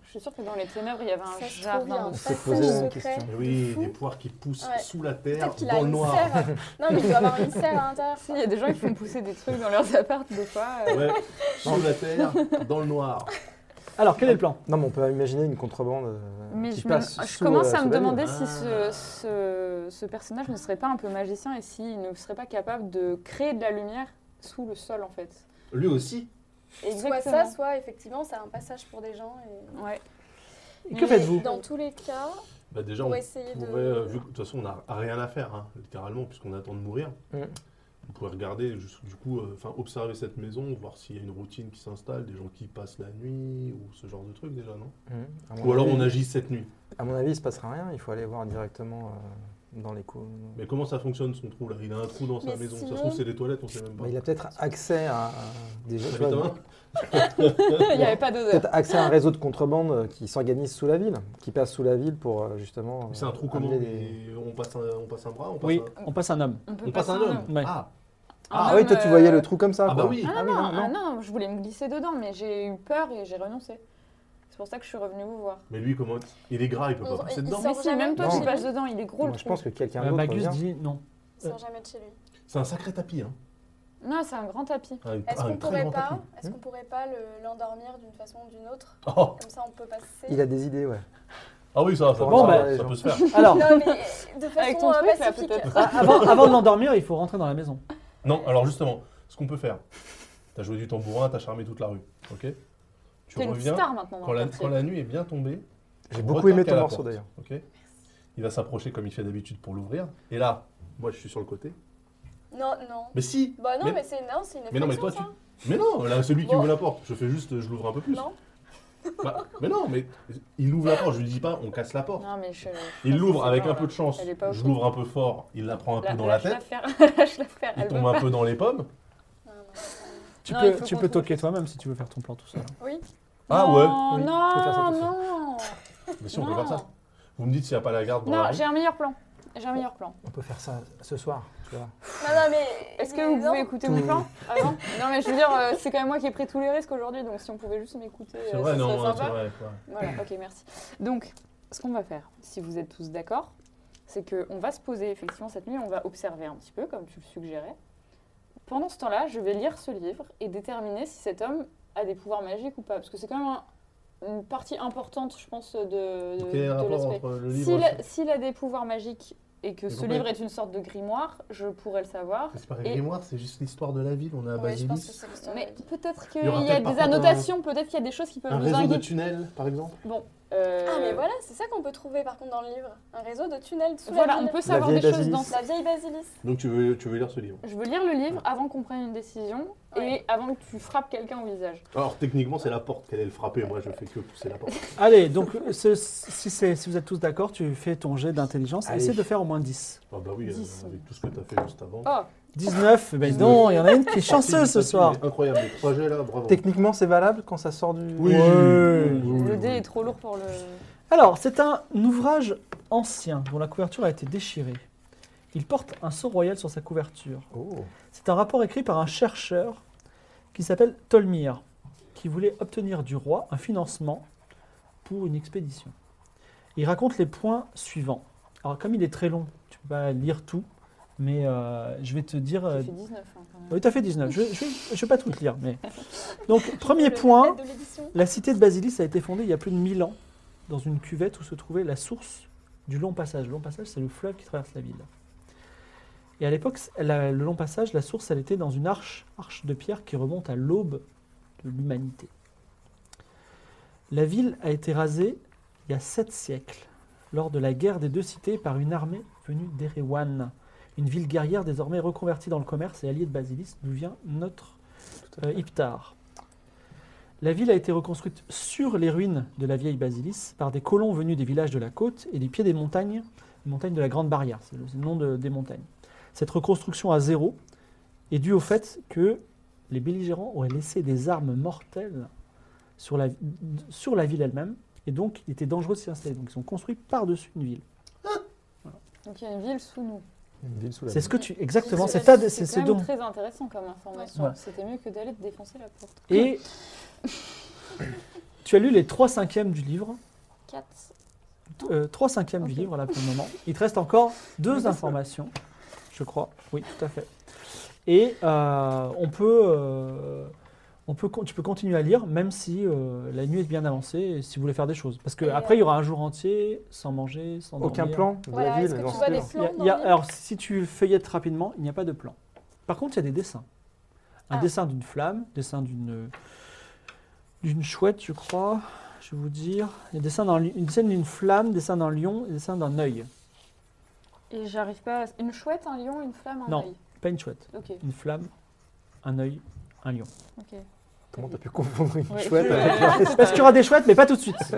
Speaker 3: Je suis sûre que dans les ténèbres, il y avait un
Speaker 5: Ça se trouve, il y a
Speaker 3: jardin.
Speaker 5: un
Speaker 3: de-
Speaker 4: s'est
Speaker 5: passage
Speaker 4: posé la même
Speaker 5: secret
Speaker 4: question.
Speaker 5: de
Speaker 2: Oui,
Speaker 5: fou.
Speaker 2: des poires qui poussent
Speaker 5: Ouais.
Speaker 2: sous la terre,
Speaker 5: Peut-être qu'il a
Speaker 2: dans le
Speaker 5: une
Speaker 2: noir.
Speaker 5: serre. Non, mais il doit avoir une serre à l'intérieur.
Speaker 3: Si, Il y a des gens qui font pousser des trucs dans leurs appartes des fois. euh,
Speaker 2: Ouais, sous la terre, dans le noir.
Speaker 1: Alors, quel est le plan
Speaker 4: Non, mais on peut imaginer une contrebande euh,
Speaker 3: Mais
Speaker 4: qui
Speaker 3: je, me-
Speaker 4: passe
Speaker 3: je
Speaker 4: sous,
Speaker 3: commence
Speaker 4: euh,
Speaker 3: à
Speaker 4: sous
Speaker 3: me
Speaker 4: la lune.
Speaker 3: demander si ce,
Speaker 2: Ah.
Speaker 3: ce- ce personnage ne serait pas un peu magicien et s'il ne serait pas capable de créer de la lumière sous le sol en fait.
Speaker 2: Lui aussi.
Speaker 5: Soit ça, soit effectivement, ça a un passage pour des gens. et-
Speaker 3: Ouais.
Speaker 1: Et Que
Speaker 3: Mais
Speaker 1: faites-vous
Speaker 5: Dans tous les cas,
Speaker 2: Bah déjà, on
Speaker 5: pour
Speaker 2: pourrait,
Speaker 5: essayer de.
Speaker 2: euh, vu que de toute façon, on n'a rien à faire, hein, littéralement, puisqu'on attend de mourir.
Speaker 4: Mm.
Speaker 2: On pourrait regarder, juste, du coup, euh, enfin, observer cette maison, voir s'il y a une routine qui s'installe, des gens qui passent la nuit, ou ce genre de truc déjà, non
Speaker 4: Hum, à mon
Speaker 2: Ou alors
Speaker 4: avis-
Speaker 2: on agit cette nuit.
Speaker 4: À mon avis, il se passera rien. Il faut aller voir directement euh, dans les cours.
Speaker 2: Mais comment ça fonctionne son trou là Il a un trou dans sa
Speaker 5: Mais
Speaker 2: maison. Ça
Speaker 5: sinon-
Speaker 2: se trouve, c'est des toilettes, on sait même pas.
Speaker 4: il a peut-être accès à, à des
Speaker 2: Ça hein.
Speaker 4: tu
Speaker 2: fait
Speaker 4: vois,
Speaker 2: un main
Speaker 3: Il n'y avait pas d'odeur.
Speaker 4: peut-être accès à un réseau de contrebande euh, qui s'organise sous la ville, qui passe sous la ville pour euh, justement. euh,
Speaker 2: C'est un trou comment
Speaker 4: amener des-
Speaker 2: Et on, passe un, on passe un bras on passe
Speaker 1: Oui,
Speaker 2: un-
Speaker 1: on passe un homme.
Speaker 3: On peut
Speaker 2: On passe un homme
Speaker 1: Ouais.
Speaker 2: Ah,
Speaker 4: Ah,
Speaker 3: Un
Speaker 4: oui,
Speaker 3: homme,
Speaker 4: toi tu voyais
Speaker 3: euh,
Speaker 4: le trou comme ça.
Speaker 2: Ah bah
Speaker 4: quoi.
Speaker 2: oui.
Speaker 3: Ah
Speaker 4: Ah
Speaker 3: non,
Speaker 4: oui, non,
Speaker 3: ah non, je voulais me glisser dedans, mais j'ai eu peur et j'ai renoncé. C'est pour ça que je suis revenue vous voir.
Speaker 2: Mais lui, comment Il est gras, il peut pas
Speaker 5: On-
Speaker 2: passer
Speaker 5: il
Speaker 2: dedans.
Speaker 5: sort-
Speaker 3: Mais si, même toi
Speaker 4: Non.
Speaker 3: tu passes dedans, il est gros
Speaker 4: Moi,
Speaker 3: le
Speaker 4: je
Speaker 3: trou.
Speaker 4: pense que quelqu'un
Speaker 1: Euh,
Speaker 4: d'autre.
Speaker 1: Magus
Speaker 4: vient.
Speaker 1: dit non.
Speaker 5: Il sort jamais de chez lui.
Speaker 2: C'est un sacré tapis. Hein.
Speaker 3: Non, c'est un grand tapis.
Speaker 2: Un,
Speaker 5: Est-ce
Speaker 2: un
Speaker 5: qu'on
Speaker 2: Ah, très
Speaker 5: pourrait
Speaker 2: grand
Speaker 5: pas,
Speaker 2: tapis.
Speaker 5: est-ce qu'on pourrait pas le- l'endormir d'une façon ou d'une autre
Speaker 2: Oh,
Speaker 5: Comme ça, on peut passer.
Speaker 4: Il a des idées, ouais.
Speaker 2: ah oui, ça, ça,
Speaker 4: Bon,
Speaker 2: ça-
Speaker 4: bah,
Speaker 2: ça
Speaker 4: les
Speaker 2: peut se faire.
Speaker 1: Alors,
Speaker 5: Non, mais de façon
Speaker 3: Avec ton
Speaker 5: euh,
Speaker 3: truc, là,
Speaker 5: pacifique.
Speaker 3: peut-être.
Speaker 2: Ah,
Speaker 1: a- avant, avant de l'endormir, il faut rentrer dans la maison.
Speaker 2: Non, alors justement, ce qu'on peut faire, t'as joué du tambourin, t'as charmé toute la rue, ok Tu
Speaker 3: T'es une
Speaker 2: reviens
Speaker 3: star hein, maintenant dans
Speaker 2: quand
Speaker 3: le
Speaker 2: la,
Speaker 3: quartier.
Speaker 2: quand la nuit est bien tombée.
Speaker 4: J'ai
Speaker 2: on
Speaker 4: beaucoup aimé
Speaker 2: retoque à
Speaker 4: ton
Speaker 2: la
Speaker 4: morceau
Speaker 2: porte,
Speaker 4: d'ailleurs.
Speaker 2: Ok Il va s'approcher comme il fait d'habitude pour l'ouvrir. Et là, moi je suis sur le côté.
Speaker 5: Non, non.
Speaker 2: Mais si
Speaker 5: Bah non,
Speaker 2: Mais-
Speaker 5: mais, c'est non, c'est une
Speaker 2: Mais non, mais toi,
Speaker 5: attraction, ça.
Speaker 2: Mais non, là c'est lui qui
Speaker 5: Bon.
Speaker 2: ouvre la porte. Je fais juste, je l'ouvre un peu plus.
Speaker 5: Non.
Speaker 2: Bah, mais non, mais il ouvre la porte, je lui dis pas on casse la porte.
Speaker 3: Non, mais je.
Speaker 2: Il l'ouvre avec un peu de chance.
Speaker 3: Elle est pas au
Speaker 2: Je
Speaker 3: fond.
Speaker 2: l'ouvre un peu fort, il la prend un peu dans la tête,
Speaker 3: Lâche la faire.
Speaker 2: il
Speaker 3: elle
Speaker 2: tombe
Speaker 3: veut
Speaker 2: un peu dans les pommes.
Speaker 5: Non, non.
Speaker 1: Tu
Speaker 3: Non, il
Speaker 1: peux,
Speaker 3: faut
Speaker 1: tu
Speaker 3: qu'on
Speaker 1: peux
Speaker 3: trouve-
Speaker 1: toquer toi-même si tu veux faire ton plan tout seul.
Speaker 5: Oui.
Speaker 2: Ah
Speaker 3: non,
Speaker 2: ouais
Speaker 4: Oui,
Speaker 3: non,
Speaker 4: faut faire ça tout seul.
Speaker 3: non.
Speaker 2: Mais si on peut
Speaker 3: Non.
Speaker 2: faire ça. Vous me dites s'il n'y a pas la garde dans la
Speaker 3: Non,
Speaker 2: rue.
Speaker 3: j'ai un meilleur plan. J'ai un meilleur plan.
Speaker 4: On peut faire ça ce soir, tu vois.
Speaker 5: Non, non, mais
Speaker 3: Est-ce que vous
Speaker 5: non.
Speaker 3: pouvez écouter mon
Speaker 4: Tout-
Speaker 3: plan avant Non, mais je veux dire, euh, c'est quand même moi qui ai pris tous les risques aujourd'hui, donc si on pouvait juste m'écouter,
Speaker 2: C'est
Speaker 3: euh,
Speaker 2: vrai,
Speaker 3: ce
Speaker 2: non,
Speaker 3: serait
Speaker 2: ouais,
Speaker 3: sympa.
Speaker 2: c'est vrai. ouais.
Speaker 3: Voilà, ok, merci. Donc, ce qu'on va faire, si vous êtes tous d'accord, c'est qu'on va se poser effectivement cette nuit, on va observer un petit peu, comme tu le suggérais. Pendant ce temps-là, je vais lire ce livre et déterminer si cet homme a des pouvoirs magiques ou pas, parce que c'est quand même un- une partie importante, je pense, de, de,
Speaker 2: Quel est le
Speaker 3: de
Speaker 2: rapport
Speaker 3: l'aspect.
Speaker 2: entre le livre
Speaker 3: S'il
Speaker 2: et
Speaker 3: a, s'il a des pouvoirs magiques et que
Speaker 2: Mais
Speaker 3: ce
Speaker 2: pourquoi
Speaker 3: livre est une sorte de grimoire, je pourrais le savoir.
Speaker 2: C'est pas
Speaker 3: Et-
Speaker 2: mémoire, c'est juste l'histoire de la ville. On a
Speaker 5: Ouais, je pense que c'est l'histoire de la
Speaker 3: Mais
Speaker 5: vie.
Speaker 3: peut-être
Speaker 2: Il
Speaker 3: qu'il
Speaker 2: y
Speaker 3: y,
Speaker 2: aura
Speaker 3: a
Speaker 2: peut-être par
Speaker 3: des
Speaker 2: contre un-
Speaker 3: annotations, peut-être qu'il y a des choses qui peuvent
Speaker 2: Un
Speaker 3: nous
Speaker 2: réseau de
Speaker 3: indiquer.
Speaker 2: tunnels, par exemple.
Speaker 3: Bon. euh,
Speaker 5: Ah, mais voilà, c'est ça qu'on peut trouver par contre dans le livre. Un réseau de tunnels sous
Speaker 3: Voilà,
Speaker 5: la
Speaker 3: on
Speaker 5: ville.
Speaker 3: peut savoir des
Speaker 4: vieille
Speaker 3: choses dans
Speaker 4: basilice.
Speaker 3: ça.
Speaker 5: La vieille basilis.
Speaker 2: Donc tu veux, tu veux lire ce livre
Speaker 3: Je veux lire le livre avant qu'on prenne une décision
Speaker 5: Ouais.
Speaker 3: et avant que tu frappes quelqu'un au visage.
Speaker 2: Alors techniquement, c'est la porte qu'elle est le frapper. Moi, je fais que pousser la porte.
Speaker 1: Allez, donc ce- si, c'est- si vous êtes tous d'accord, tu fais ton jet d'intelligence.
Speaker 4: Allez.
Speaker 1: Essaie de faire au moins 10.
Speaker 2: Ah bah oui, euh,
Speaker 3: Dix.
Speaker 2: avec tout ce que t'as fait juste avant.
Speaker 3: Oh,
Speaker 1: 19, ben non, il y en a une qui est chanceuse ce
Speaker 2: Facile,
Speaker 1: soir.
Speaker 2: facile, Incroyable, les trois jets là, bravo.
Speaker 4: Techniquement, c'est valable quand ça sort du.
Speaker 2: Oui,
Speaker 1: Ouais.
Speaker 2: oui, oui,
Speaker 3: le
Speaker 2: oui.
Speaker 3: dé est trop lourd pour le.
Speaker 1: Alors, c'est un ouvrage ancien dont la couverture a été déchirée. Il porte un sceau royal sur sa couverture.
Speaker 4: Oh.
Speaker 1: C'est un rapport écrit par un chercheur qui s'appelle Tolmir, qui voulait obtenir du roi un financement pour une expédition. Il raconte les points suivants. Alors, comme il est très long, tu peux pas lire tout, mais euh, je vais te dire.
Speaker 3: J'ai
Speaker 1: euh,
Speaker 3: fait 19 hein, quand même.
Speaker 1: oui, t'as fait 19. Je ne vais pas tout te lire. Mais... Donc, premier point,
Speaker 5: De l'édition.
Speaker 1: la cité de Basilis a été fondée il y a plus de 1000 ans dans une cuvette où se trouvait la source du long passage. Le long passage, c'est le fleuve qui traverse la ville. Et à l'époque, la- le long passage, la source, elle était dans une arche, arche de pierre qui remonte à l'aube de l'humanité. La ville a été rasée il y a sept siècles, lors de la guerre des deux cités par une armée venue d'Erewan, une ville guerrière désormais reconvertie dans le commerce et alliée de Basilis, d'où vient notre euh, Iptar. La ville a été reconstruite sur les ruines de la vieille Basilis par des colons venus des villages de la côte et des pieds des montagnes les montagnes de la Grande Barrière, c'est le c'est le nom de- des montagnes. Cette reconstruction à zéro est due au fait que les belligérants auraient laissé des armes mortelles sur la, sur la ville elle-même, et donc il était dangereux de s'y installer. Donc ils ont construit par-dessus une ville.
Speaker 3: Donc il y a une ville sous nous.
Speaker 4: Une ville sous la
Speaker 1: C'est ce que tu... Exactement,
Speaker 3: C'est-
Speaker 1: c'est ta-
Speaker 3: c'est
Speaker 1: c'est ce
Speaker 3: quand même
Speaker 1: dont...
Speaker 3: très intéressant comme information.
Speaker 1: Voilà.
Speaker 3: C'était mieux que d'aller te défoncer la porte.
Speaker 1: Et tu as lu les 3 cinquièmes du livre.
Speaker 3: 4.
Speaker 1: Euh, 3 cinquièmes du
Speaker 3: Ok.
Speaker 1: livre là pour le moment. Il te reste encore
Speaker 3: Mais
Speaker 1: deux
Speaker 3: ça,
Speaker 1: informations, je crois. Oui, tout à fait. Et euh, on peut, euh, on peut, con- tu peux continuer à lire même si euh, la nuit est bien avancée. et Si vous voulez faire des choses, parce que
Speaker 5: Et,
Speaker 1: après
Speaker 5: euh,
Speaker 1: il y aura un jour entier sans manger, sans
Speaker 4: Aucun
Speaker 1: dormir.
Speaker 4: plan de
Speaker 5: Voilà,
Speaker 4: la
Speaker 5: est-ce
Speaker 4: ville
Speaker 5: que
Speaker 4: dans
Speaker 5: tu
Speaker 4: ce
Speaker 5: vois les
Speaker 4: livre.
Speaker 1: Il y
Speaker 5: plans
Speaker 1: a-
Speaker 5: dans
Speaker 1: il y a-
Speaker 5: le livre
Speaker 1: alors si tu feuillettes rapidement, il n'y a pas de plan. Par contre, il y a des dessins. Un
Speaker 5: Ah.
Speaker 1: dessin d'une flamme, dessin d'une euh, d'une chouette, je crois. Je vais vous dire. Il y a dessin d'un li- une scène d'une flamme, dessin d'un lion, et dessin d'un œil.
Speaker 3: Et j'arrive pas à... Une chouette, un lion, une flamme, un
Speaker 1: Non.
Speaker 3: œil.
Speaker 1: Pas une chouette.
Speaker 3: Ok,
Speaker 1: Une flamme, un œil, un lion.
Speaker 3: ok.
Speaker 4: Comment t'as pu confondre une
Speaker 3: Ouais.
Speaker 4: chouette hein avec un-
Speaker 1: Parce qu'il y aura des chouettes, mais pas tout de suite.
Speaker 5: Eh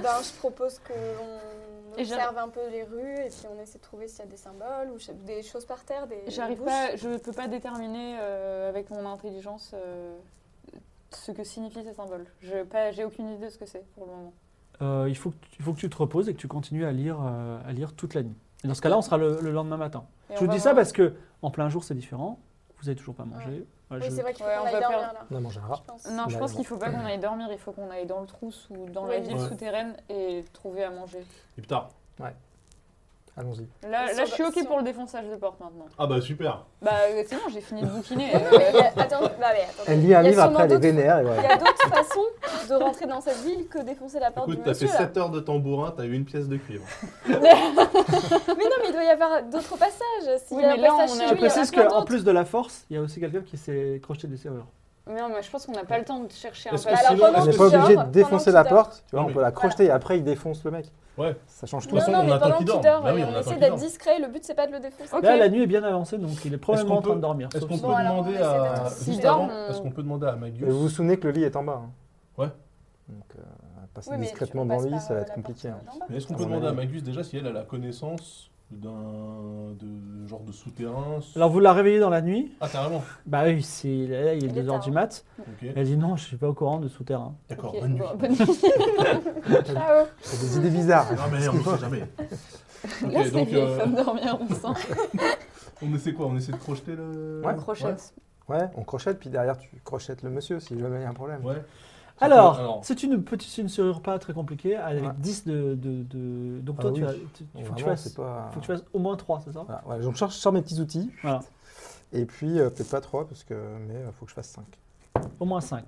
Speaker 5: ben, je propose qu'on
Speaker 3: Et j'arrive-
Speaker 5: observe un peu les rues et puis on essaie de trouver s'il y a des symboles ou je- des choses par terre, des
Speaker 3: J'arrive
Speaker 5: bouches.
Speaker 3: pas, je peux pas déterminer euh, avec mon intelligence euh, ce que signifient ces symboles. Je pas, j'ai aucune idée de ce que c'est pour le moment.
Speaker 1: Euh, il, faut que, tu- il faut que tu te reposes et que tu continues à lire, euh, à lire toute la nuit. Et dans ce cas-là, on sera le, le lendemain matin.
Speaker 3: Et
Speaker 1: je
Speaker 3: on
Speaker 1: vous
Speaker 3: va
Speaker 1: dis ça
Speaker 3: voir.
Speaker 1: parce que en plein jour, c'est différent. Vous n'avez toujours pas mangé. Voilà,
Speaker 5: Oui,
Speaker 1: je-
Speaker 5: c'est vrai qu'il faut
Speaker 3: Ouais, on
Speaker 5: qu'on aille
Speaker 3: va
Speaker 5: dormir
Speaker 3: perdre-
Speaker 5: là.
Speaker 4: On a mangé un
Speaker 5: je
Speaker 4: rat.
Speaker 5: pense.
Speaker 3: Non, je
Speaker 4: Là,
Speaker 3: pense
Speaker 4: bon.
Speaker 3: qu'il faut pas qu'on aille dormir. Il faut qu'on aille dans le trousse ou dans la
Speaker 5: Oui.
Speaker 3: ville
Speaker 2: Ouais.
Speaker 3: souterraine et trouver à manger.
Speaker 2: Et putain,
Speaker 4: Allons-y.
Speaker 3: Là,
Speaker 5: Si
Speaker 3: là
Speaker 5: on
Speaker 3: je suis
Speaker 5: va-
Speaker 3: ok
Speaker 5: si on-
Speaker 3: pour le défonçage de porte maintenant.
Speaker 2: ah bah super.
Speaker 3: Bah euh, c'est bon, j'ai fini de bouquiner.
Speaker 5: Non, mais
Speaker 3: euh,
Speaker 5: il y a- attends, bah, mais attendez.
Speaker 4: Elle lit un
Speaker 5: Il y a
Speaker 4: livre après,
Speaker 5: sûrement
Speaker 4: elle est
Speaker 5: d'autres-
Speaker 4: vénère. Et
Speaker 5: Il y
Speaker 4: voilà.
Speaker 5: a d'autres façons de rentrer dans cette ville que défoncer la porte
Speaker 2: Écoute,
Speaker 5: du
Speaker 2: t'as fait
Speaker 5: monsieur. là.
Speaker 2: 7 heures de tambourin, t'as eu une pièce de cuivre.
Speaker 5: Mais non, mais il doit y avoir d'autres passages. S'il
Speaker 3: Oui,
Speaker 5: y a
Speaker 3: mais
Speaker 5: un
Speaker 3: là,
Speaker 5: passage
Speaker 3: on
Speaker 5: chez
Speaker 3: est-
Speaker 5: lui,
Speaker 1: Je
Speaker 3: Ah Oui, il y en a
Speaker 1: précise
Speaker 3: plein
Speaker 1: qu'en
Speaker 3: d'autres.
Speaker 1: plus de la force, il y a aussi quelqu'un qui s'est crocheté des serrures.
Speaker 3: Mais non, mais je pense qu'on n'a pas le temps de chercher un
Speaker 2: Est-ce que
Speaker 3: passage.
Speaker 2: sinon-
Speaker 5: pendant
Speaker 4: Elle n'est
Speaker 5: que
Speaker 4: pas
Speaker 5: tu
Speaker 4: obligée
Speaker 5: dors,
Speaker 4: de défoncer
Speaker 5: pendant
Speaker 4: la
Speaker 5: que tu dors-
Speaker 4: porte. Tu vois,
Speaker 2: Non,
Speaker 4: on
Speaker 2: mais-
Speaker 4: peut la crocheter et après il défonce le mec.
Speaker 2: Ouais.
Speaker 4: Ça change tout.
Speaker 2: toute
Speaker 5: Non,
Speaker 2: façon,
Speaker 5: non,
Speaker 2: on
Speaker 5: mais
Speaker 2: attend
Speaker 5: pendant
Speaker 2: qu'il
Speaker 5: que tu
Speaker 2: dorme.
Speaker 5: dors,
Speaker 2: Bah oui, on
Speaker 5: on
Speaker 2: attend
Speaker 5: essaie
Speaker 2: qu'il
Speaker 5: d'être
Speaker 2: dorme.
Speaker 5: discret. Le but, c'est pas de le défoncer.
Speaker 3: Ok.
Speaker 1: Là, la nuit est bien avancée, donc il est probablement en
Speaker 2: peut-
Speaker 1: train de dormir.
Speaker 2: Est-ce
Speaker 1: sauf
Speaker 2: qu'on
Speaker 1: si-
Speaker 2: peut
Speaker 5: Bon, alors, on
Speaker 2: demander
Speaker 5: essaie
Speaker 2: à
Speaker 5: d'être
Speaker 2: juste
Speaker 3: prudent.
Speaker 2: avant, Est-ce qu'on peut demander à
Speaker 4: Et vous vous
Speaker 2: Magus
Speaker 4: souvenez que le lit est en bas. hein.
Speaker 2: Ouais.
Speaker 4: Donc euh, passer
Speaker 5: Oui, mais
Speaker 4: discrètement
Speaker 5: on
Speaker 4: dans
Speaker 5: passe
Speaker 4: le lit,
Speaker 5: par,
Speaker 4: ça va
Speaker 5: euh,
Speaker 4: être
Speaker 5: la
Speaker 4: compliqué.
Speaker 5: porte
Speaker 4: hein.
Speaker 5: d'en bas.
Speaker 2: Mais est-ce qu'on
Speaker 4: À
Speaker 2: peut
Speaker 4: mon
Speaker 2: demander à
Speaker 4: avis.
Speaker 2: Magus déjà si elle a la connaissance d'un de genre de souterrain sous-
Speaker 1: Alors, vous la réveillez dans la nuit
Speaker 2: Ah carrément.
Speaker 1: Bah oui, c'est- là, il est
Speaker 5: Il est
Speaker 1: 2h
Speaker 3: hein.
Speaker 5: tard.
Speaker 1: du mat.
Speaker 2: Ok.
Speaker 1: Elle dit non, je suis pas au courant de souterrain.
Speaker 2: D'accord.
Speaker 3: Ok,
Speaker 2: Bonne nuit.
Speaker 3: bon, bonne nuit.
Speaker 5: Ciao.
Speaker 4: C'est des idées bizarres.
Speaker 2: Non mais on ne sait jamais. Ok,
Speaker 3: Laisse les
Speaker 2: donc
Speaker 3: vieilles
Speaker 2: euh,
Speaker 3: femmes dormir, on sent.
Speaker 2: on essaie quoi On essaie de projeter le.
Speaker 4: Ouais.
Speaker 3: Crochette.
Speaker 4: Ouais, on crochette, puis derrière tu crochettes le monsieur si jamais il y a un problème.
Speaker 2: Ouais.
Speaker 1: Alors,
Speaker 2: Alors.
Speaker 1: c'est une petite c'est une serrure pas très compliquée avec
Speaker 4: Ouais.
Speaker 1: 10 de, de- de- Donc,
Speaker 4: Ah
Speaker 1: toi,
Speaker 4: oui.
Speaker 1: tu as- tu-
Speaker 4: Bon,
Speaker 1: il faut, que tu
Speaker 4: vraiment,
Speaker 1: fasses-
Speaker 4: c'est pas.
Speaker 1: faut que tu fasses au moins 3, c'est ça
Speaker 4: Voilà, ouais, donc je cherche- je sors mes petits outils.
Speaker 1: Voilà.
Speaker 4: Et puis euh, peut-être pas 3 parce que mais euh, faut que je fasse 5.
Speaker 1: Au moins 5.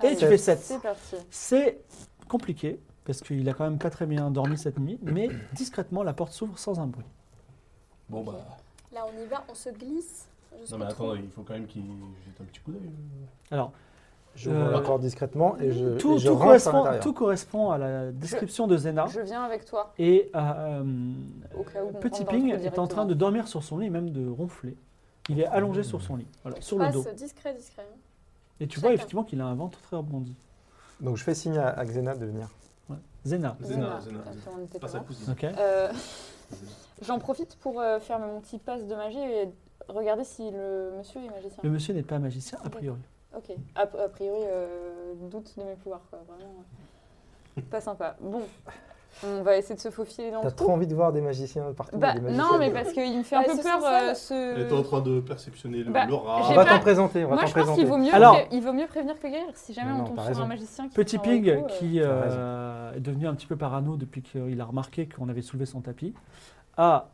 Speaker 3: Ah
Speaker 1: Et
Speaker 3: oui,
Speaker 1: tu fais 7.
Speaker 3: C'est parti.
Speaker 1: C'est compliqué parce qu'il a quand même pas très bien dormi cette nuit, mais discrètement, la porte s'ouvre sans un bruit.
Speaker 2: Bon bah.
Speaker 5: Là, on y va, on se glisse.
Speaker 2: Non mais attends, il faut quand même qu'il jette un petit coup d'œil.
Speaker 4: J'ouvre
Speaker 1: Euh,
Speaker 4: la porte discrètement et je,
Speaker 1: Tout,
Speaker 4: et je
Speaker 1: tout
Speaker 4: rentre à
Speaker 1: correspond,
Speaker 4: l'intérieur.
Speaker 1: tout correspond à la description de Zena.
Speaker 3: Je viens avec toi.
Speaker 1: Et euh,
Speaker 3: Au cas où on rentre
Speaker 1: Petit
Speaker 3: dans
Speaker 1: Ping
Speaker 3: le truc
Speaker 1: est en train
Speaker 3: directement.
Speaker 1: de dormir sur son lit, même de ronfler. Il est allongé sur son lit, voilà, sur le dos.
Speaker 5: Passe discret, discret.
Speaker 1: Et tu vois
Speaker 5: chacun.
Speaker 1: effectivement qu'il a un ventre très rebondi.
Speaker 4: Donc je fais signe à, à Xena de venir.
Speaker 1: Zena.
Speaker 3: Zéna,
Speaker 2: Zéna, Zéna.
Speaker 3: parce qu'on était
Speaker 2: Pas
Speaker 3: pas
Speaker 2: sa
Speaker 3: loin.
Speaker 2: cousine.
Speaker 1: Ok.
Speaker 3: Euh, J'en profite pour euh, faire mon petit passe de magie et regarder si le monsieur est magicien.
Speaker 1: Le monsieur n'est pas magicien a priori.
Speaker 3: Ok. A, a priori, euh, doute de mes pouvoirs, quoi. Vraiment. euh, Pas sympa. Bon. On va essayer de se faufiler dans
Speaker 4: T'as
Speaker 3: le
Speaker 4: trop
Speaker 3: trou.
Speaker 4: envie de voir des magiciens partout.
Speaker 3: Ah, Bah,
Speaker 4: des magiciens.
Speaker 3: non, mais parce qu'il me fait un
Speaker 5: Ouais,
Speaker 3: peu
Speaker 5: ce
Speaker 3: peur
Speaker 5: sont seuls.
Speaker 3: euh,
Speaker 2: Elle était en
Speaker 3: ce.
Speaker 2: train de perceptionner le-
Speaker 3: Bah,
Speaker 2: l'aura.
Speaker 4: on
Speaker 3: j'ai
Speaker 4: va
Speaker 3: pas-
Speaker 4: t'en présenter. On va
Speaker 3: Moi, je
Speaker 4: t'en
Speaker 3: pense
Speaker 4: présenter.
Speaker 3: qu'il vaut, mieux
Speaker 1: Alors-
Speaker 3: pré- il vaut mieux prévenir que guérir si jamais
Speaker 4: Mais
Speaker 3: on
Speaker 4: non,
Speaker 3: tombe
Speaker 4: t'as
Speaker 3: sur un
Speaker 4: raison.
Speaker 3: magicien qui.
Speaker 1: Petit
Speaker 3: fait un
Speaker 1: Ping
Speaker 3: coup, euh,
Speaker 1: qui
Speaker 4: T'as raison.
Speaker 1: euh, est devenu un petit peu parano depuis qu'il a remarqué qu'on avait soulevé son tapis, a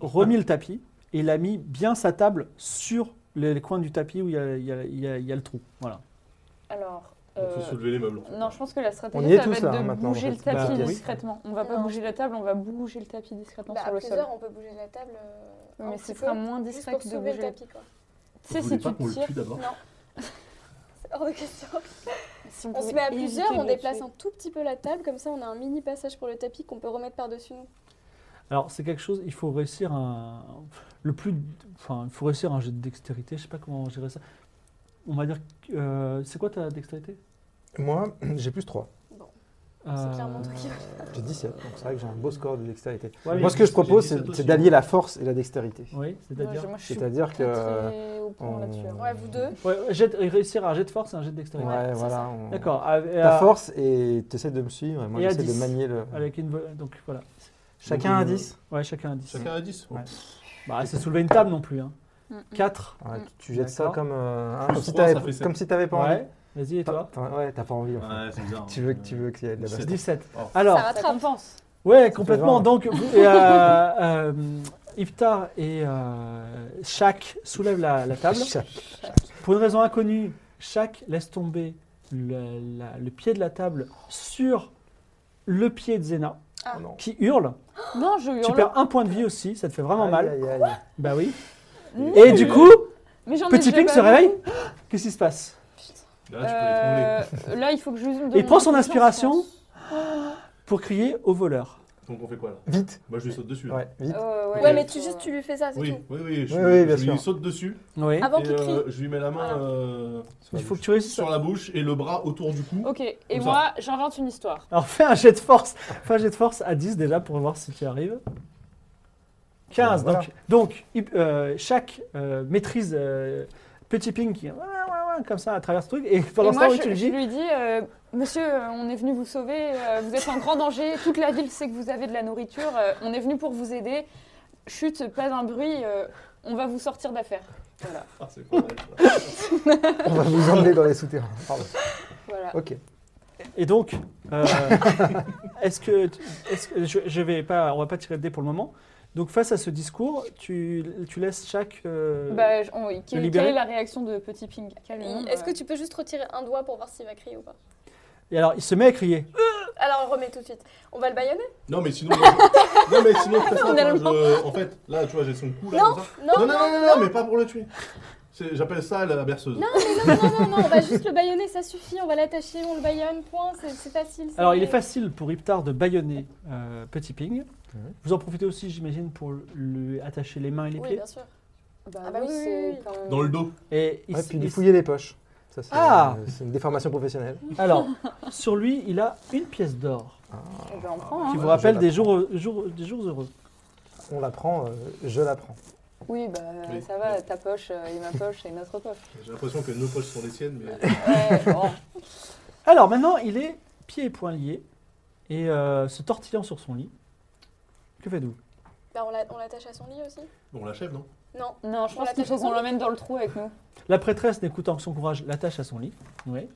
Speaker 1: remis le tapis et il a mis bien sa table sur les coins du tapis où il y a, il y a- il y a- il y a le trou. Voilà.
Speaker 3: Alors.
Speaker 2: Il faut
Speaker 3: euh,
Speaker 2: soulever les meubles. en fait.
Speaker 3: Non, je pense que la
Speaker 4: On
Speaker 3: stratégie,
Speaker 4: y est
Speaker 3: ça va
Speaker 4: tous,
Speaker 3: être
Speaker 4: là,
Speaker 3: de
Speaker 4: hein, maintenant, en
Speaker 3: bouger le
Speaker 4: fait.
Speaker 1: Bah,
Speaker 3: tapis
Speaker 1: oui.
Speaker 3: discrètement. On va pas
Speaker 5: Non.
Speaker 3: bouger la table, on va bouger le tapis discrètement
Speaker 5: Bah, à
Speaker 3: sur le sol.
Speaker 5: plusieurs, on peut bouger la table. euh,
Speaker 3: Oui,
Speaker 5: un
Speaker 3: Mais
Speaker 5: petit
Speaker 3: ce
Speaker 5: peu,
Speaker 3: sera moins
Speaker 5: juste
Speaker 3: discret
Speaker 5: pour
Speaker 3: que de
Speaker 5: soulever
Speaker 3: bouger
Speaker 5: le
Speaker 3: le tapis.
Speaker 5: tapis, quoi.
Speaker 3: Tu
Speaker 2: Vous
Speaker 3: sais,
Speaker 2: voulez
Speaker 3: si
Speaker 2: pas
Speaker 3: tu
Speaker 2: qu'on le
Speaker 3: tires,
Speaker 2: tue d'abord
Speaker 5: Non. C'est hors de question.
Speaker 3: si on
Speaker 5: On se
Speaker 3: pouvait
Speaker 5: met à
Speaker 3: éviter
Speaker 5: plusieurs,
Speaker 3: de
Speaker 5: on
Speaker 3: le
Speaker 5: déplace
Speaker 3: tuer.
Speaker 5: un tout petit peu la table, comme ça on a un mini passage pour le tapis qu'on peut remettre par-dessus nous.
Speaker 1: Alors c'est quelque chose, il faut réussir un le plus, enfin il faut réussir un jeu de dextérité. Je sais pas comment gérer ça. On va dire, que, euh, c'est quoi ta dextérité
Speaker 4: Moi, j'ai plus 3.
Speaker 5: C'est
Speaker 1: Euh,
Speaker 5: clairement toi qui-
Speaker 4: J'ai 17, donc c'est vrai que j'ai un beau score de dextérité.
Speaker 1: Ouais,
Speaker 4: Moi,
Speaker 1: mais-
Speaker 4: ce que je propose,
Speaker 2: j'ai 17
Speaker 4: c'est
Speaker 2: aussi.
Speaker 4: c'est d'allier la force et la dextérité.
Speaker 1: Oui,
Speaker 3: Moi,
Speaker 1: c'est-à-dire.
Speaker 3: je- moi, je suis
Speaker 4: C'est-à-dire que.
Speaker 3: pas
Speaker 1: euh,
Speaker 3: très au point
Speaker 4: on-
Speaker 3: là-dessus. hein.
Speaker 5: Ouais, vous deux.
Speaker 1: Ouais, jet- réussir à un jet de force et un jet de
Speaker 4: Ouais,
Speaker 1: dextérité.
Speaker 5: Ouais, c'est
Speaker 4: voilà.
Speaker 5: ça.
Speaker 4: on-
Speaker 1: D'accord. à- et
Speaker 4: Ta
Speaker 1: à-
Speaker 4: force et tu essaies de me suivre. et Moi,
Speaker 1: Et à
Speaker 4: j'essaie de
Speaker 1: 10.
Speaker 4: manier le.
Speaker 1: Avec une. vo- Donc voilà.
Speaker 4: Chacun un
Speaker 1: Donc,
Speaker 4: 10.
Speaker 1: Ouais, chacun un 10.
Speaker 2: Chacun à 10
Speaker 4: Ouais.
Speaker 1: Bah, c'est soulever une table non plus. Hein.
Speaker 3: Mm, mm.
Speaker 1: 4.
Speaker 4: Ouais, tu- tu jettes ça
Speaker 1: D'accord.
Speaker 4: comme, euh, hein,
Speaker 2: Plus
Speaker 4: comme si
Speaker 2: trois, ça
Speaker 4: t'avais
Speaker 2: fait sept.
Speaker 4: comme si t'avais pas envie.
Speaker 1: Ouais. Vas-y, et
Speaker 4: T'as-
Speaker 1: toi
Speaker 4: t'as- ouais, t'as pas envie. en fait.
Speaker 6: Ouais, c'est bizarre.
Speaker 4: Tu veux
Speaker 2: hein.
Speaker 4: que tu veux qu'il y ait de la
Speaker 2: C'est-
Speaker 4: baston.
Speaker 1: 17.
Speaker 6: Oh.
Speaker 1: Alors,
Speaker 5: Ça
Speaker 3: Ça
Speaker 5: rattrape.
Speaker 3: compense.
Speaker 1: ouais, complètement.
Speaker 4: vingt.
Speaker 1: Donc, vous- et, euh, euh, Iftar et euh, Shaq soulèvent la, la table. Pour une raison inconnue, Shaq laisse tomber le, la- le pied de la table sur le pied de Zena,
Speaker 4: Oh non.
Speaker 1: qui hurle.
Speaker 3: Non, je
Speaker 1: Tu
Speaker 3: hurle.
Speaker 1: perds un point de vie aussi, ça te fait vraiment mal.
Speaker 4: Aïe, aïe, aïe.
Speaker 1: Bah oui.
Speaker 3: Non,
Speaker 1: Et du coup,
Speaker 3: Mm. mais j'en ai
Speaker 1: Petit
Speaker 3: déjà
Speaker 1: Pink
Speaker 3: pas
Speaker 1: se
Speaker 3: vu.
Speaker 1: réveille. Qu'est-ce qui se passe
Speaker 6: Ah, Là,
Speaker 3: Euh, là, il faut que je lui donne
Speaker 1: Il prend son
Speaker 3: une
Speaker 1: inspiration.
Speaker 3: conscience.
Speaker 1: Pour crier au voleur.
Speaker 6: tu peux l'étrangler. Donc on fait quoi là
Speaker 4: Vite.
Speaker 6: Moi je lui saute dessus. là.
Speaker 4: Ouais, vite.
Speaker 3: Euh,
Speaker 5: Ouais,
Speaker 6: Ouais,
Speaker 5: mais
Speaker 6: il
Speaker 5: tu
Speaker 3: faut,
Speaker 5: juste
Speaker 3: euh,
Speaker 5: tu lui fais ça, c'est
Speaker 6: Oui,
Speaker 5: tout.
Speaker 6: oui, oui. Je,
Speaker 4: Oui, oui, bien
Speaker 6: je
Speaker 4: sûr.
Speaker 6: lui saute dessus.
Speaker 1: Oui.
Speaker 3: Ah.
Speaker 5: Avant
Speaker 6: et,
Speaker 5: qu'il crie.
Speaker 6: euh, je lui mets la main
Speaker 5: Voilà.
Speaker 6: euh,
Speaker 1: Il faut que tu réussisses.
Speaker 6: sur la bouche et le bras autour du cou.
Speaker 3: Ok, et
Speaker 6: Comme ça.
Speaker 3: moi, j'invente une histoire.
Speaker 1: Alors fais un jet de force. Fais un jet de force à 10 déjà pour voir si tu y arrives. 15.
Speaker 4: Voilà.
Speaker 1: Donc, donc il- euh, chaque euh, maîtrise euh, Petit Ping qui ouah, ouah, ouah, comme ça à travers ce truc. Et pendant
Speaker 3: et
Speaker 1: ce
Speaker 3: moi,
Speaker 1: temps,
Speaker 3: je,
Speaker 1: tu le
Speaker 3: je
Speaker 1: dis.
Speaker 3: lui dis, euh, monsieur, euh, on est venu vous sauver, euh, vous êtes en grand danger, toute la ville sait que vous avez de la nourriture, euh, on est venu pour vous aider. Chut, pas un bruit, euh, on va vous sortir d'affaire. Voilà.
Speaker 6: Ah, c'est pas mal, ça.
Speaker 4: On va vous emmener dans les souterrains. Pardon.
Speaker 3: voilà.
Speaker 4: Ok.
Speaker 1: Et donc, euh, est-ce que, est je, je vais pas, on va pas tirer de dé pour le moment. Donc face à ce discours, tu, tu laisses chaque. euh,
Speaker 3: Bah, je- on- quelle,
Speaker 1: libérer.
Speaker 3: quelle est la réaction de Petit Ping hein,
Speaker 5: Il-
Speaker 3: Calme.
Speaker 5: Est-ce que tu peux juste retirer un doigt pour voir s'il va crier ou pas
Speaker 1: Et alors il se met à crier.
Speaker 5: Alors on remet tout de suite. On va le baïonner
Speaker 6: Non, mais sinon. moi, je- non, mais sinon, je préfère,
Speaker 5: Finalement.
Speaker 6: moi, je- En fait, là, tu vois, j'ai son cou là.
Speaker 5: Non,
Speaker 6: comme ça.
Speaker 5: non,
Speaker 6: non, non, non, non, mais pas pour le tuer. C'est- J'appelle ça la berceuse.
Speaker 5: Non, mais non, non, non, non, on va juste le baïonner, ça suffit, on va l'attacher, on le baïonne, point, c'est c'est facile. c'est-
Speaker 1: Alors il est facile pour Iptar de baïonner euh, Petit Ping.
Speaker 4: Mhm.
Speaker 1: Vous en profitez aussi, j'imagine, pour lui attacher les mains et les
Speaker 5: Oui,
Speaker 1: pieds.
Speaker 5: bien sûr.
Speaker 3: Bah,
Speaker 5: Ah bah
Speaker 3: oui,
Speaker 5: oui,
Speaker 3: c'est
Speaker 5: oui, oui.
Speaker 3: quand-
Speaker 6: Dans le dos.
Speaker 1: Et il
Speaker 4: Ouais,
Speaker 1: s-
Speaker 4: puis lui
Speaker 1: il s-
Speaker 4: fouiller les poches. Ça, c'est
Speaker 1: Ah
Speaker 4: euh, c'est une déformation professionnelle.
Speaker 1: Alors, sur lui, il a une pièce d'or
Speaker 3: Eh ben, on prend,
Speaker 1: qui
Speaker 3: hein.
Speaker 1: vous
Speaker 4: je
Speaker 1: rappelle
Speaker 4: la
Speaker 1: des jours, jours- des jours heureux.
Speaker 4: On la prend, euh, je la prends.
Speaker 3: Oui, bah,
Speaker 6: Oui.
Speaker 3: ça va, ta poche euh, et ma poche, c'est notre poche.
Speaker 6: J'ai l'impression que nos poches sont les siennes, mais.
Speaker 3: Ouais, bon.
Speaker 1: Alors maintenant, il est pieds et poings liés et euh, se tortillant sur son lit. Que faites-vous
Speaker 5: Bah, on l'a- on l'attache à son lit aussi
Speaker 6: On l'achève, non
Speaker 5: Non.
Speaker 3: Non, je
Speaker 5: On
Speaker 3: pense qu'il faut
Speaker 5: l'attache
Speaker 3: qu'on
Speaker 5: au
Speaker 3: l'emmène dans le trou avec nous.
Speaker 6: Bah
Speaker 1: La prêtresse, n'écoutant que son courage, l'attache à son lit. Oui.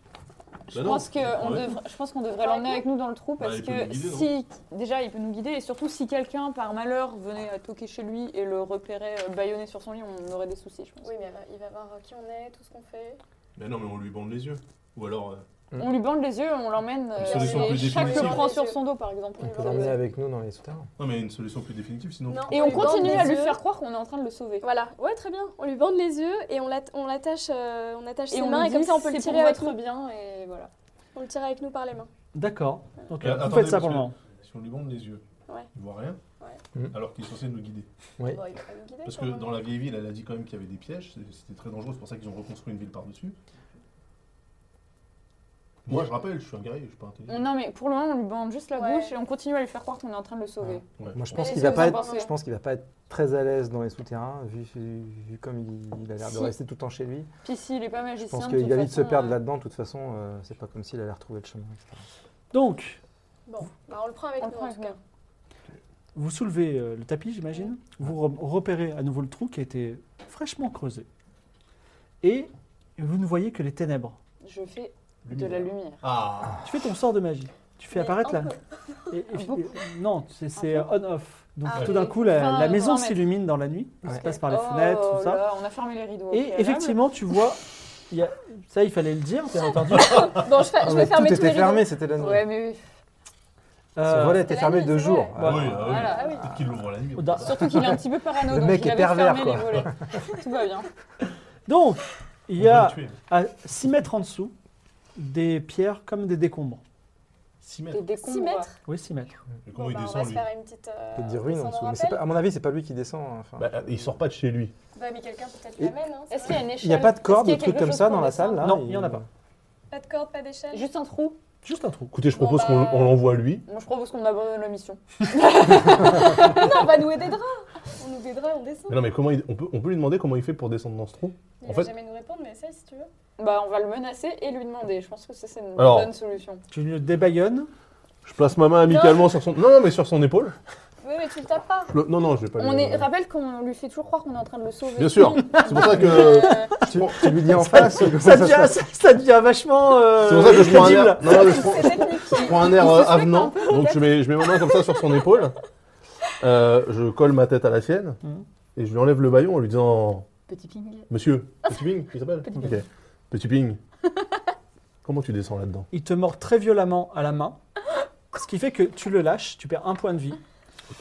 Speaker 3: Je
Speaker 6: Bah non.
Speaker 3: pense, que on
Speaker 6: Ouais.
Speaker 3: devra- je pense qu'on devrait l'emmener avec nous dans le trou
Speaker 6: Bah,
Speaker 3: parce
Speaker 6: il peut
Speaker 3: que
Speaker 6: nous guider,
Speaker 3: si déjà il peut nous guider et surtout si quelqu'un par malheur venait à toquer chez lui et le repérait euh, baïonné sur son lit, on aurait des soucis, je pense.
Speaker 5: Oui, mais il va- il va voir euh, qui on est, tout ce qu'on fait.
Speaker 6: Mais non, mais on lui bande les yeux. Ou alors. euh,
Speaker 3: On lui bande les yeux, on l'emmène euh,
Speaker 6: solution
Speaker 3: et
Speaker 6: plus
Speaker 3: chaque le
Speaker 6: définitive.
Speaker 3: prend sur son dos par exemple.
Speaker 4: On peut l'emmener avec nous dans les souterrains.
Speaker 6: Non, mais une solution plus définitive, sinon.
Speaker 5: Non.
Speaker 3: Et
Speaker 5: On
Speaker 3: on
Speaker 5: lui bande
Speaker 3: continue à
Speaker 5: les
Speaker 3: lui
Speaker 5: yeux.
Speaker 3: faire croire qu'on est en train de le sauver.
Speaker 5: Voilà, ouais, très bien. On lui bande les yeux et on l'att- on l'attache euh, on attache ses
Speaker 3: on
Speaker 5: mains
Speaker 3: lui
Speaker 5: et comme
Speaker 3: dit,
Speaker 5: ça on peut le
Speaker 3: c'est pour
Speaker 5: tirer avec
Speaker 3: votre
Speaker 5: nous.
Speaker 3: bien et voilà.
Speaker 5: On le tire avec nous par les mains.
Speaker 1: D'accord. Donc,
Speaker 6: Euh,
Speaker 1: euh, vous
Speaker 6: attendez,
Speaker 1: faites ça
Speaker 6: parce
Speaker 1: pour le
Speaker 6: que-
Speaker 1: moment.
Speaker 6: Si on lui bande les yeux,
Speaker 5: Ouais.
Speaker 6: il voit rien.
Speaker 4: Ouais.
Speaker 6: Alors qu'il est censé nous guider.
Speaker 4: Oui.
Speaker 5: Bon, il va pas nous guider.
Speaker 6: Parce
Speaker 5: quand
Speaker 6: que
Speaker 5: même.
Speaker 6: dans la vieille ville, elle a dit quand même qu'il y avait des pièges. c'est- C'était très dangereux, c'est pour ça qu'ils ont reconstruit une ville par-dessus. Moi, je rappelle, je suis un guerrier, je suis pas intelligent.
Speaker 3: Non mais pour le moment on lui bande juste la
Speaker 5: Ouais.
Speaker 3: bouche et on continue à lui faire croire qu'on est en train de le sauver.
Speaker 5: Mm.
Speaker 6: Ouais.
Speaker 4: Moi, je
Speaker 6: On-
Speaker 4: pense
Speaker 5: Mais
Speaker 4: qu'il va
Speaker 5: ça, vous
Speaker 4: pas
Speaker 5: en
Speaker 4: être,
Speaker 5: pensez
Speaker 4: je pense qu'il va pas être très à l'aise dans les souterrains, vu, vu comme il, il a l'air de
Speaker 3: Si.
Speaker 4: rester tout le temps chez lui.
Speaker 3: Puis s'il est pas magicien,
Speaker 4: Je pense
Speaker 3: de toute
Speaker 4: qu'il va vite se
Speaker 3: façon,
Speaker 4: perdre
Speaker 3: euh,
Speaker 4: là-dedans. De toute façon, euh, c'est pas comme s'il allait retrouver le chemin. etc.
Speaker 1: Donc,
Speaker 5: Bon, bah, on le prend avec
Speaker 3: On le
Speaker 5: nous
Speaker 3: prend
Speaker 5: en
Speaker 3: avec
Speaker 5: tout cas.
Speaker 1: vous soulevez euh, le tapis, j'imagine. Vous re- repérez à nouveau le trou qui a été fraîchement creusé. Et vous ne voyez que les ténèbres.
Speaker 3: Je fais de
Speaker 6: Lumière.
Speaker 3: la lumière.
Speaker 6: Ah
Speaker 1: Tu fais ton sort de magie. Tu fais
Speaker 5: Mais
Speaker 1: apparaître la.
Speaker 5: un peu.
Speaker 1: Et- et-
Speaker 3: Beaucoup.
Speaker 1: et- non, c'est- c'est on-off. Donc
Speaker 5: Ah
Speaker 1: tout
Speaker 5: oui.
Speaker 1: d'un coup, la, la
Speaker 3: Enfin,
Speaker 1: maison
Speaker 3: vingt mètres.
Speaker 1: s'illumine dans la nuit. Il se
Speaker 4: Ouais.
Speaker 1: passe par les
Speaker 3: Oh
Speaker 1: fenêtres, tout ça.
Speaker 3: là, on a fermé les rideaux. au
Speaker 1: Et
Speaker 3: préalable.
Speaker 1: effectivement, tu vois. il y a- ça, il fallait le dire, bien entendu.
Speaker 5: Bon, je, fa-
Speaker 4: Ah,
Speaker 5: je
Speaker 4: mais tout
Speaker 5: vais fermer tous les
Speaker 4: était
Speaker 5: rideaux.
Speaker 4: fermé, c'était la nuit.
Speaker 3: Ouais, mais
Speaker 1: Euh,
Speaker 4: Ce volet était
Speaker 5: la
Speaker 4: fermé
Speaker 5: nuit,
Speaker 4: deux
Speaker 5: c'est
Speaker 4: jours.
Speaker 5: vrai.
Speaker 6: Ah oui, ah oui.
Speaker 3: Voilà.
Speaker 5: Ah oui.
Speaker 6: Peut-être qu'il l'ouvre la nuit.
Speaker 1: Dans-
Speaker 6: peut-être.
Speaker 3: surtout qu'il est un petit peu parano.
Speaker 4: Le
Speaker 3: donc
Speaker 4: mec
Speaker 3: il
Speaker 4: est
Speaker 3: avait
Speaker 4: pervers,
Speaker 3: fermé les volets. Tout va bien.
Speaker 1: Donc, il
Speaker 6: On
Speaker 1: y
Speaker 6: peut
Speaker 1: a
Speaker 6: le tuer.
Speaker 1: à 6 mètres en dessous des pierres comme des décombres.
Speaker 6: 6
Speaker 3: Et
Speaker 6: mètres.
Speaker 3: dès qu'on
Speaker 5: 6
Speaker 3: voit-
Speaker 5: mètres.
Speaker 1: Oui, 6 mètres.
Speaker 6: Mais
Speaker 5: Bon,
Speaker 6: comment il
Speaker 5: bah, on va
Speaker 6: descend,
Speaker 5: se
Speaker 6: lui
Speaker 5: faire une petite. euh,
Speaker 4: Peut-être des ruines
Speaker 5: on
Speaker 4: en
Speaker 5: s'en
Speaker 4: dessous. Mais c'est
Speaker 5: rappelle.
Speaker 4: pas- à mon avis, c'est pas lui qui descend. hein. Enfin,
Speaker 2: Bah, il sort pas de chez lui.
Speaker 5: Bah, mais quelqu'un peut-être
Speaker 4: Et-
Speaker 5: l'amène. Hein,
Speaker 3: Est-ce
Speaker 5: c'est
Speaker 3: qu'il y a
Speaker 5: vrai.
Speaker 3: une échelle
Speaker 4: il n'y a pas de
Speaker 3: Est-ce
Speaker 4: corde,
Speaker 3: qu'il y
Speaker 4: de
Speaker 3: a
Speaker 4: trucs
Speaker 3: quelque
Speaker 4: comme
Speaker 3: chose
Speaker 4: ça
Speaker 3: pour
Speaker 4: dans la
Speaker 3: descendre
Speaker 4: salle là
Speaker 1: Non, il n'y en a pas.
Speaker 5: Pas de corde, pas d'échelle.
Speaker 3: Juste un trou.
Speaker 1: Juste un trou.
Speaker 2: Écoutez, je
Speaker 3: Bon,
Speaker 2: propose
Speaker 5: euh,
Speaker 2: qu'on
Speaker 3: bah-
Speaker 2: on l'envoie lui.
Speaker 3: Moi, je propose qu'on abandonne la mission.
Speaker 5: Non, on va nouer des draps. On noue des draps, on descend.
Speaker 2: Mais non, mais comment il- on, peut, on peut lui demander comment il fait pour descendre dans ce trou
Speaker 5: Il
Speaker 2: en
Speaker 5: va
Speaker 2: fait-
Speaker 5: jamais nous répondre, mais essaye si tu veux.
Speaker 3: Bah, on va le menacer et lui demander. Je pense que ça, c'est une
Speaker 2: Alors.
Speaker 3: bonne solution.
Speaker 1: Tu le débaillonnes.
Speaker 2: Je place ma main amicalement sur son. Non, non, mais sur son épaule.
Speaker 5: Oui, mais tu le tapes pas.
Speaker 2: Je le- Non, non, je vais pas
Speaker 3: On
Speaker 2: lui-
Speaker 3: est... Rappelle qu'on lui fait toujours croire qu'on est en train de le sauver.
Speaker 2: Bien sûr. C'est pour ça que.
Speaker 3: Euh,
Speaker 4: Tu, tu lui dis en face. comment
Speaker 1: Ça
Speaker 4: ça se
Speaker 1: devient,
Speaker 4: passe
Speaker 1: ça, ça devient vachement. euh,
Speaker 2: C'est pour ça que je prends un
Speaker 1: crédible.
Speaker 2: air. Non, non, mais je prends-
Speaker 5: C'est technique.
Speaker 2: je prends un air euh, avenant. Donc je mets, je mets ma main comme ça sur son épaule. Euh, je colle ma tête à la sienne
Speaker 3: Mm.
Speaker 1: Mhm.
Speaker 2: et je lui enlève le baillon en lui disant
Speaker 7: Petit ping.
Speaker 2: Monsieur, Petit Ping, il s'appelle
Speaker 7: Petit
Speaker 2: Ok. Petit Ping, comment tu descends là-dedans
Speaker 1: Il te mord très violemment à la main, ce qui fait que tu le lâches, tu perds un point de vie.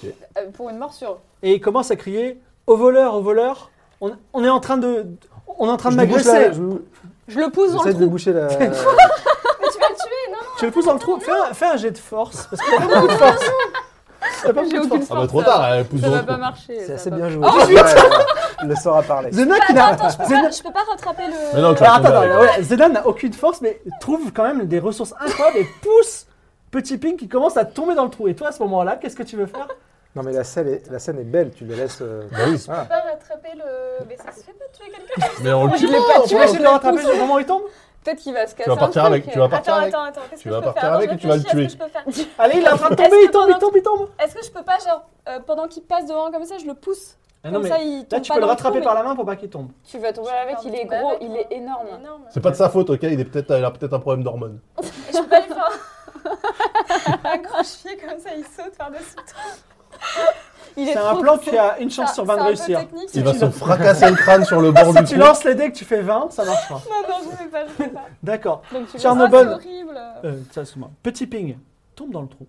Speaker 3: euh, pour une morsure.
Speaker 1: Et il commence à crier Au voleur, au voleur, on, on est en train de, on est en train de
Speaker 4: Je lui bouche la-
Speaker 1: m'agresser.
Speaker 4: je lui-
Speaker 3: Je le pousse dans
Speaker 4: J'essaie
Speaker 3: le
Speaker 4: de lui
Speaker 3: trou.
Speaker 4: boucher la.
Speaker 5: Mais tu vas le tuer, non
Speaker 1: Tu le pousses dans le trou, fais un, fais un jet de force, parce que t'as pas beaucoup de force. T'as pas
Speaker 3: J'ai
Speaker 1: beaucoup de
Speaker 3: aucune
Speaker 1: force.
Speaker 3: force.
Speaker 2: Ah bah trop
Speaker 3: ça va-
Speaker 2: tard, elle pousse
Speaker 3: Ça
Speaker 2: dans le
Speaker 3: va
Speaker 2: trou.
Speaker 3: pas marcher.
Speaker 4: C'est
Speaker 3: ça
Speaker 4: assez
Speaker 3: va
Speaker 4: bien
Speaker 3: pas-
Speaker 4: joué. Ouais, le sort à parler.
Speaker 1: Zenan, il a- Zenan-
Speaker 5: Je peux pas rattraper le.
Speaker 2: Mais non, tu
Speaker 1: Alors,
Speaker 2: vas
Speaker 1: attends,
Speaker 2: tomber.
Speaker 1: attends, voilà, Zenan n'a aucune force, mais trouve quand même des ressources incroyables et pousse Petit Ping qui commence à tomber dans le trou. Et toi, à ce moment-là, qu'est-ce que tu veux faire
Speaker 4: Non mais la scène est, la scène est belle, tu le laisses. euh,
Speaker 2: Bah oui,
Speaker 4: ah.
Speaker 5: Je peux pas rattraper le. Mais ça se fait pas de tuer quelqu'un.
Speaker 2: mais on le
Speaker 1: Tu
Speaker 2: tue.
Speaker 1: l'es pas, tu vas essayer de le rattraper au moment où il tombe
Speaker 3: Peut-être qu'il va se casser.
Speaker 2: Tu vas
Speaker 3: un
Speaker 2: partir
Speaker 3: truc,
Speaker 2: avec. Tu
Speaker 3: euh,
Speaker 2: vas partir
Speaker 5: Attends,
Speaker 2: avec.
Speaker 5: attends, attends, attends. Qu'est-ce
Speaker 2: Tu
Speaker 5: que
Speaker 2: vas
Speaker 5: je peux
Speaker 2: partir
Speaker 5: faire
Speaker 2: avec
Speaker 5: Attends,
Speaker 2: et
Speaker 5: je
Speaker 2: tu vas le
Speaker 5: réfléchis à ce
Speaker 2: tuer.
Speaker 5: que je peux faire.
Speaker 1: Allez, il est en train de tomber,
Speaker 5: Est-ce
Speaker 1: il
Speaker 5: que
Speaker 1: tombe, il
Speaker 5: pendant-
Speaker 1: tombe, il tombe
Speaker 5: Est-ce que je peux pas, genre, euh, pendant qu'il passe devant comme ça, je le pousse
Speaker 1: Ah non,
Speaker 5: Comme
Speaker 1: mais
Speaker 5: ça, il tombe
Speaker 1: Là, tu
Speaker 5: pas
Speaker 1: peux le
Speaker 5: dans
Speaker 1: rattraper
Speaker 5: trou,
Speaker 1: par la main pour pas qu'il tombe.
Speaker 3: Tu vas tomber
Speaker 5: J'ai
Speaker 3: avec,
Speaker 5: peur
Speaker 3: il
Speaker 5: de
Speaker 3: est
Speaker 5: tomber
Speaker 3: gros,
Speaker 5: avec,
Speaker 3: il
Speaker 5: moi.
Speaker 3: est énorme.
Speaker 5: mais- Énorme.
Speaker 2: C'est pas de sa faute, ok Il est peut-être, elle a peut-être un problème d'hormones.
Speaker 5: Et je peux pas lui faire un grand chier comme ça, il saute par-dessus tout.
Speaker 3: Il est
Speaker 1: C'est un
Speaker 3: trop
Speaker 1: plan
Speaker 3: gros.
Speaker 1: qui a une chance
Speaker 5: Ça-
Speaker 1: sur 20 de
Speaker 5: c'est un peu
Speaker 1: réussir.
Speaker 5: technique.
Speaker 2: Il va se fracasser le crâne sur le bord
Speaker 1: Si
Speaker 2: du
Speaker 1: tu
Speaker 2: trou.
Speaker 1: lances les dés et que tu fais 20, ça marche pas.
Speaker 5: Non, non, je ne pas, je ne pas.
Speaker 1: D'accord.
Speaker 3: Donc tu vas-
Speaker 5: Ah,
Speaker 1: Tchernobyl.
Speaker 5: c'est horrible.
Speaker 1: Euh, tiens, excuse-moi. Petit ping tombe dans le trou.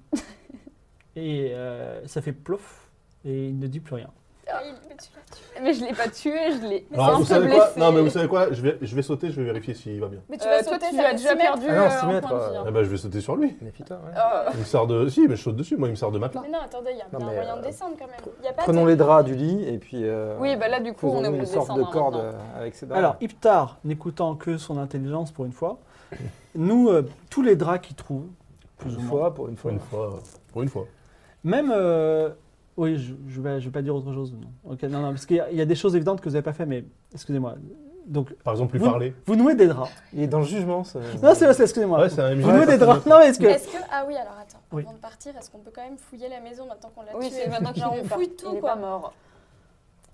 Speaker 1: Et euh, ça fait plof. Et il ne dit plus rien.
Speaker 5: Ah, il- mais tu l'as tué.
Speaker 3: Mais je l'ai pas tué, je l'ai.
Speaker 2: Alors, Ah, vous
Speaker 3: c'est un peu
Speaker 2: savez quoi
Speaker 3: blessé.
Speaker 2: Non, mais vous savez quoi je vais, je vais sauter, je vais vérifier s'il va bien.
Speaker 5: Mais tu
Speaker 3: Euh,
Speaker 5: vas
Speaker 3: toi,
Speaker 5: sauter,
Speaker 3: tu
Speaker 5: ça
Speaker 3: as
Speaker 5: va
Speaker 3: déjà
Speaker 5: six mètres.
Speaker 3: perdu
Speaker 4: Ah non,
Speaker 3: euh,
Speaker 4: six
Speaker 3: un
Speaker 4: mets,
Speaker 3: point de vie.
Speaker 4: toi.
Speaker 2: Eh
Speaker 3: hein.
Speaker 2: ben, je vais sauter sur lui.
Speaker 4: Mais putain, ouais.
Speaker 3: Ah,
Speaker 2: Il me sert de. Si, mais je saute dessus, moi, il me sert de matelas.
Speaker 5: Mais non, attendez, il y a
Speaker 4: Non,
Speaker 5: un
Speaker 4: mais,
Speaker 5: moyen de
Speaker 4: euh,
Speaker 5: descendre quand même. Il y a pas
Speaker 4: Prenons
Speaker 5: de-
Speaker 4: les draps du lit et puis. euh,
Speaker 3: Oui, bah là, du coup, on
Speaker 4: faisons
Speaker 3: est obligé
Speaker 4: une
Speaker 3: de
Speaker 4: sorte
Speaker 3: descendre.
Speaker 4: de corde
Speaker 3: maintenant.
Speaker 4: euh, avec ses draps.
Speaker 1: Alors, Iptar, n'écoutant que son intelligence pour une fois, nous, euh, tous les draps qu'il trouve,
Speaker 4: Pour
Speaker 1: plus ou
Speaker 4: une
Speaker 1: moins,
Speaker 4: fois, pour une
Speaker 2: Pour
Speaker 4: fois.
Speaker 2: une fois. Pour une fois.
Speaker 1: même. euh, oui, je ne vais, je vais pas dire autre chose. Non, Ok, non, non parce qu'il y a- il y, a des choses évidentes que vous n'avez pas fait, mais excusez-moi. Donc,
Speaker 2: Par exemple, lui
Speaker 1: Oui.
Speaker 2: parler.
Speaker 1: vous nouez des draps.
Speaker 4: Il est dans le jugement. ce-
Speaker 1: Non, c'est c'est- excusez-moi.
Speaker 2: Ouais, c'est un
Speaker 1: vous nouez des draps. Non, mais est-ce que.
Speaker 5: Est-ce que. Ah oui, alors attends.
Speaker 1: Oui.
Speaker 5: Avant de partir, est-ce qu'on peut quand même fouiller la maison maintenant qu'on l'a
Speaker 3: Oui,
Speaker 5: tué
Speaker 3: c'est maintenant qu'il
Speaker 5: Genre,
Speaker 3: est
Speaker 5: on
Speaker 3: pas-
Speaker 5: fouille tout,
Speaker 3: il est
Speaker 5: quoi.
Speaker 3: pas mort.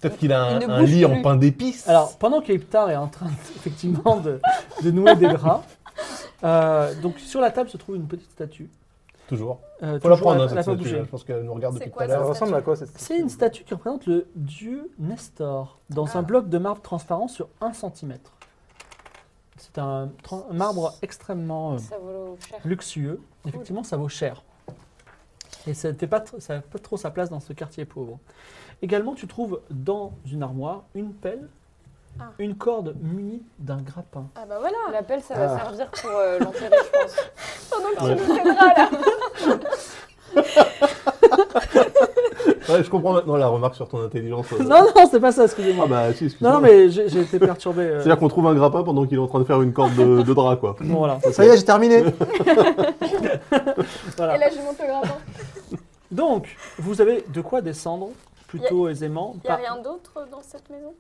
Speaker 2: Peut-être qu'il a un,
Speaker 3: Il ne
Speaker 2: un
Speaker 3: bouge
Speaker 2: lit en
Speaker 3: plus.
Speaker 2: pain d'épices.
Speaker 1: Alors, pendant qu'Eptar est en train, effectivement, de, de nouer des draps, euh, donc sur la table se trouve une petite statue.
Speaker 2: Toujours.
Speaker 1: Euh,
Speaker 2: Faut la
Speaker 1: toujours,
Speaker 2: prendre,
Speaker 1: elle
Speaker 2: hein,
Speaker 1: a
Speaker 2: cette
Speaker 1: pas
Speaker 2: statue.
Speaker 1: bougé.
Speaker 2: Je pense qu'elle nous regarde
Speaker 5: C'est
Speaker 2: depuis tout
Speaker 5: quoi,
Speaker 2: à
Speaker 5: ça
Speaker 4: Elle
Speaker 2: l'heure.
Speaker 4: ressemble à quoi cette
Speaker 1: C'est une statue qui représente le dieu Nestor dans un
Speaker 5: Ah.
Speaker 1: bloc de marbre transparent sur 1 cm. C'est un tran- un marbre extrêmement euh,
Speaker 3: Ça vaut cher.
Speaker 1: luxueux. Effectivement, ça vaut cher. Et ça n'a pas, tr- ça a pas trop sa place dans ce quartier pauvre. Également, tu trouves dans une armoire une pelle,
Speaker 5: Ah.
Speaker 1: une corde munie d'un grappin.
Speaker 5: Ah bah voilà.
Speaker 3: L'appel, ça va
Speaker 4: Ah.
Speaker 3: servir pour euh, l'enterrer, je pense.
Speaker 5: Pendant que
Speaker 2: Ouais.
Speaker 5: tu nous aideras là.
Speaker 2: Ouais, je comprends maintenant la remarque sur ton intelligence. euh.
Speaker 1: Non, non, c'est pas ça, excusez-moi.
Speaker 2: Ah bah, si, excuse-moi.
Speaker 1: non, non, mais j'ai j'ai été perturbé. euh,
Speaker 2: C'est-à-dire qu'on trouve un grappin pendant qu'il est en train de faire une corde de, de drap, quoi.
Speaker 1: bon, voilà.
Speaker 4: Ça y est, j'ai terminé.
Speaker 1: voilà.
Speaker 5: Et là, je monte le grappin.
Speaker 1: Donc, vous avez de quoi descendre plutôt aisément.
Speaker 5: Il y a
Speaker 1: Pas-
Speaker 5: rien d'autre dans cette maison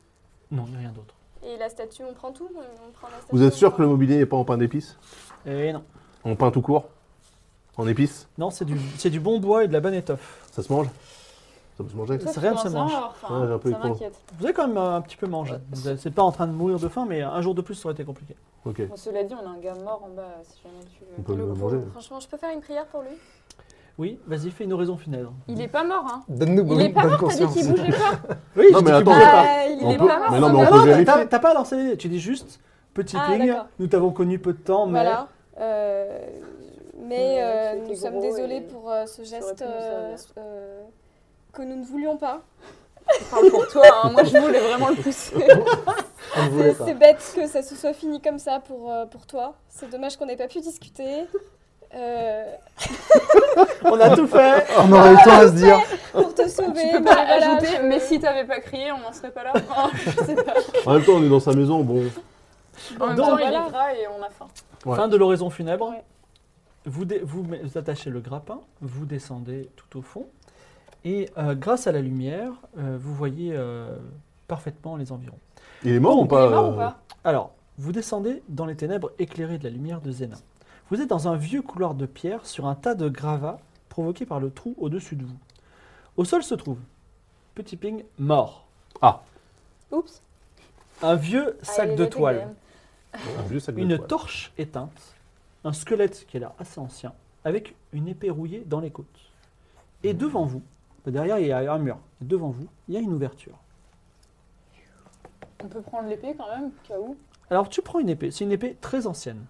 Speaker 1: Non, il n'y a rien d'autre.
Speaker 5: Et la statue, on prend tout on- on prend la statue,
Speaker 2: Vous êtes
Speaker 5: on
Speaker 2: sûr
Speaker 5: prend-
Speaker 2: que le mobilier n'est pas en pain d'épices
Speaker 1: Et Eh non.
Speaker 2: En pain tout court En épices
Speaker 1: Non, c'est du, c'est du bon bois et de la bonne étoffe.
Speaker 2: Ça se mange Ça peut se manger
Speaker 1: Ça, rien ne se mange.
Speaker 2: Ouais, j'ai un peu
Speaker 3: ça
Speaker 2: eu peur.
Speaker 3: m'inquiète.
Speaker 1: Vous avez quand même euh, un petit peu mangé. Vous êtes- C'est pas en train de mourir de faim, mais un jour de plus, ça aurait été compliqué.
Speaker 2: Ok.
Speaker 3: Bon, cela dit, on a un gars mort en bas, euh, si jamais tu
Speaker 2: On
Speaker 3: veux.
Speaker 2: peut
Speaker 5: Le
Speaker 2: le
Speaker 5: gros,
Speaker 2: manger.
Speaker 5: Franchement, je peux faire une prière pour lui
Speaker 1: Oui, vas-y, fais une oraison funèbre.
Speaker 3: Il est pas mort, hein
Speaker 4: Donne-nous
Speaker 3: Il est
Speaker 4: Bah bonne,
Speaker 3: pas mort,
Speaker 4: bonne
Speaker 3: t'as dit
Speaker 4: conscience.
Speaker 3: qu'il bougeait pas
Speaker 1: Oui,
Speaker 2: Non,
Speaker 1: j'ai dit
Speaker 2: mais attends,
Speaker 1: que-
Speaker 2: on est pas-
Speaker 3: Ah, Il
Speaker 2: on
Speaker 3: est
Speaker 2: peut-
Speaker 3: pas mort,
Speaker 2: mais non,
Speaker 3: ça
Speaker 2: mais on
Speaker 3: va.
Speaker 2: peut
Speaker 1: Non, t'as-
Speaker 2: vérifier.
Speaker 1: t'as, t'as pas lancé les dés. Tu dis juste, petit
Speaker 5: Ah,
Speaker 1: ping,
Speaker 5: d'accord.
Speaker 1: nous t'avons connu peu de temps, mais
Speaker 5: Voilà. Euh, mais
Speaker 3: Mais
Speaker 5: euh,
Speaker 3: tu étais
Speaker 5: nous sommes
Speaker 3: gros
Speaker 5: désolés
Speaker 3: et
Speaker 5: pour euh, ce
Speaker 3: ça aurait
Speaker 5: geste
Speaker 3: pu nous
Speaker 5: euh,
Speaker 3: servir.
Speaker 5: euh, que nous ne voulions pas.
Speaker 3: Je parle pour toi, hein. moi je voulais vraiment le pousser.
Speaker 4: On ne voulait
Speaker 5: C'est
Speaker 4: pas.
Speaker 5: c'est bête que ça se soit fini comme ça pour, euh, pour toi. C'est dommage qu'on n'ait pas pu discuter. Euh,
Speaker 1: on a tout fait.
Speaker 4: On aurait eu le temps à se dire.
Speaker 5: pour te
Speaker 3: Tu
Speaker 5: sauver.
Speaker 3: peux
Speaker 5: mais
Speaker 3: pas
Speaker 5: voilà,
Speaker 3: ajouter,
Speaker 5: je-
Speaker 3: mais si t'avais pas crié, on n'en serait pas là. Oh, je sais pas.
Speaker 2: En même temps, on est dans sa maison, bon.
Speaker 3: En même
Speaker 1: Donc,
Speaker 3: temps, il
Speaker 5: voilà.
Speaker 3: est gras et on a faim.
Speaker 2: Ouais.
Speaker 1: Fin de l'oraison funèbre.
Speaker 5: Ouais.
Speaker 1: Vous, dé- vous, met- vous attachez le grappin, vous descendez tout au fond, et euh, grâce à la lumière, euh, vous voyez euh, parfaitement les environs.
Speaker 2: Il est mort ou
Speaker 3: Il
Speaker 2: pas
Speaker 3: est mort
Speaker 2: euh,
Speaker 3: ou pas
Speaker 1: Alors, vous descendez dans les ténèbres éclairées de la lumière de Zéna. Vous êtes dans un vieux couloir de pierre sur un tas de gravats provoqués par le trou au-dessus de vous. Au sol se trouve, petit ping, mort,
Speaker 5: Oups.
Speaker 1: un vieux
Speaker 5: Ah,
Speaker 1: sac
Speaker 5: il est
Speaker 1: de
Speaker 5: noté
Speaker 1: toile.
Speaker 5: quand même.
Speaker 2: Un vieux sac de
Speaker 1: une
Speaker 2: toile.
Speaker 1: torche éteinte, un squelette qui a l'air assez ancien, avec une épée rouillée dans les côtes. Et devant vous, derrière il y a un mur, devant vous, il y a une ouverture.
Speaker 3: On peut prendre l'épée quand même, au cas où.
Speaker 1: Alors tu prends une épée, c'est une épée très ancienne.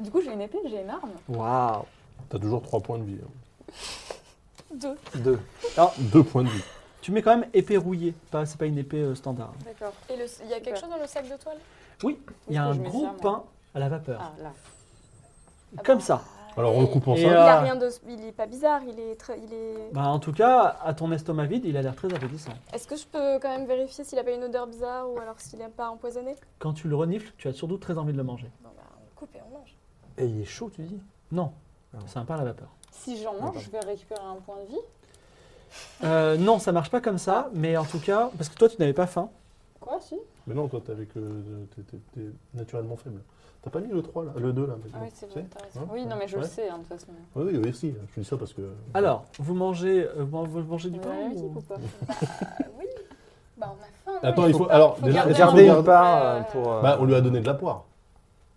Speaker 3: Du coup, j'ai une épée, j'ai une arme.
Speaker 1: Waouh
Speaker 2: T'as toujours 3 points de vie. hein.
Speaker 5: Deux.
Speaker 4: Deux.
Speaker 2: Deux points de vie.
Speaker 1: Tu mets quand même épée rouillée, pas, c'est pas une épée euh, standard.
Speaker 3: D'accord.
Speaker 5: Et le- il y a quelque
Speaker 3: Super.
Speaker 5: chose dans le sac de toile
Speaker 1: Il y a
Speaker 3: Est-ce que
Speaker 1: un
Speaker 3: je mets
Speaker 1: gros
Speaker 3: ça, moi
Speaker 1: pain à la vapeur,
Speaker 3: Ah, là.
Speaker 1: comme ça.
Speaker 2: Alors on le coupe en
Speaker 1: Et
Speaker 5: Il
Speaker 2: cinq.
Speaker 5: n'y
Speaker 1: euh,
Speaker 5: a rien de. Il est pas bizarre, il est. très- il est...
Speaker 1: Bah, en tout cas, à ton estomac vide, il a l'air très appétissant.
Speaker 5: Est-ce que je peux quand même vérifier s'il a pas une odeur bizarre ou alors s'il n'est pas empoisonné
Speaker 1: Quand tu le renifles, tu as surtout très envie de le manger.
Speaker 5: Bon bah on coupe et on mange.
Speaker 4: Et il est chaud, tu dis
Speaker 1: Non,
Speaker 4: Ah bon.
Speaker 1: c'est un pain à la vapeur.
Speaker 3: Si j'en mange, je vais récupérer un point de vie.
Speaker 1: Euh, non, ça marche pas comme
Speaker 3: Ah.
Speaker 1: ça, mais en tout cas, parce que toi tu n'avais pas faim.
Speaker 3: Quoi, si
Speaker 2: Mais non, toi, t'es avec, euh, t'es- t'es- t'es naturellement faible. T'as pas mis le 3 là, le 2 là.
Speaker 3: Ah
Speaker 2: maintenant,
Speaker 3: oui, c'est vrai,
Speaker 2: tu sais
Speaker 3: t'as raison.
Speaker 2: Hein
Speaker 3: Oui, non, mais je
Speaker 2: Ouais.
Speaker 3: le sais, hein, de toute façon.
Speaker 2: Oui, oui, oui, si. Je dis ça parce que.
Speaker 1: Alors, vous mangez, euh, vous vous mangez du
Speaker 3: On
Speaker 1: pain
Speaker 3: a la
Speaker 1: ou-
Speaker 3: musique ou pas
Speaker 5: oui. Bah on a faim.
Speaker 2: Attends, il faut. Alors,
Speaker 3: faut
Speaker 2: déjà,
Speaker 3: garder
Speaker 2: est-ce
Speaker 3: un
Speaker 2: qu'on
Speaker 4: Regardez une
Speaker 2: garde-
Speaker 4: part
Speaker 3: Euh,
Speaker 4: euh, pour. euh,
Speaker 2: Bah, on lui a donné de la poire.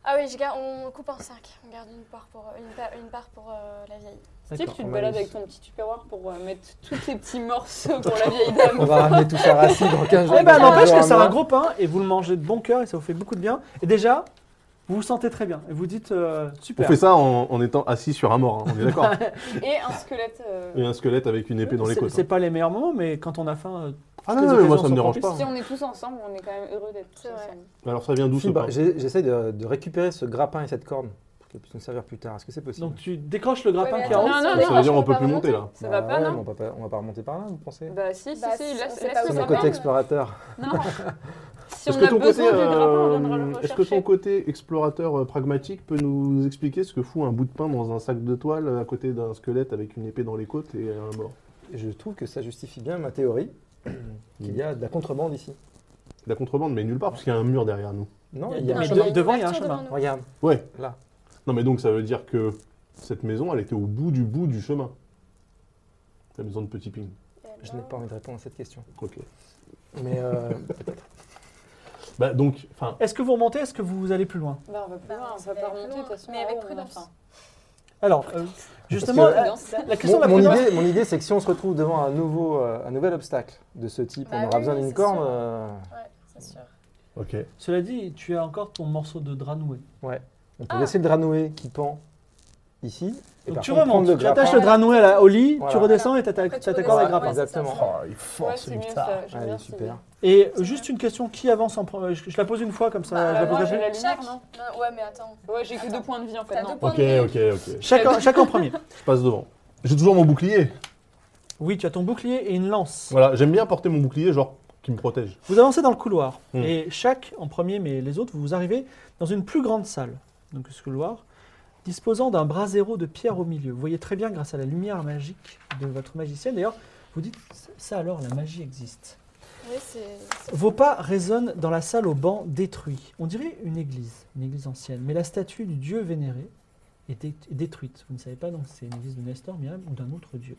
Speaker 5: Ah oui, je garde- on coupe en cinq. On garde une part pour, euh, une part, une part pour euh, la vieille.
Speaker 3: Steve,
Speaker 1: D'accord.
Speaker 3: tu te
Speaker 4: on
Speaker 3: balades
Speaker 4: va
Speaker 3: avec ton petit tupperware pour euh, mettre tous tes petits morceaux pour la vieille dame.
Speaker 4: On va ramener tout ça à Racine dans 15 jours.
Speaker 1: Eh ben, n'empêche que
Speaker 4: Dans
Speaker 1: c'est
Speaker 4: mois.
Speaker 1: un gros pain et vous le mangez de bon cœur et ça vous fait beaucoup de bien. Et déjà, vous vous sentez très bien et vous dites euh,
Speaker 2: On
Speaker 1: super.
Speaker 2: fait ça en, en étant assis sur un mort, hein, on est d'accord
Speaker 3: Et un squelette. euh,
Speaker 2: Et un squelette avec une épée dans les
Speaker 1: C'est-
Speaker 2: côtes.
Speaker 1: C'est
Speaker 2: hein.
Speaker 1: pas les meilleurs moments, mais quand on a faim, euh,
Speaker 2: Ah
Speaker 1: toutes
Speaker 2: non,
Speaker 1: les
Speaker 2: non, mais moi
Speaker 1: occasions
Speaker 2: ça me
Speaker 1: sont
Speaker 2: dérange
Speaker 1: propices.
Speaker 2: pas.
Speaker 3: Si on est tous ensemble, on est quand même heureux d'être tous
Speaker 5: C'est vrai.
Speaker 3: ensemble.
Speaker 2: Alors ça vient d'où ce
Speaker 4: Fibre,
Speaker 2: pain
Speaker 4: j'ai- J'essaie de, de récupérer ce grappin et cette corne pour qu'elle puisse nous servir plus tard. Est-ce que c'est possible Bah
Speaker 1: donc tu décroches le grappin
Speaker 5: Ouais, mais
Speaker 1: qui est en
Speaker 5: attends,
Speaker 1: haut.
Speaker 3: Non, non,
Speaker 2: Ça
Speaker 3: non,
Speaker 2: veut dire
Speaker 3: je
Speaker 2: on
Speaker 3: peux
Speaker 2: peut
Speaker 3: pas
Speaker 2: plus monter
Speaker 3: remonter.
Speaker 2: là.
Speaker 3: Ça va
Speaker 4: Bah
Speaker 3: pas,
Speaker 4: ouais,
Speaker 3: non
Speaker 4: mais on va pas, on va pas remonter par là, vous pensez
Speaker 3: Bah si, si,
Speaker 5: Bah,
Speaker 3: si,
Speaker 5: si,
Speaker 3: laisse,
Speaker 5: c'est
Speaker 3: laisse
Speaker 5: pas
Speaker 3: le
Speaker 4: C'est mon
Speaker 5: où ça
Speaker 3: faire.
Speaker 4: côté
Speaker 5: mène.
Speaker 4: explorateur.
Speaker 3: Non, non. Si
Speaker 2: Est-ce
Speaker 3: on
Speaker 2: que
Speaker 3: a
Speaker 2: ton
Speaker 3: besoin
Speaker 2: côté,
Speaker 3: du grappin, on
Speaker 2: euh,
Speaker 3: viendra le
Speaker 2: est-ce que ton
Speaker 3: rechercher.
Speaker 2: côté explorateur euh, pragmatique peut nous expliquer ce que fout un bout de pain dans un sac de toile euh, à côté d'un squelette avec une épée dans les côtes et un mort
Speaker 4: Je trouve que ça justifie bien ma théorie qu'il y a de la contrebande ici.
Speaker 2: De La contrebande, mais nulle part parce qu'il y a un mur derrière nous.
Speaker 4: Non,
Speaker 1: Il y a-
Speaker 4: il y
Speaker 5: Ah,
Speaker 4: a un
Speaker 1: mais
Speaker 4: chemin.
Speaker 1: de- devant, il y a un
Speaker 5: Ouverture
Speaker 1: chemin.
Speaker 5: devant nous.
Speaker 4: Regarde.
Speaker 2: Ouais.
Speaker 4: Là.
Speaker 2: Non, mais donc ça veut dire que cette maison, elle était au bout du bout du chemin. La maison de Petit Ping.
Speaker 5: Et
Speaker 4: Je
Speaker 5: alors
Speaker 4: n'ai pas envie de répondre à cette question.
Speaker 2: Ok.
Speaker 4: Mais euh,
Speaker 2: Bah donc, enfin,
Speaker 1: Est-ce que vous remontez Est-ce que vous allez plus loin
Speaker 3: Bah, on va pas,
Speaker 5: Bah,
Speaker 3: on va
Speaker 5: mais
Speaker 3: pas
Speaker 5: avec
Speaker 3: remonter, de toute
Speaker 5: prudence.
Speaker 3: façon.
Speaker 5: Mais avec hein.
Speaker 3: là-haut, on a
Speaker 5: prudence.
Speaker 3: faim.
Speaker 1: Alors, euh, justement,
Speaker 4: Parce que-
Speaker 5: Bah,
Speaker 1: la, la question
Speaker 4: mon,
Speaker 1: de la
Speaker 4: mon
Speaker 1: prudence-
Speaker 4: idée, mon idée, c'est que si on se retrouve devant un, nouveau, euh, un nouvel obstacle de ce type,
Speaker 5: Bah
Speaker 4: on aura
Speaker 5: oui,
Speaker 4: besoin d'une
Speaker 5: c'est
Speaker 4: corne.
Speaker 5: sûr.
Speaker 4: euh,
Speaker 5: Ouais, c'est sûr.
Speaker 2: ok.
Speaker 1: Cela dit, tu as encore ton morceau de drap noué.
Speaker 4: on peut
Speaker 5: Ah.
Speaker 4: laisser le drap noué qui pend ici. Et
Speaker 1: Donc
Speaker 4: par
Speaker 1: tu
Speaker 4: contre, prendre
Speaker 1: remontes, tu attaches le
Speaker 4: grappin.
Speaker 1: drap noué à la- au lit, tu
Speaker 4: Voilà.
Speaker 1: redescends et t'atta-
Speaker 5: Après, tu
Speaker 1: t'accordes avec
Speaker 5: redescends,
Speaker 1: grappin.
Speaker 5: ouais, c'est ça.
Speaker 4: Exactement.
Speaker 2: il
Speaker 3: Ouais, c'est mieux ça. J'aime
Speaker 4: Allez,
Speaker 3: bien cette idée.
Speaker 4: super.
Speaker 1: Et
Speaker 5: C'est
Speaker 1: juste
Speaker 5: vrai.
Speaker 1: une question qui avance en premier je, je la pose une fois comme ça,
Speaker 5: Bah,
Speaker 1: je la
Speaker 5: moi,
Speaker 1: pose
Speaker 5: je
Speaker 1: après.
Speaker 3: la lumière,
Speaker 5: Chaque-
Speaker 3: non
Speaker 5: Non, ouais, mais attends.
Speaker 3: Ouais, j'ai que deux points de vie en fait.
Speaker 5: Bah, T'as
Speaker 3: non.
Speaker 5: deux points
Speaker 2: Ok,
Speaker 5: de vie.
Speaker 2: ok, ok.
Speaker 1: Chacun, chacun en premier.
Speaker 2: Je passe devant. J'ai toujours mon bouclier.
Speaker 1: Oui, tu as ton bouclier et une lance.
Speaker 2: Voilà, j'aime bien porter mon bouclier, genre, qui me protège.
Speaker 1: Vous avancez dans le couloir
Speaker 2: Hmm.
Speaker 1: et chaque en premier, mais les autres, vous arrivez dans une plus grande salle. Donc ce couloir, disposant d'un brasero de pierre au milieu. Vous voyez très bien grâce à la lumière magique de votre magicienne. D'ailleurs, vous dites ça alors, la magie existe.
Speaker 5: Oui, c'est.
Speaker 1: Vos pas résonnent dans la salle au banc détruit. On dirait une église, une église ancienne, mais la statue du dieu vénéré est dé- est détruite. Vous ne savez pas donc si c'est une église de Nestor, Myriam ou d'un autre dieu.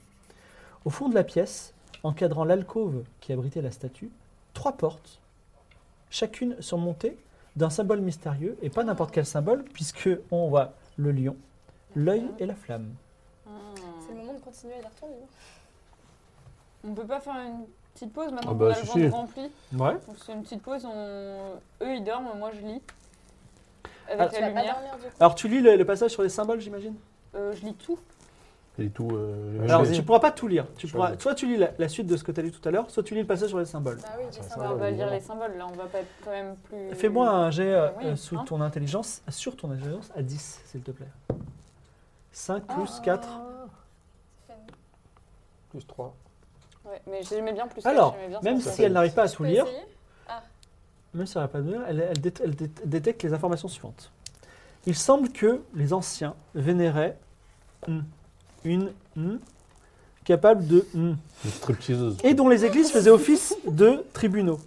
Speaker 1: Au fond de la pièce, encadrant l'alcôve qui abritait la statue, trois portes, chacune surmontée d'un symbole mystérieux, et pas n'importe quel symbole, puisque on voit le lion, l'œil et la flamme.
Speaker 5: C'est le moment de continuer à y retourner. non
Speaker 3: Hmm. On peut pas faire une petite pause maintenant
Speaker 2: Ah
Speaker 3: qu'on
Speaker 2: bah,
Speaker 3: a le
Speaker 2: si,
Speaker 3: ventre
Speaker 2: si.
Speaker 3: rempli.
Speaker 1: Ouais.
Speaker 3: On se fait une petite pause, on... eux ils dorment, moi je lis. Avec
Speaker 1: Alors,
Speaker 5: Ah, Tu
Speaker 3: la
Speaker 5: vas pas
Speaker 3: lumière.
Speaker 5: dormir du coup.
Speaker 1: Alors tu lis le, le passage sur les symboles, j'imagine
Speaker 3: Euh, je lis tout.
Speaker 2: Et tout. euh,
Speaker 1: Alors
Speaker 2: je-
Speaker 1: tu pourras pas tout lire. Tu pourras,
Speaker 2: Choisis.
Speaker 1: soit tu lis la, la suite de ce que tu as lu tout à l'heure, soit tu lis le passage sur les symboles.
Speaker 5: Bah oui, j'ai
Speaker 4: Ça,
Speaker 5: ça.
Speaker 3: on
Speaker 4: ça va,
Speaker 3: va lire
Speaker 4: évidemment.
Speaker 3: les symboles, là on va pas être quand même plus.
Speaker 1: Fais-moi un jet euh,
Speaker 3: Oui,
Speaker 1: euh, sous
Speaker 3: hein.
Speaker 1: ton intelligence, sur ton intelligence à 10, s'il te plaît. 5
Speaker 3: Ah,
Speaker 1: plus 4.
Speaker 4: Plus 3.
Speaker 3: Ouais, mais j'aimais bien plus.
Speaker 1: Alors,
Speaker 3: ça, j'aimais bien
Speaker 1: Même
Speaker 3: ça.
Speaker 1: si elle n'arrive pas à tout lire,
Speaker 5: essayer
Speaker 1: même si elle n'arrive pas à tout lire, elle, elle dét- elle dét- détecte les informations suivantes. Il semble que les anciens vénéraient hmm, une hmm, capable de hmm,
Speaker 2: Une stripteaseuse.
Speaker 1: et dont les églises faisaient office de tribunaux.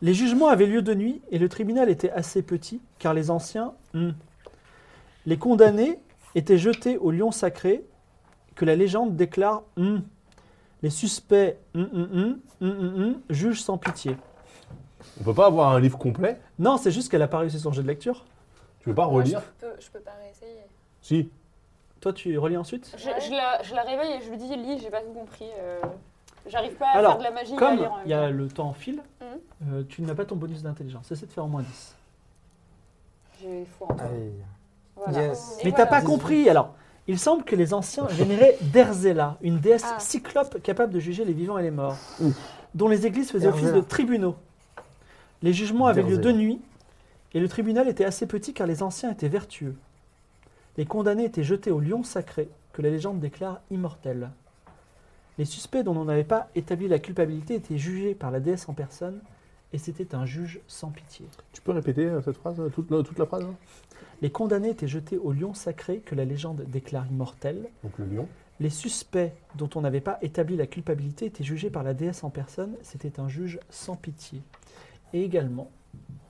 Speaker 1: Les jugements avaient lieu de nuit et le tribunal était assez petit car les anciens, hmm, les condamnés étaient jetés au lion sacré que la légende déclare hmm. les suspects hmm, hmm, hmm, hmm, hmm, hmm, jugent sans pitié.
Speaker 2: On peut pas avoir un livre complet
Speaker 1: Non, c'est juste qu'elle a pas réussi son jeu de lecture.
Speaker 2: Tu veux pas relire
Speaker 5: je, peux, je peux pas réessayer.
Speaker 2: Si.
Speaker 1: Toi, tu relis ensuite
Speaker 3: Je, je la, je la réveille et je lui dis Lis, j'ai pas tout compris. euh, J'arrive pas à
Speaker 1: Alors,
Speaker 3: faire de la magie euh, et à
Speaker 1: Comme
Speaker 3: lire en même
Speaker 1: il y a
Speaker 3: temps.
Speaker 1: le temps file,
Speaker 3: Mhm.
Speaker 1: euh, tu n'as pas ton bonus d'intelligence. Essaie de faire au moins 10.
Speaker 3: J'ai foi
Speaker 5: Ah.
Speaker 3: en toi.
Speaker 4: Allez.
Speaker 3: Voilà.
Speaker 4: Yes.
Speaker 3: Et
Speaker 1: Mais
Speaker 3: voilà.
Speaker 1: t'as pas
Speaker 4: 18.
Speaker 1: compris, alors. Il semble que les anciens vénéraient Derzela, une déesse
Speaker 5: Ah.
Speaker 1: cyclope capable de juger les vivants et les morts,
Speaker 4: Ouh.
Speaker 1: dont les églises faisaient office de
Speaker 4: Derzella.
Speaker 1: tribunaux. Les jugements avaient lieu de
Speaker 4: Derzella.
Speaker 1: nuit, et le tribunal était assez petit car les anciens étaient vertueux. Les condamnés étaient jetés au lion sacré, que la légende déclare immortel. Les suspects dont on n'avait pas établi la culpabilité étaient jugés par la déesse en personne, et c'était un juge sans pitié.
Speaker 2: Tu peux répéter euh, cette phrase, euh, toute, la- toute la phrase hein
Speaker 1: Les condamnés étaient jetés au lion sacré, que la légende déclare immortel.
Speaker 2: Donc le lion.
Speaker 1: Les suspects dont on n'avait pas établi la culpabilité étaient jugés par la déesse en personne. C'était un juge sans pitié. Et également,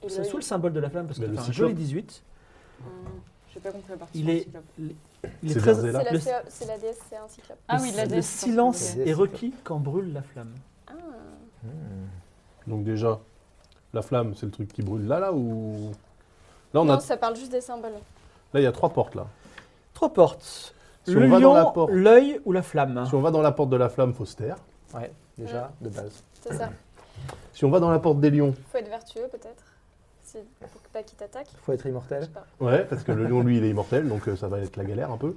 Speaker 3: Et
Speaker 1: c'est
Speaker 3: là,
Speaker 1: sous le symbole de la flamme parce que
Speaker 2: Mais le
Speaker 1: t'as un
Speaker 2: cyclope.
Speaker 1: joli 18.
Speaker 3: Hum, J'ai pas compris la partie.
Speaker 1: Il
Speaker 3: sur le
Speaker 1: est-
Speaker 3: cyclope.
Speaker 1: Il est
Speaker 2: C'est
Speaker 1: très-
Speaker 2: versé
Speaker 5: C'est
Speaker 2: là.
Speaker 5: la,
Speaker 1: Le-
Speaker 5: CA c'est la DS, c'est un cyclope.
Speaker 3: Ah oui, la
Speaker 1: le
Speaker 3: déesse.
Speaker 1: silence
Speaker 4: La déesse,
Speaker 1: est requis quand brûle la flamme.
Speaker 3: Ah.
Speaker 4: Hmm.
Speaker 2: Donc déjà, la flamme, c'est le truc qui brûle là, là, ou... Là, on
Speaker 5: Non,
Speaker 2: a...
Speaker 5: ça parle juste des symboles.
Speaker 2: là il y a trois portes, là.
Speaker 1: Trois portes.
Speaker 2: Si
Speaker 1: le
Speaker 2: on va dans la
Speaker 1: lion,
Speaker 2: porte...
Speaker 1: l'œil ou la
Speaker 5: Ah.
Speaker 1: flamme.
Speaker 2: Si on va dans la porte de la flamme, faut se taire.
Speaker 4: Ouais, déjà, de base.
Speaker 5: C'est ça.
Speaker 2: Si on va dans la porte des lions,
Speaker 5: Faut être vertueux peut-être. Si- Pour que pas qu'il t'attaque.
Speaker 4: Faut être immortel.
Speaker 5: Je sais pas.
Speaker 2: ouais, parce que le lion, lui, il est immortel, donc euh, ça va être la galère un peu.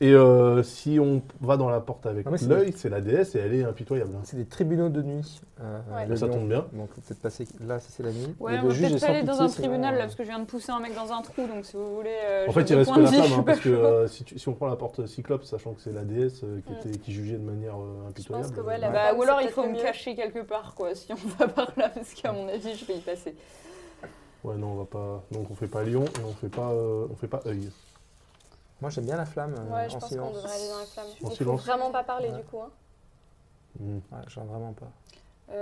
Speaker 2: Et euh, si on va dans la porte avec
Speaker 4: Ah, mais c'est
Speaker 2: l'œil, c'est la déesse et elle est impitoyable. hein.
Speaker 4: C'est des tribunaux de nuit. euh,
Speaker 5: Ouais.
Speaker 4: le
Speaker 2: Ça
Speaker 4: lion.
Speaker 2: tombe bien.
Speaker 4: Donc faut peut-être passer là si c'est la nuit.
Speaker 3: Ouais,
Speaker 4: Et
Speaker 3: on
Speaker 4: le
Speaker 3: va
Speaker 4: juge est
Speaker 3: peut-être pas
Speaker 4: sans
Speaker 3: aller dans
Speaker 4: pitié,
Speaker 3: un
Speaker 4: sinon,
Speaker 3: tribunal
Speaker 4: euh,
Speaker 3: là parce que je viens de pousser un mec dans un trou donc si vous voulez. euh,
Speaker 2: En
Speaker 3: je fais
Speaker 2: fait, il
Speaker 3: des
Speaker 2: reste que
Speaker 3: points de
Speaker 2: la
Speaker 3: vie, je
Speaker 2: flamme,
Speaker 3: suis
Speaker 2: hein,
Speaker 3: pas
Speaker 2: parce que
Speaker 3: chaud.
Speaker 2: euh, si, tu- si on prend la porte cyclope, sachant que c'est la déesse euh, qui,
Speaker 5: Mm.
Speaker 2: était, qui jugeait de manière euh, impitoyable.
Speaker 5: que, ouais,
Speaker 2: euh,
Speaker 5: la
Speaker 3: Bah,
Speaker 5: femme,
Speaker 3: ou alors
Speaker 5: c'est
Speaker 3: il faut
Speaker 5: peut-être
Speaker 3: me
Speaker 5: mieux.
Speaker 3: cacher quelque part quoi si on va par là parce qu'à mon avis je vais y passer.
Speaker 2: ouais, non, on va pas. Donc on fait pas lion et on fait pas, euh, on fait pas œil.
Speaker 4: Moi j'aime bien la flamme euh,
Speaker 5: Ouais, je
Speaker 4: en
Speaker 5: pense qu'on
Speaker 4: silence.
Speaker 5: devrait aller dans la flamme.
Speaker 2: En
Speaker 5: Il faut
Speaker 2: silence.
Speaker 5: vraiment pas parler
Speaker 4: Ouais.
Speaker 5: du coup. hein.
Speaker 2: Mm.
Speaker 4: Ouais, genre vraiment pas.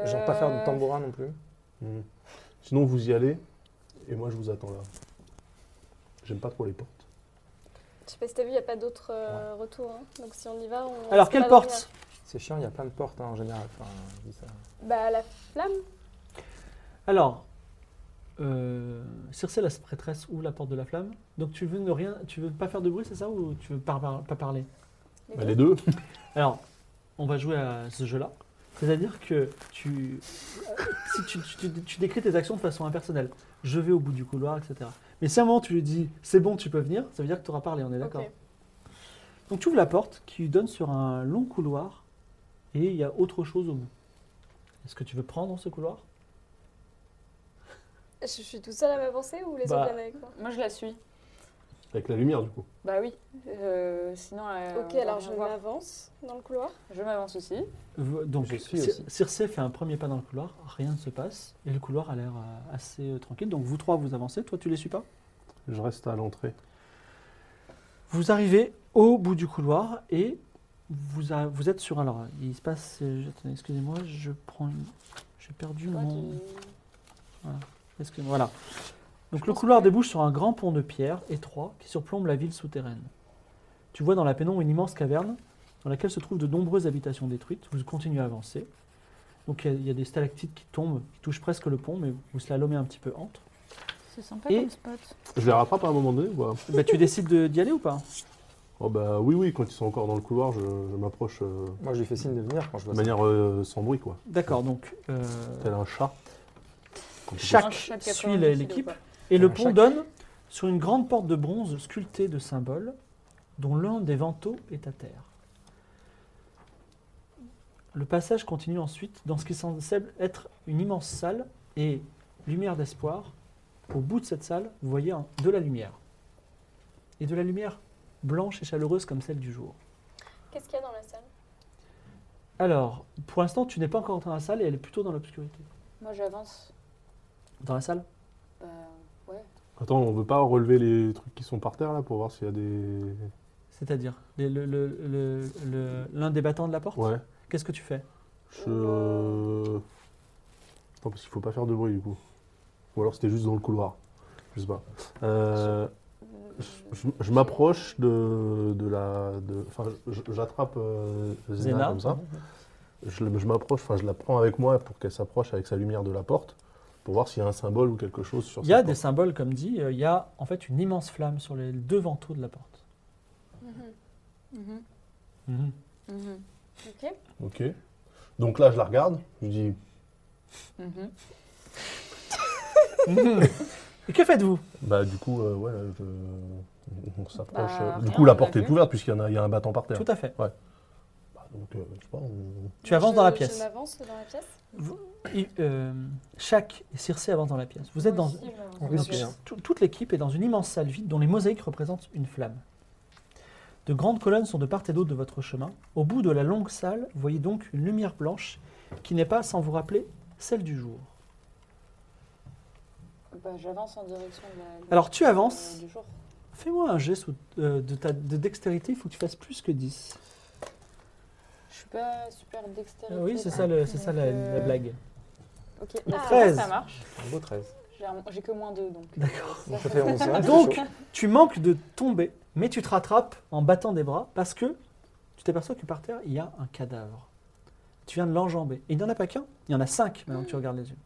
Speaker 4: Genre pas faire de
Speaker 3: Euh,
Speaker 4: tambourin non plus.
Speaker 2: Mm. Sinon, vous y allez et moi je vous attends là. J'aime pas trop les portes.
Speaker 5: Je sais pas si t'as vu, il n'y a pas d'autres euh, retours. hein. Donc si on y va, on.
Speaker 1: Alors,
Speaker 5: risque
Speaker 1: quelle
Speaker 5: pas d'en
Speaker 1: porte
Speaker 4: C'est chiant, il y a plein de portes hein, en général. Enfin, je dis ça.
Speaker 5: venir. Bah la flamme.
Speaker 1: Alors, euh, Circe, la prêtresse ou la porte de la flamme. Donc tu veux ne rien, tu veux pas faire de bruit, c'est ça, ou tu veux pas, par- pas parler
Speaker 2: Bah, les deux
Speaker 1: Alors, on va jouer à ce jeu-là. C'est-à-dire que tu, si tu, tu- tu- tu décris tes actions de façon impersonnelle. Je vais au bout du couloir, etc. Mais si à un moment tu lui dis c'est bon, tu peux venir, ça veut dire que tu auras parlé, on est d'accord
Speaker 5: Ok.
Speaker 1: Donc tu ouvres la porte qui donne sur un long couloir et il y a autre chose au bout. Est-ce que tu veux prendre ce couloir
Speaker 5: Je suis toute seule à m'avancer ou les
Speaker 1: Bah.
Speaker 5: autres viennent avec moi
Speaker 3: Moi je la suis.
Speaker 2: Avec la lumière, du coup.
Speaker 3: Bah oui. Euh, sinon. euh, on
Speaker 5: Ok,
Speaker 3: va
Speaker 5: alors
Speaker 3: rien
Speaker 5: je
Speaker 3: voir.
Speaker 5: m'avance dans le couloir.
Speaker 3: Je m'avance aussi.
Speaker 1: V- Donc
Speaker 4: Je suis
Speaker 1: Cir-
Speaker 4: aussi.
Speaker 1: Circé fait un premier pas dans le couloir, rien ne se passe et le couloir a l'air euh, assez euh, tranquille. Donc vous trois vous avancez, toi tu les suis pas
Speaker 2: Je reste à l'entrée.
Speaker 1: Vous arrivez au bout du couloir et vous, a- vous êtes sur un. Alors, il se passe. euh, attendez, excusez-moi, je prends. une- J'ai perdu
Speaker 3: Toi,
Speaker 1: mon.
Speaker 3: tu-
Speaker 1: excusez-moi, voilà. Donc, le couloir débouche sur un grand pont de pierre étroit qui surplombe la ville souterraine. Tu vois dans la pénombre une immense caverne dans laquelle se trouvent de nombreuses habitations détruites. Vous continuez à avancer. Donc, il y a- il y, a des stalactites qui tombent, qui touchent presque le pont, mais vous slalomez un petit peu entre.
Speaker 3: C'est sympa
Speaker 1: Et-
Speaker 3: comme spot.
Speaker 2: Je les rattrape à un moment donné ou pas
Speaker 1: Bah, tu décides de- d'y aller ou pas
Speaker 2: Oh bah oui, oui, quand ils sont encore dans le couloir, je, je m'approche euh,
Speaker 4: Moi je lui fais signe de venir quand je
Speaker 2: de
Speaker 4: vois ça.
Speaker 2: manière euh, sans bruit, quoi.
Speaker 1: D'accord, donc. euh,
Speaker 2: Tel un chat.
Speaker 1: chaque
Speaker 3: Un chat de
Speaker 1: suit
Speaker 3: 90
Speaker 1: l'équipe.
Speaker 3: kilos,
Speaker 1: Et le
Speaker 4: Un
Speaker 1: pont
Speaker 4: chaque.
Speaker 1: donne sur une grande porte de bronze sculptée de symboles, dont l'un des vantaux est à terre. Le passage continue ensuite dans ce qui semble être une immense salle et lumière d'espoir. Au bout de cette salle, vous voyez un- de la lumière. Et de la lumière blanche et chaleureuse comme celle du jour.
Speaker 5: Qu'est-ce qu'il y a dans la salle
Speaker 1: Alors, pour l'instant, tu n'es pas encore dans la salle et elle est plutôt dans l'obscurité.
Speaker 3: Moi j'avance.
Speaker 1: Dans la salle
Speaker 3: Bah ouais.
Speaker 2: Attends, on veut pas relever les trucs qui sont par terre là pour voir s'il y a des.
Speaker 1: C'est-à-dire les- le- le- le- le- l'un des battants de la porte
Speaker 2: Ouais.
Speaker 1: Qu'est-ce que tu fais
Speaker 2: Je. euh, Attends, parce qu'il faut pas faire de bruit du coup. Ou alors c'était juste dans le couloir. Je sais pas. Euh,
Speaker 5: Mmh.
Speaker 2: je je m'approche de, de la. de- Enfin, je- j'attrape euh, Zena,
Speaker 1: Zéna
Speaker 2: comme ça. Je, le- je m'approche, enfin, je la prends avec moi pour qu'elle s'approche avec sa lumière de la porte pour voir s'il y a un symbole ou quelque chose sur
Speaker 1: Il y a
Speaker 2: cette
Speaker 1: des
Speaker 2: porte.
Speaker 1: symboles, comme dit, euh, il y a en fait une immense flamme sur les deux vantaux de la porte.
Speaker 5: Mmh.
Speaker 3: Mhm. Mhm.
Speaker 5: Ok.
Speaker 2: Ok. Donc là, je la regarde, je dis
Speaker 3: Mhm.
Speaker 1: Mhm.
Speaker 4: Mm-hmm.
Speaker 1: Et que faites-vous
Speaker 2: Bah du coup, euh, ouais, je- on s'approche.
Speaker 3: Bah,
Speaker 2: euh, du
Speaker 3: rien,
Speaker 2: coup, la
Speaker 3: on
Speaker 2: porte
Speaker 3: l'a
Speaker 2: est
Speaker 3: vu.
Speaker 2: ouverte puisqu'il y, en a- il y a un battant par terre.
Speaker 1: Tout à fait.
Speaker 2: Bah, donc, euh, je sais pas, on-
Speaker 1: Tu avances dans la
Speaker 5: Je-
Speaker 1: pièce.
Speaker 5: Je m'avance dans la pièce.
Speaker 1: Et, euh, Shaq et Circe avancent dans la pièce. Vous êtes dans,
Speaker 5: Moi aussi, j'avance.
Speaker 4: On
Speaker 1: Donc,
Speaker 4: risque rien.
Speaker 1: tout- toute l'équipe est dans une immense salle vide dont les mosaïques représentent une flamme. De grandes colonnes sont de part et d'autre de votre chemin. Au bout de la longue salle, vous voyez donc une lumière blanche qui n'est pas, sans vous rappeler, celle du jour.
Speaker 3: Bah, J'avance en direction de la.
Speaker 1: Alors, tu avances.
Speaker 3: euh, Du jour.
Speaker 1: Fais-moi un geste euh, de ta de dextérité, il faut que tu fasses plus que 10.
Speaker 3: Je suis pas super dextérité.
Speaker 1: Ah Euh, oui, c'est ça, le- c'est ça la,
Speaker 3: Donc, euh,
Speaker 1: la blague.
Speaker 3: Ok, donc ça,
Speaker 1: 13.
Speaker 3: ça marche.
Speaker 4: Un beau 13.
Speaker 3: J'ai un- J'ai que moins 2 donc.
Speaker 1: D'accord.
Speaker 3: euh,
Speaker 4: Donc
Speaker 3: ça-
Speaker 4: ça fait 11. hein, c'est
Speaker 1: Donc,
Speaker 4: chaud.
Speaker 1: tu manques de tomber, mais tu te rattrapes en battant des bras parce que tu t'aperçois que par terre, il y a un cadavre. Tu viens de l'enjamber. Et il n'y en a pas qu'un, il y en a cinq maintenant que tu regardes les yeux.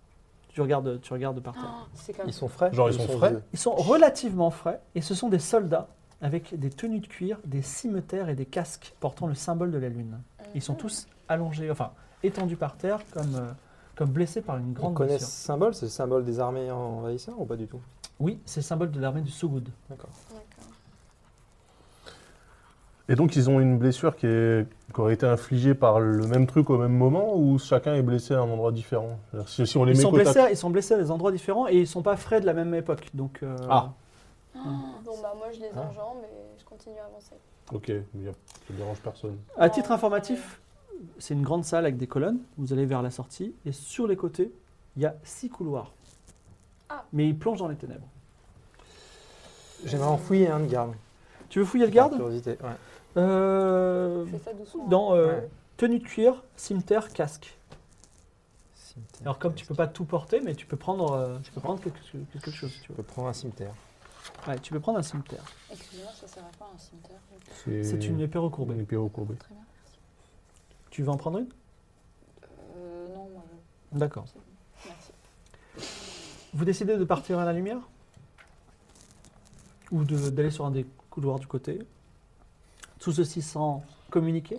Speaker 1: Tu regardes, tu regardes par terre.
Speaker 3: Ah, C'est comme.
Speaker 4: ils sont frais.
Speaker 2: Genre, ils sont frais
Speaker 4: vieux.
Speaker 1: Ils sont relativement frais et ce sont des soldats avec des tenues de cuir, des cimeterres et des casques portant le symbole de la lune.
Speaker 3: euh,
Speaker 1: Ils sont tous allongés, enfin étendus par terre comme, euh, comme blessés par une
Speaker 4: On
Speaker 1: grande
Speaker 4: connaît ce
Speaker 1: blessure.
Speaker 4: symbole, c'est le symbole des armées envahisseurs ou pas du tout
Speaker 1: Oui, c'est le symbole de l'armée du Sogud.
Speaker 4: D'accord.
Speaker 5: D'accord.
Speaker 2: Et donc, ils ont une blessure qui, est... qui aurait été infligée par le même truc au même moment ou chacun est blessé à un endroit différent C'est-à-dire, si, si on les
Speaker 1: Ils
Speaker 2: met
Speaker 1: sont,
Speaker 2: côte à-
Speaker 1: blessés à, ils sont blessés à des endroits différents et ils sont pas frais de la même époque. Donc, euh,
Speaker 2: Ah.
Speaker 5: Bon, bah, moi, je
Speaker 1: Hein
Speaker 5: les
Speaker 4: Ah.
Speaker 5: enjambe et je continue à avancer.
Speaker 2: Ok, mais y a- ça ne dérange personne.
Speaker 1: À titre informatif, c'est une grande salle avec des colonnes. Vous allez vers la sortie et sur les côtés, il y a six couloirs.
Speaker 5: Ah.
Speaker 1: Mais ils plongent dans les ténèbres.
Speaker 4: J'aimerais enfouir un de garde.
Speaker 1: Tu veux fouiller le garde
Speaker 4: Par curiosité, ouais.
Speaker 1: Euh,
Speaker 3: Fais ça doucement.
Speaker 1: Dans euh,
Speaker 4: Ouais.
Speaker 1: tenue de cuir, cimetière, casque.
Speaker 4: Cimetière.
Speaker 1: Alors comme tu peux pas tout porter, mais tu peux prendre, euh, tu peux prendre quelque, quelque- quelque chose. si tu,
Speaker 4: Je
Speaker 1: veux.
Speaker 4: peux prendre un cimetière.
Speaker 1: Ouais, tu peux prendre un cimetière.
Speaker 3: Excusez-moi, ça sert à quoi un cimetière
Speaker 1: C'est une épée
Speaker 2: une
Speaker 1: recourbée.
Speaker 2: épée recourbée.
Speaker 3: Très bien, merci.
Speaker 1: Tu veux en prendre une
Speaker 3: Euh, non, moi je.
Speaker 1: D'accord.
Speaker 3: c'est bon. Merci.
Speaker 1: Vous décidez de partir à la lumière Ou de- d'aller sur un des couloirs du côté Tout ceci sans communiquer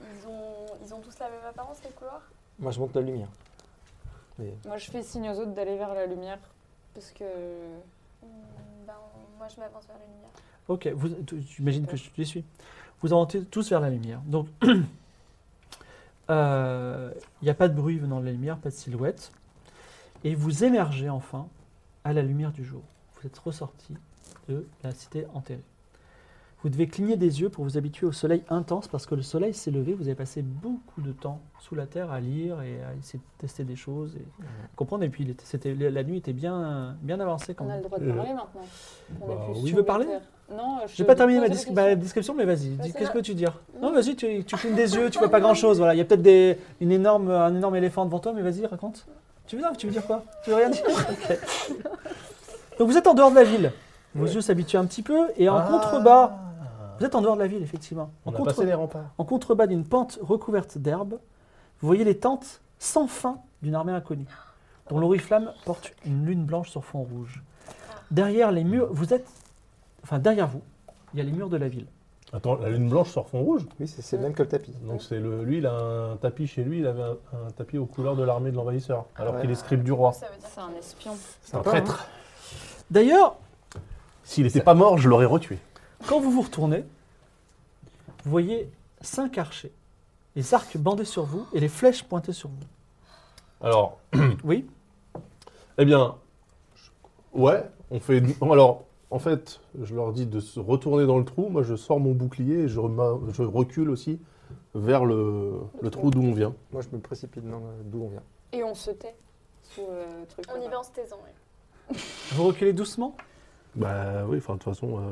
Speaker 5: Ils ont, ils ont tous la même apparence, les couloirs
Speaker 4: Moi, je monte la lumière. Mais
Speaker 3: Moi je fais signe aux autres d'aller vers la lumière parce que.
Speaker 5: Hmm, ben, moi, je m'avance vers la lumière.
Speaker 1: Ok, vous- tu- j'imagine que je les suis. Vous avancez tous vers la lumière. Donc, euh, il n'y a pas de bruit venant de la lumière, pas de silhouette. Et vous émergez enfin à la lumière du jour. Vous êtes ressorti de la cité enterrée. Vous devez cligner des yeux pour vous habituer au soleil intense parce que le soleil s'est levé. Vous avez passé beaucoup de temps sous la terre à lire et à essayer de tester des choses et comprendre. Et puis, il était- c'était- la nuit était bien, bien avancée quand
Speaker 3: On a
Speaker 1: même.
Speaker 3: le droit de
Speaker 2: Euh,
Speaker 3: parler maintenant. On
Speaker 2: bah
Speaker 3: est plus
Speaker 2: oui.
Speaker 3: sur
Speaker 1: Tu veux
Speaker 3: le
Speaker 1: parler
Speaker 3: terre. Non, je.
Speaker 1: J'ai pas terminé ma,
Speaker 3: pose la
Speaker 1: dis-
Speaker 3: question.
Speaker 1: ma description, mais vas-y,
Speaker 3: Bah,
Speaker 1: dis-
Speaker 3: ça
Speaker 1: qu'est-ce
Speaker 3: va.
Speaker 1: que tu dis Non,
Speaker 3: Non.
Speaker 1: vas-y, tu, tu clignes des yeux, tu vois pas grand-chose. Voilà, il y a peut-être des- une énorme, un énorme éléphant devant toi, mais vas-y, raconte. Tu veux, non, tu veux dire quoi Tu veux rien dire Ok. Donc vous êtes en dehors de la ville. Vos yeux s'habituent un petit peu et en
Speaker 2: Ah.
Speaker 1: contrebas, vous êtes en dehors de la ville effectivement. En,
Speaker 2: On a
Speaker 1: contre-
Speaker 2: passé les remparts.
Speaker 1: en contrebas d'une pente recouverte d'herbe, vous voyez les tentes sans fin d'une armée inconnue, dont l'oriflamme porte une lune blanche sur fond rouge. Derrière les murs, vous êtes, enfin derrière vous, il y a les murs de la ville.
Speaker 2: Attends, la lune blanche sur fond rouge
Speaker 4: oui, c'est c'est le même que le tapis.
Speaker 2: Donc c'est le, lui, il a un tapis chez lui, il avait un, un tapis aux couleurs de l'armée de l'envahisseur, alors
Speaker 4: Ouais.
Speaker 2: qu'il est scribe du roi.
Speaker 5: Ça veut
Speaker 1: Bah,
Speaker 5: dire
Speaker 3: C'est un espion.
Speaker 2: C'est un
Speaker 4: Sympa,
Speaker 2: traître.
Speaker 1: D'ailleurs,
Speaker 2: S'il n'était pas mort, je l'aurais retué.
Speaker 1: quand vous vous retournez, vous voyez cinq archers, les arcs bandés sur vous et les flèches pointées sur vous.
Speaker 2: Alors,
Speaker 1: Oui,
Speaker 2: eh bien, ouais, on fait. Alors, en fait, je leur dis de se retourner dans le trou. Moi, je sors mon bouclier et je, rema- je recule aussi vers le, le trou d'où on vient.
Speaker 4: hein. Moi, je me précipite dans le- d'où on vient.
Speaker 3: Et on se tait sous le truc.
Speaker 5: On y
Speaker 3: là-bas.
Speaker 5: va en se taisant, ouais.
Speaker 1: vous reculez doucement.
Speaker 2: Bah oui, enfin de toute façon, euh,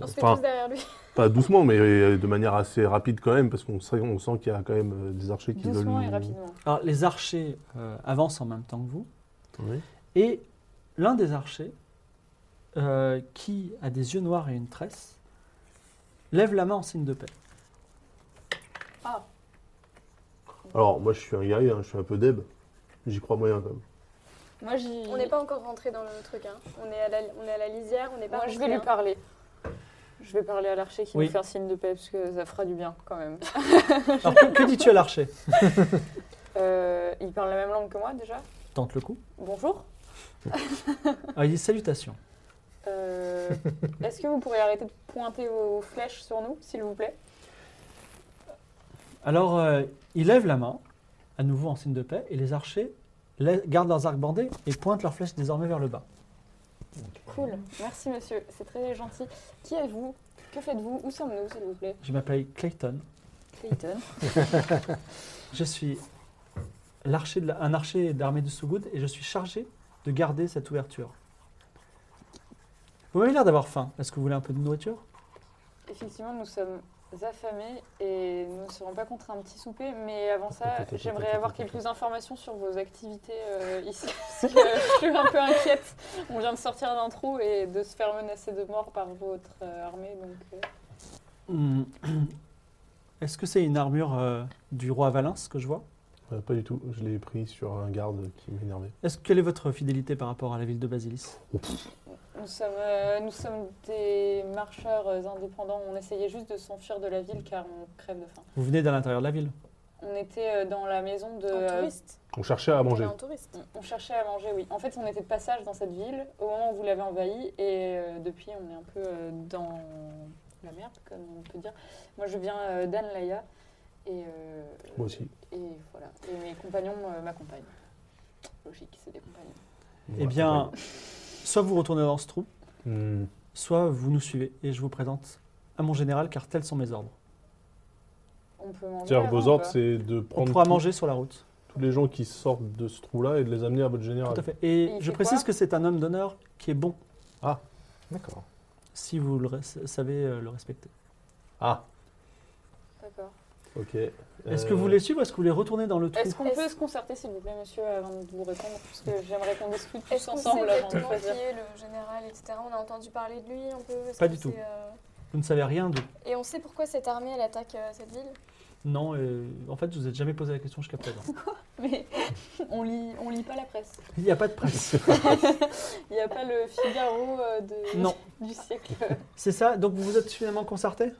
Speaker 5: On se fait
Speaker 2: enfin
Speaker 5: tous derrière lui.
Speaker 2: pas doucement, mais euh, de manière assez rapide quand même, parce qu'on sait- on sent qu'il y a quand même euh, des archers qui
Speaker 3: Doucement
Speaker 2: veulent.
Speaker 3: et rapidement.
Speaker 1: Alors, les archers euh, avancent en même temps que vous.
Speaker 2: Oui.
Speaker 1: Et l'un des archers, euh, qui a des yeux noirs et une tresse, lève la main en signe de paix.
Speaker 2: Alors moi je suis un guerrier, hein, je suis un peu deb, j'y crois moyen quand même.
Speaker 3: Moi, j'y...
Speaker 5: On n'est pas encore rentré dans le truc. hein. On, est à la, on est à la lisière, on n'est pas
Speaker 3: Moi, je
Speaker 5: rentré,
Speaker 3: vais lui
Speaker 5: hein.
Speaker 3: parler. Je vais parler à l'archer qui
Speaker 1: Oui.
Speaker 3: nous fait un signe de paix, parce que ça fera du bien, quand même.
Speaker 1: Alors, que, que dis-tu à l'archer
Speaker 3: Euh, il parle la même langue que moi, déjà.
Speaker 1: Tente le coup.
Speaker 3: Bonjour.
Speaker 1: Alors, il dit salutations.
Speaker 3: Euh, Est-ce que vous pourriez arrêter de pointer vos flèches sur nous, s'il vous plaît
Speaker 1: Alors, euh, il lève la main, à nouveau en signe de paix, et les archers la- gardent leurs arcs bandés et pointent leurs flèches désormais vers le bas.
Speaker 3: Cool. Merci, monsieur. C'est très gentil. Qui êtes-vous Que faites-vous Où sommes-nous, s'il vous plaît
Speaker 1: Je m'appelle Clayton.
Speaker 3: Clayton.
Speaker 1: Je suis l'archer de la- un archer d'armée de Sougoud et je suis chargé de garder cette ouverture. Vous m'avez l'air d'avoir faim. Est-ce que vous voulez un peu de nourriture
Speaker 3: Effectivement, nous sommes affamés et nous ne serons pas contre un petit souper, mais avant ça, j'aimerais avoir quelques informations sur vos activités euh, ici, parce que je suis un peu inquiète. On vient de sortir d'un trou et de se faire menacer de mort par votre euh, armée, donc euh,
Speaker 1: Hmm. Est-ce que c'est une armure euh, du roi Valens que je vois
Speaker 2: Euh, pas du tout, je l'ai pris sur un garde qui m'énervait.
Speaker 1: Est-ce quelle est votre fidélité par rapport à la ville de Basilis
Speaker 3: nous sommes, euh, nous sommes des marcheurs euh, indépendants. On essayait juste de s'enfuir de la ville car on crève de faim.
Speaker 1: Vous venez de l'intérieur de la ville.
Speaker 3: On était euh, dans la maison de...
Speaker 5: En
Speaker 3: euh,
Speaker 5: touriste.
Speaker 2: On cherchait à
Speaker 5: On est
Speaker 2: manger.
Speaker 5: en touriste.
Speaker 3: on- on cherchait à manger, oui. En fait, on était de passage dans cette ville au moment où vous l'avez envahie et euh, depuis, on est un peu euh, dans la merde, comme on peut dire. Moi, je viens euh, d'Anlaya et... euh,
Speaker 2: Moi aussi.
Speaker 3: Et voilà. Et mes compagnons euh, m'accompagnent. Logique, c'est des compagnons.
Speaker 1: eh bien, soit vous retournez dans ce trou,
Speaker 2: Hmm.
Speaker 1: soit vous nous suivez et je vous présente à mon général car tels sont mes ordres.
Speaker 3: On peut manger
Speaker 2: C'est-à-dire,
Speaker 3: avant
Speaker 2: vos
Speaker 3: ou
Speaker 2: ordres,
Speaker 3: pas
Speaker 2: c'est
Speaker 1: hein.
Speaker 2: de
Speaker 1: On
Speaker 2: prendre
Speaker 1: pourra
Speaker 2: tous-
Speaker 1: manger sur la route.
Speaker 2: tous les gens qui sortent de ce trou-là et de les amener à votre général.
Speaker 1: Tout à fait. Et
Speaker 3: il
Speaker 1: je
Speaker 3: fait
Speaker 1: précise
Speaker 3: quoi
Speaker 1: que c'est un homme d'honneur qui est bon
Speaker 4: D'accord.
Speaker 1: si vous le res- savez euh, le respecter.
Speaker 2: Ah,
Speaker 3: D'accord.
Speaker 2: ok.
Speaker 1: Est-ce
Speaker 2: Euh,
Speaker 1: que vous voulez suivre ou est-ce que vous voulez retourner dans le trou
Speaker 3: Est-ce qu'on
Speaker 5: Est-ce-
Speaker 3: peut se concerter, s'il vous plaît, monsieur, avant de vous répondre Parce que j'aimerais qu'on discute tous
Speaker 5: Est-ce qu'on sait
Speaker 3: ensemble avant de
Speaker 5: exactement qui
Speaker 3: choisir.
Speaker 5: est le général, etc. On a entendu parler de lui un peu. Est-ce
Speaker 1: Pas
Speaker 5: qu'on
Speaker 1: du tout.
Speaker 5: sait, euh,
Speaker 1: Vous ne savez rien de.
Speaker 5: Et on sait pourquoi cette armée, elle attaque euh, cette ville
Speaker 1: Non, euh, en fait, je vous ai jamais posé la question jusqu'à présent.
Speaker 3: Mais on lit, on lit pas la presse.
Speaker 1: Il n'y a pas de presse.
Speaker 3: Il n'y a pas le Figaro euh, de,
Speaker 1: non,
Speaker 3: du siècle.
Speaker 1: c'est ça. Donc vous vous êtes finalement concerté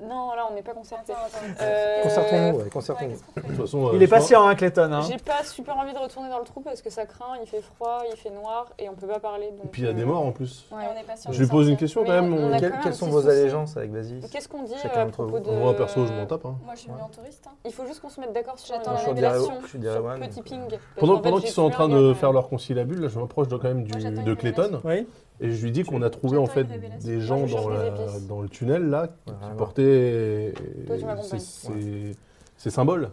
Speaker 3: Non, là, on n'est pas concertés.
Speaker 5: Attends, attends.
Speaker 3: Euh,
Speaker 4: Concertons-nous, ouais,
Speaker 5: Ouais,
Speaker 4: concertons-nous.
Speaker 5: qu'est-ce qu'on fait
Speaker 2: De toute
Speaker 4: Bah,
Speaker 2: façon,
Speaker 1: Il
Speaker 2: euh,
Speaker 1: est patient, hein, Clayton. hein.
Speaker 3: J'ai pas super envie de retourner dans le trou parce que ça craint, il fait froid, il fait noir et on peut pas parler. Donc,
Speaker 2: Et puis il y a des
Speaker 3: euh,
Speaker 2: morts en plus.
Speaker 3: ouais.
Speaker 5: Et on est pas sûr
Speaker 2: Je
Speaker 5: de
Speaker 2: lui pose une
Speaker 5: sortir.
Speaker 2: question
Speaker 3: Mais
Speaker 2: quand même. euh,
Speaker 3: on- on a-
Speaker 2: on-
Speaker 4: Quelles-
Speaker 3: quand même
Speaker 4: Quelles
Speaker 3: un
Speaker 4: sont
Speaker 3: petit
Speaker 4: vos
Speaker 3: souci.
Speaker 4: allégeances avec Basis
Speaker 3: Qu'est-ce qu'on dit
Speaker 4: Chacun
Speaker 3: euh, à
Speaker 4: d'entre
Speaker 3: propos
Speaker 4: vous.
Speaker 3: de.
Speaker 2: Moi, perso, je m'en tape. hein.
Speaker 5: Moi, je suis venue en touriste. hein.
Speaker 3: Il faut juste qu'on se mette d'accord sur
Speaker 5: J'attends
Speaker 3: une
Speaker 5: la
Speaker 3: sur
Speaker 4: révélation.
Speaker 3: sur
Speaker 4: Je suis derrière One,
Speaker 3: petit
Speaker 4: donc, euh,
Speaker 3: ping. Parce
Speaker 2: Pendant,
Speaker 3: qu'en
Speaker 2: pendant
Speaker 3: fait,
Speaker 2: qu'ils
Speaker 3: j'ai
Speaker 2: sont en
Speaker 3: plus
Speaker 2: train
Speaker 3: un
Speaker 2: de
Speaker 3: gars, euh,
Speaker 2: faire
Speaker 3: quand
Speaker 2: leur concillabule, là, je m'approche de, quand même
Speaker 5: Moi,
Speaker 2: du,
Speaker 5: j'attends
Speaker 2: de
Speaker 5: une
Speaker 2: Clayton
Speaker 1: Oui.
Speaker 2: et je lui dis qu'on a trouvé en
Speaker 5: J'attends
Speaker 2: fait
Speaker 5: une révélation.
Speaker 2: des
Speaker 3: Moi,
Speaker 2: gens
Speaker 3: je cherche
Speaker 2: dans, la-
Speaker 3: des épices.
Speaker 2: dans le tunnel là qui
Speaker 4: Ouais, vraiment.
Speaker 2: portaient
Speaker 3: Toi, tu m'accompagnes.
Speaker 2: ces- ces- ces symboles.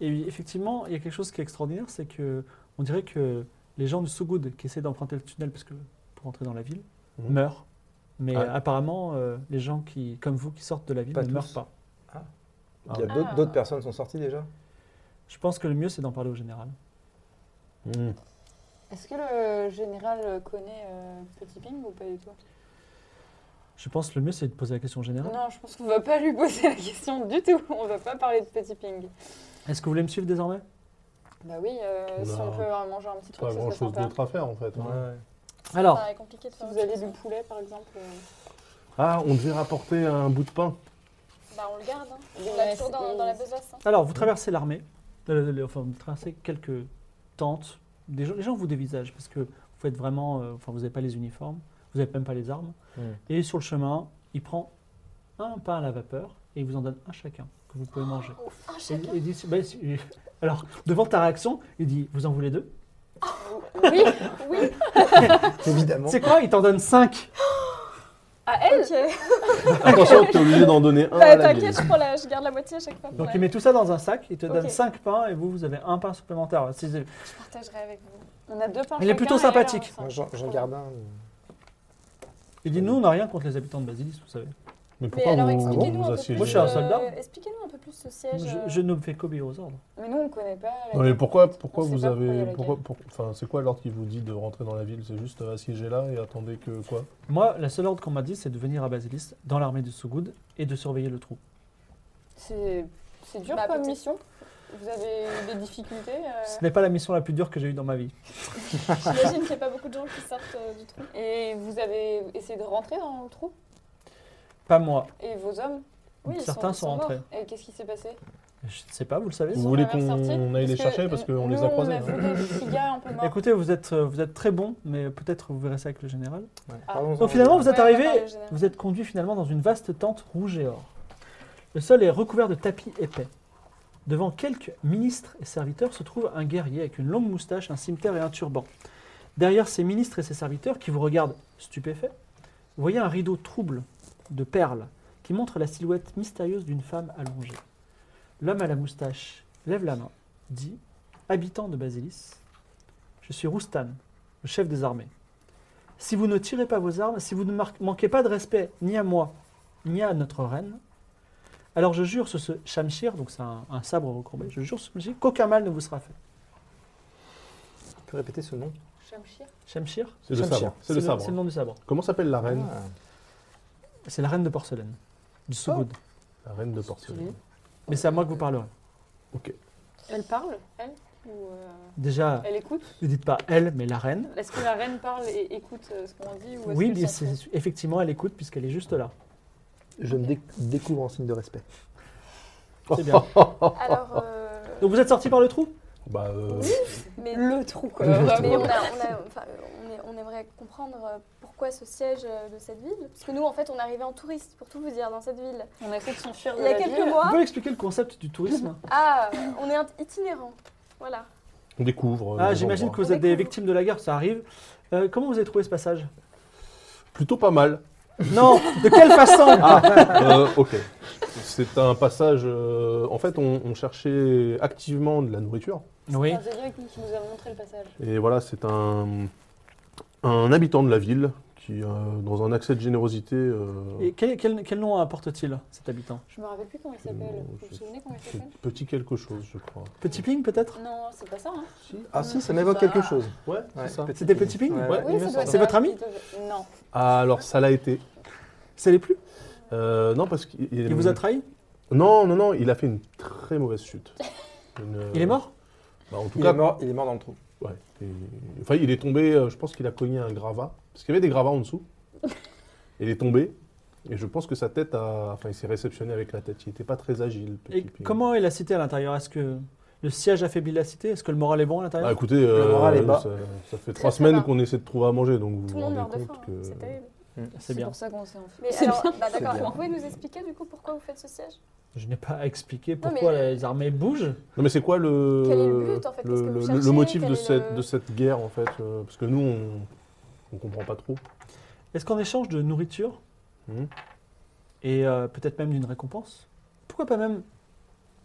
Speaker 1: Et oui, effectivement, il y a quelque chose qui est extraordinaire, c'est que on dirait que les gens du Sougoud qui essaient d'emprunter le tunnel parce que pour entrer dans la ville
Speaker 2: Mhm.
Speaker 1: meurent. Mais
Speaker 2: Ah.
Speaker 1: euh, apparemment, euh, les gens qui, comme vous qui sortent de la ville
Speaker 4: Pas
Speaker 1: ne
Speaker 4: tous.
Speaker 1: meurent pas.
Speaker 4: Il y a d'autres-
Speaker 5: Ah.
Speaker 4: d'autres personnes sont sorties déjà
Speaker 1: Je pense que le mieux, c'est d'en parler au général.
Speaker 2: Hmm.
Speaker 3: même. Est-ce que le général connaît euh, Petit Ping ou pas du tout
Speaker 1: Je pense que le mieux, c'est de poser la question au général.
Speaker 3: Non, je pense qu'on va pas lui poser la question du tout. On va pas parler de Petit Ping.
Speaker 1: Est-ce que vous voulez me suivre désormais
Speaker 3: Bah oui, euh,
Speaker 2: On
Speaker 3: si
Speaker 2: a
Speaker 3: on peut euh, manger un petit truc,
Speaker 2: Pas
Speaker 3: ça serait
Speaker 2: grand chose
Speaker 3: sympa.
Speaker 2: d'autre à faire en fait. hein.
Speaker 5: Ça
Speaker 1: Alors,
Speaker 5: paraît compliqué de
Speaker 3: Si
Speaker 5: faire
Speaker 3: vous
Speaker 5: autre
Speaker 3: aviez
Speaker 5: chose,
Speaker 3: du
Speaker 5: hein.
Speaker 3: poulet, par exemple. euh,
Speaker 2: Ah, on devait rapporter un bout de pain.
Speaker 5: Bah, on le garde. hein.
Speaker 3: Oui,
Speaker 5: On
Speaker 3: mais
Speaker 5: l'a toujours
Speaker 3: c'est-
Speaker 5: dans, dans la besace. hein.
Speaker 1: alors vous traversez l'armée, euh, le- enfin, vous traversez quelques tentes. Des gens, les gens vous dévisagent parce que vous faites vraiment, euh, enfin, vous n'avez pas les uniformes, vous n'avez même pas les armes.
Speaker 4: Mhm.
Speaker 1: Et sur le chemin, il prend un pain à la vapeur et il vous en donne un chacun que vous pouvez manger.
Speaker 5: Ah,
Speaker 1: Et-
Speaker 5: chacun.
Speaker 1: il dit- bah, si- alors, devant ta réaction, il dit Vous en voulez deux
Speaker 3: Oui,
Speaker 5: Oui,
Speaker 4: Évidemment.
Speaker 1: C'est quoi Il t'en donne cinq
Speaker 3: à elle
Speaker 5: ok.
Speaker 2: Attention, t'es obligé d'en donner un à
Speaker 5: Bah,
Speaker 2: Ah, la
Speaker 5: T'inquiète, je, prends la- je garde la moitié à chaque fois. pour
Speaker 1: Donc,
Speaker 5: la-
Speaker 1: il met tout ça dans un sac, il te
Speaker 5: Ok.
Speaker 1: donne cinq pains et vous, vous avez un pain supplémentaire. C'est- c'est-
Speaker 5: Je partagerai avec vous.
Speaker 3: On a deux pains
Speaker 1: Il est
Speaker 3: chacun
Speaker 1: plutôt
Speaker 3: et elle a
Speaker 1: sympathique.
Speaker 3: un
Speaker 4: Moi,
Speaker 3: cinq.
Speaker 4: J'en j'en garde un.
Speaker 1: Il dit Nous, on n'a rien contre les habitants de Basilis, vous savez.
Speaker 2: Mais
Speaker 5: Mais
Speaker 2: pourquoi
Speaker 5: alors,
Speaker 2: vous, vous,
Speaker 5: expliquez-nous
Speaker 2: vous
Speaker 5: un, peu
Speaker 2: assiégez
Speaker 1: Moi, je suis
Speaker 5: plus,
Speaker 1: un
Speaker 5: euh,
Speaker 1: soldat.
Speaker 5: expliquez-nous un peu plus ce siège.
Speaker 1: Je,
Speaker 5: euh,
Speaker 1: je ne me fais qu'obéir aux ordres.
Speaker 3: Mais nous, on connaît pas. la
Speaker 2: Non, mais
Speaker 3: guerre.
Speaker 2: pourquoi, pourquoi
Speaker 3: On sait
Speaker 2: vous
Speaker 3: pas pourquoi il y a
Speaker 2: avez.
Speaker 3: la
Speaker 2: Pourquoi, pour- enfin, c'est quoi l'ordre qui vous dit de rentrer dans la ville C'est juste euh, assiégez là et attendez que quoi
Speaker 1: Moi, la seule ordre qu'on m'a dit, c'est de venir à Basilis dans l'armée de Sougoud et de surveiller le trou.
Speaker 3: C'est c'est dur
Speaker 5: Bah,
Speaker 3: comme
Speaker 5: peut-être.
Speaker 3: mission. Vous avez eu des difficultés euh,
Speaker 1: Ce n'est pas la mission la plus dure que j'ai eue dans ma vie.
Speaker 5: J'imagine qu'il n'y a pas beaucoup de gens qui sortent euh, du trou.
Speaker 3: Et vous avez essayé de rentrer dans le trou
Speaker 1: Pas moi.
Speaker 3: Et vos hommes ils
Speaker 1: Certains sont
Speaker 3: morts.
Speaker 1: rentrés.
Speaker 3: Et qu'est-ce qui s'est passé
Speaker 1: Je ne sais pas, vous le savez.
Speaker 2: Vous
Speaker 3: Ils sont
Speaker 2: voulez
Speaker 3: jamais
Speaker 2: qu'on
Speaker 3: ressortis
Speaker 2: aille les
Speaker 3: Parce que
Speaker 2: chercher Parce
Speaker 3: nous,
Speaker 2: qu'on les a croisés,
Speaker 3: On a
Speaker 2: hein.
Speaker 3: vu des petits gars un peu morts.
Speaker 1: Écoutez, vous êtes, euh, vous êtes très bon, mais peut-être vous verrez ça avec le général.
Speaker 4: Ouais,
Speaker 3: Ah.
Speaker 4: parlons-en.
Speaker 1: Donc finalement, vous êtes
Speaker 5: Ouais, on va
Speaker 1: arrivé,
Speaker 5: parler au général.
Speaker 1: vous êtes conduit finalement dans une vaste tente rouge et or. Le sol est recouvert de tapis épais. Devant quelques ministres et serviteurs se trouve un guerrier avec une longue moustache, un cimeterre et un turban. Derrière ces ministres et ces serviteurs qui vous regardent stupéfaits, vous voyez un rideau trouble de perles qui montre la silhouette mystérieuse d'une femme allongée. L'homme à la moustache lève la main, dit Habitant de Basilis, je suis Roustan, le chef des armées. Si vous ne tirez pas vos armes, si vous ne mar- manquez pas de respect ni à moi, ni à notre reine, alors je jure sur ce Shamshir, donc c'est un, un sabre recourbé, je jure sur ce Shamshir qu'aucun mal ne vous sera fait.
Speaker 4: Tu peux répéter ce nom
Speaker 3: Shamshir
Speaker 1: Shamshir
Speaker 2: C'est le
Speaker 4: Shamshir.
Speaker 2: sabre. C'est le
Speaker 1: C'est le
Speaker 2: sabre.
Speaker 1: nom du sabre.
Speaker 2: Comment s'appelle la reine
Speaker 4: Ah.
Speaker 1: C'est la reine de porcelaine, du Sougoud.
Speaker 2: La reine de porcelaine.
Speaker 1: Mais c'est à moi que vous parlerez.
Speaker 3: Elle parle, elle Ou euh,
Speaker 1: Déjà,
Speaker 3: elle écoute
Speaker 1: ne dites pas elle, mais la reine.
Speaker 3: Est-ce que la reine parle et écoute euh, ce qu'on dit ou est-ce
Speaker 1: Oui,
Speaker 3: qu'elle
Speaker 1: mais
Speaker 3: s'en fout
Speaker 1: c'est- effectivement, elle écoute puisqu'elle est juste là.
Speaker 4: Je me dé- découvre en signe de respect.
Speaker 1: C'est bien.
Speaker 5: Alors, euh,
Speaker 1: Donc vous êtes sorti par le trou
Speaker 2: Bah, euh,
Speaker 5: mais,
Speaker 3: le trou quoi.
Speaker 5: euh, mais on,
Speaker 3: vraiment.
Speaker 5: a- on a- enfin, on est- on aimerait comprendre euh, pourquoi ce siège euh, de cette ville. Parce que nous, en fait, on est arrivés en touriste, pour tout vous dire, dans cette ville.
Speaker 3: On a essayé de s'enfuir de
Speaker 5: Il y a
Speaker 3: la
Speaker 5: quelques
Speaker 3: ville.
Speaker 1: Vous
Speaker 5: mois,
Speaker 1: pouvez expliquer le concept du tourisme
Speaker 5: ah, on est int- itinérant. Voilà.
Speaker 2: on découvre. euh,
Speaker 1: Ah,
Speaker 2: les
Speaker 1: j'imagine que
Speaker 2: endroits.
Speaker 1: vous êtes des victimes de la guerre, ça arrive. Euh, comment vous avez trouvé ce passage
Speaker 2: Plutôt pas mal.
Speaker 1: Non, de quelle façon
Speaker 2: Euh, ok. C'est un passage. euh, en fait, on, on cherchait activement de la nourriture.
Speaker 1: Oui.
Speaker 3: Enfin, C'est bien qui nous a montré le passage.
Speaker 2: Et voilà, c'est un, un habitant de la ville qui, euh, dans un accès de générosité. euh,
Speaker 1: Et quel, quel- quel nom apporte-t-il, cet habitant
Speaker 3: Je me rappelle plus comment il s'appelle.
Speaker 2: Non,
Speaker 3: Vous vous
Speaker 2: je-
Speaker 3: souvenez comment il
Speaker 2: c'est
Speaker 3: s'appelle
Speaker 2: petit quelque chose, je crois.
Speaker 1: Petit Ping, peut-être
Speaker 3: Non, c'est pas ça. Hein.
Speaker 4: Ah si, ça m'évoque quelque chose.
Speaker 2: Ouais,
Speaker 4: Ouais,
Speaker 2: c'est ça.
Speaker 4: petit
Speaker 1: C'était
Speaker 4: ping.
Speaker 1: Petit Ping
Speaker 4: Ouais,
Speaker 2: Ouais.
Speaker 4: il me semble.
Speaker 1: C'est votre ami
Speaker 3: Non.
Speaker 2: Ah, alors, ça l'a été.
Speaker 1: C'est les plus
Speaker 2: Euh, non, parce qu'il.
Speaker 1: Il vous a trahi
Speaker 2: Euh, Non, non, non, il a fait une très mauvaise chute. Une-
Speaker 1: Il est mort
Speaker 2: Bah, En tout
Speaker 4: Il
Speaker 2: cas,
Speaker 4: est mort, il est mort dans le trou.
Speaker 2: ouais. Et- Enfin, il est tombé, euh, je pense qu'il a cogné un gravat. Parce qu'il y avait des gravats en dessous. il est tombé. Et je pense que sa tête a. Enfin, il s'est réceptionné avec la tête. Il n'était pas très agile.
Speaker 1: Et
Speaker 2: petit Ping.
Speaker 1: comment est la cité à l'intérieur Est-ce que le siège affaiblit la cité Est-ce que le moral est bon à
Speaker 2: Bah,
Speaker 1: l'intérieur
Speaker 2: écoutez, euh,
Speaker 4: moral est bas.
Speaker 2: ça, ça fait trois
Speaker 5: très
Speaker 2: semaines
Speaker 5: bas.
Speaker 2: qu'on essaie de trouver à manger, donc vous
Speaker 5: Tout
Speaker 2: vous
Speaker 5: le monde
Speaker 2: rendez
Speaker 5: meurt de
Speaker 2: compte
Speaker 5: faim,
Speaker 2: que.
Speaker 5: hein, c'est terrible.
Speaker 1: C'est bien.
Speaker 3: pour ça qu'on s'est enfuis.
Speaker 5: Mais
Speaker 3: C'est
Speaker 5: alors, bah, d'accord,
Speaker 4: C'est bien.
Speaker 5: vous pouvez nous expliquer du coup pourquoi vous faites ce siège
Speaker 1: Je n'ai pas à expliquer
Speaker 5: mais
Speaker 1: pourquoi
Speaker 5: le-
Speaker 1: les armées bougent.
Speaker 2: Non, mais c'est quoi le.
Speaker 5: Quel est le but, en fait Qu'est-ce que vous
Speaker 2: le- le
Speaker 5: cherchez
Speaker 2: motif
Speaker 5: Quel
Speaker 2: de
Speaker 5: est
Speaker 2: cette,
Speaker 5: le-
Speaker 2: de cette guerre, en fait euh, Parce que nous, on. On comprend pas trop.
Speaker 1: Est-ce qu'en échange de nourriture
Speaker 2: Mhm.
Speaker 1: et euh, peut-être même d'une récompense, pourquoi pas même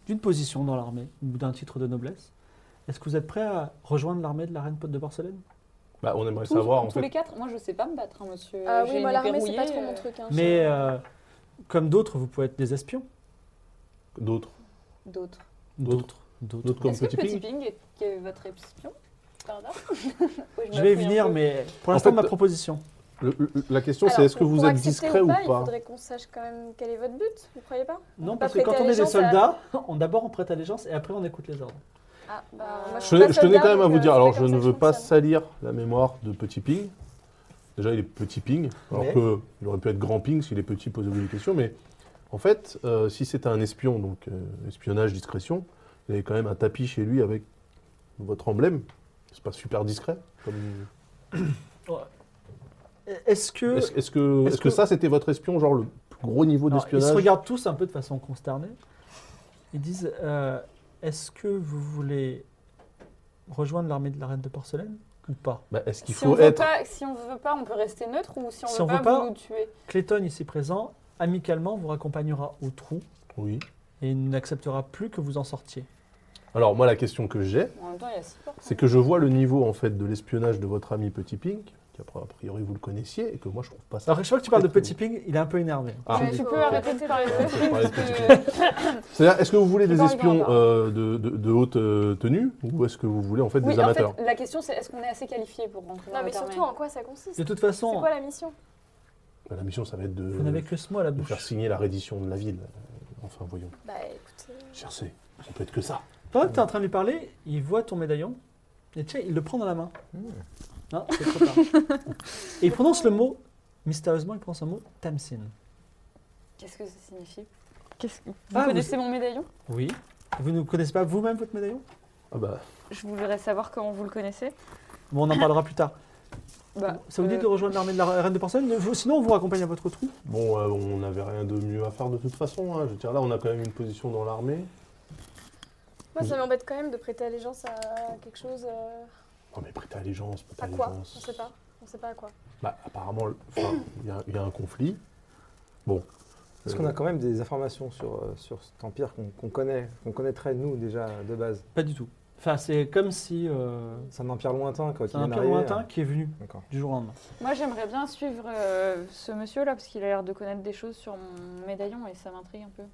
Speaker 1: d'une position dans l'armée ou d'un titre de noblesse, est-ce que vous êtes prêt à rejoindre l'armée de la reine Pote de Porcelaine
Speaker 2: Bah, on aimerait
Speaker 3: Tous,
Speaker 2: savoir, en
Speaker 3: tous
Speaker 2: fait.
Speaker 3: les quatre, moi je sais pas me battre, hein, monsieur.
Speaker 5: Ah
Speaker 3: J'ai
Speaker 5: oui, moi
Speaker 3: une
Speaker 5: l'armée, c'est
Speaker 3: verrouillée,
Speaker 5: pas trop mon
Speaker 3: euh,
Speaker 5: truc. hein.
Speaker 1: Mais euh, comme d'autres, vous pouvez être des espions.
Speaker 2: D'autres.
Speaker 3: D'autres.
Speaker 2: D'autres.
Speaker 1: D'autres.
Speaker 2: D'autres comme
Speaker 3: Est-ce que
Speaker 2: Petit
Speaker 3: Petit
Speaker 2: Ping.
Speaker 3: Ping est, qui est votre espion par hasard Ouais,
Speaker 1: Je vais y
Speaker 3: m'appuie un
Speaker 1: venir,
Speaker 3: peu.
Speaker 1: mais pour
Speaker 2: En
Speaker 1: l'instant,
Speaker 2: fait,
Speaker 1: ma proposition.
Speaker 2: Le- le- la question, c'est
Speaker 5: Alors,
Speaker 2: est-ce que
Speaker 5: pour-
Speaker 2: vous
Speaker 5: pour
Speaker 2: êtes
Speaker 5: accepter
Speaker 2: discret ou
Speaker 5: Il
Speaker 2: pas
Speaker 5: faudrait qu'on sache quand même quel est votre but, vous croyez pas
Speaker 1: Non,
Speaker 5: peut
Speaker 1: parce
Speaker 5: pas
Speaker 1: que quand
Speaker 5: prêter
Speaker 1: on est des
Speaker 5: allégeance à la-
Speaker 1: soldats, on d'abord on prête allégeance et après on écoute les ordres.
Speaker 3: Ah, bah,
Speaker 5: Bah, moi,
Speaker 2: Je,
Speaker 5: suis pas
Speaker 2: je tenais
Speaker 5: soldat,
Speaker 2: quand même à
Speaker 5: donc,
Speaker 2: vous
Speaker 5: euh,
Speaker 2: dire,
Speaker 5: c'est
Speaker 2: alors
Speaker 5: pas
Speaker 2: je
Speaker 5: comme
Speaker 2: ne
Speaker 5: ça que
Speaker 2: veux
Speaker 5: je
Speaker 2: pas
Speaker 5: fonctionne.
Speaker 2: salir la mémoire de Petit Ping. Déjà, il est Petit Ping, alors
Speaker 4: Mais-
Speaker 2: que qu'il aurait pu être Grand Ping s'il est petit, posez-vous des questions. Mais en fait, euh, si c'était un espion, donc euh, espionnage, discrétion, il avait quand même un tapis chez lui avec votre emblème. C'est pas super discret. comme-
Speaker 1: Est-ce que.
Speaker 2: Est-ce est-ce que,
Speaker 1: Euh, Est-ce
Speaker 2: est-ce que
Speaker 1: que-
Speaker 2: ça, c'était votre espion, genre le plus gros niveau
Speaker 1: Alors, ils se
Speaker 2: d'espionnage
Speaker 1: regardent tous un peu de façon consternée. Ils disent euh, Est-ce que vous voulez rejoindre l'armée de la reine de porcelaine ou pas
Speaker 2: Bah, Est-ce qu'il
Speaker 3: si, on
Speaker 2: faut
Speaker 3: veut
Speaker 2: être.
Speaker 3: pas, si on veut pas, on peut rester neutre ou si on
Speaker 1: Si
Speaker 3: veut
Speaker 1: on
Speaker 3: pas,
Speaker 1: veut pas,
Speaker 3: vous nous tuez
Speaker 1: Clayton, ici présent, amicalement vous raccompagnera au trou
Speaker 2: Oui.
Speaker 1: et il n'acceptera plus que vous en sortiez.
Speaker 2: Alors, moi, la question que j'ai,
Speaker 3: En même temps, il y a six portes.
Speaker 2: C'est que je vois le niveau en fait de l'espionnage de votre ami Petit Pink qui a a priori vous le connaissiez et que moi je trouve pas ça.
Speaker 1: Alors, chaque fois que tu parles de Petit Ping, il est un peu énervé.
Speaker 2: Ah.
Speaker 3: Ouais, hein. tu
Speaker 5: ok.
Speaker 3: peux arrêter de parler
Speaker 2: Ouais, faut parler hein, de petits
Speaker 3: de
Speaker 2: C'est-à-dire, est-ce que vous voulez
Speaker 3: C'est
Speaker 2: des
Speaker 3: dans les
Speaker 2: espions
Speaker 3: grands
Speaker 2: euh, de, de- de haute euh, tenue ou est-ce que vous voulez en fait
Speaker 3: Oui,
Speaker 2: des
Speaker 3: en
Speaker 2: amateurs
Speaker 3: fait, la question c'est est-ce qu'on est assez qualifié pour rentrer
Speaker 5: Non,
Speaker 3: dans
Speaker 5: mais
Speaker 3: le
Speaker 5: surtout,
Speaker 3: terminal
Speaker 5: en quoi ça consiste
Speaker 1: De toute
Speaker 5: C'est
Speaker 1: façon,
Speaker 5: quoi la mission
Speaker 2: Bah, La mission, ça va être
Speaker 1: vous n'avez
Speaker 2: de,
Speaker 1: que ce mot à la
Speaker 2: de faire
Speaker 1: bouche.
Speaker 2: signer la reddition de la ville. Enfin, voyons.
Speaker 5: Bah écoute, euh,
Speaker 2: Cherchez. Ça peut être que ça.
Speaker 1: Pendant que tu es en train de lui parler, il voit ton médaillon et tiens, il le prend dans la main.
Speaker 4: Mmh.
Speaker 1: Non, c'est trop tard. et il prononce le mot, mystérieusement, il prononce le mot Tamsin.
Speaker 3: Qu'est-ce que ça signifie
Speaker 7: hein. Qu'est-ce que-
Speaker 3: Vous
Speaker 1: Ah,
Speaker 3: connaissez mon médaillon
Speaker 1: Oui. Vous ne connaissez pas vous-même votre médaillon
Speaker 2: Ah bah,
Speaker 7: Je voudrais savoir comment vous le connaissez.
Speaker 1: Bon, on en parlera plus tard.
Speaker 3: Bah,
Speaker 1: Ça vous dit
Speaker 3: euh,
Speaker 1: de rejoindre l'armée de la reine de Porcelaine Ne- vous- Sinon, on vous raccompagne à votre trou.
Speaker 2: bon, euh, on n'avait rien de mieux à faire de toute façon. hein. Je veux dire, là, on a quand même une position dans l'armée.
Speaker 5: moi ça
Speaker 2: Vous-
Speaker 5: m'embête quand même de prêter allégeance à quelque chose. euh,
Speaker 2: Non, mais prêtez allégeance, prêtez
Speaker 5: à quoi On
Speaker 2: allégeance.
Speaker 5: sait pas. On sait pas à quoi.
Speaker 2: Bah, apparemment, le- enfin, il y a- il y, a un conflit. Bon.
Speaker 4: Parce
Speaker 2: Euh,
Speaker 4: qu'on a quand même des informations sur, euh, sur cet empire qu'on qu'on connaît, qu'on connaîtrait nous déjà de base.
Speaker 1: Pas du tout. Enfin, c'est comme si. euh,
Speaker 4: C'est un empire lointain quoi.
Speaker 1: c'est
Speaker 4: qui
Speaker 1: un
Speaker 4: vient
Speaker 1: empire
Speaker 4: d'arriver,
Speaker 1: lointain
Speaker 4: euh,
Speaker 1: qui est hein. venu
Speaker 4: D'accord.
Speaker 1: du jour au lendemain.
Speaker 7: Moi, j'aimerais bien suivre euh, ce monsieur-là, parce qu'il a l'air de connaître des choses sur mon médaillon et ça m'intrigue un peu.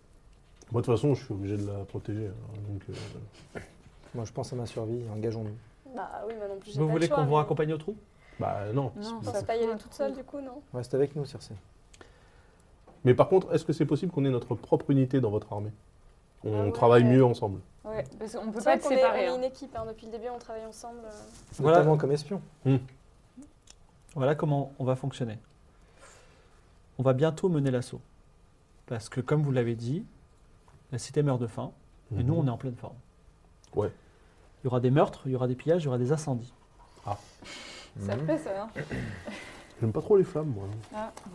Speaker 2: Moi, de toute façon, je suis obligé de la protéger. hein, donc, euh,
Speaker 4: Moi je pense à ma survie, engageons-nous.
Speaker 5: Bah oui, moi non plus. j'ai
Speaker 1: Vous
Speaker 5: pas le
Speaker 1: voulez
Speaker 5: choix,
Speaker 1: qu'on vous
Speaker 5: mais-
Speaker 1: raccompagne au trou
Speaker 2: bah, non.
Speaker 7: Non,
Speaker 5: Je
Speaker 7: ça
Speaker 5: peux pas y
Speaker 7: fout
Speaker 5: aller
Speaker 7: un
Speaker 5: toute
Speaker 7: trou.
Speaker 5: seule du coup, non
Speaker 4: Reste avec nous, Circe.
Speaker 2: Mais par contre, est-ce que c'est possible qu'on ait notre propre unité dans votre armée On
Speaker 5: Ah ouais.
Speaker 2: travaille mieux ensemble.
Speaker 7: Ouais, parce qu'on peut
Speaker 5: C'est
Speaker 7: pas
Speaker 5: vrai
Speaker 7: être
Speaker 5: qu'on est, on
Speaker 7: séparés.
Speaker 5: est
Speaker 7: hein.
Speaker 5: une équipe, hein, depuis le début on travaille ensemble. euh.
Speaker 1: Voilà.
Speaker 4: Notamment comme espion.
Speaker 1: Voilà comment on va fonctionner. On va bientôt mener l'assaut. Parce que, comme vous l'avez dit, la cité meurt de faim et nous, on est en pleine forme.
Speaker 2: Mhm. Ouais.
Speaker 1: Il y aura des meurtres, il y aura des pillages, il y aura des incendies. Mmh.
Speaker 7: Ça
Speaker 4: Mhm.
Speaker 7: plaît, ça. hein
Speaker 2: J'aime pas trop les flammes, moi.
Speaker 7: Ah, bon.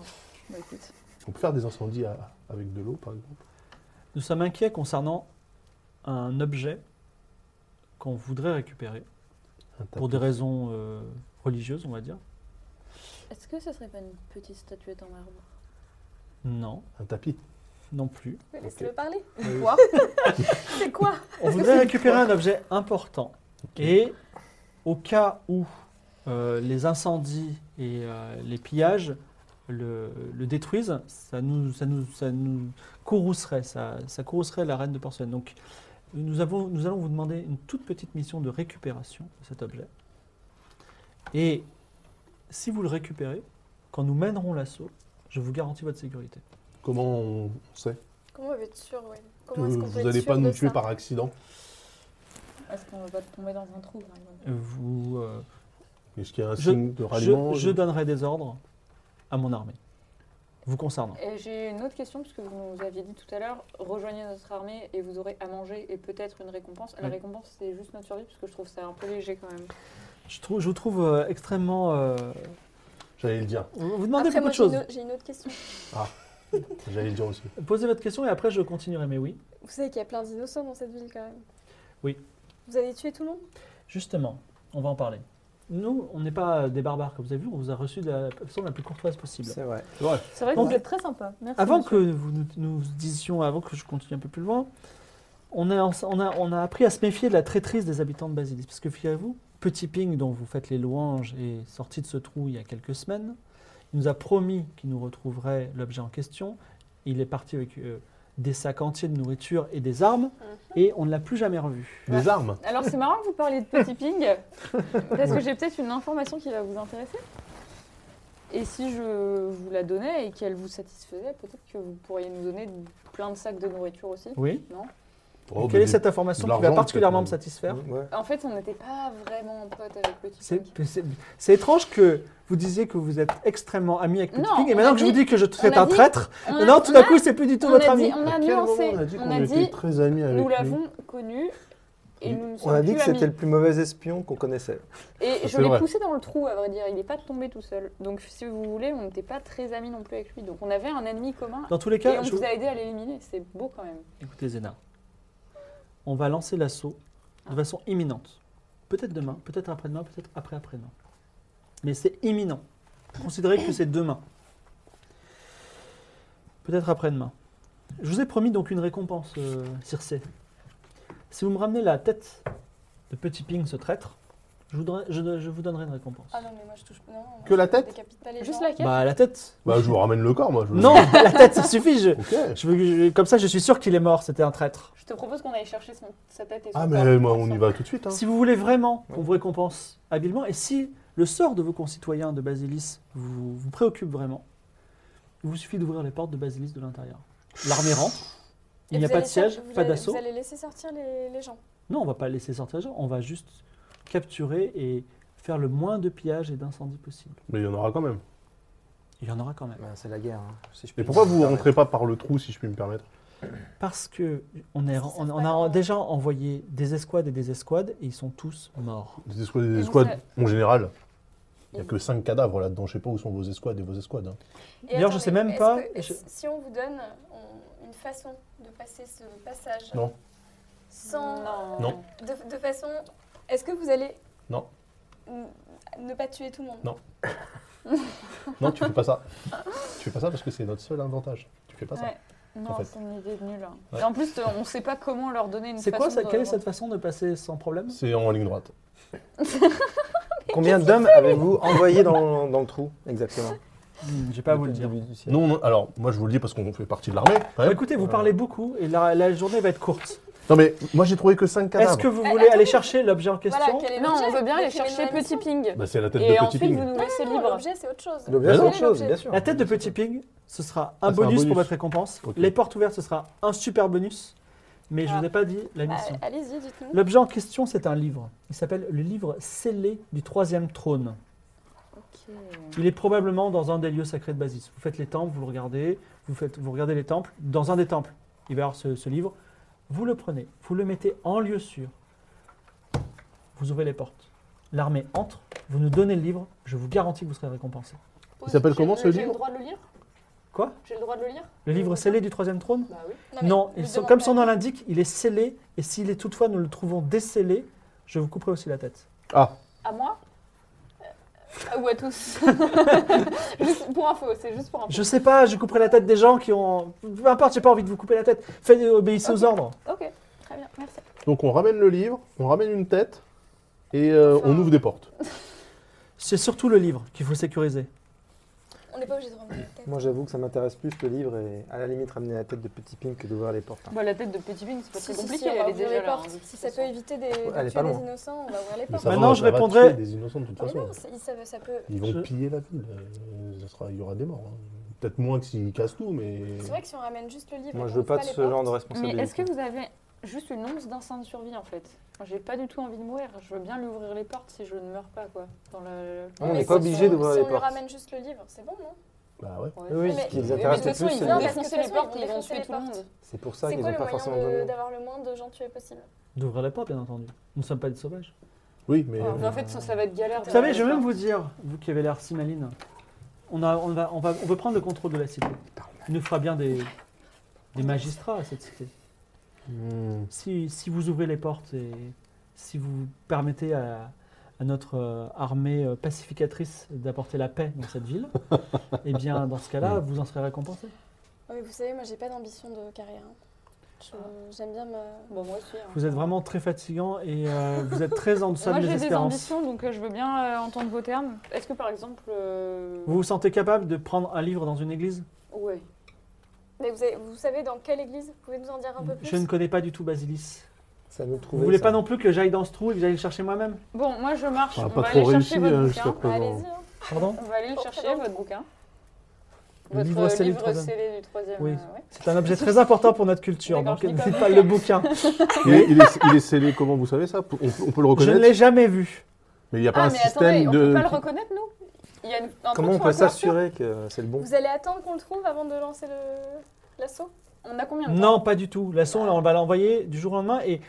Speaker 7: Bah, écoute.
Speaker 2: On peut faire des incendies à- avec de l'eau, par exemple.
Speaker 1: Nous sommes inquiets concernant un objet qu'on voudrait récupérer
Speaker 2: Un tapis.
Speaker 1: pour des raisons euh, religieuses, on va dire.
Speaker 7: Est-ce que ce serait pas une petite statuette en marbre
Speaker 1: Non,
Speaker 2: Un tapis.
Speaker 1: non plus.
Speaker 5: Mais Laisse-le parler.
Speaker 7: Quoi
Speaker 5: C'est quoi
Speaker 1: On voudrait récupérer un objet important. Et au cas où euh, les incendies et euh, les pillages le, le détruisent, ça nous, ça nous, ça nous courroucerait, ça, ça courroucerait la reine de porcelaine. Donc nous, avons, nous allons vous demander une toute petite mission de récupération de cet objet. Et si vous le récupérez, quand nous mènerons l'assaut, je vous garantis votre sécurité.
Speaker 2: Comment on sait
Speaker 5: Comment on veut être sûr, ouais
Speaker 2: que
Speaker 5: Comment est-ce qu'on
Speaker 2: Euh, vous
Speaker 5: peut être
Speaker 2: n'allez
Speaker 5: sûr
Speaker 2: pas nous
Speaker 5: de
Speaker 2: tuer
Speaker 5: ça
Speaker 2: par accident
Speaker 7: Est-ce qu'on va pas tomber dans un trou hein, par exemple
Speaker 1: Vous, euh,
Speaker 2: Est-ce qu'il y a un
Speaker 1: Je-
Speaker 2: signe de
Speaker 1: Je,
Speaker 2: ralliement
Speaker 1: je donnerai des ordres à mon armée. Vous concernant.
Speaker 3: Et j'ai une autre question, puisque vous nous aviez dit tout à l'heure, rejoignez notre armée et vous aurez à manger et peut-être une récompense. La
Speaker 1: Ouais.
Speaker 3: récompense, c'est juste notre survie, parce que je trouve ça un peu léger quand même.
Speaker 1: Je, trouve, je vous trouve euh, extrêmement. euh,
Speaker 2: J'allais le dire.
Speaker 1: vous vous demandez
Speaker 5: Après,
Speaker 1: beaucoup
Speaker 5: moi,
Speaker 1: de
Speaker 5: j'ai une
Speaker 1: choses.
Speaker 5: au- J'ai une autre question.
Speaker 2: J'allais le dire aussi.
Speaker 1: Posez votre question et après je continuerai. Mais oui,
Speaker 5: Vous savez qu'il y a plein d'innocents dans cette ville quand même.
Speaker 1: Oui.
Speaker 5: Vous allez tuer tout le monde
Speaker 1: justement, on va en parler. Nous, on n'est pas des barbares, comme vous avez vu, on vous a reçu de la façon la plus courtoise possible.
Speaker 4: C'est vrai.
Speaker 7: C'est vrai que
Speaker 1: Donc-
Speaker 7: vous êtes très sympa. Merci.
Speaker 1: Avant
Speaker 7: monsieur.
Speaker 1: que vous nous, nous disions, avant que je continue un peu plus loin, on a, on, a, on a appris à se méfier de la traîtrise des habitants de Basilis. Parce que figurez-vous, Petit Ping, dont vous faites les louanges, est sorti de ce trou il y a quelques semaines. Il nous a promis qu'il nous retrouverait l'objet en question. Il est parti avec euh, des sacs entiers de nourriture et des armes,
Speaker 7: Uh-huh.
Speaker 1: et on ne l'a plus jamais revu.
Speaker 2: Des armes
Speaker 7: Alors, c'est marrant que vous parliez de Petit Ping, parce que j'ai peut-être une information qui va vous intéresser. Et si je vous la donnais et qu'elle vous satisfaisait, peut-être que vous pourriez nous donner plein de sacs de nourriture aussi.
Speaker 1: Oui.
Speaker 2: Oh,
Speaker 1: Quelle
Speaker 2: mais
Speaker 1: est cette information
Speaker 2: de
Speaker 1: qui va
Speaker 2: l'argent,
Speaker 1: particulièrement me
Speaker 2: peut-être,
Speaker 1: satisfaire
Speaker 4: Ouais.
Speaker 3: En fait, on n'était pas vraiment potes avec Petit
Speaker 1: C'est-
Speaker 3: Pink.
Speaker 1: c'est- C'est étrange que vous disiez que vous êtes extrêmement ami avec Petit
Speaker 7: Non,
Speaker 1: Ping, et
Speaker 7: on
Speaker 1: maintenant
Speaker 7: a
Speaker 1: que je vous
Speaker 7: dit-
Speaker 1: dis que je- c'est
Speaker 7: a
Speaker 1: un
Speaker 7: dit-
Speaker 1: traître,
Speaker 7: On a-
Speaker 1: non, tout
Speaker 7: on
Speaker 1: d'un
Speaker 7: a-
Speaker 1: coup, c'est plus du tout
Speaker 7: on
Speaker 1: votre
Speaker 7: a
Speaker 1: ami.
Speaker 7: dit- on a
Speaker 2: À quel moment
Speaker 7: nuancé.
Speaker 2: on a dit
Speaker 7: On
Speaker 2: qu'on
Speaker 7: a
Speaker 2: était
Speaker 7: dit,
Speaker 2: très amis avec
Speaker 7: nous
Speaker 2: lui
Speaker 7: l'avons connu et nous ne
Speaker 4: On
Speaker 7: sommes
Speaker 4: a dit
Speaker 7: plus
Speaker 4: que c'était
Speaker 7: amis.
Speaker 4: le plus mauvais espion qu'on connaissait.
Speaker 3: Et je
Speaker 2: c'est vrai.
Speaker 3: l'ai poussé dans le trou, à vrai dire. Il n'est pas tombé tout seul. Donc, si vous voulez, on n'était pas très amis non plus avec lui. Donc, on avait un ennemi commun.
Speaker 1: Dans tous les
Speaker 3: Et
Speaker 1: cas,
Speaker 3: on
Speaker 1: je
Speaker 3: vous a aidé à l'éliminer. C'est beau quand même.
Speaker 1: Écoutez Zéna, on va lancer l'assaut
Speaker 7: Ah.
Speaker 1: de façon imminente. Peut-être demain, peut-être après-demain, peut-être après-après-demain. Mais c'est imminent. Considérez que c'est demain. Peut-être après-demain. Je vous ai promis donc une récompense, euh, Circé. Si vous me ramenez la tête de Petit Ping, ce traître, je Je, voudrais- je- je vous donnerai une récompense.
Speaker 5: Ah non, mais moi je touche. Non, moi,
Speaker 2: Que la
Speaker 5: je
Speaker 2: tête
Speaker 5: décapite pas les
Speaker 3: Juste
Speaker 5: gens.
Speaker 3: la quête
Speaker 1: Bah, la tête
Speaker 2: Bah, je vous ramène le corps, moi. je veux-
Speaker 1: Non, la tête, ça suffit. Je,
Speaker 2: Ok.
Speaker 1: je veux que je- comme ça, je suis sûr qu'il est mort, c'était un traître.
Speaker 3: Je te propose qu'on aille chercher son- sa tête et son
Speaker 2: Ah,
Speaker 3: corps.
Speaker 2: mais moi, on y va tout de suite. hein.
Speaker 1: Si vous voulez vraiment qu'on
Speaker 4: Ouais.
Speaker 1: vous récompense habilement, et si le sort de vos concitoyens de Basilis vous, vous préoccupe vraiment, il vous suffit d'ouvrir les portes de Basilis de l'intérieur. L'armée rentre, il
Speaker 5: Et
Speaker 1: n'y a
Speaker 5: vous
Speaker 1: pas de
Speaker 5: allez faire-
Speaker 1: siège,
Speaker 5: vous
Speaker 1: pas
Speaker 5: allez-
Speaker 1: d'assaut.
Speaker 5: Vous allez laisser sortir les, les gens.
Speaker 1: Non, on va pas laisser sortir les gens, on va juste capturer et faire le moins de pillage et d'incendie possible.
Speaker 2: Mais il y en aura quand même.
Speaker 1: Il y en aura quand même.
Speaker 4: Ben, c'est la guerre. hein, si je
Speaker 2: Et
Speaker 4: puis
Speaker 2: pourquoi
Speaker 4: me
Speaker 2: vous
Speaker 4: permettre.
Speaker 2: rentrez pas par le trou, si je puis me permettre
Speaker 1: Parce que on, est,
Speaker 5: Parce
Speaker 1: on-
Speaker 5: qu'ils savent
Speaker 1: on
Speaker 5: pas
Speaker 1: a
Speaker 5: comment.
Speaker 1: déjà envoyé des escouades et des escouades et ils sont tous morts.
Speaker 2: Des escouades, des
Speaker 3: vous
Speaker 2: escouades,
Speaker 3: savez-
Speaker 2: en général. Il n'y a
Speaker 3: Et-
Speaker 2: que 5 cadavres là-dedans. Je sais pas où sont vos escouades et vos escouades. hein.
Speaker 5: Et
Speaker 1: D'ailleurs, je
Speaker 5: attendez,
Speaker 1: sais même
Speaker 5: est-ce
Speaker 1: pas-
Speaker 5: que-
Speaker 1: je-
Speaker 5: Si on vous donne on- une façon de passer ce passage.
Speaker 2: Non.
Speaker 5: Sans.
Speaker 3: Non.
Speaker 2: Non.
Speaker 5: De, de façon. Est-ce que vous allez.
Speaker 2: Non.
Speaker 5: n- Ne pas tuer tout le monde.
Speaker 2: Non. Non, tu fais pas ça. Tu fais pas ça parce que c'est notre seul avantage. Tu fais pas ça.
Speaker 3: Ouais. Non,
Speaker 2: en fait.
Speaker 3: c'est une idée de nulle. hein.
Speaker 2: Ouais.
Speaker 3: Et en plus, euh, on sait pas comment leur donner une
Speaker 1: C'est
Speaker 3: façon
Speaker 1: quoi ça
Speaker 3: de-
Speaker 1: Quelle est cette façon de passer sans problème
Speaker 2: C'est en ligne droite.
Speaker 4: Combien d'hommes avez-vous envoyé dans, dans le trou exactement
Speaker 1: Hmm, J'ai pas à vous le
Speaker 4: Depuis
Speaker 1: dire.
Speaker 4: début du siècle.
Speaker 2: Non, non, alors, moi je vous le dis parce qu'on fait partie de l'armée. quand
Speaker 1: Bah,
Speaker 2: même.
Speaker 1: écoutez, vous parlez beaucoup et la, la journée va être courte.
Speaker 2: Non, mais moi j'ai trouvé que 5
Speaker 1: Est-ce
Speaker 2: cadavres.
Speaker 1: que vous
Speaker 5: Eh,
Speaker 1: voulez aller
Speaker 5: attendez.
Speaker 1: chercher l'objet en
Speaker 5: Voilà,
Speaker 1: question
Speaker 5: quel est
Speaker 3: Non, on
Speaker 5: l'objet
Speaker 3: veut bien aller
Speaker 5: Décrivez-nous
Speaker 3: chercher
Speaker 5: la
Speaker 3: Petit
Speaker 5: mission.
Speaker 3: Ping.
Speaker 2: Bah, c'est la tête
Speaker 3: Et
Speaker 2: de Petit
Speaker 3: ensuite,
Speaker 2: Ping.
Speaker 3: vous nous laissez
Speaker 5: Non,
Speaker 3: libre.
Speaker 5: L'objet, c'est autre chose.
Speaker 4: L'objet,
Speaker 2: Mais
Speaker 4: c'est
Speaker 2: non.
Speaker 4: autre chose, bien sûr.
Speaker 1: La tête de Petit Ping, ce sera un,
Speaker 2: Ah, c'est un
Speaker 1: bonus, pour
Speaker 2: bonus.
Speaker 1: votre récompense.
Speaker 2: Ok.
Speaker 1: Les portes ouvertes, ce sera un super bonus. Mais je
Speaker 3: Ah.
Speaker 1: vous ai pas dit la
Speaker 5: Bah,
Speaker 1: mission.
Speaker 5: Allez-y, dites-nous.
Speaker 1: L'objet en question, c'est un livre. Il s'appelle le livre scellé du troisième trône. Il est probablement dans un des lieux sacrés de Basis. Vous faites les temples, vous le regardez, vous, faites, vous regardez les temples. Dans un des temples, il va y avoir ce, ce livre. Vous le prenez, vous le mettez en lieu sûr. Vous ouvrez les portes. L'armée entre, vous nous donnez le livre, je vous garantis que vous serez récompensé.
Speaker 2: Il s'appelle comment, ce
Speaker 3: J'ai
Speaker 2: livre
Speaker 3: le droit de le lire
Speaker 1: Quoi
Speaker 3: J'ai le droit de le lire
Speaker 1: Le livre scellé du troisième trône
Speaker 3: Bah oui.
Speaker 5: mais
Speaker 1: Non,
Speaker 5: ne
Speaker 1: ils sont-
Speaker 5: demande
Speaker 1: comme
Speaker 5: pas.
Speaker 1: son nom l'indique, il est scellé, et s'il est toutefois, nous le trouvons décellé, je vous couperai aussi la tête.
Speaker 2: Ah,
Speaker 3: À moi Euh, Ou à tous Juste pour info, c'est juste pour info.
Speaker 1: Je sais pas, je couperai la tête des gens qui ont... Peu importe, j'ai pas envie de vous couper la tête. Faites, obéissez aux ordres.
Speaker 3: Ok, très bien, merci.
Speaker 2: donc on ramène le livre, on ramène une tête et euh, on ouvre des portes.
Speaker 1: C'est surtout le livre qu'il faut sécuriser.
Speaker 5: On n'est pas obligé de remettre la tête.
Speaker 4: Moi, j'avoue que ça m'intéresse plus le livre et à la limite ramener la tête de Petit Pink que d'ouvrir les portes. hein.
Speaker 3: Bah, la tête de Petit Ping, c'est pas
Speaker 5: Si,
Speaker 3: très
Speaker 5: si,
Speaker 3: compliqué,
Speaker 5: si, on va
Speaker 3: elle est
Speaker 5: ouvrir
Speaker 3: déjà
Speaker 5: les
Speaker 3: là. hein,
Speaker 5: portes.
Speaker 3: de
Speaker 5: Si
Speaker 3: toute
Speaker 5: ça
Speaker 3: façon.
Speaker 5: peut éviter des, de
Speaker 4: Ouais, elle est
Speaker 5: tuer
Speaker 4: pas
Speaker 5: des
Speaker 4: loin.
Speaker 5: innocents, on va ouvrir les
Speaker 2: Mais
Speaker 5: portes.
Speaker 2: ça
Speaker 1: Maintenant,
Speaker 2: va,
Speaker 1: je
Speaker 2: ça va
Speaker 1: répondrai-
Speaker 2: tuer des innocents de toute
Speaker 5: Mais
Speaker 2: façon.
Speaker 5: non, c'est- ça, ça peut.
Speaker 2: Ils vont
Speaker 1: Je-
Speaker 2: piller la ville. euh, ça sera- Il y aura des morts. hein. Peut-être moins que s'ils cassent tout, mais.
Speaker 5: C'est vrai que si on ramène juste le livre.
Speaker 4: Moi,
Speaker 5: et
Speaker 4: je
Speaker 5: qu'on
Speaker 4: veux pas de
Speaker 5: ouvre
Speaker 4: ce genre
Speaker 5: les
Speaker 4: de
Speaker 5: portes,
Speaker 3: Mais
Speaker 4: responsabilité.
Speaker 3: est-ce que vous avez juste une once d'instinct de survie en fait Moi, J'ai pas du tout envie de mourir, je veux bien lui ouvrir les portes si je ne meurs pas quoi. Dans le...
Speaker 4: Ah, On
Speaker 5: Mais
Speaker 4: n'est
Speaker 5: si-
Speaker 4: pas obligé
Speaker 5: si on-
Speaker 4: d'ouvrir
Speaker 5: si
Speaker 4: les
Speaker 5: on lui
Speaker 4: portes.
Speaker 5: ramène juste le livre, c'est bon, non
Speaker 2: Bah ouais.
Speaker 3: Ouais.
Speaker 4: Oui,
Speaker 5: Mais-
Speaker 4: ce qui les
Speaker 5: mais-
Speaker 3: Mais de
Speaker 4: intéresse
Speaker 3: toute
Speaker 4: le
Speaker 3: façon,
Speaker 4: plus,
Speaker 3: ils
Speaker 4: c'est
Speaker 5: Non,
Speaker 3: vont
Speaker 5: mais-
Speaker 4: les-
Speaker 3: défoncer
Speaker 5: parce que
Speaker 3: les
Speaker 5: de toute façon,
Speaker 3: portes
Speaker 5: ils
Speaker 3: et ils
Speaker 5: vont
Speaker 3: vont
Speaker 5: défoncer
Speaker 3: tuer
Speaker 5: les
Speaker 3: tout le
Speaker 5: portes.
Speaker 3: monde.
Speaker 4: c'est pour ça
Speaker 5: C'est
Speaker 4: qu'ils n'ont
Speaker 5: quoi le
Speaker 4: pas
Speaker 5: moyen
Speaker 4: forcément
Speaker 5: de-
Speaker 4: de.
Speaker 5: d'avoir le moins de gens tués possible
Speaker 1: N'ouvrez la porte, bien entendu. Nous ne sommes pas des sauvages.
Speaker 2: Oui, mais. euh,
Speaker 3: Mais en fait, ça, ça va être galère.
Speaker 1: Vous savez, je vais même vous dire, vous qui avez l'air si maline, on, a, on, va, on, va, on veut prendre le contrôle de la cité. Il nous fera bien des, des magistrats à cette cité.
Speaker 2: Hmm.
Speaker 1: Si, si vous ouvrez les portes et si vous permettez à, à notre euh, armée euh, pacificatrice d'apporter la paix dans cette ville, eh bien, dans ce cas-là, vous en serez récompensé.
Speaker 5: Ouais, mais vous savez, moi, j'ai pas d'ambition de carrière. hein. Je- J'aime bien me.
Speaker 3: Bon, moi aussi. hein.
Speaker 1: Vous êtes vraiment très fatigant et euh, vous êtes très en deçà
Speaker 3: Moi,
Speaker 1: de mes
Speaker 3: j'ai des
Speaker 1: espérances.
Speaker 3: ambitions, donc euh, je veux bien euh, entendre vos termes. Est-ce que par exemple. euh,
Speaker 1: Vous vous sentez capable de prendre un livre dans une église
Speaker 3: Ouais.
Speaker 5: Mais vous, avez- vous savez dans quelle église Vous pouvez nous en dire un peu plus
Speaker 1: Je ne connais pas du tout Basilis.
Speaker 4: Ça nous
Speaker 1: Vous
Speaker 4: trouvait.
Speaker 1: voulez
Speaker 4: ça.
Speaker 1: pas non plus que j'aille dans ce trou et que j'aille le chercher moi-même
Speaker 3: Bon, moi, je marche.
Speaker 2: On
Speaker 3: On,
Speaker 2: a
Speaker 3: va
Speaker 2: pas
Speaker 3: aller
Speaker 2: trop
Speaker 3: chercher
Speaker 2: réussi
Speaker 3: votre
Speaker 2: hein, jusqu'à
Speaker 3: bouquin.
Speaker 5: Bah,
Speaker 2: présent.
Speaker 5: Allez-y. hein.
Speaker 1: Pardon
Speaker 3: On va aller le
Speaker 5: Pour
Speaker 3: chercher,
Speaker 5: présent.
Speaker 3: votre bouquin.
Speaker 1: Le
Speaker 3: votre
Speaker 1: livre
Speaker 3: euh,
Speaker 1: scellé du
Speaker 3: livre
Speaker 1: troisième.
Speaker 3: scellé du troisième.
Speaker 1: Oui.
Speaker 3: euh, ouais.
Speaker 1: C'est un objet très important pour notre culture,
Speaker 3: D'accord,
Speaker 1: donc
Speaker 3: je lis pas
Speaker 1: n'hésitez
Speaker 3: le
Speaker 1: pas le bouquin.
Speaker 2: Il est, il est- il est scellé comment vous savez ça on, peut- on
Speaker 1: Je
Speaker 2: peut le
Speaker 1: ne
Speaker 2: reconnaître
Speaker 1: l'ai jamais vu.
Speaker 2: Mais il n'y a pas
Speaker 3: Ah,
Speaker 2: un
Speaker 3: mais attendez,
Speaker 2: système
Speaker 3: on peut
Speaker 2: de.
Speaker 3: pas le reconnaître, nous Il y a une, un truc
Speaker 4: Comment on
Speaker 3: sur
Speaker 4: peut
Speaker 3: la couverture
Speaker 4: s'assurer que c'est le bon
Speaker 5: Vous allez attendre qu'on le trouve avant de lancer le- l'assaut
Speaker 3: On a combien de temps
Speaker 1: Non, pas du tout. L'assaut, on va l'envoyer du jour au lendemain. Et,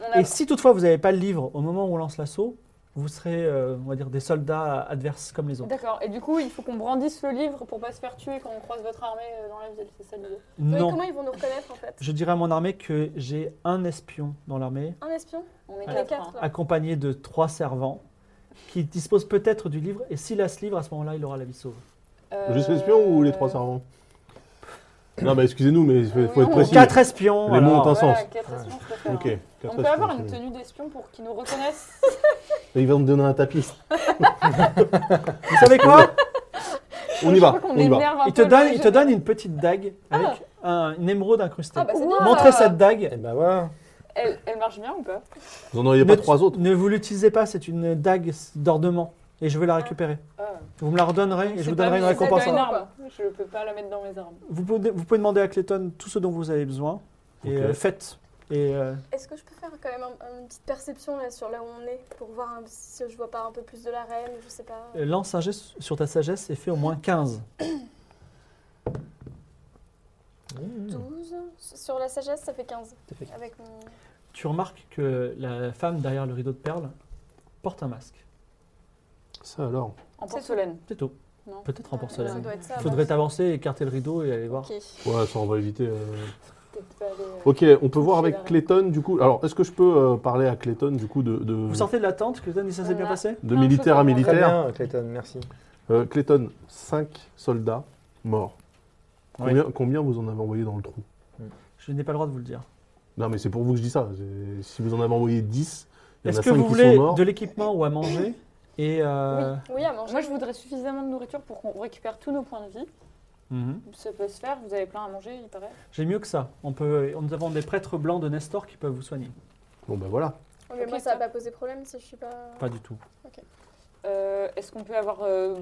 Speaker 3: On
Speaker 1: et
Speaker 3: a-
Speaker 1: si toutefois vous n'avez pas le livre au moment où on lance l'assaut, vous serez, euh, on va dire, des soldats adverses comme les autres.
Speaker 3: D'accord, et du coup, il faut qu'on brandisse le livre pour pas se faire tuer quand on croise votre armée euh, dans la ville, c'est ça l'idée.
Speaker 5: Mais
Speaker 1: Non.
Speaker 5: Comment ils vont nous reconnaître en fait
Speaker 1: Je dirais à mon armée que j'ai un espion dans l'armée,
Speaker 5: Un espion
Speaker 3: On est
Speaker 5: On est
Speaker 3: quatre. hein.
Speaker 1: Ah.
Speaker 5: quatre. là.
Speaker 1: accompagné de trois servents, qui disposent peut-être du livre. Et s'il a ce livre, à ce moment-là, il aura la vie sauve.
Speaker 3: Euh,
Speaker 2: Juste l'espion ou les trois servants Non, mais excusez-nous, mais il faut, faut
Speaker 3: Oui,
Speaker 2: être
Speaker 3: on-
Speaker 2: précis.
Speaker 1: Quatre espions.
Speaker 2: Les mots
Speaker 1: alors.
Speaker 2: ont un sens.
Speaker 3: Voilà, quatre espions, je faire.
Speaker 2: Ok.
Speaker 3: hein.
Speaker 2: carte
Speaker 3: On peut avoir
Speaker 2: aspiration.
Speaker 3: une tenue d'espion pour qu'ils nous reconnaissent.
Speaker 2: Et il va me donner un tapis.
Speaker 1: Vous savez quoi
Speaker 2: On y
Speaker 7: Je
Speaker 2: va.
Speaker 7: crois qu'on
Speaker 2: On y va.
Speaker 7: énerve un
Speaker 1: Il te
Speaker 7: peu
Speaker 1: donne,
Speaker 7: le
Speaker 1: il te
Speaker 7: jeu.
Speaker 1: donne une petite dague avec un- une émeraude incrustée.
Speaker 3: Ah bah c'est
Speaker 7: Wow.
Speaker 3: bien.
Speaker 1: Montrez
Speaker 7: Ah.
Speaker 1: cette dague.
Speaker 4: Et ben voilà.
Speaker 3: Elle, elle marche bien ou pas
Speaker 2: Vous en auriez
Speaker 1: Ne-
Speaker 2: pas trois autres.
Speaker 1: Ne vous l'utilisez pas, c'est une dague d'ornement. Et je vais la récupérer.
Speaker 7: Euh,
Speaker 3: Ah.
Speaker 1: Vous me la redonnerez et je
Speaker 3: C'est
Speaker 1: vous
Speaker 3: pas
Speaker 1: donnerai une
Speaker 3: mis- c'est
Speaker 1: récompense. hein.
Speaker 3: pas une arme. Je peux pas la mettre dans mes armes.
Speaker 1: Vous pouvez, vous pouvez demander à Clayton tout ce dont vous avez besoin. Et
Speaker 2: Ok.
Speaker 1: euh, faites. Et euh,
Speaker 5: Est-ce que je peux faire quand même un- une petite perception là sur là où on est pour voir un- si je vois pas un peu plus de la reine, je sais pas.
Speaker 1: lance un geste sur ta sagesse et fais au moins 15.
Speaker 5: 12 sur la sagesse, ça fait 15
Speaker 1: Ça fait 15.
Speaker 5: avec mon
Speaker 1: Tu remarques que la femme derrière le rideau de perles porte un masque.
Speaker 2: Ça alors.
Speaker 7: En
Speaker 3: C'est tout.
Speaker 7: porcelaine.
Speaker 1: C'est tout.
Speaker 7: Non.
Speaker 1: Peut-être en
Speaker 3: Ah,
Speaker 5: Ça
Speaker 1: porcelaine.
Speaker 5: doit être ça.
Speaker 1: Il faudrait t'avancer, écarter le rideau et aller voir.
Speaker 5: OK.
Speaker 2: Ouais, ça on va éviter. euh.
Speaker 3: Peut-être pas
Speaker 7: euh.
Speaker 3: les-
Speaker 2: Ok, on peut voir
Speaker 3: C'est
Speaker 2: avec
Speaker 3: la reine.
Speaker 2: Clayton du coup. Alors, est-ce que je peux euh, parler à Clayton du coup de, de,
Speaker 1: Vous sortez de la tente, Clayton dit ça s'est
Speaker 3: On
Speaker 1: bien
Speaker 3: a-
Speaker 1: passé
Speaker 2: de
Speaker 7: Non,
Speaker 2: militaire à
Speaker 7: je peux
Speaker 4: Très
Speaker 2: militaire
Speaker 4: bien, Clayton, merci.
Speaker 2: Euh, Clayton, 5 soldats morts. Combien, combien vous en avez envoyé dans le trou
Speaker 1: Je n'ai pas le droit de vous le dire.
Speaker 2: Non, mais c'est pour vous que je dis ça. C'est- Si vous en avez envoyé 10, il y en
Speaker 1: Est-ce
Speaker 2: a
Speaker 1: que
Speaker 2: 5
Speaker 1: vous
Speaker 2: qui
Speaker 1: voulez
Speaker 2: sont morts.
Speaker 1: de l'équipement ou à manger Et euh,
Speaker 5: Oui, à manger.
Speaker 7: Moi, je voudrais suffisamment de nourriture pour qu'on récupère tous nos points de vie.
Speaker 1: mhm.
Speaker 7: Ça peut se faire, vous avez plein à manger, il paraît.
Speaker 1: j'ai mieux que ça. On peut, nous avons des prêtres blancs de Nestor qui peuvent vous soigner.
Speaker 2: Bon, ben voilà.
Speaker 5: Oui, mais
Speaker 7: Ok,
Speaker 5: moi ça va
Speaker 7: toi.
Speaker 5: pas poser problème si je suis pas
Speaker 1: Pas du tout.
Speaker 7: Euh, Est-ce qu'on peut avoir euh,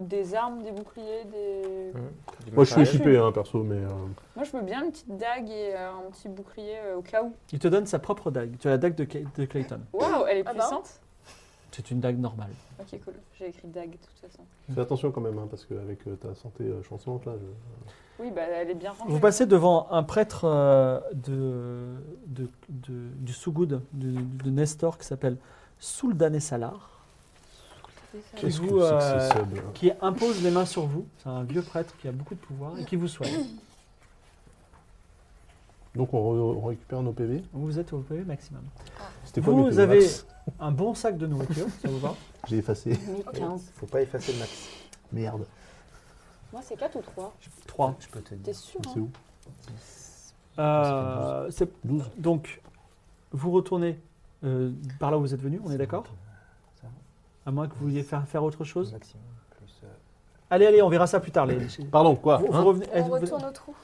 Speaker 7: des armes, des boucliers, des...
Speaker 4: Mm. Du
Speaker 2: Moi, je suis
Speaker 4: matériel.
Speaker 2: équipé, hein, perso, mais. euh,
Speaker 7: Moi, je veux bien une petite dague et euh, un petit bouclier euh, au cas où.
Speaker 1: Il te donne sa propre dague. Tu as la dague de, Ca- de Clayton.
Speaker 7: Waouh, elle est
Speaker 5: Ah bah.
Speaker 7: puissante.
Speaker 1: C'est une dague normale.
Speaker 7: Ok, cool. J'ai écrit dague de toute façon.
Speaker 2: Fais attention quand même, hein, parce qu'avec ta santé euh, chancelante, là. je-
Speaker 7: Oui, bah, elle est bien rangée.
Speaker 1: Vous passez devant un prêtre euh, de, de- de- du Sougoud, de, de Nestor, qui s'appelle Souldané Salar, Qui
Speaker 2: Qu'est-ce que
Speaker 1: vous,
Speaker 2: c'est que ce
Speaker 1: euh,
Speaker 2: sub, hein là
Speaker 1: qui impose les mains sur vous. C'est un vieux prêtre qui a beaucoup de pouvoir et qui vous soigne.
Speaker 2: Donc, on, re- on récupère nos PV.
Speaker 1: Vous êtes au PV maximum.
Speaker 2: C'était quoi
Speaker 1: Vous
Speaker 2: mes PV
Speaker 1: avez-
Speaker 2: max
Speaker 1: Un bon sac de nourriture, ça vous va
Speaker 2: J'ai effacé.
Speaker 4: Faut pas effacer le max.
Speaker 2: Merde.
Speaker 7: Moi, c'est 4 ou 3.
Speaker 1: 3.
Speaker 4: Je peux te
Speaker 7: T'es
Speaker 4: dire.
Speaker 7: sûr hein
Speaker 2: C'est où
Speaker 1: Euh, c'est-
Speaker 2: 12.
Speaker 1: donc, vous retournez euh, par là où vous êtes venu, on est d'accord
Speaker 4: Ça,
Speaker 1: À moins que vous vouliez faire, faire autre
Speaker 4: le
Speaker 1: chose
Speaker 4: maximum. Plus, euh,
Speaker 1: Allez, allez, on verra ça plus tard. Les,
Speaker 2: Pardon, quoi
Speaker 1: Vous- vous
Speaker 2: hein
Speaker 1: revenez- eh,
Speaker 5: On
Speaker 1: vous-
Speaker 5: retourne au trou.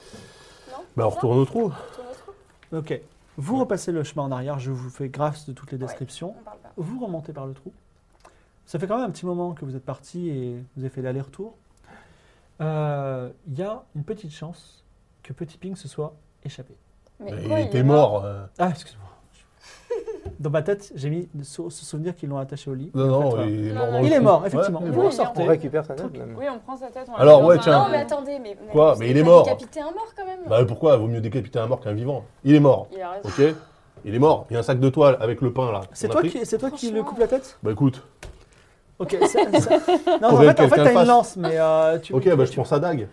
Speaker 2: Bah, on retourne au trou.
Speaker 5: On retourne au trou.
Speaker 1: Ok. Vous repassez le chemin en arrière, je vous fais grâce de toutes les descriptions.
Speaker 5: On parle pas.
Speaker 1: Vous remontez par le trou. Ça fait quand même un petit moment que vous êtes parti et vous avez fait l'aller-retour. Euh, Il y a une petite chance que Petit Ping se soit échappé.
Speaker 7: Mais
Speaker 2: Mais
Speaker 7: quoi,
Speaker 2: il
Speaker 7: est
Speaker 2: était mort. euh.
Speaker 1: Ah, excuse-moi. Dans ma tête, j'ai mis de sou- se souvenir qu'ils l'ont attaché au lit.
Speaker 2: Non,
Speaker 1: En fait,
Speaker 2: non,
Speaker 1: voilà.
Speaker 2: il est
Speaker 3: Non,
Speaker 2: mort.
Speaker 3: non,
Speaker 2: dans
Speaker 1: il
Speaker 2: le
Speaker 1: est
Speaker 2: trou.
Speaker 1: mort, effectivement.
Speaker 2: Ouais, il est
Speaker 1: vous
Speaker 2: mort.
Speaker 1: en
Speaker 7: Oui,
Speaker 1: sortez.
Speaker 4: On récupère sa note, même.
Speaker 7: Oui, on prend sa tête. On la
Speaker 2: Alors,
Speaker 7: met
Speaker 2: ouais,
Speaker 7: dans un-
Speaker 2: tiens.
Speaker 5: Non, mais attendez, mais on a-
Speaker 2: Quoi
Speaker 5: on
Speaker 2: Mais il est
Speaker 5: a
Speaker 2: mort.
Speaker 5: décapité un mort quand même.
Speaker 2: Bah, pourquoi Vaut mieux décapiter un mort qu'un vivant. Il est mort.
Speaker 7: Il a raison.
Speaker 2: Ok Il est mort. Il y a un sac de toile avec le pain là.
Speaker 1: C'est
Speaker 2: On a
Speaker 1: toi,
Speaker 2: pris
Speaker 1: qui, c'est toi qui le
Speaker 5: Franchement.
Speaker 1: coupe la tête
Speaker 2: Bah écoute.
Speaker 1: Ok, ça- ça- Non, en
Speaker 2: Faut bien
Speaker 1: fait,
Speaker 2: que
Speaker 1: en fait,
Speaker 2: quelqu'un
Speaker 1: t'as
Speaker 2: le
Speaker 1: une
Speaker 2: fasse.
Speaker 1: lance, mais euh, tu.
Speaker 2: Ok,
Speaker 1: tu-
Speaker 2: bah je
Speaker 1: tu-
Speaker 2: prends sa dague.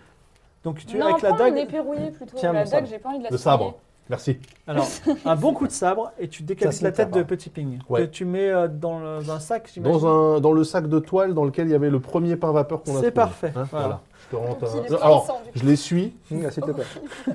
Speaker 1: Donc, tu,
Speaker 7: Non,
Speaker 1: avec la
Speaker 7: prends une
Speaker 1: dague,
Speaker 7: épée rouillée plutôt.
Speaker 4: Tiens,
Speaker 7: la
Speaker 4: mon
Speaker 7: dague,
Speaker 4: sabre.
Speaker 7: j'ai pas envie de la
Speaker 2: Le
Speaker 7: souiller.
Speaker 2: sabre. Merci.
Speaker 1: Alors, un bon coup de sabre et tu décapites
Speaker 4: Ça, c'est
Speaker 1: la tête
Speaker 4: sympa.
Speaker 1: de Petit Ping.
Speaker 2: Ouais.
Speaker 1: Que tu mets euh, dans, le- dans un sac, j'imagine.
Speaker 2: Dans, un, dans le sac de toile dans lequel il y avait le premier pain vapeur qu'on a
Speaker 1: C'est
Speaker 2: trouvé.
Speaker 1: parfait,
Speaker 2: hein,
Speaker 1: voilà.
Speaker 2: Je te rends
Speaker 5: Donc, il est
Speaker 2: ta-
Speaker 5: plein de
Speaker 2: Alors,
Speaker 5: sang, du coup.
Speaker 2: je les suis.
Speaker 4: Mmh, S'il te plaît.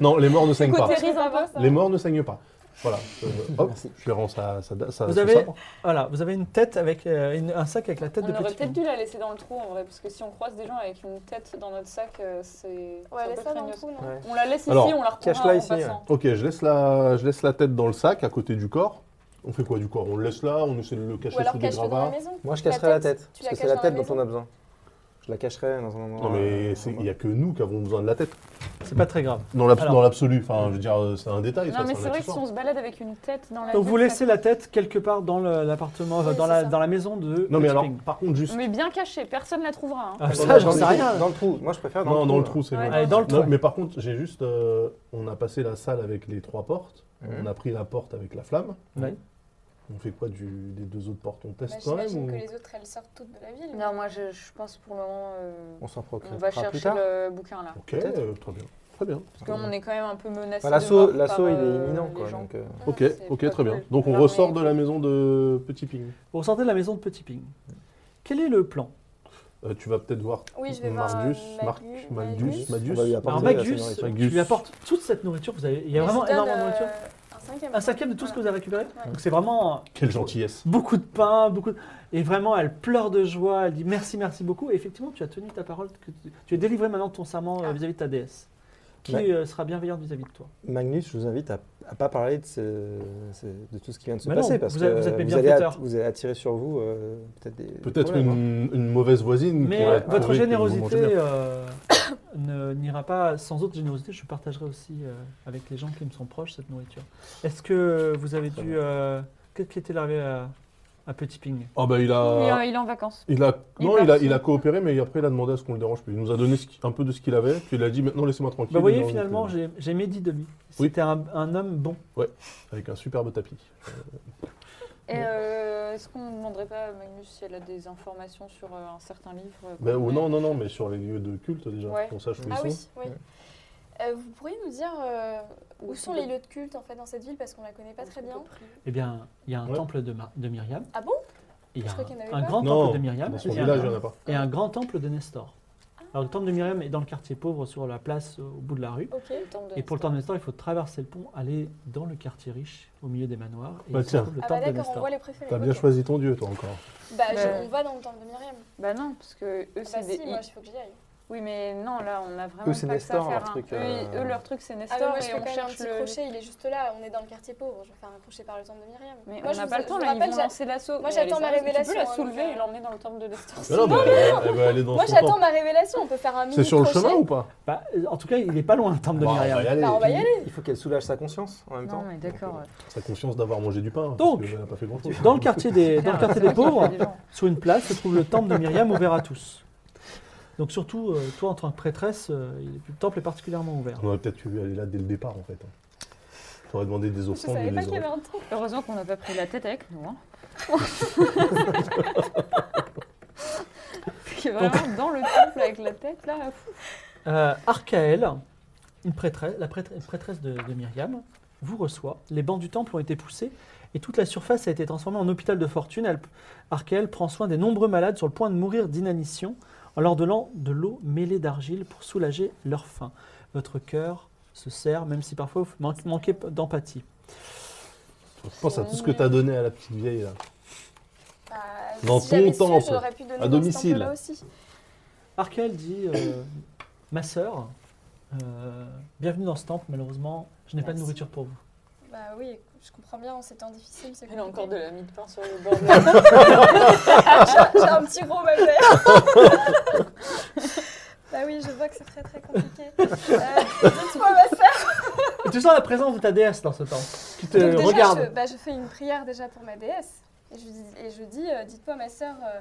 Speaker 2: Non, les morts ne saignent pas.
Speaker 7: Côté
Speaker 5: Je peux pas voir ça.
Speaker 2: Les morts ne saignent pas. Voilà. Euh, hop,
Speaker 4: Merci.
Speaker 2: je lui rends sa, sa, sa-
Speaker 1: Vous
Speaker 2: son
Speaker 1: avez-
Speaker 2: sabre.
Speaker 1: Voilà, vous avez une tête avec euh, une- un sac avec la tête
Speaker 7: On
Speaker 1: de
Speaker 7: aurait
Speaker 1: Petit
Speaker 7: peut-être
Speaker 1: Ping.
Speaker 7: dû la laisser dans le trou en vrai, parce que si on croise des gens avec une tête dans notre sac, euh, c'est c'est
Speaker 5: Ouais,
Speaker 7: un
Speaker 5: laisse
Speaker 7: peu
Speaker 5: ça dans le
Speaker 7: craignos.
Speaker 5: trou, non
Speaker 4: Ouais.
Speaker 7: On la laisse ici,
Speaker 2: Alors,
Speaker 7: on la reprendra
Speaker 4: cache-la
Speaker 7: en
Speaker 4: ici,
Speaker 7: passant.
Speaker 2: Ok, je laisse, la, je laisse la tête dans le sac à côté du corps. On fait quoi du corps On le laisse là, on essaie de le
Speaker 5: Ou
Speaker 2: cacher
Speaker 5: alors
Speaker 2: sous des
Speaker 5: cache-le dans la
Speaker 2: gravats.
Speaker 5: maison.
Speaker 4: Moi, je casserai la tête.
Speaker 5: tu
Speaker 4: Parce que
Speaker 5: la caches
Speaker 4: c'est la
Speaker 5: dans
Speaker 4: tête
Speaker 5: la
Speaker 4: dont on a besoin. Je la cacherai dans un
Speaker 2: Non
Speaker 4: endroit.
Speaker 2: mais c'est-
Speaker 4: euh,
Speaker 2: il n'y a que nous qui avons besoin de la tête.
Speaker 1: C'est pas très grave.
Speaker 2: Dans l'abs-
Speaker 1: Alors.
Speaker 2: dans l'absolu, enfin je veux dire, euh, c'est un détail. ça,
Speaker 7: Non, mais
Speaker 2: un
Speaker 7: c'est vrai que si
Speaker 2: accessoire.
Speaker 7: on se balade avec une tête dans la
Speaker 1: Donc vous
Speaker 7: tête,
Speaker 1: laissez la tête quelque part dans le- l'appartement, euh,
Speaker 5: Oui,
Speaker 1: dans,
Speaker 5: c'est
Speaker 1: la,
Speaker 5: ça.
Speaker 1: dans la maison de
Speaker 2: Non mais
Speaker 1: Petit
Speaker 2: alors,
Speaker 1: Ping.
Speaker 2: par contre, juste...
Speaker 7: Mais bien cachée, personne la trouvera. hein.
Speaker 1: Ah,
Speaker 4: dans-
Speaker 1: ça,
Speaker 4: bah, dans
Speaker 1: j'en
Speaker 4: le
Speaker 1: sais
Speaker 4: trou,
Speaker 1: rien.
Speaker 4: Dans le trou. Moi, je préfère dans
Speaker 2: Non,
Speaker 4: le
Speaker 2: dans le
Speaker 4: là.
Speaker 2: trou, c'est
Speaker 7: Ouais,
Speaker 2: mieux.
Speaker 1: Allez, dans le trou.
Speaker 2: Non, mais par contre, j'ai juste... euh, on a passé la salle avec les trois portes. On
Speaker 4: euh,
Speaker 2: a pris la porte avec la flamme.
Speaker 1: Ouais.
Speaker 2: On fait quoi du, des deux autres portes On
Speaker 5: Bah,
Speaker 2: teste quand même
Speaker 5: J'imagine
Speaker 2: ou-
Speaker 5: que les autres elles sortent toutes de la ville.
Speaker 7: Non, moi je, je pense pour le moment, euh,
Speaker 4: On s'en procure.
Speaker 7: on va
Speaker 4: plus
Speaker 7: chercher
Speaker 4: tard.
Speaker 7: le bouquin là.
Speaker 2: Ok,
Speaker 4: Peut-être.
Speaker 2: euh, très bien. Très bien.
Speaker 7: Parce qu'on est quand même un peu menacé.
Speaker 4: Enfin,
Speaker 7: de
Speaker 4: L'assaut,
Speaker 7: mort par,
Speaker 4: l'assaut, il est
Speaker 7: euh,
Speaker 4: imminent.
Speaker 7: les
Speaker 4: Quoi,
Speaker 7: gens.
Speaker 4: donc, euh,
Speaker 2: Ok,
Speaker 7: c'est
Speaker 2: ok,
Speaker 7: pas
Speaker 2: très bien.
Speaker 7: cool.
Speaker 2: Donc on
Speaker 7: L'armée-
Speaker 2: ressort de la maison de Petit Ping.
Speaker 1: Vous sortez de la maison de Petit Ping. Quel est le plan
Speaker 2: Euh, tu vas peut-être voir
Speaker 5: Oui, je vais voir
Speaker 2: Marius,
Speaker 5: euh,
Speaker 2: Marc,
Speaker 5: Magu-
Speaker 2: Maldus,
Speaker 5: Magus.
Speaker 2: Madius.
Speaker 4: on va lui apporter
Speaker 1: Alors
Speaker 4: la
Speaker 1: Magus,
Speaker 4: nourriture.
Speaker 1: tu
Speaker 2: Magus.
Speaker 1: lui apportes toute cette nourriture. Vous avez, il y a
Speaker 5: Et je
Speaker 1: vraiment
Speaker 5: donne,
Speaker 1: énormément de Ah, nourriture.
Speaker 5: euh, un sac cinquième.
Speaker 1: Un cinquième de tout ce que vous avez récupéré
Speaker 5: Ouais.
Speaker 1: Donc c'est vraiment euh,
Speaker 2: Quelle gentillesse.
Speaker 1: beaucoup de pain, beaucoup. de- Et vraiment, elle pleure de joie, elle dit merci, merci beaucoup. Et effectivement, tu as tenu ta parole, que tu, tu es délivré maintenant de ton serment euh, vis-à-vis de ta déesse, qui
Speaker 4: Ouais.
Speaker 1: euh, sera bienveillante vis-à-vis de toi.
Speaker 4: Magnus, je vous invite à ne pas parler de, ce- ce- de tout ce qui vient de se
Speaker 1: Bah non,
Speaker 4: passer parce
Speaker 1: vous
Speaker 4: que
Speaker 1: êtes- vous êtes mes
Speaker 4: vous, allez at-
Speaker 1: bienfaiteurs.
Speaker 4: vous allez attirer sur vous euh, peut-être des.
Speaker 2: Peut-être
Speaker 4: problèmes, hein.
Speaker 2: une, une mauvaise voisine.
Speaker 1: Mais
Speaker 2: qui va
Speaker 1: euh,
Speaker 2: trouver que
Speaker 1: votre
Speaker 2: Ah vous
Speaker 1: générosité
Speaker 2: mangez bien.
Speaker 1: euh, ne- n'ira pas sans autre générosité. Je partagerai aussi euh, avec les gens qui me sont proches cette nourriture. Est-ce que vous avez dû. euh, Qu'est-ce qui était arrivé à, à Petit Ping
Speaker 2: Ah bah il
Speaker 7: Il,
Speaker 4: euh,
Speaker 7: est en-
Speaker 2: a,
Speaker 7: il est en vacances.
Speaker 2: il a,
Speaker 7: il
Speaker 2: non
Speaker 7: est
Speaker 2: il a,
Speaker 7: parti.
Speaker 2: il a coopéré, mais après il a demandé à ce qu'on le dérange plus. Il nous a donné ce qui- un peu de ce qu'il avait, puis il a dit maintenant laissez-moi tranquille.
Speaker 1: Bah, Vous voyez,
Speaker 2: Non,
Speaker 1: finalement,
Speaker 2: donc,
Speaker 1: j'ai j'ai médit de lui.
Speaker 2: Oui.
Speaker 1: C'était un, un homme bon.
Speaker 2: euh, avec un superbe tapis.
Speaker 7: Et
Speaker 4: Mm.
Speaker 7: euh, est-ce qu'on ne demanderait pas à Magnus si elle a des informations sur euh, un certain livre euh,
Speaker 4: Ben,
Speaker 2: Bah,
Speaker 7: qu'on
Speaker 2: ou
Speaker 7: a-
Speaker 2: non non non, mais sur les lieux de culte déjà,
Speaker 7: Ouais.
Speaker 2: qu'on sache où ils
Speaker 5: Ah
Speaker 2: sont.
Speaker 5: oui, oui.
Speaker 4: Ouais.
Speaker 5: Euh, vous pourriez nous dire euh, où sont les
Speaker 7: lieux
Speaker 5: lieux de culte en fait dans cette ville parce qu'on la connaît pas très bien.
Speaker 1: Eh bien, il y a un
Speaker 2: Ouais.
Speaker 1: temple de, Ma- de Myriam.
Speaker 5: Ah bon
Speaker 1: Il y a
Speaker 5: Je crois qu'il y en avait
Speaker 1: un, un
Speaker 5: pas.
Speaker 1: grand
Speaker 2: Non,
Speaker 1: temple de Myriam
Speaker 2: dans son
Speaker 1: et un-
Speaker 2: village il n'y en a pas.
Speaker 1: et un grand temple de Nestor.
Speaker 5: Ah.
Speaker 1: Alors, le temple de Myriam est dans le quartier pauvre, sur la place euh, au bout de la rue.
Speaker 5: Ok. Ah
Speaker 1: Et pour le temple de Nestor, il faut traverser le pont, aller dans le quartier riche, au milieu des manoirs. Et
Speaker 2: Bah,
Speaker 1: il se
Speaker 2: tiens.
Speaker 1: trouve le
Speaker 5: Ah bah
Speaker 1: temple de
Speaker 5: d'accord, on
Speaker 1: Nestor.
Speaker 5: voit les préférés.
Speaker 2: T'as bien
Speaker 5: Ok.
Speaker 2: choisi ton dieu toi encore.
Speaker 5: Bah, je-
Speaker 7: Ouais.
Speaker 5: on va dans le temple de Myriam.
Speaker 7: Bah non, parce que eux,
Speaker 5: Ah
Speaker 7: c'est
Speaker 5: Bah
Speaker 7: des.
Speaker 5: si, moi, il faut que j'y aille.
Speaker 7: Oui, mais non, là, on a vraiment
Speaker 4: Eux, c'est
Speaker 7: pas que
Speaker 4: Nestor,
Speaker 7: ça à
Speaker 4: leur
Speaker 7: faire. hein.
Speaker 4: truc,
Speaker 7: Eux,
Speaker 4: euh,
Speaker 7: eux, leur truc, c'est
Speaker 5: Ah
Speaker 7: Nestor
Speaker 5: bah, moi, je
Speaker 7: et
Speaker 5: fais
Speaker 7: on
Speaker 5: quand même un
Speaker 7: cherche
Speaker 5: petit
Speaker 7: le.
Speaker 5: crochet, il est juste là, on est dans le quartier pauvre, je vais faire un crochet par le temple de Myriam.
Speaker 7: Mais
Speaker 5: moi,
Speaker 7: on
Speaker 5: je
Speaker 7: n'a
Speaker 5: vous-
Speaker 7: pas le
Speaker 5: je
Speaker 7: temps,
Speaker 5: vous
Speaker 7: là, ils
Speaker 5: rappelle,
Speaker 7: vont
Speaker 5: j'a-
Speaker 7: lancer l'assaut.
Speaker 5: moi,
Speaker 7: mais
Speaker 5: j'attends
Speaker 7: les
Speaker 5: ma
Speaker 7: arrête, Tu
Speaker 5: révélation,
Speaker 7: peux
Speaker 5: hein,
Speaker 7: la
Speaker 5: donc,
Speaker 7: soulever
Speaker 5: euh,
Speaker 7: et l'emmener dans le temple de Nestor.
Speaker 2: Bah non, mais elle, elle va aller dans
Speaker 5: Moi
Speaker 2: son
Speaker 5: j'attends
Speaker 2: temple.
Speaker 5: ma révélation, on peut faire un mini
Speaker 2: C'est sur le
Speaker 5: crochet.
Speaker 2: chemin ou pas
Speaker 1: Bah, euh, en tout cas, il n'est pas loin le temple de
Speaker 2: Bah, on
Speaker 1: Myriam.
Speaker 2: va y aller.
Speaker 5: Bah, on va y aller.
Speaker 4: Il faut qu'elle soulage sa conscience en même temps.
Speaker 7: mais
Speaker 4: d'accord,
Speaker 2: Sa conscience d'avoir mangé du pain.
Speaker 1: Donc,
Speaker 2: parce que elle n'a pas fait grand chose.
Speaker 1: Dans le quartier des, dans le quartier des pauvres, sur une place, se trouve le temple de Myriam ouvert à tous. Donc surtout, euh, toi en tant que prêtresse, euh, il- le temple est particulièrement ouvert.
Speaker 2: On aurait peut-être pu aller là dès le départ en fait. J'aurais demandé des
Speaker 5: Je
Speaker 2: offrandes. et
Speaker 5: savais
Speaker 2: des
Speaker 5: pas qu'il y avait
Speaker 2: aurais-
Speaker 5: un temple.
Speaker 7: Heureusement qu'on n'a pas pris la tête avec nous. Hein. Qui est vraiment dans le temple avec la tête là.
Speaker 1: Euh, Arkael, une prêtresse, la prêtre- une prêtresse de, de Myriam, vous reçoit. Les bancs du temple ont été poussés et toute la surface a été transformée en hôpital de fortune. Elle- Arkael prend soin des nombreux malades sur le point de mourir d'inanition en leur donnant de l'eau mêlée d'argile pour soulager leur faim. Votre cœur se serre, même si parfois vous manquez- manquez d'empathie.
Speaker 2: Pense à tout ce que t'as donné à la petite vieille là.
Speaker 5: Bah,
Speaker 2: Dans
Speaker 5: si j'avais
Speaker 2: ton temple,
Speaker 5: su, j'aurais pu donner
Speaker 2: à
Speaker 5: dans ce
Speaker 2: domicile.
Speaker 5: temple-là aussi.
Speaker 1: Arkel dit euh, Ma sœur, euh, bienvenue dans ce temple, malheureusement, je n'ai pas de
Speaker 5: Merci.
Speaker 1: nourriture pour vous.
Speaker 5: Bah oui, je comprends bien, en ces temps difficiles, c'est
Speaker 7: Elle a
Speaker 5: compliqué.
Speaker 7: encore de la mie de pain sur le bord de la
Speaker 5: Ah, J'ai un petit rot, ma mère. bah oui, je vois que c'est très très compliqué. Euh, Dites-moi, ma sœur.
Speaker 1: Et tu sens la présence de ta déesse dans ce temple. Tu te
Speaker 5: Donc déjà,
Speaker 1: regardes.
Speaker 5: Je, bah, je fais une prière déjà pour ma déesse. Et je, dis- et je dis, euh, dites-moi ma sœur, euh,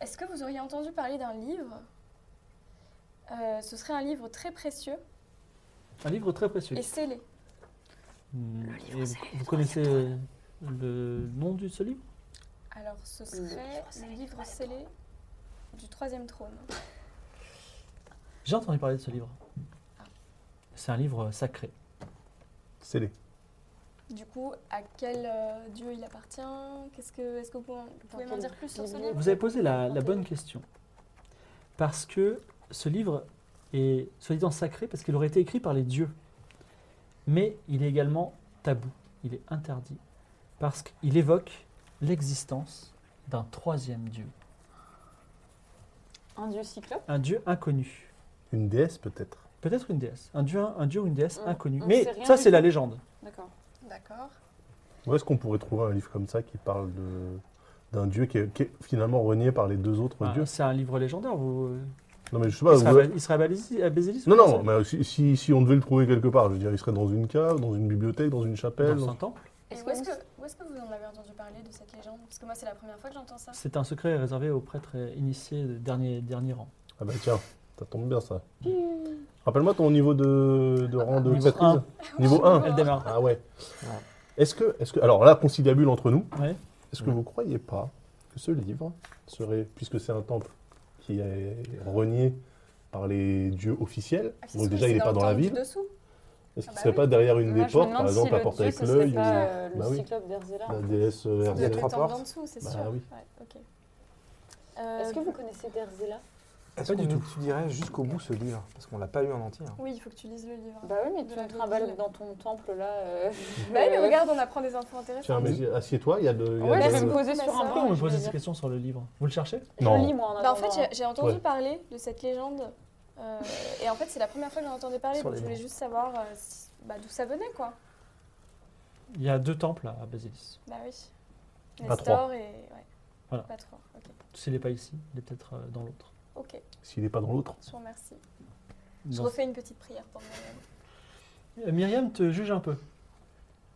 Speaker 5: est-ce que vous auriez entendu parler d'un livre Euh, Ce serait un livre très précieux
Speaker 1: Un livre très précieux.
Speaker 5: et scellé.
Speaker 1: Hmm, et vous, vous connaissez le nom de ce livre
Speaker 5: Alors ce serait le livre scellé du troisième trône.
Speaker 1: J'ai entendu parler de ce livre.
Speaker 7: Ah.
Speaker 1: C'est un livre sacré.
Speaker 2: C'est les.
Speaker 5: Du coup, à quel euh, dieu il appartient Qu'est-ce que, est-ce que vous pouvez, vous pouvez m'en
Speaker 7: quel
Speaker 5: dire plus sur ce
Speaker 7: biblion
Speaker 5: livre
Speaker 1: Vous avez posé la, la bonne question. Parce que ce livre est, soit disant, sacré parce qu'il aurait été écrit par les dieux. Mais il est également tabou, il est interdit. Parce qu'il évoque l'existence d'un troisième dieu,
Speaker 7: Un dieu cyclope.
Speaker 1: un dieu inconnu.
Speaker 2: Une déesse peut-être.
Speaker 1: Peut-être une déesse, un dieu, un dieu ou une déesse
Speaker 7: On-
Speaker 1: inconnue.
Speaker 7: Mmh. on
Speaker 1: Mais
Speaker 7: sait rien
Speaker 1: ça,
Speaker 7: du
Speaker 1: c'est la
Speaker 7: tout.
Speaker 1: légende.
Speaker 7: D'accord.
Speaker 5: D'accord.
Speaker 2: Où est-ce qu'on pourrait trouver un livre comme ça qui parle de d'un dieu qui est, qui est finalement renié par les deux autres
Speaker 1: Ah,
Speaker 2: dieux
Speaker 1: C'est un livre légendaire. Vous... euh,
Speaker 2: Non mais je sais pas. vous-
Speaker 1: Israël, Israël Abélis- Abésilis,
Speaker 2: Non
Speaker 1: vous
Speaker 2: non,
Speaker 1: pensez
Speaker 2: mais si, si, si on devait le trouver quelque part, je veux dire, il serait dans une cave, dans une bibliothèque, dans une chapelle.
Speaker 1: Dans
Speaker 2: dans-
Speaker 1: un temple,
Speaker 5: Et où est-ce que, où est-ce que vous en avez entendu parler de cette légende Parce que moi, c'est la première fois que j'entends ça.
Speaker 1: c'est un secret réservé aux prêtres euh, initiés de dernier, dernier rang.
Speaker 2: Ah bah tiens, ça tombe bien ça. Rappelle-moi ton niveau de, de rang de
Speaker 1: Niveau
Speaker 2: maîtrise.
Speaker 1: un.
Speaker 2: Niveau 1.
Speaker 1: Elle démarre.
Speaker 2: Ah ouais. Est-ce que, est-ce que, alors là, conciliabule entre nous,
Speaker 1: Ouais.
Speaker 2: est-ce que vous croyez pas que ce livre serait, puisque c'est un temple qui est renié par les dieux officiels,
Speaker 5: Ah, c'est
Speaker 2: donc
Speaker 5: sûr,
Speaker 2: déjà il
Speaker 5: c'est
Speaker 2: n'est pas dans la
Speaker 5: le temple du
Speaker 2: ville,
Speaker 5: dessous.
Speaker 2: est-ce qu'il
Speaker 5: Ah bah
Speaker 2: serait
Speaker 5: oui.
Speaker 2: pas derrière une
Speaker 7: Moi,
Speaker 2: des
Speaker 7: je me
Speaker 2: portes,
Speaker 7: demande
Speaker 2: par
Speaker 7: si
Speaker 2: exemple
Speaker 7: le
Speaker 2: la porte
Speaker 7: dieu,
Speaker 2: avec
Speaker 7: ce serait
Speaker 2: l'œil, ou
Speaker 7: pas euh, le
Speaker 2: Bah oui.
Speaker 7: cyclope d'Erzéla.
Speaker 2: la déesse
Speaker 5: Ça
Speaker 2: euh,
Speaker 5: doit
Speaker 4: Il y a
Speaker 5: être
Speaker 2: Erzéa
Speaker 4: trois
Speaker 5: le temple
Speaker 4: portes.
Speaker 5: d'en dessous, c'est
Speaker 2: Bah
Speaker 5: sûr.
Speaker 2: oui.
Speaker 5: Ouais, ok.
Speaker 7: Est-ce
Speaker 5: Euh,
Speaker 7: que vous connaissez d'Erzéla
Speaker 4: euh, Est-ce
Speaker 2: Pas du
Speaker 4: qu'on
Speaker 2: tout.
Speaker 4: étudierait jusqu'au bout ce livre Parce qu'on l'a pas lu en entier. hein.
Speaker 5: Oui, il faut que tu lises le livre.
Speaker 3: Bah oui, mais tu
Speaker 5: la
Speaker 3: le trimbales
Speaker 5: ville.
Speaker 3: dans ton temple là. euh,
Speaker 5: Bah oui, mais
Speaker 3: euh,
Speaker 5: regarde, on apprend des infos
Speaker 2: Tiens,
Speaker 5: intéressantes.
Speaker 2: mais assieds-toi, il y a de. il y a
Speaker 7: Ouais,
Speaker 2: de-
Speaker 7: je vais me poser sur
Speaker 5: Ma
Speaker 7: un
Speaker 5: sœur.
Speaker 7: banc.
Speaker 1: Pourquoi
Speaker 5: Ah,
Speaker 1: on me
Speaker 7: et Bah, je
Speaker 1: pose
Speaker 7: vais
Speaker 1: des
Speaker 7: lire.
Speaker 1: questions sur le livre Vous le cherchez
Speaker 3: Je
Speaker 2: Non.
Speaker 3: lis moi en
Speaker 5: Bah, en
Speaker 3: attendant.
Speaker 5: fait, j'ai- j'ai entendu
Speaker 2: Ouais.
Speaker 5: parler de cette légende. euh, et en fait, c'est la première fois que j'en ai entendu parler.
Speaker 4: Sur
Speaker 5: Donc,
Speaker 4: les
Speaker 5: je voulais
Speaker 4: noms.
Speaker 5: juste savoir euh, si- bah, d'où ça venait, quoi.
Speaker 1: Il y a deux temples à Basilis.
Speaker 5: Bah oui.
Speaker 2: Pas trois.
Speaker 5: Nestor et. Ouais.
Speaker 1: Voilà.
Speaker 5: Pas trois. Ok.
Speaker 1: S'il n'est pas ici, il est peut-être euh, dans l'autre.
Speaker 5: Ok,
Speaker 2: S'il n'est pas dans l'autre.
Speaker 5: je vous remercie. Je
Speaker 1: Dans-
Speaker 5: refais une petite prière pour moi-même.
Speaker 1: Euh, Myriam te juge un peu.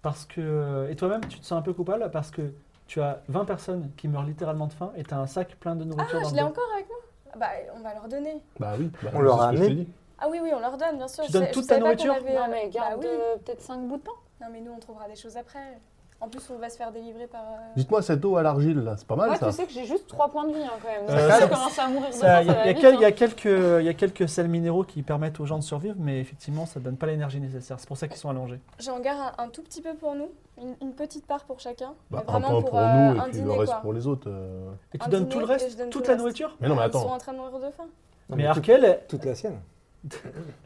Speaker 1: Parce que. euh, Et toi-même, tu te sens un peu coupable parce que tu as 20 personnes qui meurent littéralement de faim et tu as un sac plein de
Speaker 5: Ah,
Speaker 1: nourriture dans
Speaker 5: je
Speaker 1: le
Speaker 5: l'ai
Speaker 1: dos.
Speaker 5: encore avec moi Ah Bah, on va leur donner.
Speaker 2: Bah oui. bah,
Speaker 4: On leur
Speaker 2: c'est
Speaker 4: a
Speaker 2: ce que je t'ai
Speaker 4: amené.
Speaker 2: dit.
Speaker 5: Ah oui, oui, on leur donne, bien sûr.
Speaker 1: Tu
Speaker 5: Je
Speaker 1: donnes
Speaker 5: sais- je
Speaker 1: toute ta
Speaker 5: savais pas qu'on
Speaker 1: nourriture
Speaker 5: avait,
Speaker 3: Non,
Speaker 5: euh,
Speaker 3: mais garde
Speaker 5: bah oui.
Speaker 3: euh, peut-être 5 bouts de pain.
Speaker 5: Non, mais nous, on trouvera des choses après. En plus, on va se faire délivrer par. euh,
Speaker 2: Dites-moi, cette eau à l'argile, là, c'est pas mal
Speaker 3: Moi,
Speaker 2: Ah, ça
Speaker 3: tu sais que j'ai juste 3 points de vie hein, quand même.
Speaker 1: Euh,
Speaker 3: Ça
Speaker 1: ça-
Speaker 3: commence à mourir de
Speaker 1: Ça,
Speaker 5: Bah,
Speaker 3: faim,
Speaker 1: Il y, a-
Speaker 3: ça
Speaker 1: il y
Speaker 3: va
Speaker 1: a
Speaker 3: vite,
Speaker 1: quel- il y
Speaker 3: hein.
Speaker 1: a quelques- il y a quelques sels minéraux qui permettent aux gens de survivre, mais effectivement, ça ne donne pas l'énergie nécessaire. C'est pour ça qu'ils sont allongés.
Speaker 5: J'en garde un, un tout petit peu pour nous, une, une petite part pour chacun.
Speaker 2: Bah,
Speaker 5: mais
Speaker 2: Un
Speaker 5: vraiment
Speaker 2: point
Speaker 5: pour,
Speaker 2: pour
Speaker 5: euh,
Speaker 2: nous
Speaker 5: un
Speaker 2: et puis le
Speaker 5: dîner,
Speaker 2: reste
Speaker 5: quoi.
Speaker 2: pour les autres. euh.
Speaker 1: Et tu
Speaker 5: Un
Speaker 1: donnes tout le
Speaker 5: dîner, et
Speaker 1: reste
Speaker 5: je donne
Speaker 1: Toute
Speaker 5: tout
Speaker 1: la
Speaker 5: le reste.
Speaker 1: nourriture
Speaker 2: Mais non, mais
Speaker 5: Ils sont
Speaker 2: attends.
Speaker 5: en train de mourir de faim.
Speaker 4: Non,
Speaker 1: Mais
Speaker 4: toute-
Speaker 1: Arkel,
Speaker 4: Toute la sienne.
Speaker 1: donc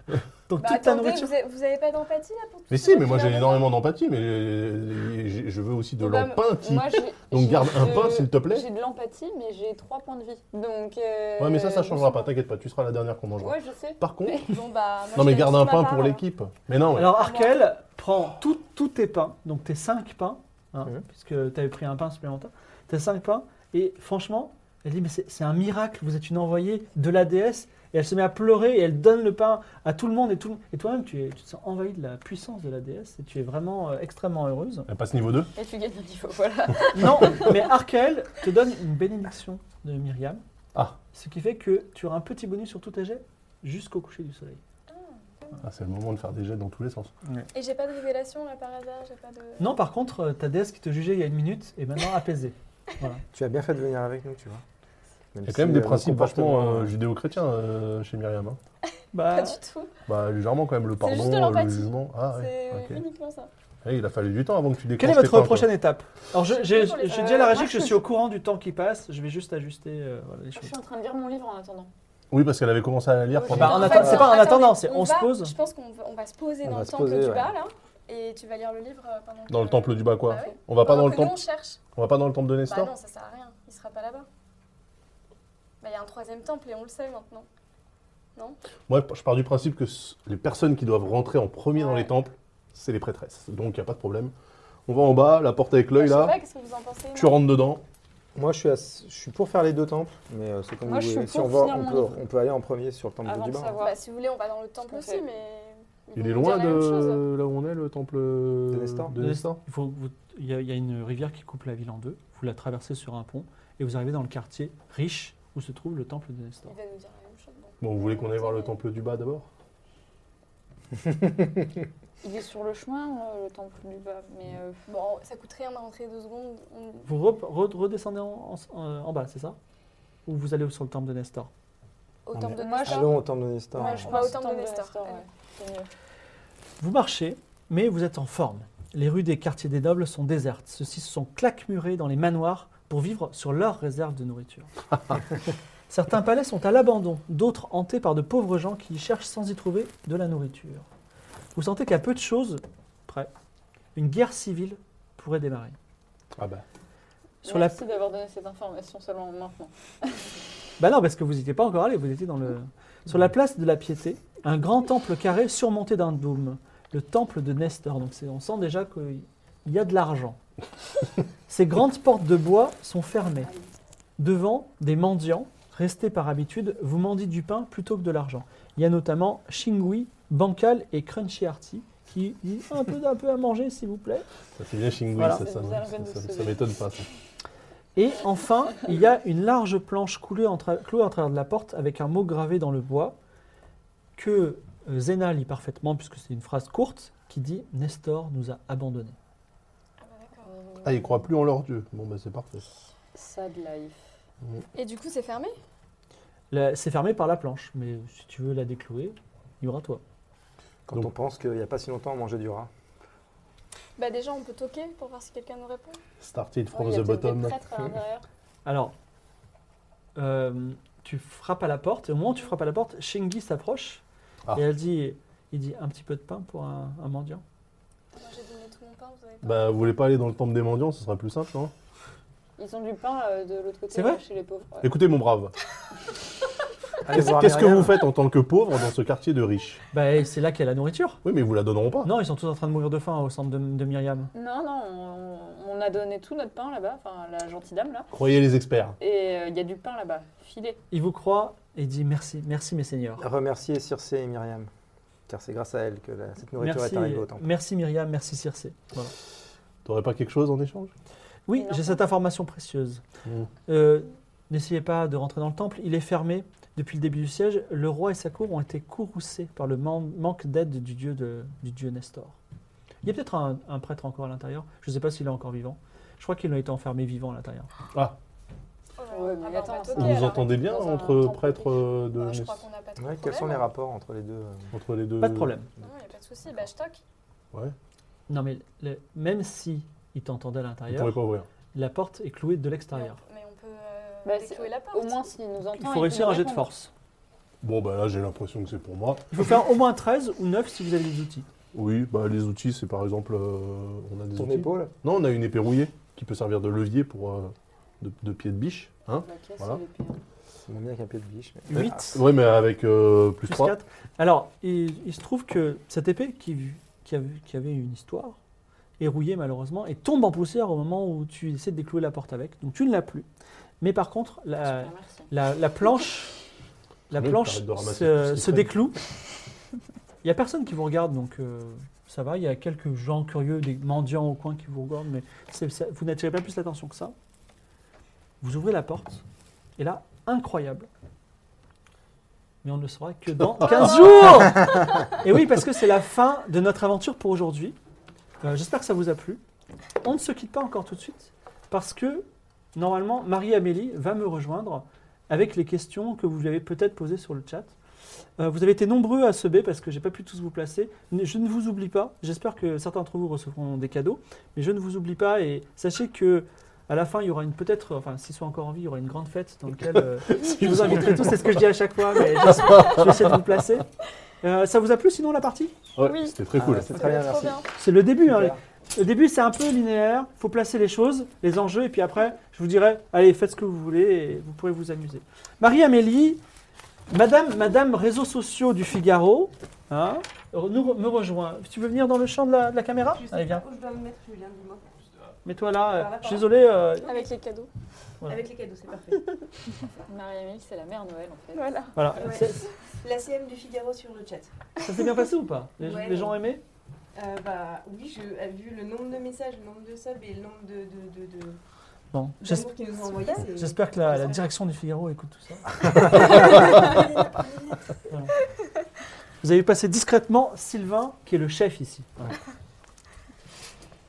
Speaker 5: Bah,
Speaker 1: toute ta
Speaker 5: attendez,
Speaker 1: nourriture.
Speaker 5: vous avez- vous avez pas d'empathie là pour tout
Speaker 2: Mais
Speaker 5: ce
Speaker 2: si,
Speaker 5: monde
Speaker 2: mais moi
Speaker 5: qui
Speaker 2: j'ai
Speaker 5: meurt de
Speaker 2: énormément d'empathie, mais euh, j'ai- je veux aussi de
Speaker 3: Bon, bah,
Speaker 2: l'empain qui.
Speaker 3: moi, j'ai-
Speaker 2: Donc
Speaker 3: j'ai
Speaker 2: garde un
Speaker 3: de-
Speaker 2: pain, s'il te plaît.
Speaker 3: J'ai de l'empathie, mais j'ai 3 points de vie. Donc. euh,
Speaker 2: Ouais, mais ça, ça changera pas,
Speaker 3: doucement.
Speaker 2: t'inquiète pas, tu seras la dernière qu'on mangera.
Speaker 3: Ouais, je sais.
Speaker 2: Par contre,
Speaker 5: faim. Bon, bah, moi,
Speaker 2: non, mais
Speaker 5: je donne
Speaker 2: garde
Speaker 5: toute
Speaker 2: un
Speaker 5: ma
Speaker 2: pain
Speaker 5: part,
Speaker 2: pour
Speaker 5: hein.
Speaker 2: l'équipe. Mais non, ouais.
Speaker 1: Alors Arkel prend tout- tous tes pains, donc tes 5 pains, hein,
Speaker 4: Mhm.
Speaker 1: puisque tu avais pris un pain supplémentaire, tes 5 pains, et franchement, elle dit mais c'est c'est un miracle, vous êtes une envoyée de la déesse, et elle se met à pleurer, et elle donne le pain à tout le monde, et, tout le- et toi-même tu, es- tu te sens envahi de la puissance de la déesse, et tu es vraiment euh, extrêmement heureuse.
Speaker 2: elle passe niveau 2.
Speaker 3: Et tu gagnes un niveau, voilà.
Speaker 1: non, mais Arkel te donne une bénédiction de Myriam,
Speaker 2: Ah.
Speaker 1: ce qui fait que tu auras un petit bonus sur tous tes jets jusqu'au coucher du soleil.
Speaker 2: Ah, c'est le moment de faire des jets dans tous les sens.
Speaker 5: Et j'ai pas de révélation là par hasard, j'ai pas de.
Speaker 1: Non, par contre, euh, ta déesse qui te jugeait il y a une minute est maintenant apaisée. Voilà.
Speaker 4: Tu as bien fait de venir avec nous, tu vois.
Speaker 2: Il y a quand même des principes vachement euh, judéo-chrétiens euh, chez Myriam. hein.
Speaker 1: Bah,
Speaker 5: Pas du tout.
Speaker 2: Bah, légèrement quand même, le pardon,
Speaker 5: juste de
Speaker 2: euh, le
Speaker 5: l'empathie.
Speaker 2: jugement. Ah, ouais.
Speaker 5: C'est
Speaker 2: ok.
Speaker 5: uniquement ça.
Speaker 2: Eh, il a fallu du temps avant que tu déclenches.
Speaker 1: Quelle est
Speaker 2: tes
Speaker 1: votre
Speaker 2: pains, quoi.
Speaker 1: prochaine étape Alors, je- j'ai
Speaker 5: pour les-
Speaker 1: j'ai
Speaker 3: euh,
Speaker 1: dit à la régie
Speaker 3: moi,
Speaker 1: que je
Speaker 3: je suis-
Speaker 1: suis au courant du temps qui passe. Je vais juste ajuster euh, voilà, les
Speaker 3: Je
Speaker 1: choses.
Speaker 3: suis en train de lire mon livre en attendant.
Speaker 2: Oui, parce qu'elle avait commencé à la lire
Speaker 5: Oh,
Speaker 3: Oui,
Speaker 2: pendant.
Speaker 3: bah,
Speaker 1: en
Speaker 3: en
Speaker 1: attendant-
Speaker 3: fait,
Speaker 1: c'est pas en
Speaker 5: attendez,
Speaker 1: attendant, c'est on, se
Speaker 5: va-
Speaker 1: pose.
Speaker 5: Je pense qu'on va, on va se poser
Speaker 4: On
Speaker 5: dans
Speaker 4: va
Speaker 5: le
Speaker 4: se
Speaker 5: temple
Speaker 4: poser,
Speaker 5: du
Speaker 4: ouais.
Speaker 5: bas là, et tu vas lire le livre euh, pendant.
Speaker 2: Dans le temple du bas, quoi.
Speaker 5: Bah oui.
Speaker 2: On va pas dans
Speaker 5: Pendant
Speaker 2: le
Speaker 5: que nous,
Speaker 2: temple.
Speaker 5: on cherche.
Speaker 2: On va pas dans le temple de
Speaker 5: Bah
Speaker 2: Nestor.
Speaker 5: non, ça sert à rien. Il sera pas là-bas. Bah il y a un troisième temple et on le sait maintenant.
Speaker 2: Moi, je pars du principe que s- les personnes qui doivent rentrer en premier dans
Speaker 5: Ouais.
Speaker 2: les temples, c'est les prêtresses. Donc, il n'y a pas de problème. On va en bas, la porte avec l'œil,
Speaker 5: Je sais
Speaker 2: là.
Speaker 5: pas, qu'est-ce que vous en pensez
Speaker 2: Tu rentres dedans.
Speaker 4: euh, Moi, je suis, ass- je suis pour faire les deux temples, mais euh, c'est comme
Speaker 3: Moi,
Speaker 4: vous
Speaker 3: je
Speaker 4: voulez.
Speaker 3: suis
Speaker 4: Si
Speaker 3: pour
Speaker 4: on, va,
Speaker 3: finir
Speaker 4: on,
Speaker 3: mon livre.
Speaker 4: peut, on peut aller en premier sur le temple
Speaker 3: Avant
Speaker 4: du
Speaker 3: de
Speaker 4: Bain.
Speaker 3: savoir.
Speaker 5: Bah, si vous voulez, on va dans le temple
Speaker 3: qu'on
Speaker 5: aussi,
Speaker 3: fait
Speaker 5: mais. ils
Speaker 2: Il
Speaker 5: vont
Speaker 2: est
Speaker 5: nous
Speaker 2: loin
Speaker 5: dire la même chose.
Speaker 2: de là où on est, le temple de
Speaker 4: Nestor
Speaker 2: de Nestor
Speaker 1: Il faut que vous- il y, a- il y a une rivière qui coupe la ville en deux. Vous la traversez sur un pont et vous arrivez dans le quartier riche où se trouve le temple de Nestor.
Speaker 5: Il va nous dire la même chose. bon.
Speaker 2: Bon, vous voulez qu'on aille voir le temple du bas d'abord
Speaker 3: Il est sur le chemin, euh, le temple du bas. Mais euh,
Speaker 5: Bon, ça coûte rien de rentrer deux secondes. on-
Speaker 1: Vous re- re- redescendez en, en- en bas, c'est ça Ou vous allez sur le temple de Nestor
Speaker 5: Au
Speaker 4: On
Speaker 5: temple de
Speaker 2: Ah,
Speaker 3: est- Moi, je-
Speaker 5: Nestor.
Speaker 4: Allons au temple de Nestor.
Speaker 3: moi, je
Speaker 5: On
Speaker 3: pense
Speaker 5: va au
Speaker 3: que
Speaker 5: temple de
Speaker 3: de
Speaker 5: Nestor,
Speaker 3: Nestor,
Speaker 5: allez.
Speaker 3: ouais, c'est mieux.
Speaker 1: Vous marchez, mais vous êtes en forme. Les rues des quartiers des nobles sont désertes. Ceux-ci se sont claquemurés dans les manoirs pour vivre sur leurs réserves de nourriture. Certains palais sont à l'abandon, d'autres hantés par de pauvres gens qui y cherchent sans y trouver de la nourriture. Vous sentez qu'à peu de choses près, une guerre civile pourrait démarrer.
Speaker 2: Ah bah.
Speaker 1: Sur la...
Speaker 3: Merci d'avoir donné cette information seulement maintenant.
Speaker 1: Bah non, parce que vous n'y étiez pas encore allé, vous étiez dans le... Sur la place de la Piété, un grand temple carré surmonté d'un dôme, le temple de Nestor. Donc c'est- on sent déjà qu'il y a de l'argent. Ces grandes portes de bois sont fermées. Devant, des mendiants, restés par habitude, vous mendient du pain plutôt que de l'argent. Il y a notamment Shingui, Bancal et Crunchy Arty qui disent un peu, un peu à manger, s'il vous plaît.
Speaker 2: Ça, c'est bien Shingui,
Speaker 1: Voilà.
Speaker 2: ça, ça,
Speaker 3: Vous
Speaker 2: ça,
Speaker 3: avez raison de
Speaker 2: ça-
Speaker 3: se
Speaker 2: ça
Speaker 3: lever.
Speaker 2: m'étonne pas. ça.
Speaker 1: Et enfin, il y a une large planche coulée en tra- clouée à travers de la porte avec un mot gravé dans le bois que euh, Zéna lit parfaitement puisque c'est une phrase courte qui dit Nestor nous a abandonnés.
Speaker 5: Ah bah, d'accord.
Speaker 2: Ah, ils croient plus en leur dieu. Bon, bah, c'est parfait.
Speaker 3: Euh, Sad life.
Speaker 5: Et du coup, c'est fermé
Speaker 1: La- C'est fermé par la planche, mais si tu veux la déclouer, libre à toi.
Speaker 4: Quand
Speaker 2: Donc- Ah,
Speaker 4: on pense qu'il n'y a pas si longtemps, on mangeait du rat.
Speaker 5: Bah, déjà, on peut toquer pour voir si quelqu'un nous répond.
Speaker 2: Started
Speaker 3: Oh,
Speaker 2: from
Speaker 3: il y a
Speaker 2: the
Speaker 3: peut-être des
Speaker 2: bottom.
Speaker 3: prêtres à l'intérieur.
Speaker 1: Alors, euh, tu frappes à la porte, et au moment où tu frappes à la porte, Shengi s'approche,
Speaker 2: Ah.
Speaker 1: et elle dit, il dit, un petit peu de pain pour un, un mendiant.
Speaker 5: Moi, j'ai donné tout mon pain, vous avez pas.
Speaker 2: Bah, vous voulez pas aller dans le temple des mendiants, ce sera plus simple, hein. non
Speaker 3: Ils ont du pain euh, de l'autre côté
Speaker 1: C'est vrai
Speaker 3: euh, chez les pauvres. ouais.
Speaker 2: Écoutez, mon brave,
Speaker 4: Allez
Speaker 2: qu'est-ce
Speaker 4: voir
Speaker 2: qu'est-ce que
Speaker 4: Myriam.
Speaker 2: vous faites en tant que pauvre dans ce quartier de riches
Speaker 1: Bah, et c'est là qu'il y a la nourriture.
Speaker 2: Oui, mais ils vous la donneront pas.
Speaker 1: Non, ils sont tous en train de mourir de faim au centre de, de Myriam.
Speaker 3: Non, non, on, on a donné tout notre pain là-bas, enfin la gentille dame là,
Speaker 2: Croyez les experts.
Speaker 3: et euh, il y a du pain là-bas, filet.
Speaker 1: Il vous croit et il dit merci, merci mes seigneurs.
Speaker 4: Remercier Circé et Myriam, car c'est grâce à elle que la- cette nourriture
Speaker 1: Merci,
Speaker 4: est arrivée au temple.
Speaker 1: merci Myriam, merci Circé. Voilà.
Speaker 2: T'aurais pas quelque chose en échange
Speaker 1: Oui,
Speaker 3: Énorme.
Speaker 1: j'ai cette information précieuse.
Speaker 2: Mm.
Speaker 1: Euh, N'essayez pas de rentrer dans le temple, il est fermé. Depuis le début du siège, le roi et sa cour ont été courroucés par le man- manque d'aide du dieu, de- du dieu Nestor. Il y a peut-être un, un prêtre encore à l'intérieur, je ne sais pas s'il est encore vivant. Je crois qu'il a été enfermé vivant à l'intérieur.
Speaker 3: Ouais, mais attends,
Speaker 5: attends,
Speaker 3: ça-
Speaker 2: Vous
Speaker 3: Ok,
Speaker 2: vous
Speaker 3: alors,
Speaker 2: entendez bien
Speaker 3: dans un
Speaker 2: entre
Speaker 3: temple
Speaker 2: prêtres euh, de
Speaker 5: Je crois qu'on n'a pas de
Speaker 4: Ouais,
Speaker 5: problème.
Speaker 4: quels sont les rapports entre les deux euh,
Speaker 2: entre les deux
Speaker 1: Pas de problème.
Speaker 5: Non, il n'y a pas de souci. Bah, je toque.
Speaker 1: Non mais le- même si il t'entendait à
Speaker 2: Vous
Speaker 1: l'intérieur,
Speaker 2: pourrez pas ouvrir.
Speaker 1: la porte est clouée de
Speaker 5: Mais
Speaker 1: l'extérieur.
Speaker 5: on- Mais on peut euh,
Speaker 3: Bah, c'est-
Speaker 5: déclouer la porte.
Speaker 3: Au moins s'il nous entend.
Speaker 1: Il
Speaker 3: il
Speaker 1: faut
Speaker 3: peut
Speaker 1: réussir
Speaker 3: nous
Speaker 1: un jet de
Speaker 3: répondre.
Speaker 1: force.
Speaker 2: Bon, bah là, j'ai l'impression que c'est pour moi.
Speaker 1: Il faut faire au moins 13 ou 9 si vous avez des outils.
Speaker 2: Oui, bah les outils, c'est par exemple. euh, on a des
Speaker 4: Ton
Speaker 2: outils.
Speaker 4: épaule
Speaker 2: Non, on a une épée rouillée qui peut servir de levier pour. euh, de, de pied de biche. Hein
Speaker 3: Ok, c'est
Speaker 2: Voilà.
Speaker 3: le pire.
Speaker 4: C'est moins bien qu'un pied de biche. mais- Ah,
Speaker 1: 8
Speaker 2: Ouais, mais avec euh, plus,
Speaker 1: plus
Speaker 2: 3.
Speaker 1: 4. Alors, il, il se trouve que cette épée qui, qui avait, qui avait une histoire est rouillée malheureusement et tombe en poussière au moment où tu essaies de déclouer la porte avec. Donc tu ne l'as plus. Mais par contre, la,
Speaker 3: Super, merci.
Speaker 1: la- la planche, la
Speaker 2: Oui,
Speaker 1: planche
Speaker 2: t'arrêtes de ramasser tout ce
Speaker 1: se,
Speaker 2: qui
Speaker 1: se
Speaker 2: traîne.
Speaker 1: décloue. Il n'y a personne qui vous regarde, donc euh, ça va. Il y a quelques gens curieux, des mendiants au coin qui vous regardent, mais c'est- ça- vous n'attirez pas plus l'attention que ça. Vous ouvrez la porte, et là, incroyable. Mais on ne le saura que dans 15 jours Et oui, parce que c'est la fin de notre aventure pour aujourd'hui. Euh, J'espère que ça vous a plu. On ne se quitte pas encore tout de suite, parce que normalement, Marie-Amélie va me rejoindre avec les questions que vous lui avez peut-être posées sur le chat. Euh, vous avez été nombreux à se B parce que j'ai pas pu tous vous placer. Ne- Je ne vous oublie pas. J'espère que certains d'entre vous recevront des cadeaux, mais je ne vous oublie pas et sachez que à la fin, il y aura une peut-être, enfin, s'ils sont encore en vie, il y aura une grande fête dans laquelle euh, je vous inviterai tous. C'est ce que je dis à chaque fois, mais je, je vais essayer de vous placer. Euh, ça vous a plu sinon la partie
Speaker 2: Ouais,
Speaker 5: Oui.
Speaker 2: c'était très
Speaker 4: Ah,
Speaker 2: cool.
Speaker 4: c'est très bien,
Speaker 5: Trop
Speaker 4: merci.
Speaker 5: bien.
Speaker 1: C'est le début. hein.
Speaker 4: Super.
Speaker 1: Le début, c'est un peu linéaire. Il faut placer les choses, les enjeux, et puis après, je vous dirai, allez, faites ce que vous voulez, et vous pourrez vous amuser. Marie-Amélie, Madame, Madame réseaux sociaux du Figaro, hein, re- nous re- me rejoint. Tu veux venir dans le champ de la, de la caméra
Speaker 8: Je sais
Speaker 1: Allez, viens.
Speaker 8: pas où je dois me mettre, Julien, dis-moi.
Speaker 1: Mets-toi là. euh,
Speaker 8: Par là,
Speaker 1: je
Speaker 8: par
Speaker 1: suis
Speaker 8: là.
Speaker 1: désolé. euh,
Speaker 5: Avec les cadeaux.
Speaker 1: Voilà.
Speaker 8: Avec les cadeaux, c'est parfait.
Speaker 3: Marie-Amélie, c'est la mère Noël en fait.
Speaker 5: Voilà.
Speaker 1: voilà.
Speaker 8: Ouais.
Speaker 1: C'est-
Speaker 8: La CM du Figaro sur le chat.
Speaker 1: Ça s'est bien passé ou pas les,
Speaker 8: Ouais,
Speaker 1: les gens
Speaker 8: ouais.
Speaker 1: aimaient
Speaker 8: Euh, bah oui, je, euh, vu le nombre de messages, le nombre de subs et le nombre de, de, de, de
Speaker 1: Bon, j'es-
Speaker 8: d'amour qu'ils nous ont envoyés, c'est...
Speaker 1: j'espère que la, la direction du Figaro écoute tout ça. Vous avez passé discrètement Sylvain, qui est le chef ici.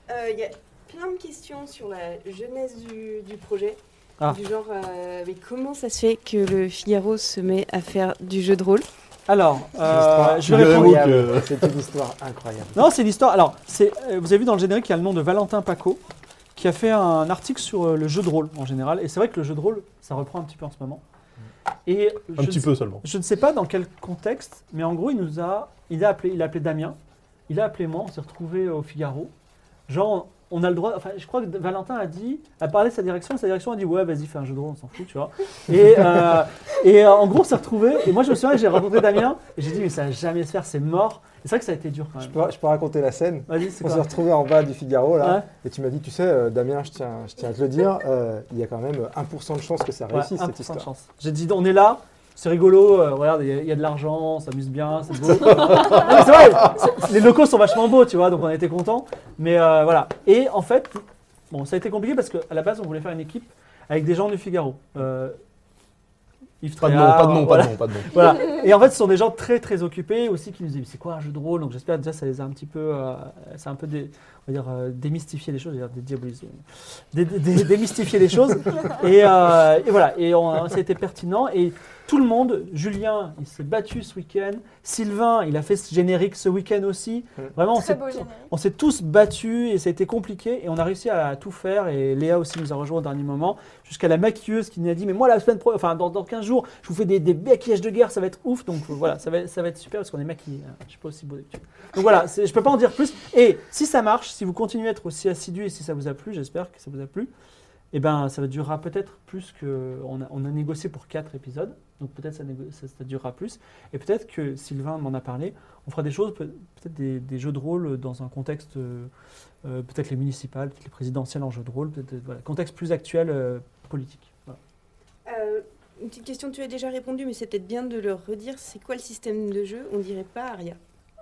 Speaker 8: Euh, Il y a plein de questions sur la jeunesse du, du projet.
Speaker 1: Ah.
Speaker 8: Du genre, euh, mais comment ça se fait que le Figaro se met à faire du jeu de rôle
Speaker 1: Alors, euh,
Speaker 4: histoire
Speaker 1: je vais
Speaker 2: incroyable.
Speaker 1: répondre.
Speaker 2: que-
Speaker 4: C'est une histoire incroyable.
Speaker 1: Non, c'est l'histoire. Alors, c'est, euh, vous avez vu dans le générique, il y a le nom de Valentin Paco, qui a fait un article sur euh, le jeu de rôle en général. Et c'est vrai que le jeu de rôle, ça reprend un petit peu en ce moment. Et je
Speaker 2: Un
Speaker 1: ne
Speaker 2: petit
Speaker 1: sais-
Speaker 2: peu seulement.
Speaker 1: Je ne sais pas dans quel contexte, mais en gros, il nous a, il a appelé, il a appelé Damien, il a appelé moi, on s'est retrouvés au Figaro. Genre, on a le droit. Enfin, je crois que Valentin a dit, a parlé de sa direction, et sa direction a dit ouais, vas-y, fais un jeu de rôle, on s'en fout, tu vois. Et, euh, et euh, en gros, on s'est retrouvés. Et moi, je me souviens, j'ai rencontré Damien, et j'ai dit mais ça va jamais se faire, c'est mort. Et c'est vrai que ça a été dur quand
Speaker 4: Je
Speaker 1: même.
Speaker 4: peux, je peux raconter la scène
Speaker 1: Vas-y, c'est
Speaker 4: on
Speaker 1: quoi
Speaker 4: s'est retrouvés en bas du Figaro là,
Speaker 1: Ouais.
Speaker 4: et tu m'as dit, tu sais, euh, Damien, je tiens, je tiens à te le dire, euh, il y a quand même 1% de chance que ça
Speaker 1: Ouais,
Speaker 4: réussisse
Speaker 1: 1%
Speaker 4: cette
Speaker 1: de
Speaker 4: histoire.
Speaker 1: chance. J'ai dit, on est là, c'est rigolo, euh, regarde, il y a- il y, a de l'argent, on s'amuse bien, c'est beau. Non, mais c'est vrai, c'est- les locaux sont vachement beaux, tu vois, donc on était contents. Mais euh, voilà. Et en fait, bon, ça a été compliqué parce qu'à la base, on voulait faire une équipe avec des gens du Figaro. Euh, Yves
Speaker 2: Pas de nom,
Speaker 1: Tréhard,
Speaker 2: pas de nom,
Speaker 1: Ah, voilà.
Speaker 2: pas de nom, pas de nom.
Speaker 1: Voilà. Et en fait, ce sont des gens très très occupés aussi qui nous disent c'est quoi un jeu de rôle Donc j'espère déjà ça les a un petit peu, euh, ça a un peu dé- on va dire, euh, démystifié les choses, j'allais dire dédiabolisé, dé- dé- dé- démystifié les choses. Et, euh, et voilà, et on, ça a été pertinent. Et tout le monde, Julien, il s'est battu ce week-end. Sylvain, il a fait ce générique ce week-end aussi.
Speaker 4: Mm.
Speaker 1: Vraiment, on
Speaker 5: Très
Speaker 1: s'est,
Speaker 5: beau générique.
Speaker 1: on s'est tous battus et ça a été compliqué et on a réussi à tout faire. Et Léa aussi nous a rejoint au dernier moment, jusqu'à la maquilleuse qui nous a dit Mais moi, la semaine pro- enfin, dans, dans 15 jours, je vous fais des, des maquillages de guerre, ça va être ouf. Donc voilà, ça va, ça va être super parce qu'on est maquillés. hein. Je ne suis pas aussi beau d'habitude. Donc voilà, c'est- je ne peux pas en dire plus. Et si ça marche, si vous continuez à être aussi assidus et si ça vous a plu, j'espère que ça vous a plu, eh ben, ça durera peut-être plus que. On a, on a négocié pour 4 épisodes, donc peut-être ça, négo- ça, ça durera plus. Et peut-être que Sylvain m'en a parlé. On fera des choses, peut- peut-être des, des jeux de rôle dans un contexte, euh, euh, peut-être les municipales, peut-être les présidentielles en jeu de rôle, peut-être, euh, voilà, contexte plus actuel euh, politique. Voilà.
Speaker 8: Euh, une petite question, tu as déjà répondu, mais c'est peut-être bien de le redire. C'est quoi le système de jeu On dirait pas Aria.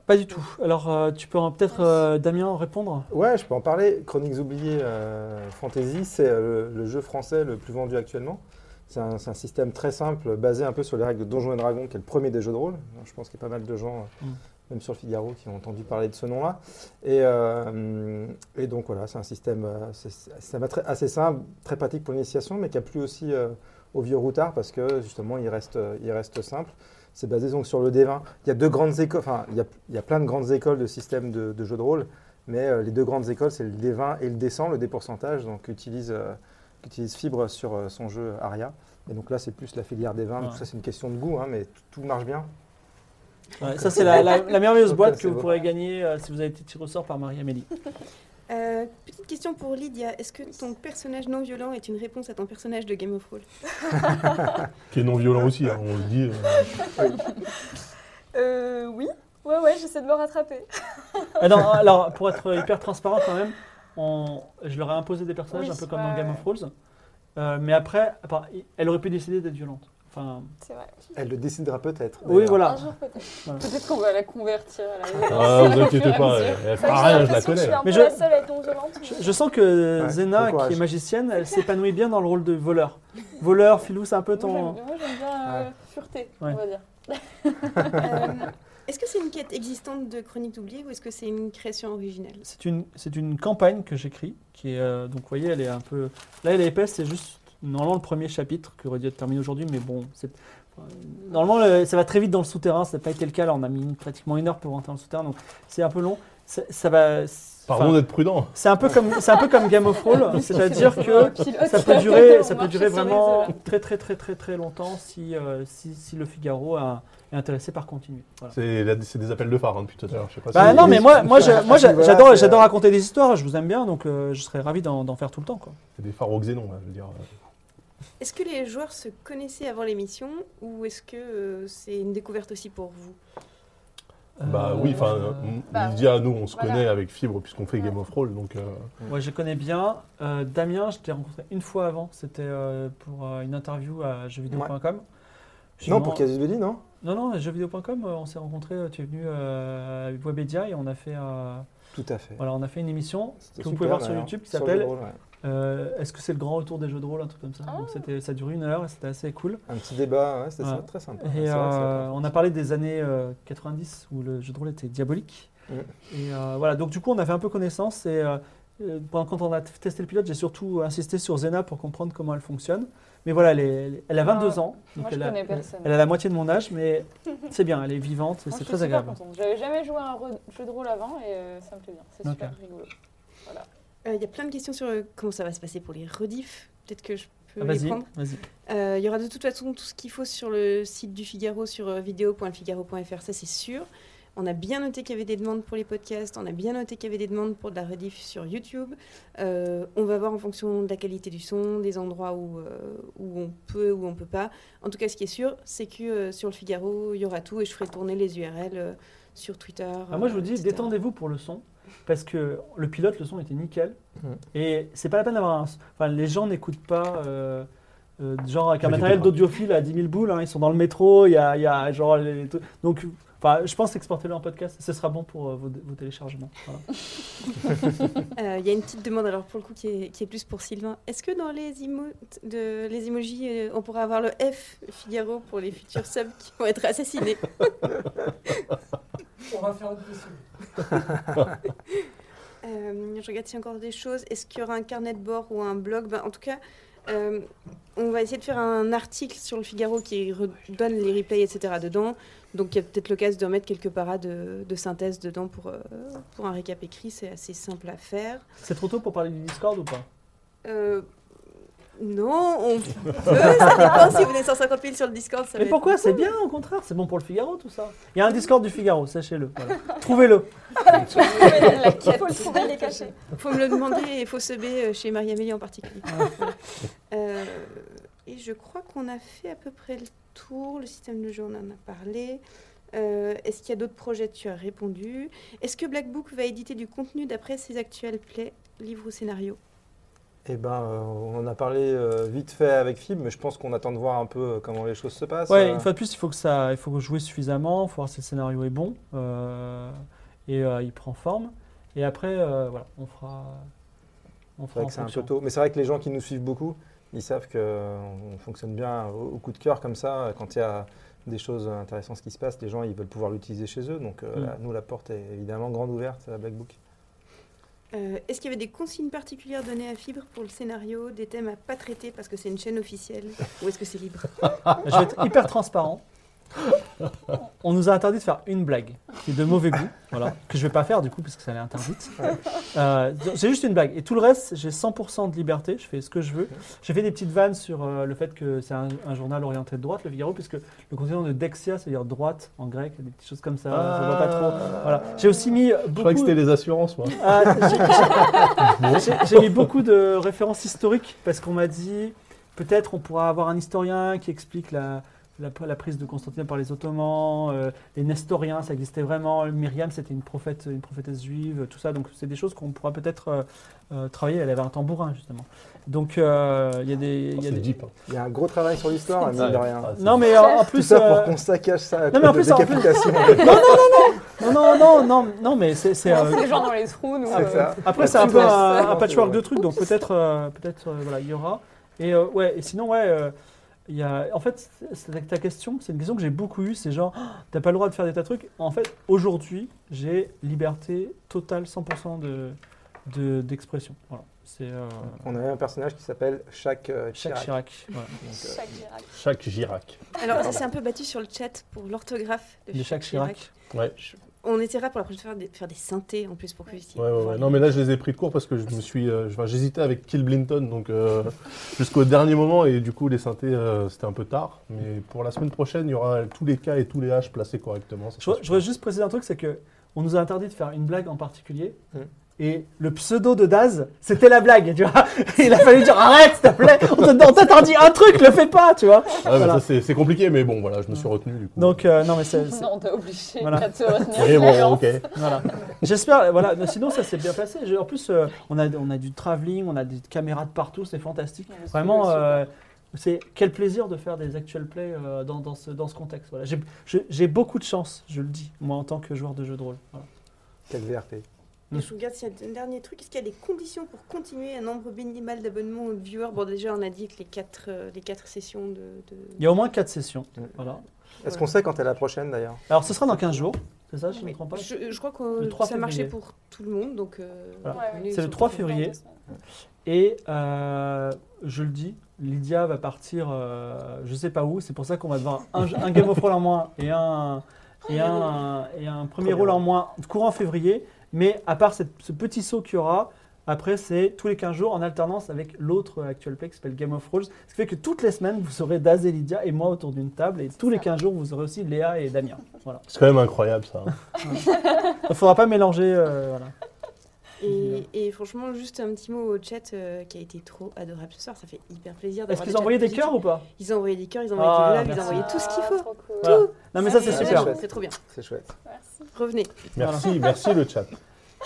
Speaker 1: Pas du tout. Alors, euh, tu peux en- peut-être, euh, Damien, en répondre
Speaker 4: Ouais, je peux en parler. Chroniques oubliées euh, Fantasy, c'est euh, le, le jeu français le plus vendu actuellement. C'est un, c'est un système très simple, basé un peu sur les règles de Donjons et Dragons, qui est le premier des jeux de rôle. Alors, Je pense qu'il y a pas mal de gens, euh,
Speaker 1: Mm.
Speaker 4: même sur le Figaro, qui ont entendu parler de ce nom-là. Et, euh, et donc voilà, c'est un système, euh, c'est- c'est un système très- assez simple, très pratique pour l'initiation, mais qui a plu aussi euh, aux vieux routards, parce que justement, il reste, euh, il reste simple. C'est basé donc sur le D20. Il y a deux grandes écoles, enfin, il y a, il y a plein de grandes écoles de systèmes de, de jeux de rôle. Mais euh, les deux grandes écoles, c'est le D20 et le D100, le D-pourcentage, donc qu'utilise, euh, qu'utilise Fibre sur euh, son jeu Aria. Et donc là, c'est plus la filière D20.
Speaker 1: Ouais.
Speaker 4: Tout ça, c'est une question de goût, hein, mais tout- tout marche bien.
Speaker 1: Ouais, Ça, c'est la, la- la merveilleuse
Speaker 4: Ok,
Speaker 1: boîte
Speaker 4: c'est
Speaker 1: que vous
Speaker 4: beau.
Speaker 1: pourrez gagner euh, si vous avez été tiré au sort par Marie-Amélie.
Speaker 8: Euh, petite question pour Lydia. Est-ce que ton personnage non violent est une réponse à ton personnage de Game of Thrones
Speaker 2: Qui est non violent aussi, hein, on le dit. euh,
Speaker 5: Euh, oui. Ouais, ouais, j'essaie de me rattraper.
Speaker 1: Ah non, alors, pour être hyper transparent quand même, on- je leur ai imposé des personnages
Speaker 5: Oui,
Speaker 1: un peu comme
Speaker 5: ouais,
Speaker 1: dans Game
Speaker 5: ouais.
Speaker 1: of Thrones. Euh, mais après, à part- elle aurait pu décider d'être violente. Enfin,
Speaker 5: C'est vrai.
Speaker 4: Elle le décidera peut-être.
Speaker 1: oui,
Speaker 4: d'ailleurs.
Speaker 1: voilà.
Speaker 5: Un jour peut-être.
Speaker 7: Peut-être qu'on va la convertir à la
Speaker 2: Ah, vous inquiétez pas, elle, elle fera
Speaker 5: C'est vrai que j'ai
Speaker 2: Ah, rien, je la
Speaker 5: l'impression que
Speaker 2: connais. hein.
Speaker 5: Je suis un
Speaker 1: Mais
Speaker 5: peu
Speaker 1: je-
Speaker 5: la seule à être non violente. mais-
Speaker 1: Je, je sens que
Speaker 4: Ouais, bon
Speaker 1: Zena, qui
Speaker 4: courage.
Speaker 1: est magicienne, elle s'épanouit bien dans le rôle de voleur. Voleur, filou, c'est un peu ton.
Speaker 7: Moi, j'aime- moi, j'aime bien euh, fureter,
Speaker 1: Ouais.
Speaker 7: on va dire.
Speaker 8: Euh, Est-ce que c'est une quête existante de Chronique oubliée ou est-ce que c'est une création originale
Speaker 1: C'est une, c'est une campagne que j'écris, qui est euh, donc vous voyez, elle est un peu. Là, elle est épaisse, c'est juste normalement le premier chapitre qui aurait dû être terminé aujourd'hui, mais bon, c'est. euh, Normalement, le- ça va très vite dans le souterrain. Ça n'a pas été le cas. Là, on a mis pratiquement une heure pour rentrer dans le souterrain, donc c'est un peu long. Ça, ça va.
Speaker 2: Pardon
Speaker 1: enfin,
Speaker 2: d'être prudent.
Speaker 1: c'est un peu comme c'est un peu comme Game of Thrones, Oh c'est-à-dire que
Speaker 7: Pilote.
Speaker 1: ça peut durer,
Speaker 7: On
Speaker 1: ça peut
Speaker 7: marche
Speaker 1: durer
Speaker 7: sur les
Speaker 1: vraiment
Speaker 7: œufs, là.
Speaker 1: très très très très très longtemps si, euh, si, si le Figaro a- est intéressé par continuer. Voilà.
Speaker 2: C'est la- c'est des appels de phare hein, depuis tout à l'heure. Je sais pas
Speaker 1: Bah
Speaker 2: si-
Speaker 1: non mais moi moi je-
Speaker 4: Ah,
Speaker 1: moi j'a-
Speaker 4: voilà,
Speaker 1: j'adore
Speaker 4: c'est-
Speaker 1: j'adore raconter des histoires, je vous aime bien donc euh, je serais ravi d'en d'en faire tout le temps quoi.
Speaker 2: C'est des phares au xénon, là, je veux dire. euh.
Speaker 8: Est-ce que les joueurs se connaissaient avant l'émission ou est-ce que euh, c'est une découverte aussi pour vous
Speaker 2: Bah oui, enfin,
Speaker 1: Euh,
Speaker 2: m-
Speaker 7: bah,
Speaker 2: Lydia, nous, on se
Speaker 7: voilà.
Speaker 2: connaît avec Fibre puisqu'on fait Game of Roll, donc euh,
Speaker 1: moi je connais bien Euh, Damien, je t'ai rencontré une fois avant, c'était euh, pour euh, une interview à jeuxvideo.com.
Speaker 4: Non,
Speaker 1: Sinon-
Speaker 4: pour Casus Belli, non
Speaker 1: Non non, à jeuxvideo.com, euh, on s'est rencontrés, euh, tu es venu euh, à Webedia et on a fait euh,
Speaker 4: Tout à fait.
Speaker 1: voilà, on a fait une émission
Speaker 4: C'était
Speaker 1: que vous
Speaker 4: super,
Speaker 1: pouvez voir sur
Speaker 4: d'ailleurs.
Speaker 1: YouTube qui
Speaker 4: Sur le
Speaker 1: s'appelle
Speaker 4: jeu de rôle, ouais.
Speaker 1: Euh, Est-ce que c'est le grand retour des jeux de rôle, un truc comme
Speaker 7: Ah.
Speaker 1: ça Donc c'était, ça dure une heure et c'était assez cool.
Speaker 4: Un petit débat, ouais, c'était
Speaker 1: Ouais.
Speaker 4: ça, très sympa.
Speaker 7: Ah,
Speaker 1: Et
Speaker 4: C'est vrai que c'est
Speaker 1: euh,
Speaker 4: la
Speaker 1: on a parlé des années euh, 90 où le jeu de rôle était diabolique.
Speaker 4: Mm.
Speaker 1: Et euh, voilà, donc du coup on a fait un peu connaissance et euh, euh, pendant- quand on a t- testé le pilote, j'ai surtout insisté sur Zena pour comprendre comment elle fonctionne. Mais voilà, elle, est- elle- elle a 22 ans, donc
Speaker 7: Ah. Moi, je
Speaker 1: elle, a,
Speaker 7: connais personne.
Speaker 1: elle a la moitié de mon âge, mais c'est bien, elle est vivante et
Speaker 7: Moi, je
Speaker 1: c'est
Speaker 7: suis
Speaker 1: très
Speaker 7: super
Speaker 1: agréable.
Speaker 7: contente. J'avais jamais joué à un re- jeu de rôle avant et euh, ça me plaît bien. C'est
Speaker 1: Ok.
Speaker 7: super rigolo.
Speaker 8: Euh, Il y a plein de questions sur euh, comment ça va se passer pour les rediffs. Peut-être que je peux
Speaker 1: Ah,
Speaker 8: les
Speaker 1: vas-y,
Speaker 8: prendre.
Speaker 1: vas-y.
Speaker 8: Euh, Il y aura de toute façon tout ce qu'il faut sur le site du Figaro, sur euh, vidéo.figaro.fr, ça c'est sûr. On a bien noté qu'il y avait des demandes pour les podcasts, on a bien noté qu'il y avait des demandes pour de la rediff sur YouTube. Euh, on va voir en fonction de la qualité du son, des endroits où, euh, où on peut, où on peut pas. En tout cas, ce qui est sûr, c'est que euh, sur le Figaro, il y aura tout et je ferai tourner les URL euh, sur Twitter.
Speaker 1: Ah, moi, je
Speaker 8: euh,
Speaker 1: vous dis,
Speaker 8: etc.
Speaker 1: détendez-vous pour le son, parce que le pilote, le son était nickel.
Speaker 4: Mm.
Speaker 1: Et c'est pas la peine d'avoir un. Enfin, les gens n'écoutent pas. euh, euh, genre avec un
Speaker 2: Vous
Speaker 1: matériel
Speaker 2: écoutez pas.
Speaker 1: d'audiophile à 10 000 boules, hein, ils sont dans le métro, il y a, il y a genre les trucs. Donc Enfin, je pense exporter-le en podcast, ce sera bon pour euh, vos, vos téléchargements. Voilà.
Speaker 8: Euh, Il y a une petite demande, alors pour le coup, qui est, qui est plus pour Sylvain. Est-ce que dans les, emo de, les emojis, euh, on pourra avoir le F Figaro pour les futurs subs qui vont être assassinés
Speaker 9: On va faire notre possible.
Speaker 8: Euh, Je regarde s'il y a encore des choses. Est-ce qu'il y aura un carnet de bord ou un blog Ben, En tout cas, euh, on va essayer de faire un article sur le Figaro qui redonne les replays, etc. dedans. Donc il y a peut-être l'occasion de remettre quelques paras de, de synthèse dedans pour, euh, pour un récap écrit. C'est assez simple à faire.
Speaker 1: C'est trop tôt pour parler du Discord ou pas
Speaker 8: Euh, non, on peut, ça dépend si vous êtes 150 000 sur le Discord. Ça va
Speaker 1: Mais
Speaker 8: être-
Speaker 1: pourquoi C'est bien, au contraire, c'est bon pour le Figaro tout ça. Il y a un Discord du Figaro, sachez-le. voilà. Trouvez-le.
Speaker 5: Il faut le trouver, il est caché.
Speaker 8: Faut me le demander et il faut se bé, euh, chez Marie-Amélie en particulier.
Speaker 1: Ah.
Speaker 8: Voilà. Euh, et je crois qu'on a fait à peu près le tour. Le système de jeu, on en a parlé. Euh, Est-ce qu'il y a d'autres projets Tu as répondu. Est-ce que Black Book va éditer du contenu d'après ses actuels plays, livres ou scénarios
Speaker 4: Eh ben, euh, on en a parlé euh, vite fait avec Fib, mais je pense qu'on attend de voir un peu euh, comment les choses se passent.
Speaker 1: Ouais,
Speaker 4: euh.
Speaker 1: une fois de plus, il faut que ça, il faut jouer suffisamment, il faut voir si le scénario est bon euh, et euh, il prend forme. Et après, euh, voilà, on fera, on
Speaker 4: C'est
Speaker 1: fera
Speaker 4: vrai
Speaker 1: en
Speaker 4: que c'est un peu
Speaker 1: fonction.
Speaker 4: tôt. Mais c'est vrai que les gens qui nous suivent beaucoup, ils savent qu'on fonctionne bien au, au coup de cœur comme ça. euh, Quand il y a des choses intéressantes qui se passent, les gens ils veulent pouvoir l'utiliser chez eux. Donc euh,
Speaker 1: Mm.
Speaker 4: là, nous, la porte est évidemment grande ouverte à Black Book.
Speaker 8: Euh, Est-ce qu'il y avait des consignes particulières données à Fibre pour le scénario, des thèmes à pas traiter parce que c'est une chaîne officielle ou est-ce que c'est libre
Speaker 1: Je vais être hyper transparent. On nous a interdit de faire une blague qui est de mauvais goût, voilà, que je vais pas faire du coup parce que ça l'est interdite. Euh, donc, c'est juste une blague et tout le reste, j'ai 100% de liberté. Je fais ce que je veux. J'ai fait des petites vannes sur euh, le fait que c'est un, un journal orienté de droite, le Figaro, puisque le continent de Dexia, c'est-à-dire droite en grec, des petites choses comme ça. on voit Ah, pas trop. Voilà. J'ai aussi mis
Speaker 2: Je
Speaker 1: beaucoup.
Speaker 2: croyais que c'était les assurances, moi.
Speaker 1: Ah, j'ai- j'ai- j'ai- J'ai mis beaucoup de références historiques parce qu'on m'a dit peut-être on pourra avoir un historien qui explique la, la, la prise de Constantinople par les Ottomans, euh, les Nestoriens, ça existait vraiment, Myriam c'était une prophète, une prophétesse juive, tout ça. Donc c'est des choses qu'on pourra peut-être euh, euh, travailler. Elle avait un tambourin justement. Donc euh, il y a des. il y a
Speaker 2: C'est
Speaker 1: des-
Speaker 2: deep. hein.
Speaker 4: Il y a un gros travail sur l'histoire, mais
Speaker 2: Ouais.
Speaker 4: de rien.
Speaker 2: Ah, c'est-
Speaker 1: Non mais en, en
Speaker 4: Tout
Speaker 1: plus.
Speaker 4: ça
Speaker 1: euh,
Speaker 4: pour qu'on saccage ça à
Speaker 1: mais
Speaker 4: cause
Speaker 1: en
Speaker 4: de
Speaker 1: plus, en plus-
Speaker 4: décapitation.
Speaker 1: non non non non non mais c'est c'est, euh,
Speaker 3: C'est genre dans les trous, nous.
Speaker 4: C'est
Speaker 3: euh,
Speaker 4: ça.
Speaker 1: Après, c'est un
Speaker 4: tout
Speaker 1: peu
Speaker 4: reste.
Speaker 1: un, un
Speaker 4: Ouais,
Speaker 1: patchwork
Speaker 4: c'est
Speaker 1: de trucs, donc peut-être, euh, peut-être, euh, voilà, il y aura. Et euh, ouais, et sinon, ouais, euh, il y a. En fait, c'est- ta question, c'est une question que j'ai beaucoup eue. C'est genre, Ah, t'as pas le droit de faire des tas de trucs. En fait, aujourd'hui, j'ai liberté totale, 100% de, de- d'expression. Voilà, c'est euh,
Speaker 4: On a un personnage qui s'appelle Chaque euh,
Speaker 1: Jacques
Speaker 4: Chirac.
Speaker 1: Chirac. voilà.
Speaker 4: Donc, euh,
Speaker 5: Chaque Girac.
Speaker 2: Chaque Girac.
Speaker 8: Alors ça s'est un peu battu sur le chat pour l'orthographe de
Speaker 1: De
Speaker 8: chaque
Speaker 1: Jacques Chirac.
Speaker 2: Ouais.
Speaker 8: On essaiera pour la prochaine fois de faire des synthés en plus pour que vous puissiez.
Speaker 2: Ouais, ouais, ouais. Non, mais là, je les ai pris de court parce que je me suis. euh, je- enfin, J'hésitais avec Kill Blinton, donc euh, jusqu'au dernier moment, et du coup, les synthés, euh, c'était un peu tard. Mais pour la semaine prochaine, il y aura tous les K et tous les H placés correctement. ça
Speaker 1: Je,
Speaker 2: sera
Speaker 1: voudrais- je voudrais juste préciser un truc, c'est que on nous a interdit de faire une blague en particulier.
Speaker 4: Mm.
Speaker 1: Et le pseudo de Daz, c'était la blague, tu vois. Il a fallu dire arrête, s'il te plaît, on te- on t'interdit un truc, le fais pas, tu vois.
Speaker 2: super. Ah, mais
Speaker 1: voilà.
Speaker 2: ça, c'est- c'est compliqué, mais bon, voilà, je me suis retenu du coup.
Speaker 1: Donc, euh, non, mais c'est. c'est-
Speaker 3: Non, t'as obligé
Speaker 1: Voilà.
Speaker 3: à te retenir.
Speaker 2: Oui, bon, ok.
Speaker 1: Voilà. J'espère, voilà. Mais Sinon, ça s'est bien passé. J'ai- En plus, euh, on, a, on a du travelling, on a des caméras de partout, c'est fantastique.
Speaker 3: Ouais, c'est
Speaker 1: Vraiment,
Speaker 3: super.
Speaker 1: euh, c'est quel plaisir de faire des actual plays euh, dans, dans ce, dans ce contexte. Voilà. J'ai- je- J'ai beaucoup de chance, je le dis, moi, en tant que joueur de jeu de rôle. Voilà.
Speaker 4: Quel VRP.
Speaker 8: Je regarde s'il y a un dernier truc. Est-ce qu'il y a des conditions pour continuer un nombre minimal d'abonnements ou de viewers Bon, déjà, on a dit que les quatre, euh, les quatre sessions de. de-
Speaker 1: Il y a au moins quatre sessions.
Speaker 4: Mm.
Speaker 1: Voilà.
Speaker 4: Est-ce qu'on sait quand est la prochaine d'ailleurs
Speaker 1: Alors, ce sera dans 15 jours, c'est ça, je ne me
Speaker 8: Oui.
Speaker 1: trompe pas
Speaker 8: Je, je crois que
Speaker 1: Le
Speaker 8: euh,
Speaker 1: 3
Speaker 8: ça marchait
Speaker 1: février.
Speaker 8: pour tout le monde. donc. euh,
Speaker 1: Voilà.
Speaker 8: on est
Speaker 1: C'est le
Speaker 8: sur-
Speaker 1: 3 février. Et euh, je le dis, Lydia va partir euh, je sais pas où. C'est pour ça qu'on va devoir un, un Game of Roll en moins et un, et un, et un premier
Speaker 4: Premier
Speaker 1: rôle en
Speaker 4: rôle.
Speaker 1: moins courant février. Mais à part cette- ce petit saut qu'il y aura, après c'est tous les 15 jours en alternance avec l'autre actual play qui s'appelle Game of Rolls. Ce qui fait que toutes les semaines, vous aurez Daz et Lydia et moi autour d'une table. Et tous les 15 jours, vous aurez aussi Léa et Damien. Voilà.
Speaker 2: C'est quand même incroyable, ça.
Speaker 1: Il ne faudra pas mélanger. euh, voilà.
Speaker 8: Et, et franchement, juste un petit mot au chat euh, qui a été trop adorable ce soir. Ça fait hyper plaisir.
Speaker 1: Est-ce
Speaker 8: d'avoir
Speaker 1: qu'ils
Speaker 8: des
Speaker 1: ont envoyé
Speaker 8: chats
Speaker 1: des cœurs ou pas
Speaker 8: positifs. Ils ont envoyé des cœurs, ils ont envoyé
Speaker 1: Ah,
Speaker 8: des loves, ils ont
Speaker 1: merci.
Speaker 8: envoyé tout ce qu'il faut.
Speaker 3: trop cool.
Speaker 1: Voilà. Non mais ça c'est
Speaker 8: Ouais,
Speaker 1: super.
Speaker 8: C'est trop bien.
Speaker 4: C'est chouette.
Speaker 3: Merci.
Speaker 8: Revenez.
Speaker 2: Merci, merci le chat.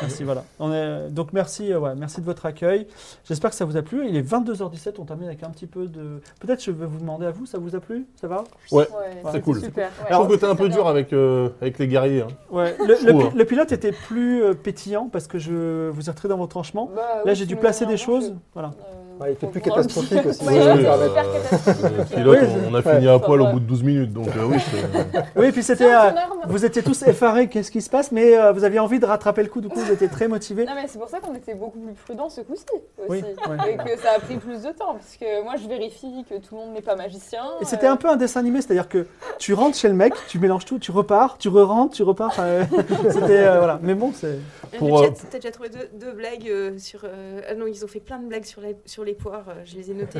Speaker 1: Merci, voilà. On est- donc merci, euh, ouais, merci de votre accueil. J'espère que ça vous a plu. Il est 22h17, on termine avec un petit peu de... Peut-être je vais vous demander à vous, ça vous a plu Ça va
Speaker 2: Ouais,
Speaker 1: c'est
Speaker 7: c'était
Speaker 2: cool.
Speaker 7: Super. ouais.
Speaker 2: Je trouve que t'es un peu dur avec, euh, avec les guerriers. hein.
Speaker 1: Ouais. Le,
Speaker 2: Je
Speaker 1: le
Speaker 2: trouve,
Speaker 1: pi- le pilote était plus euh, pétillant parce que je vous ai retiré dans vos tranchements.
Speaker 3: Bah,
Speaker 1: Là,
Speaker 3: ouais,
Speaker 1: j'ai
Speaker 3: tu
Speaker 1: dû
Speaker 3: me
Speaker 1: placer
Speaker 3: mets
Speaker 1: des
Speaker 3: un
Speaker 1: choses.
Speaker 3: peu.
Speaker 1: Voilà.
Speaker 3: Euh,
Speaker 4: Ouais, il était plus
Speaker 3: pour-
Speaker 4: catastrophique aussi.
Speaker 3: Ouais,
Speaker 2: Oui,
Speaker 4: je
Speaker 3: ouais,
Speaker 4: veux dire,
Speaker 2: euh,
Speaker 4: avec-
Speaker 3: hyper catastrophique.
Speaker 2: Le pilote,
Speaker 1: Ouais,
Speaker 2: on, on a fini à
Speaker 3: Faut
Speaker 2: poil au
Speaker 3: pas.
Speaker 2: bout de 12 minutes, donc euh, oui, c'est-
Speaker 1: Oui, puis c'était...
Speaker 3: Tiens,
Speaker 1: euh,
Speaker 3: ton arme.
Speaker 1: vous étiez tous effarés, qu'est-ce qui se passe Mais euh, vous aviez envie de rattraper le coup, du coup vous étiez très motivés.
Speaker 3: Non, mais c'est pour ça qu'on était beaucoup plus prudents ce coup-ci aussi.
Speaker 1: Oui, ouais.
Speaker 3: Et que ça a pris plus de temps, parce que moi je vérifie que tout le monde n'est pas magicien.
Speaker 1: Et c'était un peu un dessin animé, c'est-à-dire que tu rentres chez le mec, tu mélanges tout, tu repars, tu re-rentres, tu repars. enfin, euh, c'était... euh, voilà. Mais bon, c'est...
Speaker 2: Pour,
Speaker 8: le
Speaker 2: euh,
Speaker 8: chat, t'as déjà trouvé deux, deux blagues euh, sur. euh, Ah non, ils ont fait plein de blagues sur, la- sur les poires, euh, je les ai notées.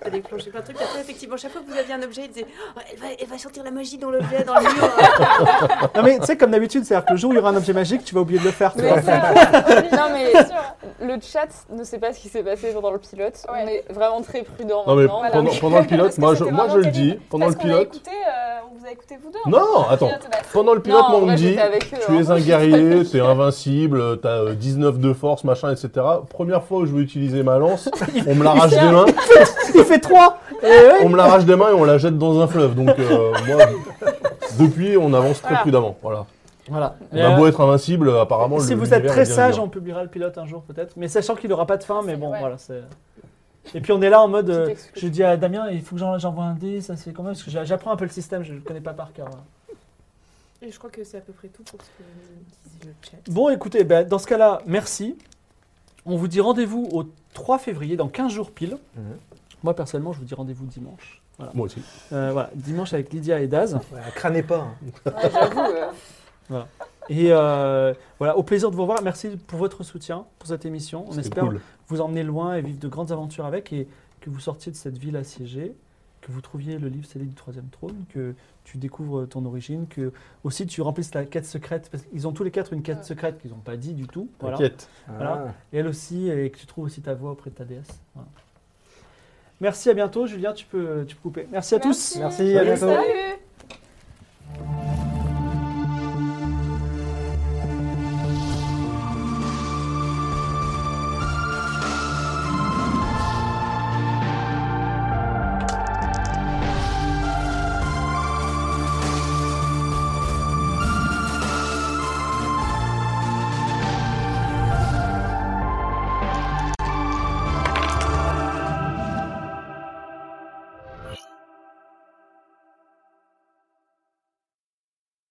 Speaker 8: T'as déclenché plein de trucs. Après, effectivement, chaque fois que vous aviez un objet, ils disaient Oh, elle, va, elle va sentir la magie dans l'objet, dans le mur.
Speaker 1: Non mais tu sais, comme d'habitude, c'est-à-dire que le jour où il y aura un objet magique, tu vas oublier de le faire. tu vois.
Speaker 3: Mais ça, non mais Euh, le chat ne sait pas ce qui s'est passé pendant le pilote. On
Speaker 7: Ouais.
Speaker 3: est vraiment très prudent
Speaker 2: Non, mais
Speaker 3: maintenant.
Speaker 2: pendant, pendant le pilote, moi je, moi, je le dis. Pendant
Speaker 7: Parce
Speaker 2: le
Speaker 7: qu'on a
Speaker 2: pilote.
Speaker 7: écouté, euh, on vous a écouté vous deux. en
Speaker 5: hein.
Speaker 2: Non,
Speaker 7: fait.
Speaker 2: attends.
Speaker 7: Pilote, bah, c'est-
Speaker 2: Pendant le pilote,
Speaker 3: Non,
Speaker 2: moi, on
Speaker 3: moi,
Speaker 2: me dit
Speaker 3: j'étais avec eux,
Speaker 2: Tu
Speaker 3: hein.
Speaker 2: es un guerrier, t'es invincible, euh, t'as euh, 19 de force, machin, etc. Première fois où je veux utiliser ma lance, on me l'arrache des mains,
Speaker 1: Il fait 3
Speaker 2: on me l'arrache des mains et on la jette dans un fleuve. Donc, euh, moi, depuis, on avance très
Speaker 1: Voilà.
Speaker 2: prudemment. Voilà.
Speaker 1: Voilà.
Speaker 2: On a beau être invincible, euh, apparemment.
Speaker 1: si
Speaker 2: le-
Speaker 1: vous êtes
Speaker 2: l'univers
Speaker 1: très
Speaker 2: est bien
Speaker 1: sage,
Speaker 2: vivant.
Speaker 1: on publiera le pilote un jour peut-être. Mais sachant qu'il n'aura pas de fin, mais bon,
Speaker 3: ouais.
Speaker 1: voilà. c'est- Et puis on est là en mode. euh,
Speaker 3: Petite exclu.
Speaker 1: je dis à Damien, il faut que j'en- j'envoie un dé, ça c'est quand même. Parce que j'a- j'apprends un peu le système, je ne le connais pas par cœur. hein. voilà.
Speaker 8: Et je crois que c'est à peu près tout pour ce que disait le chat.
Speaker 1: Bon, écoutez, ben, dans ce cas-là, merci. On vous dit rendez-vous au 3 février, dans 15 jours pile.
Speaker 4: Mhm.
Speaker 1: Moi personnellement, je vous dis rendez-vous dimanche. Voilà.
Speaker 2: Moi aussi.
Speaker 1: Euh, voilà, dimanche avec Lydia et Daz.
Speaker 4: Ouais, crânez pas. hein.
Speaker 3: Ouais, j'avoue, euh,
Speaker 1: Et euh, voilà, au plaisir de vous revoir. Merci pour votre soutien pour cette émission. On
Speaker 2: C'était
Speaker 1: espère
Speaker 2: cool.
Speaker 1: vous emmener loin et vivre de grandes aventures avec et que vous sortiez de cette ville assiégée, que vous trouviez le livre scellé du troisième trône, que tu découvres ton origine, que aussi tu remplisses la quête secrète, parce qu'ils ont tous les quatre une quête secrète qu'ils n'ont pas dit du tout. Voilà.
Speaker 2: T'inquiète.
Speaker 4: Ah.
Speaker 1: Voilà. Et elle aussi, et que tu trouves aussi ta voix auprès de ta déesse. Voilà. Merci, à bientôt. Julien, tu peux, tu peux couper. Merci à tous.
Speaker 4: Merci, à bientôt.
Speaker 3: Salut